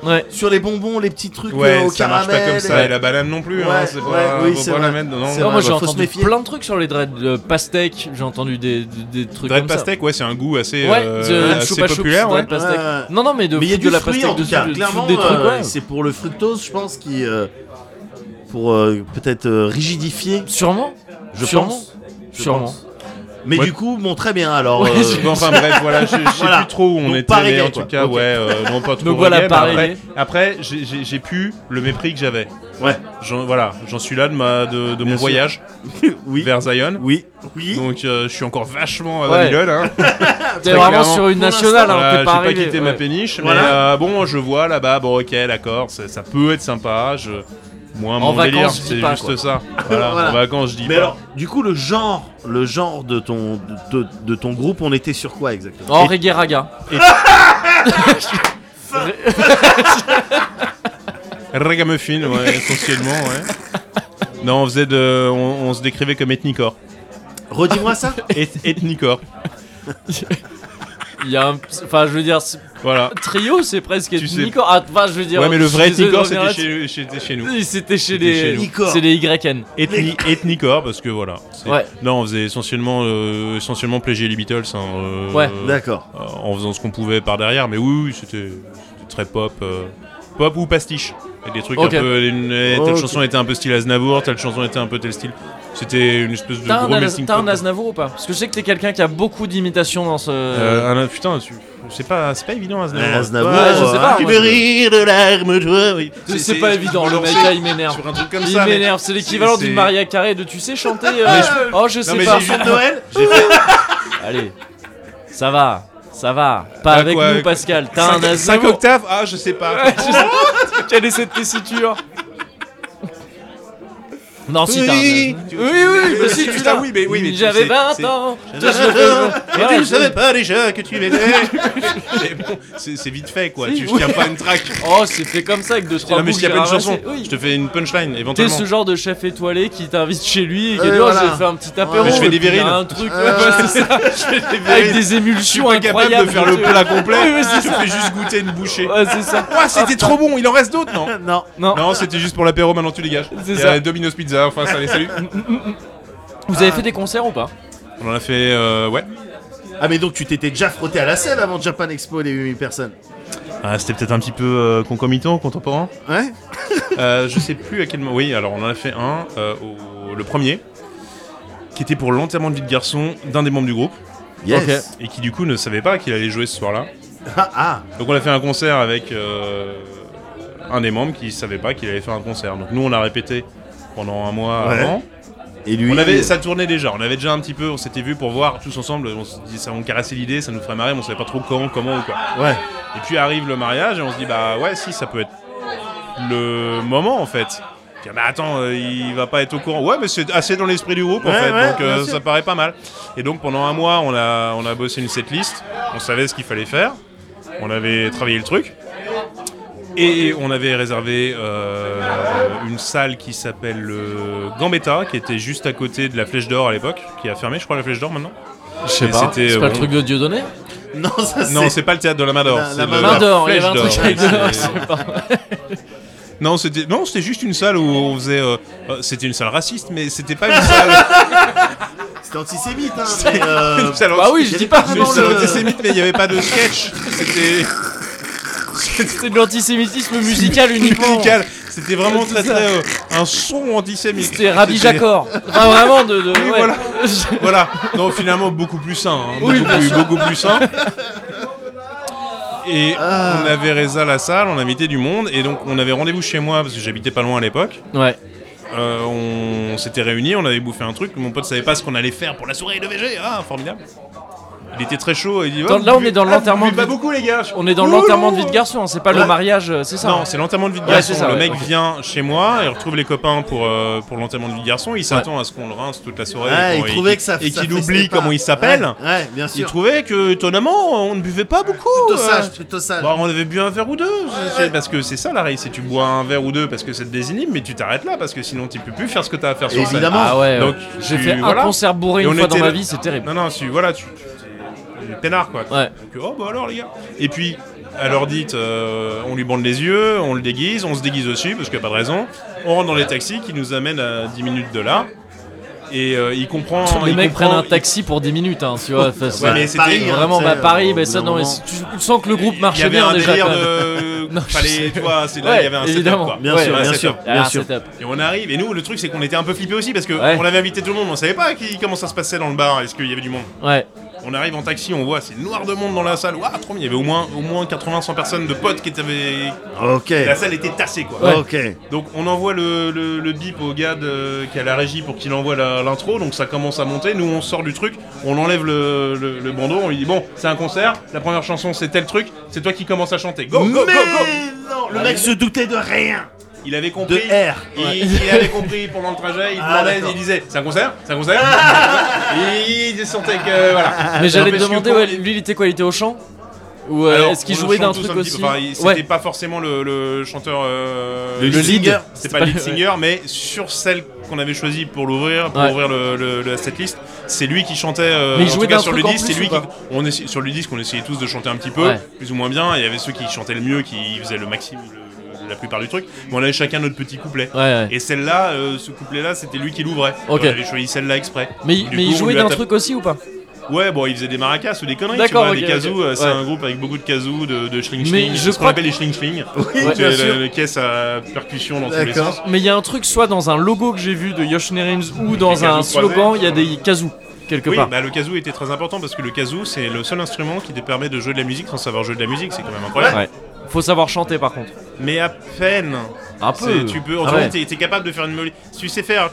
Speaker 1: Ouais.
Speaker 2: Sur les bonbons, les petits trucs
Speaker 3: Ouais,
Speaker 2: euh, au
Speaker 3: ça marche
Speaker 2: caramel.
Speaker 3: pas comme ça.
Speaker 2: et-
Speaker 3: Et la banane non plus.
Speaker 2: Ouais,
Speaker 3: hein, c'est pas,
Speaker 2: ouais, oui,
Speaker 3: faut
Speaker 2: c'est
Speaker 3: pas la
Speaker 2: vrai.
Speaker 3: mettre dedans.
Speaker 2: C'est
Speaker 1: Non,
Speaker 2: vrai.
Speaker 1: moi,
Speaker 2: Ouais,
Speaker 1: j'ai
Speaker 2: bah, faut se
Speaker 1: entendu
Speaker 2: méfier.
Speaker 1: plein de trucs sur les dreads. euh, pastèque, j'ai entendu des, des, des trucs
Speaker 3: Dread
Speaker 1: comme ça.
Speaker 3: pastèque, ouais, c'est un goût assez,
Speaker 1: Ouais,
Speaker 3: euh,
Speaker 1: de
Speaker 3: assez
Speaker 1: choupa choups,
Speaker 3: populaire.
Speaker 1: dread
Speaker 3: ouais.
Speaker 1: pastèque.
Speaker 2: Ouais, ouais.
Speaker 1: Non, non, mais de,
Speaker 2: Mais il y a
Speaker 1: foutre
Speaker 2: euh, du
Speaker 1: de la
Speaker 2: fruit
Speaker 1: pastèque
Speaker 2: en tout
Speaker 1: dessus,
Speaker 2: cas.
Speaker 1: de- de
Speaker 2: Clairement,
Speaker 1: foutre des trucs,
Speaker 2: euh,
Speaker 1: ouais.
Speaker 2: c'est pour le fructose, je pense, qui. euh, pour euh, peut-être euh, rigidifier.
Speaker 1: Sûrement.
Speaker 2: Je
Speaker 1: Sûrement.
Speaker 2: pense. Je
Speaker 1: Sûrement.
Speaker 2: pense. Mais
Speaker 3: Ouais.
Speaker 2: du coup, bon, très bien. Alors,
Speaker 1: Ouais,
Speaker 2: euh,
Speaker 1: j'ai-
Speaker 3: [laughs] Bon, enfin bref, voilà, je je sais
Speaker 2: Voilà.
Speaker 3: plus trop où on
Speaker 2: Donc,
Speaker 3: était,
Speaker 2: pas
Speaker 3: mais
Speaker 2: reggae,
Speaker 3: en tout
Speaker 2: quoi.
Speaker 3: cas,
Speaker 2: Ok.
Speaker 3: ouais, euh, non pas trop.
Speaker 1: Donc voilà,
Speaker 3: reggae, mais
Speaker 1: pas
Speaker 3: après,
Speaker 1: reggae.
Speaker 3: après j'ai- j'ai j'ai pu le mépris que j'avais.
Speaker 2: ouais.
Speaker 3: J'en- Voilà, j'en suis là de ma de, de mon
Speaker 2: sûr.
Speaker 3: voyage
Speaker 2: oui.
Speaker 3: vers Zion.
Speaker 2: Oui. Oui.
Speaker 3: Donc euh, je suis encore vachement à
Speaker 1: Ouais.
Speaker 2: [laughs]
Speaker 3: Babylone. hein.
Speaker 1: T'es
Speaker 3: Très
Speaker 1: vraiment
Speaker 3: clairement.
Speaker 1: sur une
Speaker 2: Ah, Pour
Speaker 1: nationale,
Speaker 3: Voilà,
Speaker 1: hein, t'es
Speaker 3: j'ai
Speaker 1: pas
Speaker 3: pas
Speaker 1: arrivé.
Speaker 3: quitté ma
Speaker 1: ouais.
Speaker 3: péniche, mais
Speaker 2: Voilà.
Speaker 3: euh, bon, je vois là-bas, bon, ok, d'accord, ça, ça peut être sympa. Je... Moi, mon
Speaker 1: vacances,
Speaker 3: délire,
Speaker 1: je dis
Speaker 3: c'est
Speaker 1: pas,
Speaker 3: juste
Speaker 1: quoi. [laughs]
Speaker 3: ça. Voilà,
Speaker 2: Voilà.
Speaker 3: En vacances, je dis
Speaker 2: Mais
Speaker 3: pas.
Speaker 2: alors, du coup, le genre, le genre de ton, de, de- de ton groupe, on était sur quoi exactement
Speaker 1: En reggae raga. [laughs]
Speaker 3: Ragamuffin, ouais, essentiellement, ouais. Non, on faisait de. On, on se décrivait comme ethnicore.
Speaker 2: Redis-moi ça.
Speaker 3: Eth- ethnicore.
Speaker 1: Il y a un. Enfin, je veux dire, c'est-
Speaker 3: Voilà.
Speaker 1: trio, c'est presque
Speaker 3: Tu sais.
Speaker 1: Nico. Ah, enfin, je veux dire.
Speaker 3: Ouais, mais le
Speaker 1: je suis
Speaker 3: vrai
Speaker 1: désolé de
Speaker 3: ethnicore,
Speaker 1: revenir
Speaker 3: c'était chez, chez- chez nous.
Speaker 1: là-dessus. C'était chez
Speaker 3: C'était chez
Speaker 1: les.
Speaker 3: nous.
Speaker 2: Nicor.
Speaker 1: C'est les YN.
Speaker 3: Ethni, ethnicore, parce que voilà. c'est-
Speaker 1: Ouais.
Speaker 3: Non, on faisait essentiellement, euh, essentiellement plégier les Beatles. hein, euh,
Speaker 1: Ouais.
Speaker 2: D'accord.
Speaker 3: euh, en faisant ce qu'on pouvait par derrière, mais oui, oui, c'était c'était très pop. euh, pop ou pastiche. Et des trucs
Speaker 1: Ok.
Speaker 3: un peu. une- euh, telle
Speaker 2: Ok.
Speaker 3: chanson était un peu style Aznavour, telle chanson était un peu tel style. C'était une espèce de
Speaker 1: T'as un,
Speaker 3: gros
Speaker 1: As-
Speaker 3: melting
Speaker 1: t'as
Speaker 3: pot.
Speaker 1: un Aznavour ou pas Parce que je sais que t'es quelqu'un qui a beaucoup d'imitations dans ce.
Speaker 3: Euh, un- putain, tu- c'est pas, c'est pas évident Aznavour.
Speaker 2: Ouais, Aznavour,
Speaker 1: je sais
Speaker 2: Ah,
Speaker 1: pas,
Speaker 3: Tu
Speaker 1: moi,
Speaker 3: veux
Speaker 1: je-
Speaker 3: rire de larmes, toi, oui.
Speaker 1: C'est- c'est pas évident, le mec là il m'énerve.
Speaker 3: Sur un truc comme
Speaker 1: Il
Speaker 3: ça. mais-
Speaker 1: m'énerve, c'est l'équivalent
Speaker 3: c'est-
Speaker 1: d'une Maria Carré de tu sais chanter. euh,
Speaker 3: Mais
Speaker 1: Oh, je sais
Speaker 3: mais
Speaker 1: pas.
Speaker 3: j'ai juste-
Speaker 2: Noël
Speaker 3: J'ai fait-
Speaker 1: Allez, ça va, ça va. Pas
Speaker 3: T'as
Speaker 1: avec
Speaker 3: Bah quoi,
Speaker 1: nous,
Speaker 3: quoi
Speaker 1: Pascal. T'as un
Speaker 3: cinq- cinq
Speaker 1: Aznavour.
Speaker 3: octaves Ah, je sais pas. [laughs]
Speaker 1: Quelle est cette tessiture [laughs] Non, si t'as un
Speaker 3: Oui,
Speaker 1: Aznavour.
Speaker 3: tu-
Speaker 1: Oui, oui, mais si
Speaker 3: tu-
Speaker 1: tu
Speaker 3: putain,
Speaker 1: l'as.
Speaker 3: oui, mais oui, mais tu
Speaker 1: J'avais
Speaker 3: sais,
Speaker 1: 20
Speaker 3: c'est- [laughs]
Speaker 1: ans.
Speaker 3: Et
Speaker 1: Toi, je le fais. Voilà,
Speaker 3: tu ne
Speaker 1: je-
Speaker 3: savais pas déjà que tu m'étais [laughs] Mais bon, c'est c'est vite fait quoi,
Speaker 1: Si,
Speaker 3: tu je
Speaker 1: oui.
Speaker 3: tiens pas une track.
Speaker 1: Oh, c'est fait comme ça avec deux, trois
Speaker 3: Non Ah, mais s'il y a
Speaker 1: boucles
Speaker 3: pas une
Speaker 1: ramassées.
Speaker 3: chanson,
Speaker 1: Oui.
Speaker 3: je te fais une punchline
Speaker 1: T'es
Speaker 3: éventuellement.
Speaker 1: ce genre de chef étoilé qui t'invite chez lui et qui
Speaker 2: Ouais,
Speaker 1: dit oh,
Speaker 2: voilà.
Speaker 1: j'ai fait un petit apéro.
Speaker 2: Ouais, je fais
Speaker 1: et
Speaker 3: des
Speaker 1: puis il y a
Speaker 3: virils.
Speaker 1: Un truc, ouais, voilà, c'est ça. Avec des
Speaker 3: Je suis
Speaker 1: émulsions
Speaker 3: pas capable
Speaker 1: incroyables.
Speaker 3: de faire le plat complet,
Speaker 1: Oui, oui, c'est
Speaker 3: je te fais juste goûter une bouchée.
Speaker 1: Ouais, c'est ça.
Speaker 3: Ouah, c'était trop bon, il en reste d'autres, non
Speaker 2: Non.
Speaker 1: Non.
Speaker 3: Non, c'était juste pour l'apéro, maintenant tu dégages.
Speaker 1: C'est
Speaker 3: Il y
Speaker 1: ça.
Speaker 3: a Domino's Pizza, enfin ça, allez, salut.
Speaker 1: Vous avez fait des concerts ou pas
Speaker 3: On en a fait, euh, ouais.
Speaker 2: Ah mais donc tu t'étais déjà frotté à la selle avant Japan Expo et les 8000 personnes.
Speaker 3: Ah, c'était peut-être un petit peu euh, concomitant, contemporain.
Speaker 2: Ouais.
Speaker 3: Euh, je sais plus à quel moment. Oui, alors on en a fait un, euh, au- le premier, qui était pour l'enterrement de vie de garçon d'un des membres du groupe,
Speaker 2: Yes.
Speaker 3: et qui du coup ne savait pas qu'il allait jouer ce soir-là.
Speaker 2: Ah ah.
Speaker 3: Donc on a fait un concert avec euh, un des membres qui savait pas qu'il allait faire un concert. Donc nous on a répété pendant un mois
Speaker 2: Ouais.
Speaker 3: avant.
Speaker 2: Et lui.
Speaker 3: On avait, ça tournait déjà, on avait déjà un petit peu, on s'était vu pour voir tous ensemble, on, se dit, ça, on caressait l'idée, ça nous ferait marrer, mais on savait pas trop quand, comment ou quoi.
Speaker 2: Ouais.
Speaker 3: Et puis arrive le mariage et on se dit bah ouais si ça peut être le moment en fait. Tiens, Mais attends, euh, il va pas être au courant. Ouais, mais c'est assez dans l'esprit du groupe en
Speaker 2: Ouais,
Speaker 3: fait,
Speaker 2: ouais,
Speaker 3: donc euh,
Speaker 2: bien sûr.
Speaker 3: ça paraît pas mal. Et donc pendant un mois, on a, on a bossé une setlist, on savait ce qu'il fallait faire, on avait travaillé le truc, et on avait réservé euh, une salle qui s'appelle le Gambetta, qui était juste à côté de la Flèche d'Or à l'époque, qui a fermé, je crois, la Flèche d'Or maintenant.
Speaker 1: Je sais
Speaker 3: Et
Speaker 1: pas.
Speaker 3: c'était,
Speaker 1: C'est
Speaker 3: euh,
Speaker 1: pas le
Speaker 3: bon.
Speaker 1: truc de Dieudonné
Speaker 2: Non ça
Speaker 3: Non,
Speaker 2: c'est.
Speaker 3: c'est pas le théâtre de la Mador.
Speaker 2: La-
Speaker 3: c'est
Speaker 2: la
Speaker 3: le-
Speaker 2: Main
Speaker 1: Main d'or, il y
Speaker 3: Flèche
Speaker 1: avait un
Speaker 3: d'Or,
Speaker 1: truc
Speaker 3: ouais,
Speaker 1: avec
Speaker 3: c'est-
Speaker 1: l'or, je sais pas.
Speaker 3: Non, c'était non, c'était juste une salle où on faisait. euh, euh, c'était une salle raciste, mais c'était pas une salle.
Speaker 1: [laughs]
Speaker 2: C'était antisémite hein. mais,
Speaker 3: [laughs]
Speaker 2: euh,
Speaker 3: une salle
Speaker 1: Bah oui, je dis pas
Speaker 3: une
Speaker 2: vraiment
Speaker 3: salle
Speaker 2: le-
Speaker 3: antisémite, mais il n'y avait pas de sketch. C'était
Speaker 1: C'est de l'antisémitisme musical uniquement.
Speaker 3: musical. C'était vraiment très
Speaker 1: C'est ça.
Speaker 3: très euh, un son antisémite.
Speaker 1: C'était Rabbi
Speaker 3: C'était-
Speaker 1: Jacor. Enfin, vraiment de. de- ouais.
Speaker 3: voilà. Voilà. Non, finalement beaucoup plus sain. hein,
Speaker 1: Oui,
Speaker 3: beaucoup,
Speaker 1: bien
Speaker 3: plus, beaucoup plus sain. Et
Speaker 1: Ah.
Speaker 3: on avait réservé la salle, on invitait du monde, et donc on avait rendez-vous chez moi parce que j'habitais pas loin à l'époque.
Speaker 1: ouais.
Speaker 3: Euh, on on s'était réunis, on avait bouffé un truc, mon pote savait pas ce qu'on allait faire pour la soirée de VG, ah formidable. Il était très chaud et il dit
Speaker 1: Attends,
Speaker 3: oh,
Speaker 1: là,
Speaker 3: vous
Speaker 1: on est
Speaker 3: buvez-
Speaker 1: dans
Speaker 3: ah,
Speaker 1: l'enterrement
Speaker 3: Vous buvez
Speaker 1: de-
Speaker 3: pas beaucoup, les gars. Je-
Speaker 1: On est dans
Speaker 3: Ouh,
Speaker 1: l'enterrement de
Speaker 3: ouh,
Speaker 1: vie de garçon, hein, c'est pas le
Speaker 3: Ouais.
Speaker 1: mariage, euh, c'est ça
Speaker 3: Non, c'est l'enterrement de vie de
Speaker 1: Ouais,
Speaker 3: garçon.
Speaker 1: c'est ça,
Speaker 3: le
Speaker 1: ouais,
Speaker 3: mec
Speaker 1: ok.
Speaker 3: vient chez moi, il retrouve les copains pour, euh, pour l'enterrement de vie de garçon. Il s'attend à ce qu'on le rince toute la soirée.
Speaker 2: Ouais,
Speaker 3: et
Speaker 2: il
Speaker 3: qu'on-
Speaker 2: trouvait que ça
Speaker 3: Et
Speaker 2: ça
Speaker 3: qu'il
Speaker 2: festait
Speaker 3: oublie
Speaker 2: pas.
Speaker 3: comment il s'appelle.
Speaker 2: Ouais, ouais, bien
Speaker 3: Il
Speaker 2: sûr.
Speaker 3: trouvait que, étonnamment, on ne buvait pas beaucoup.
Speaker 2: Plutôt
Speaker 3: euh,
Speaker 2: sage, plutôt sage.
Speaker 3: Bah, on avait bu un verre ou deux, c'est- c'est- parce que c'est ça la règle, c'est tu bois un verre ou deux parce que ça te désinhibe, mais tu t'arrêtes là parce que sinon tu peux plus faire ce que t'as à faire sur scène.
Speaker 2: Évidemment.
Speaker 1: Ah ouais,
Speaker 3: Donc,
Speaker 1: ouais. j'ai
Speaker 3: tu-
Speaker 1: fait
Speaker 3: voilà.
Speaker 1: un concert bourré
Speaker 3: Et
Speaker 1: une
Speaker 3: on
Speaker 1: fois dans
Speaker 3: était
Speaker 1: ma
Speaker 3: là-
Speaker 1: vie, c'est terrible.
Speaker 3: Non, non, tu, voilà, tu. Pénard quoi.
Speaker 1: Ouais.
Speaker 3: Donc, oh bah alors les gars. Et puis, alors dites, euh, on lui bande les yeux, on le déguise, on se déguise aussi parce qu'il n'y a pas de raison. On rentre dans les taxis qui nous amènent à 10 minutes de là. Et euh, il comprend.
Speaker 1: Les
Speaker 3: il
Speaker 1: mecs
Speaker 3: comprend-
Speaker 1: prennent un taxi pour 10 minutes, hein, tu vois. enfin, c'est-
Speaker 3: Ouais, mais euh, c'était
Speaker 2: Paris, hein,
Speaker 1: Vraiment,
Speaker 2: tu
Speaker 1: bah,
Speaker 2: sais,
Speaker 1: Paris,
Speaker 2: au
Speaker 1: bah,
Speaker 2: bout
Speaker 1: ça,
Speaker 2: d'un
Speaker 1: non, mais
Speaker 2: moment.
Speaker 1: c'est- tu tu sens que le groupe
Speaker 3: Il y
Speaker 1: marchait
Speaker 3: avait
Speaker 1: bien
Speaker 3: un
Speaker 1: déjà.
Speaker 3: délire
Speaker 1: quand même.
Speaker 3: de.
Speaker 1: [laughs] Non, je sais.
Speaker 3: Fallait, tu vois, c'est là,
Speaker 1: Ouais,
Speaker 3: il y avait un
Speaker 1: évidemment.
Speaker 3: setup, quoi.
Speaker 2: Bien
Speaker 1: Ouais,
Speaker 2: sûr,
Speaker 3: ouais,
Speaker 2: bien
Speaker 3: c'est
Speaker 2: sûr,
Speaker 3: top.
Speaker 1: Ah,
Speaker 2: bien sûr.
Speaker 1: setup.
Speaker 3: Et on arrive, et nous, le truc, c'est qu'on était un peu flippés aussi parce que
Speaker 1: Ouais.
Speaker 3: on avait invité tout le monde, on savait pas qui, comment ça se passait dans le bar, est-ce qu'il y avait du monde.
Speaker 1: Ouais.
Speaker 3: On arrive en taxi, on voit, c'est noir de monde dans la salle, waouh, trop bien, il y avait au moins, au moins 80-100 personnes de potes qui étaient.
Speaker 2: Ok,
Speaker 3: La salle était tassée, quoi.
Speaker 2: ok.
Speaker 3: Donc on envoie le, le- le bip au gars de- qui a la régie pour qu'il envoie la- l'intro, donc ça commence à monter, nous on sort du truc, on enlève le, le- le bandeau, on lui dit bon c'est un concert, la première chanson c'est tel truc, c'est toi qui commence à chanter, go, go, go, go
Speaker 2: Mais non,
Speaker 1: Ah,
Speaker 2: le mec se doutait de rien.
Speaker 3: Il avait compris.
Speaker 2: De R.
Speaker 3: Il, il avait compris pendant le trajet. Il
Speaker 2: Ah,
Speaker 3: demandait,
Speaker 2: d'accord.
Speaker 3: il disait C'est un concert C'est un concert Et Il sentait que. Voilà.
Speaker 1: Mais j'allais te
Speaker 3: N'empêche que
Speaker 1: demander,
Speaker 3: quand
Speaker 1: ouais,
Speaker 3: il-
Speaker 1: lui, il était quoi Il était au chant Ou euh,
Speaker 3: Alors,
Speaker 1: est-ce qu'il
Speaker 3: on
Speaker 1: jouait
Speaker 3: chante
Speaker 1: d'un
Speaker 3: tous
Speaker 1: truc
Speaker 3: un petit peu.
Speaker 1: aussi
Speaker 3: Enfin, il- C'était
Speaker 1: Ouais.
Speaker 3: pas forcément le, le chanteur. euh,
Speaker 1: Le lead.
Speaker 3: singer.
Speaker 1: C'était
Speaker 3: C'est pas
Speaker 1: pas
Speaker 3: le lead
Speaker 1: le-
Speaker 3: singer, mais sur celle qu'on avait choisie pour l'ouvrir, pour
Speaker 1: Ouais.
Speaker 3: ouvrir le, le- le- cette liste, c'est lui qui chantait. euh,
Speaker 1: Mais il
Speaker 3: en
Speaker 1: jouait
Speaker 3: tout cas,
Speaker 1: d'un
Speaker 3: sur le
Speaker 1: truc en
Speaker 3: disque,
Speaker 1: plus
Speaker 3: c'est lui
Speaker 1: ou
Speaker 3: qui.
Speaker 1: pas
Speaker 3: On essayait- sur le disque, on essayait tous de chanter un petit peu,
Speaker 1: Ouais.
Speaker 3: plus ou moins bien. Il y avait ceux qui chantaient le mieux, qui faisaient le maximum, le- le- la plupart du truc. Mais on avait chacun notre petit couplet.
Speaker 1: Ouais, ouais.
Speaker 3: Et celle-là, euh, ce couplet-là, c'était lui qui l'ouvrait.
Speaker 1: Ok.
Speaker 3: On avait choisi celle-là exprès.
Speaker 1: Mais,
Speaker 3: Du
Speaker 1: mais
Speaker 3: coup,
Speaker 1: il
Speaker 3: on
Speaker 1: jouait
Speaker 3: lui a
Speaker 1: d'un
Speaker 3: tapé-
Speaker 1: truc aussi ou pas
Speaker 3: Ouais, bon, il faisait des maracas ou des conneries, tu
Speaker 1: D'accord,
Speaker 3: vois,
Speaker 1: ok,
Speaker 3: des kazoo.
Speaker 1: ok.
Speaker 3: euh, C'est
Speaker 1: Ouais.
Speaker 3: un groupe avec beaucoup de kazoo, de, de shling
Speaker 1: Mais
Speaker 3: shling,
Speaker 1: je
Speaker 3: ce qu'on
Speaker 1: crois
Speaker 3: appelle les shling shling.
Speaker 2: Oui, bien sûr.
Speaker 3: Les caisses à percussion dans tous les
Speaker 2: D'accord.
Speaker 3: sens.
Speaker 1: Mais il y a un truc, soit dans un logo que j'ai vu de Yoshnerim's ou
Speaker 3: Des
Speaker 1: dans un
Speaker 3: kazoo croisés.
Speaker 1: slogan, il y a des kazoo, quelque
Speaker 3: Oui,
Speaker 1: part.
Speaker 3: bah, le kazoo était très important parce que le kazoo, c'est le seul instrument qui te permet de jouer de la musique sans savoir jouer de la musique, c'est quand même incroyable.
Speaker 1: Ouais. Faut savoir chanter par contre.
Speaker 3: Mais à peine.
Speaker 1: Un peu.
Speaker 3: C'est- Tu peux, en
Speaker 1: Ah
Speaker 3: tout cas,
Speaker 1: ouais.
Speaker 3: t'es- t'es capable de faire une molette. Si tu sais faire.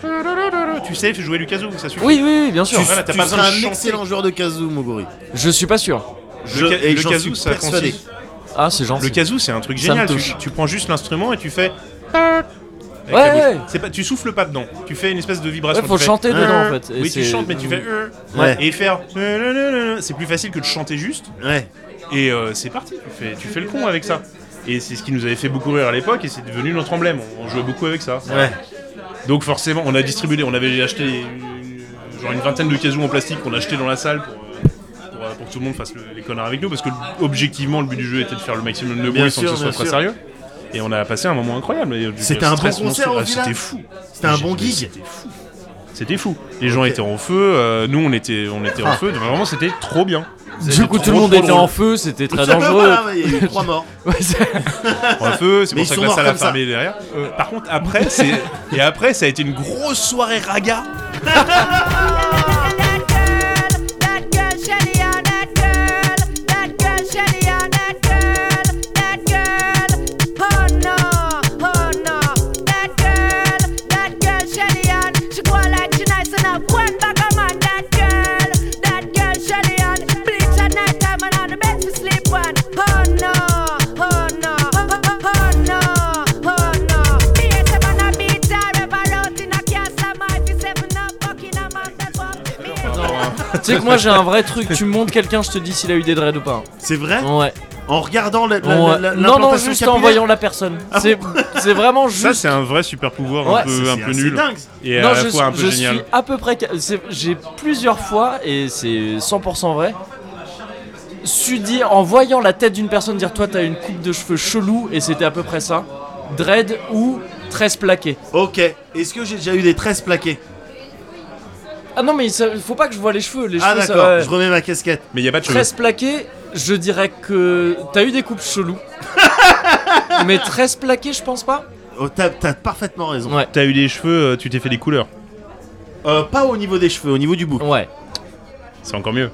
Speaker 3: Tu sais jouer du kazoo, ça suffit.
Speaker 1: Oui, oui, oui, bien sûr.
Speaker 2: Tu,
Speaker 3: Voilà, t'as
Speaker 2: tu
Speaker 3: pas
Speaker 2: seras
Speaker 3: besoin de
Speaker 2: un
Speaker 3: chanter.
Speaker 2: excellent joueur de kazoo, Moguri.
Speaker 1: Je suis pas sûr.
Speaker 2: Je-
Speaker 3: Le, ca-
Speaker 2: et
Speaker 3: le
Speaker 2: j'en
Speaker 3: kazoo,
Speaker 2: suis
Speaker 3: ça
Speaker 2: persuadé.
Speaker 3: consiste
Speaker 1: Ah, c'est gentil.
Speaker 3: Le kazoo, c'est un truc
Speaker 1: Ça me
Speaker 3: génial.
Speaker 1: touche.
Speaker 3: Tu, tu prends juste l'instrument et tu fais. Avec
Speaker 1: Ouais,
Speaker 3: ta bouche.
Speaker 1: ouais.
Speaker 3: C'est pas, tu souffles pas dedans. Tu fais une espèce de
Speaker 1: Ouais,
Speaker 3: vibration.
Speaker 1: faut
Speaker 3: tu fais-
Speaker 1: chanter dedans en fait. Et
Speaker 3: oui, tu
Speaker 1: c'est- Mm.
Speaker 3: chantes, mais tu fais.
Speaker 2: Ouais.
Speaker 3: Et faire. C'est plus facile que de chanter juste.
Speaker 2: Ouais.
Speaker 3: Et euh, c'est parti. Tu fais, tu fais le con avec ça. Et c'est ce qui nous avait fait beaucoup rire à l'époque et c'est devenu notre emblème. On, on jouait beaucoup avec ça.
Speaker 2: [laughs] Ouais.
Speaker 3: Donc forcément, on a distribué, on avait acheté euh, genre une vingtaine de casous en plastique qu'on achetait dans la salle pour, euh, pour, euh, pour que tout le monde fasse le- les connards avec nous, parce que objectivement, le but du jeu était de faire le maximum de
Speaker 2: Bien
Speaker 3: bruit sans que
Speaker 2: sûr,
Speaker 3: ce soit
Speaker 2: bien
Speaker 3: très
Speaker 2: sûr.
Speaker 3: sérieux. Et on a passé un moment incroyable. Et, euh, du-
Speaker 2: C'était un
Speaker 3: stress
Speaker 2: bon concert,
Speaker 3: monstrueux.
Speaker 2: au
Speaker 3: Ah,
Speaker 2: final
Speaker 3: C'était fou.
Speaker 2: C'était un
Speaker 3: J'ai-
Speaker 2: bon
Speaker 3: mais
Speaker 2: gig.
Speaker 3: C'était fou. C'était fou. Les gens
Speaker 2: Ok. Ah.
Speaker 3: étaient en feu, euh, nous on était, on était en feu. Vraiment, c'était trop bien.
Speaker 1: Du coup, tout le monde était en feu, c'était très dangereux.
Speaker 3: [laughs]
Speaker 2: Voilà, Ah, Il y a eu trois morts.
Speaker 1: Ouais, c'est-
Speaker 3: en feu, c'est
Speaker 2: Mais
Speaker 3: pour
Speaker 2: ils
Speaker 3: ça
Speaker 2: sont
Speaker 3: que la
Speaker 2: morts
Speaker 3: salle a
Speaker 2: comme ça.
Speaker 3: fermé derrière. Euh, par contre, après, c'est et après, ça a été une grosse soirée raga.
Speaker 8: Oh no, oh no, oh, oh, oh no, oh no. Me and them on a beat, I ever out in a cast, I'm high for seven up, fucking a man that walk with me.
Speaker 1: tu sais que moi j'ai un vrai truc, tu montes quelqu'un, je te dis s'il a eu des dreads ou pas.
Speaker 2: C'est vrai
Speaker 3: Oh.
Speaker 1: Ouais.
Speaker 2: En regardant la, la,
Speaker 1: Oh, Ouais.
Speaker 2: la- la-
Speaker 1: non, non,
Speaker 2: l'implantation
Speaker 1: juste
Speaker 2: capillaire Ah
Speaker 1: en voyant la personne. C'est c'est vraiment
Speaker 3: Ça,
Speaker 1: juste.
Speaker 3: c'est un vrai super pouvoir
Speaker 1: Ouais,
Speaker 3: un peu,
Speaker 2: C'est
Speaker 3: Euh, un peu
Speaker 2: assez
Speaker 3: nul.
Speaker 2: dingue.
Speaker 3: Et à
Speaker 1: non,
Speaker 3: la
Speaker 1: je,
Speaker 3: fois un peu
Speaker 1: je
Speaker 3: génial.
Speaker 1: suis à peu près. ca- c'est- J'ai plusieurs fois, et c'est 100% vrai, su dire, en voyant la tête d'une personne dire Toi, t'as une coupe de cheveux chelou, et c'était à peu près ça. Dread ou 13 plaqué.
Speaker 2: Ok. Est-ce que j'ai déjà eu des tresses plaquées
Speaker 1: Ah non, mais ça- faut pas que je vois les cheveux. Les
Speaker 2: Ah
Speaker 1: cheveux, ça-
Speaker 2: d'accord.
Speaker 1: ouais.
Speaker 2: Je remets ma casquette.
Speaker 3: Mais il n'y a pas de cheveux.
Speaker 1: 13 plaqué, je dirais que t'as eu des coupes cheloues.
Speaker 2: [laughs]
Speaker 1: mais 13 plaqué, je pense pas.
Speaker 2: Oh, T'as t'as parfaitement raison.
Speaker 1: Ouais.
Speaker 3: T'as eu des cheveux, euh, tu t'es fait des couleurs.
Speaker 2: Euh, pas au niveau des cheveux, au niveau du bouc.
Speaker 1: Ouais.
Speaker 3: C'est encore mieux.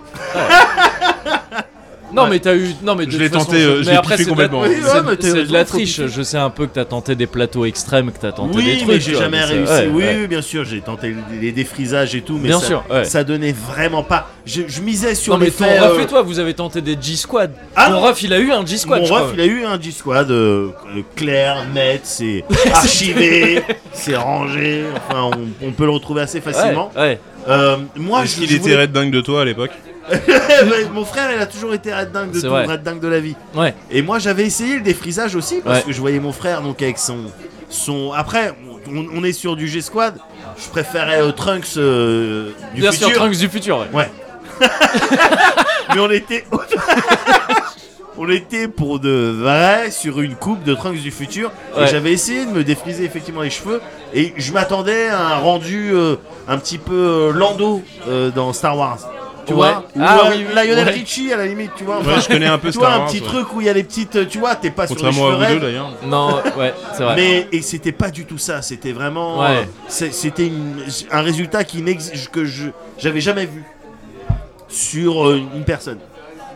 Speaker 1: Non,
Speaker 7: Ouais.
Speaker 1: mais t'as eu. Non, mais de
Speaker 7: Je
Speaker 1: toute
Speaker 7: l'ai
Speaker 1: façon,
Speaker 7: tenté, euh, je
Speaker 1: mais
Speaker 7: l'ai
Speaker 1: après,
Speaker 7: kiffé
Speaker 1: c'est de la-
Speaker 7: complètement.
Speaker 2: Oui, ouais,
Speaker 1: c'est-
Speaker 2: mais t'es-
Speaker 1: C'est de la
Speaker 2: t'en fous,
Speaker 1: triche.
Speaker 2: tu-
Speaker 1: Je sais un peu que t'as tenté des plateaux extrêmes, que t'as tenté
Speaker 2: oui,
Speaker 1: des trucs.
Speaker 2: mais
Speaker 1: tu
Speaker 2: j'ai
Speaker 1: vois,
Speaker 2: jamais
Speaker 1: mais ça-
Speaker 2: réussi.
Speaker 1: ouais,
Speaker 2: oui,
Speaker 1: ouais.
Speaker 2: oui, bien sûr, j'ai tenté les défrisages et tout, mais
Speaker 1: Bien
Speaker 2: ça,
Speaker 1: sûr, ouais.
Speaker 2: ça donnait vraiment pas. Je, je misais sur
Speaker 1: Non,
Speaker 2: les
Speaker 1: mais ton
Speaker 2: faits,
Speaker 1: ref
Speaker 2: euh,
Speaker 1: et toi, vous avez tenté des G-Squad.
Speaker 2: Ah
Speaker 1: Mon ref, il a eu un G-Squad.
Speaker 2: Mon
Speaker 1: je
Speaker 2: ref,
Speaker 1: crois.
Speaker 2: il a eu un G-Squad euh, euh, clair, net,
Speaker 1: [laughs]
Speaker 2: c'est archivé, c'est rangé, enfin on, on peut le retrouver assez facilement.
Speaker 1: Ouais, ouais.
Speaker 2: Euh,
Speaker 3: Ah,
Speaker 2: moi,
Speaker 7: Est-ce
Speaker 2: je,
Speaker 7: qu'il
Speaker 2: je
Speaker 7: était
Speaker 2: [laughs] voulais-
Speaker 7: red dingue de toi à l'époque
Speaker 2: Ouais, Mon frère, il a toujours été red dingue de
Speaker 1: C'est
Speaker 2: tout,
Speaker 1: vrai.
Speaker 2: red dingue de la vie.
Speaker 1: Ouais.
Speaker 2: Et moi, j'avais essayé le défrisage aussi parce
Speaker 1: Ouais.
Speaker 2: que je voyais mon frère donc avec son son. Après, on, on est sur du G-Squad. Je préférais euh, Trunks euh, du
Speaker 1: Bien
Speaker 2: futur.
Speaker 1: sûr, Trunks du futur. ouais.
Speaker 7: [laughs]
Speaker 2: Ouais. Mais on était. [laughs] on était pour de vrai sur une coupe de Trunks du futur.
Speaker 1: Ouais.
Speaker 2: Et j'avais essayé de me défriser effectivement les cheveux. Et je m'attendais à un rendu euh, un petit peu euh, Lando euh, dans Star Wars. Tu
Speaker 1: Ouais.
Speaker 2: vois Ou,
Speaker 1: Ah
Speaker 2: euh,
Speaker 1: oui, oui,
Speaker 2: Lionel
Speaker 1: ouais.
Speaker 2: Richie à la limite, tu vois. Enfin,
Speaker 7: Ouais, je connais un peu
Speaker 2: tu vois,
Speaker 7: Star
Speaker 2: un
Speaker 7: Wars,
Speaker 2: petit
Speaker 7: ouais.
Speaker 2: truc où il y a les petites. euh, Tu vois, t'es pas sur les
Speaker 7: Contrairement à
Speaker 2: cheveux
Speaker 7: vous deux
Speaker 2: raides.
Speaker 7: d'ailleurs.
Speaker 1: Non, ouais, c'est vrai.
Speaker 2: Mais et c'était pas du tout ça, c'était vraiment
Speaker 1: Ouais.
Speaker 2: euh, c'est- c'était une- un résultat qui n'exige que je j'avais jamais vu sur euh, une personne.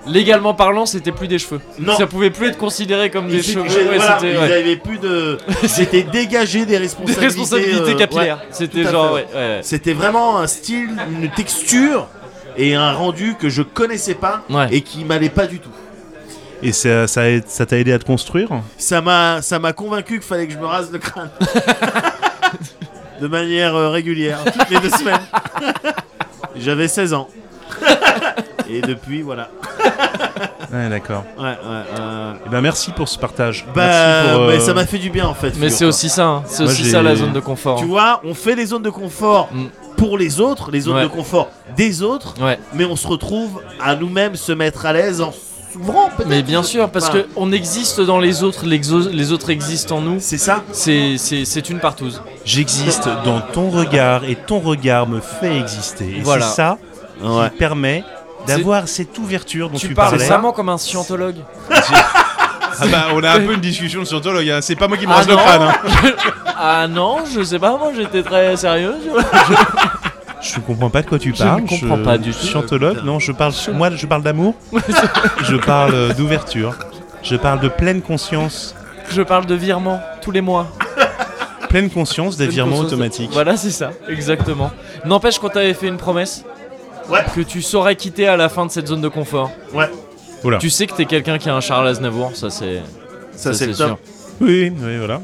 Speaker 1: Légalement parlant, c'était plus des cheveux.
Speaker 2: Non.
Speaker 1: Ça pouvait plus être considéré comme des
Speaker 2: Ils-
Speaker 1: cheveux.
Speaker 2: j'ai-
Speaker 1: Ouais,
Speaker 2: voilà,
Speaker 1: c'était
Speaker 2: ils
Speaker 1: ouais.
Speaker 2: avaient
Speaker 1: [laughs]
Speaker 2: plus de c'était dégagé des
Speaker 1: des
Speaker 2: responsabilités
Speaker 1: responsabilités
Speaker 2: euh,
Speaker 1: capillaires.
Speaker 2: ouais.
Speaker 1: c'était
Speaker 2: tout à
Speaker 1: genre,
Speaker 2: fait.
Speaker 1: ouais, ouais.
Speaker 2: C'était vraiment un style, une texture et un rendu que je connaissais pas
Speaker 1: Ouais.
Speaker 2: et qui m'allait pas du tout.
Speaker 3: Et ça ça a- ça t'a aidé à te construire
Speaker 2: Ça m'a ça m'a convaincu qu'il fallait que je me rase le crâne. de manière euh, régulière, toutes les deux semaines. J'avais 16 ans. Et depuis, voilà.
Speaker 3: Ouais, d'accord.
Speaker 2: Ouais, ouais, euh,
Speaker 3: Eh ben, merci pour ce partage.
Speaker 2: Bah,
Speaker 3: Merci pour, euh,
Speaker 2: mais ça m'a fait du bien en fait.
Speaker 1: Mais c'est
Speaker 2: figure-toi.
Speaker 1: aussi ça, hein. c'est
Speaker 3: Moi,
Speaker 1: aussi
Speaker 3: j'ai-
Speaker 1: ça la zone de confort.
Speaker 2: Tu vois, on fait les zones de confort
Speaker 1: Mm.
Speaker 2: pour les autres, les zones
Speaker 1: Ouais.
Speaker 2: de confort des autres,
Speaker 1: Ouais.
Speaker 2: mais on se retrouve à nous-mêmes se mettre à l'aise en s'ouvrant peut-être.
Speaker 1: Mais bien sûr, parce
Speaker 2: Enfin,
Speaker 1: que on existe dans les autres, l'exo- les autres existent en nous.
Speaker 2: C'est ça
Speaker 1: C'est c'est- c'est une partouze.
Speaker 3: J'existe dans ton regard et ton regard me fait exister. Et
Speaker 1: Voilà.
Speaker 3: c'est ça
Speaker 2: Ouais.
Speaker 3: qui permet d'avoir cette ouverture dont tu,
Speaker 1: Tu parles
Speaker 3: parlais.
Speaker 1: récemment comme un scientologue.
Speaker 7: Ah bah, on a un peu une discussion sur toi,
Speaker 3: hein.
Speaker 7: là. C'est pas moi qui me
Speaker 1: Ah
Speaker 7: rase le
Speaker 1: non.
Speaker 7: crâne. hein.
Speaker 1: Ah non, je sais pas, moi j'étais très sérieux. tu vois.
Speaker 3: Je comprends pas de quoi tu
Speaker 1: Je
Speaker 3: parles.
Speaker 1: ne comprends pas du tout.
Speaker 3: Scientologue, non, je parle, moi je
Speaker 1: [laughs]
Speaker 3: parle d'amour, je parle euh, d'ouverture, je parle de pleine conscience,
Speaker 1: Je parle de virement tous les mois.
Speaker 3: pleine conscience des
Speaker 1: Pleine
Speaker 3: virements
Speaker 1: conscience de-
Speaker 3: automatiques.
Speaker 1: Voilà, c'est ça, exactement. N'empêche quand t'avais fait une promesse
Speaker 2: Ouais.
Speaker 1: que tu saurais quitter à la fin de cette zone de confort.
Speaker 2: Ouais.
Speaker 7: Oula.
Speaker 1: Tu sais que t'es quelqu'un qui a un Charles Aznavour, ça c'est.
Speaker 2: Ah. Ça, c'est le top.
Speaker 1: sûr.
Speaker 3: Oui, oui, voilà.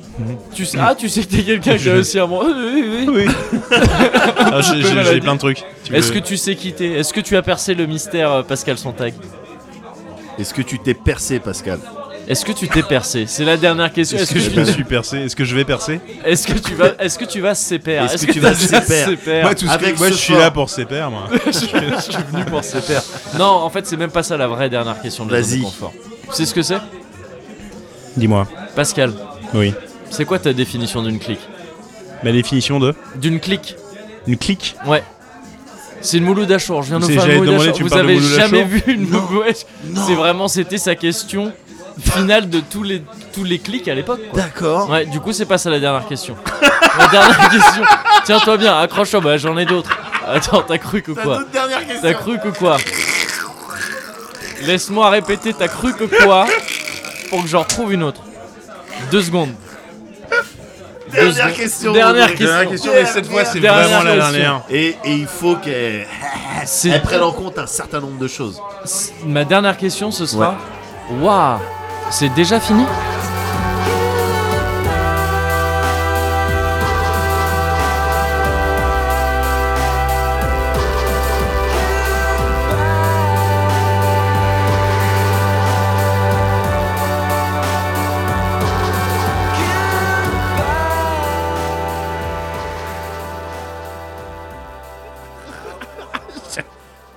Speaker 1: Tu sais- ah, tu sais que t'es quelqu'un qui a aussi un bon. Oui, oui, oui.
Speaker 3: Oui.
Speaker 7: Ah, j'ai- j'ai
Speaker 1: maladie.
Speaker 7: j'ai plein de trucs. Tu
Speaker 1: Est-ce que
Speaker 7: veux-
Speaker 1: tu sais quitter Est-ce que tu as percé le mystère euh, Pascal Sontag
Speaker 2: Est-ce que tu t'es percé, Pascal
Speaker 1: Est-ce que tu t'es percé C'est la dernière question.
Speaker 7: Est-ce que je me suis percé Est-ce que je vais percer
Speaker 1: Est-ce que tu vas Est-ce que tu vas CPR
Speaker 2: Est-ce que tu vas
Speaker 1: t'as déjà
Speaker 2: CPR?
Speaker 1: CPR?
Speaker 7: Moi, tout ce que-
Speaker 2: Avec
Speaker 7: moi,
Speaker 2: ce
Speaker 7: je suis
Speaker 2: fort.
Speaker 7: là pour CPR, moi.
Speaker 1: je suis venu pour CPR. Non, en fait, c'est même pas ça la vraie dernière question de la zone
Speaker 2: Vas-y.
Speaker 1: de confort. Tu sais ce que c'est
Speaker 3: Dis-moi.
Speaker 1: Pascal,
Speaker 3: Oui.
Speaker 1: c'est quoi ta définition d'une clique
Speaker 3: La définition de
Speaker 1: D'une clique
Speaker 3: une clique.
Speaker 1: Ouais. C'est une mouloud d'achour, je viens de
Speaker 7: C'est-
Speaker 1: faire une
Speaker 7: j'allais
Speaker 1: mouloud
Speaker 7: demander,
Speaker 1: d'achour.
Speaker 7: tu
Speaker 1: Vous
Speaker 7: parles de
Speaker 1: avez
Speaker 7: mouloud
Speaker 1: jamais vu
Speaker 7: d'achour
Speaker 1: une mouloud ouais, C'est vraiment, c'était sa question finale de tous les, tous les clics à l'époque. quoi.
Speaker 2: D'accord.
Speaker 1: Ouais, du coup, c'est pas ça la dernière question. [laughs] la dernière question. Tiens-toi bien, accroche-toi, bah, j'en ai d'autres. Attends, t'as cru que quoi
Speaker 2: dernière
Speaker 1: T'as cru que quoi Laisse-moi répéter, t'as cru que quoi Pour que j'en retrouve une autre. Deux secondes. Deux
Speaker 2: Dernière
Speaker 1: secondes.
Speaker 2: question.
Speaker 1: Dernière
Speaker 2: Rodrigue.
Speaker 1: question.
Speaker 7: Dernière question, mais cette fois, c'est
Speaker 1: Dernière
Speaker 7: vraiment la
Speaker 1: question.
Speaker 7: dernière.
Speaker 2: Et, et il faut qu'elle
Speaker 1: C'est-
Speaker 2: elle prenne en compte un certain nombre de choses.
Speaker 1: S- Ma dernière question, ce sera. Waouh C'est déjà fini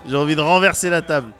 Speaker 2: J'ai envie de renverser la table.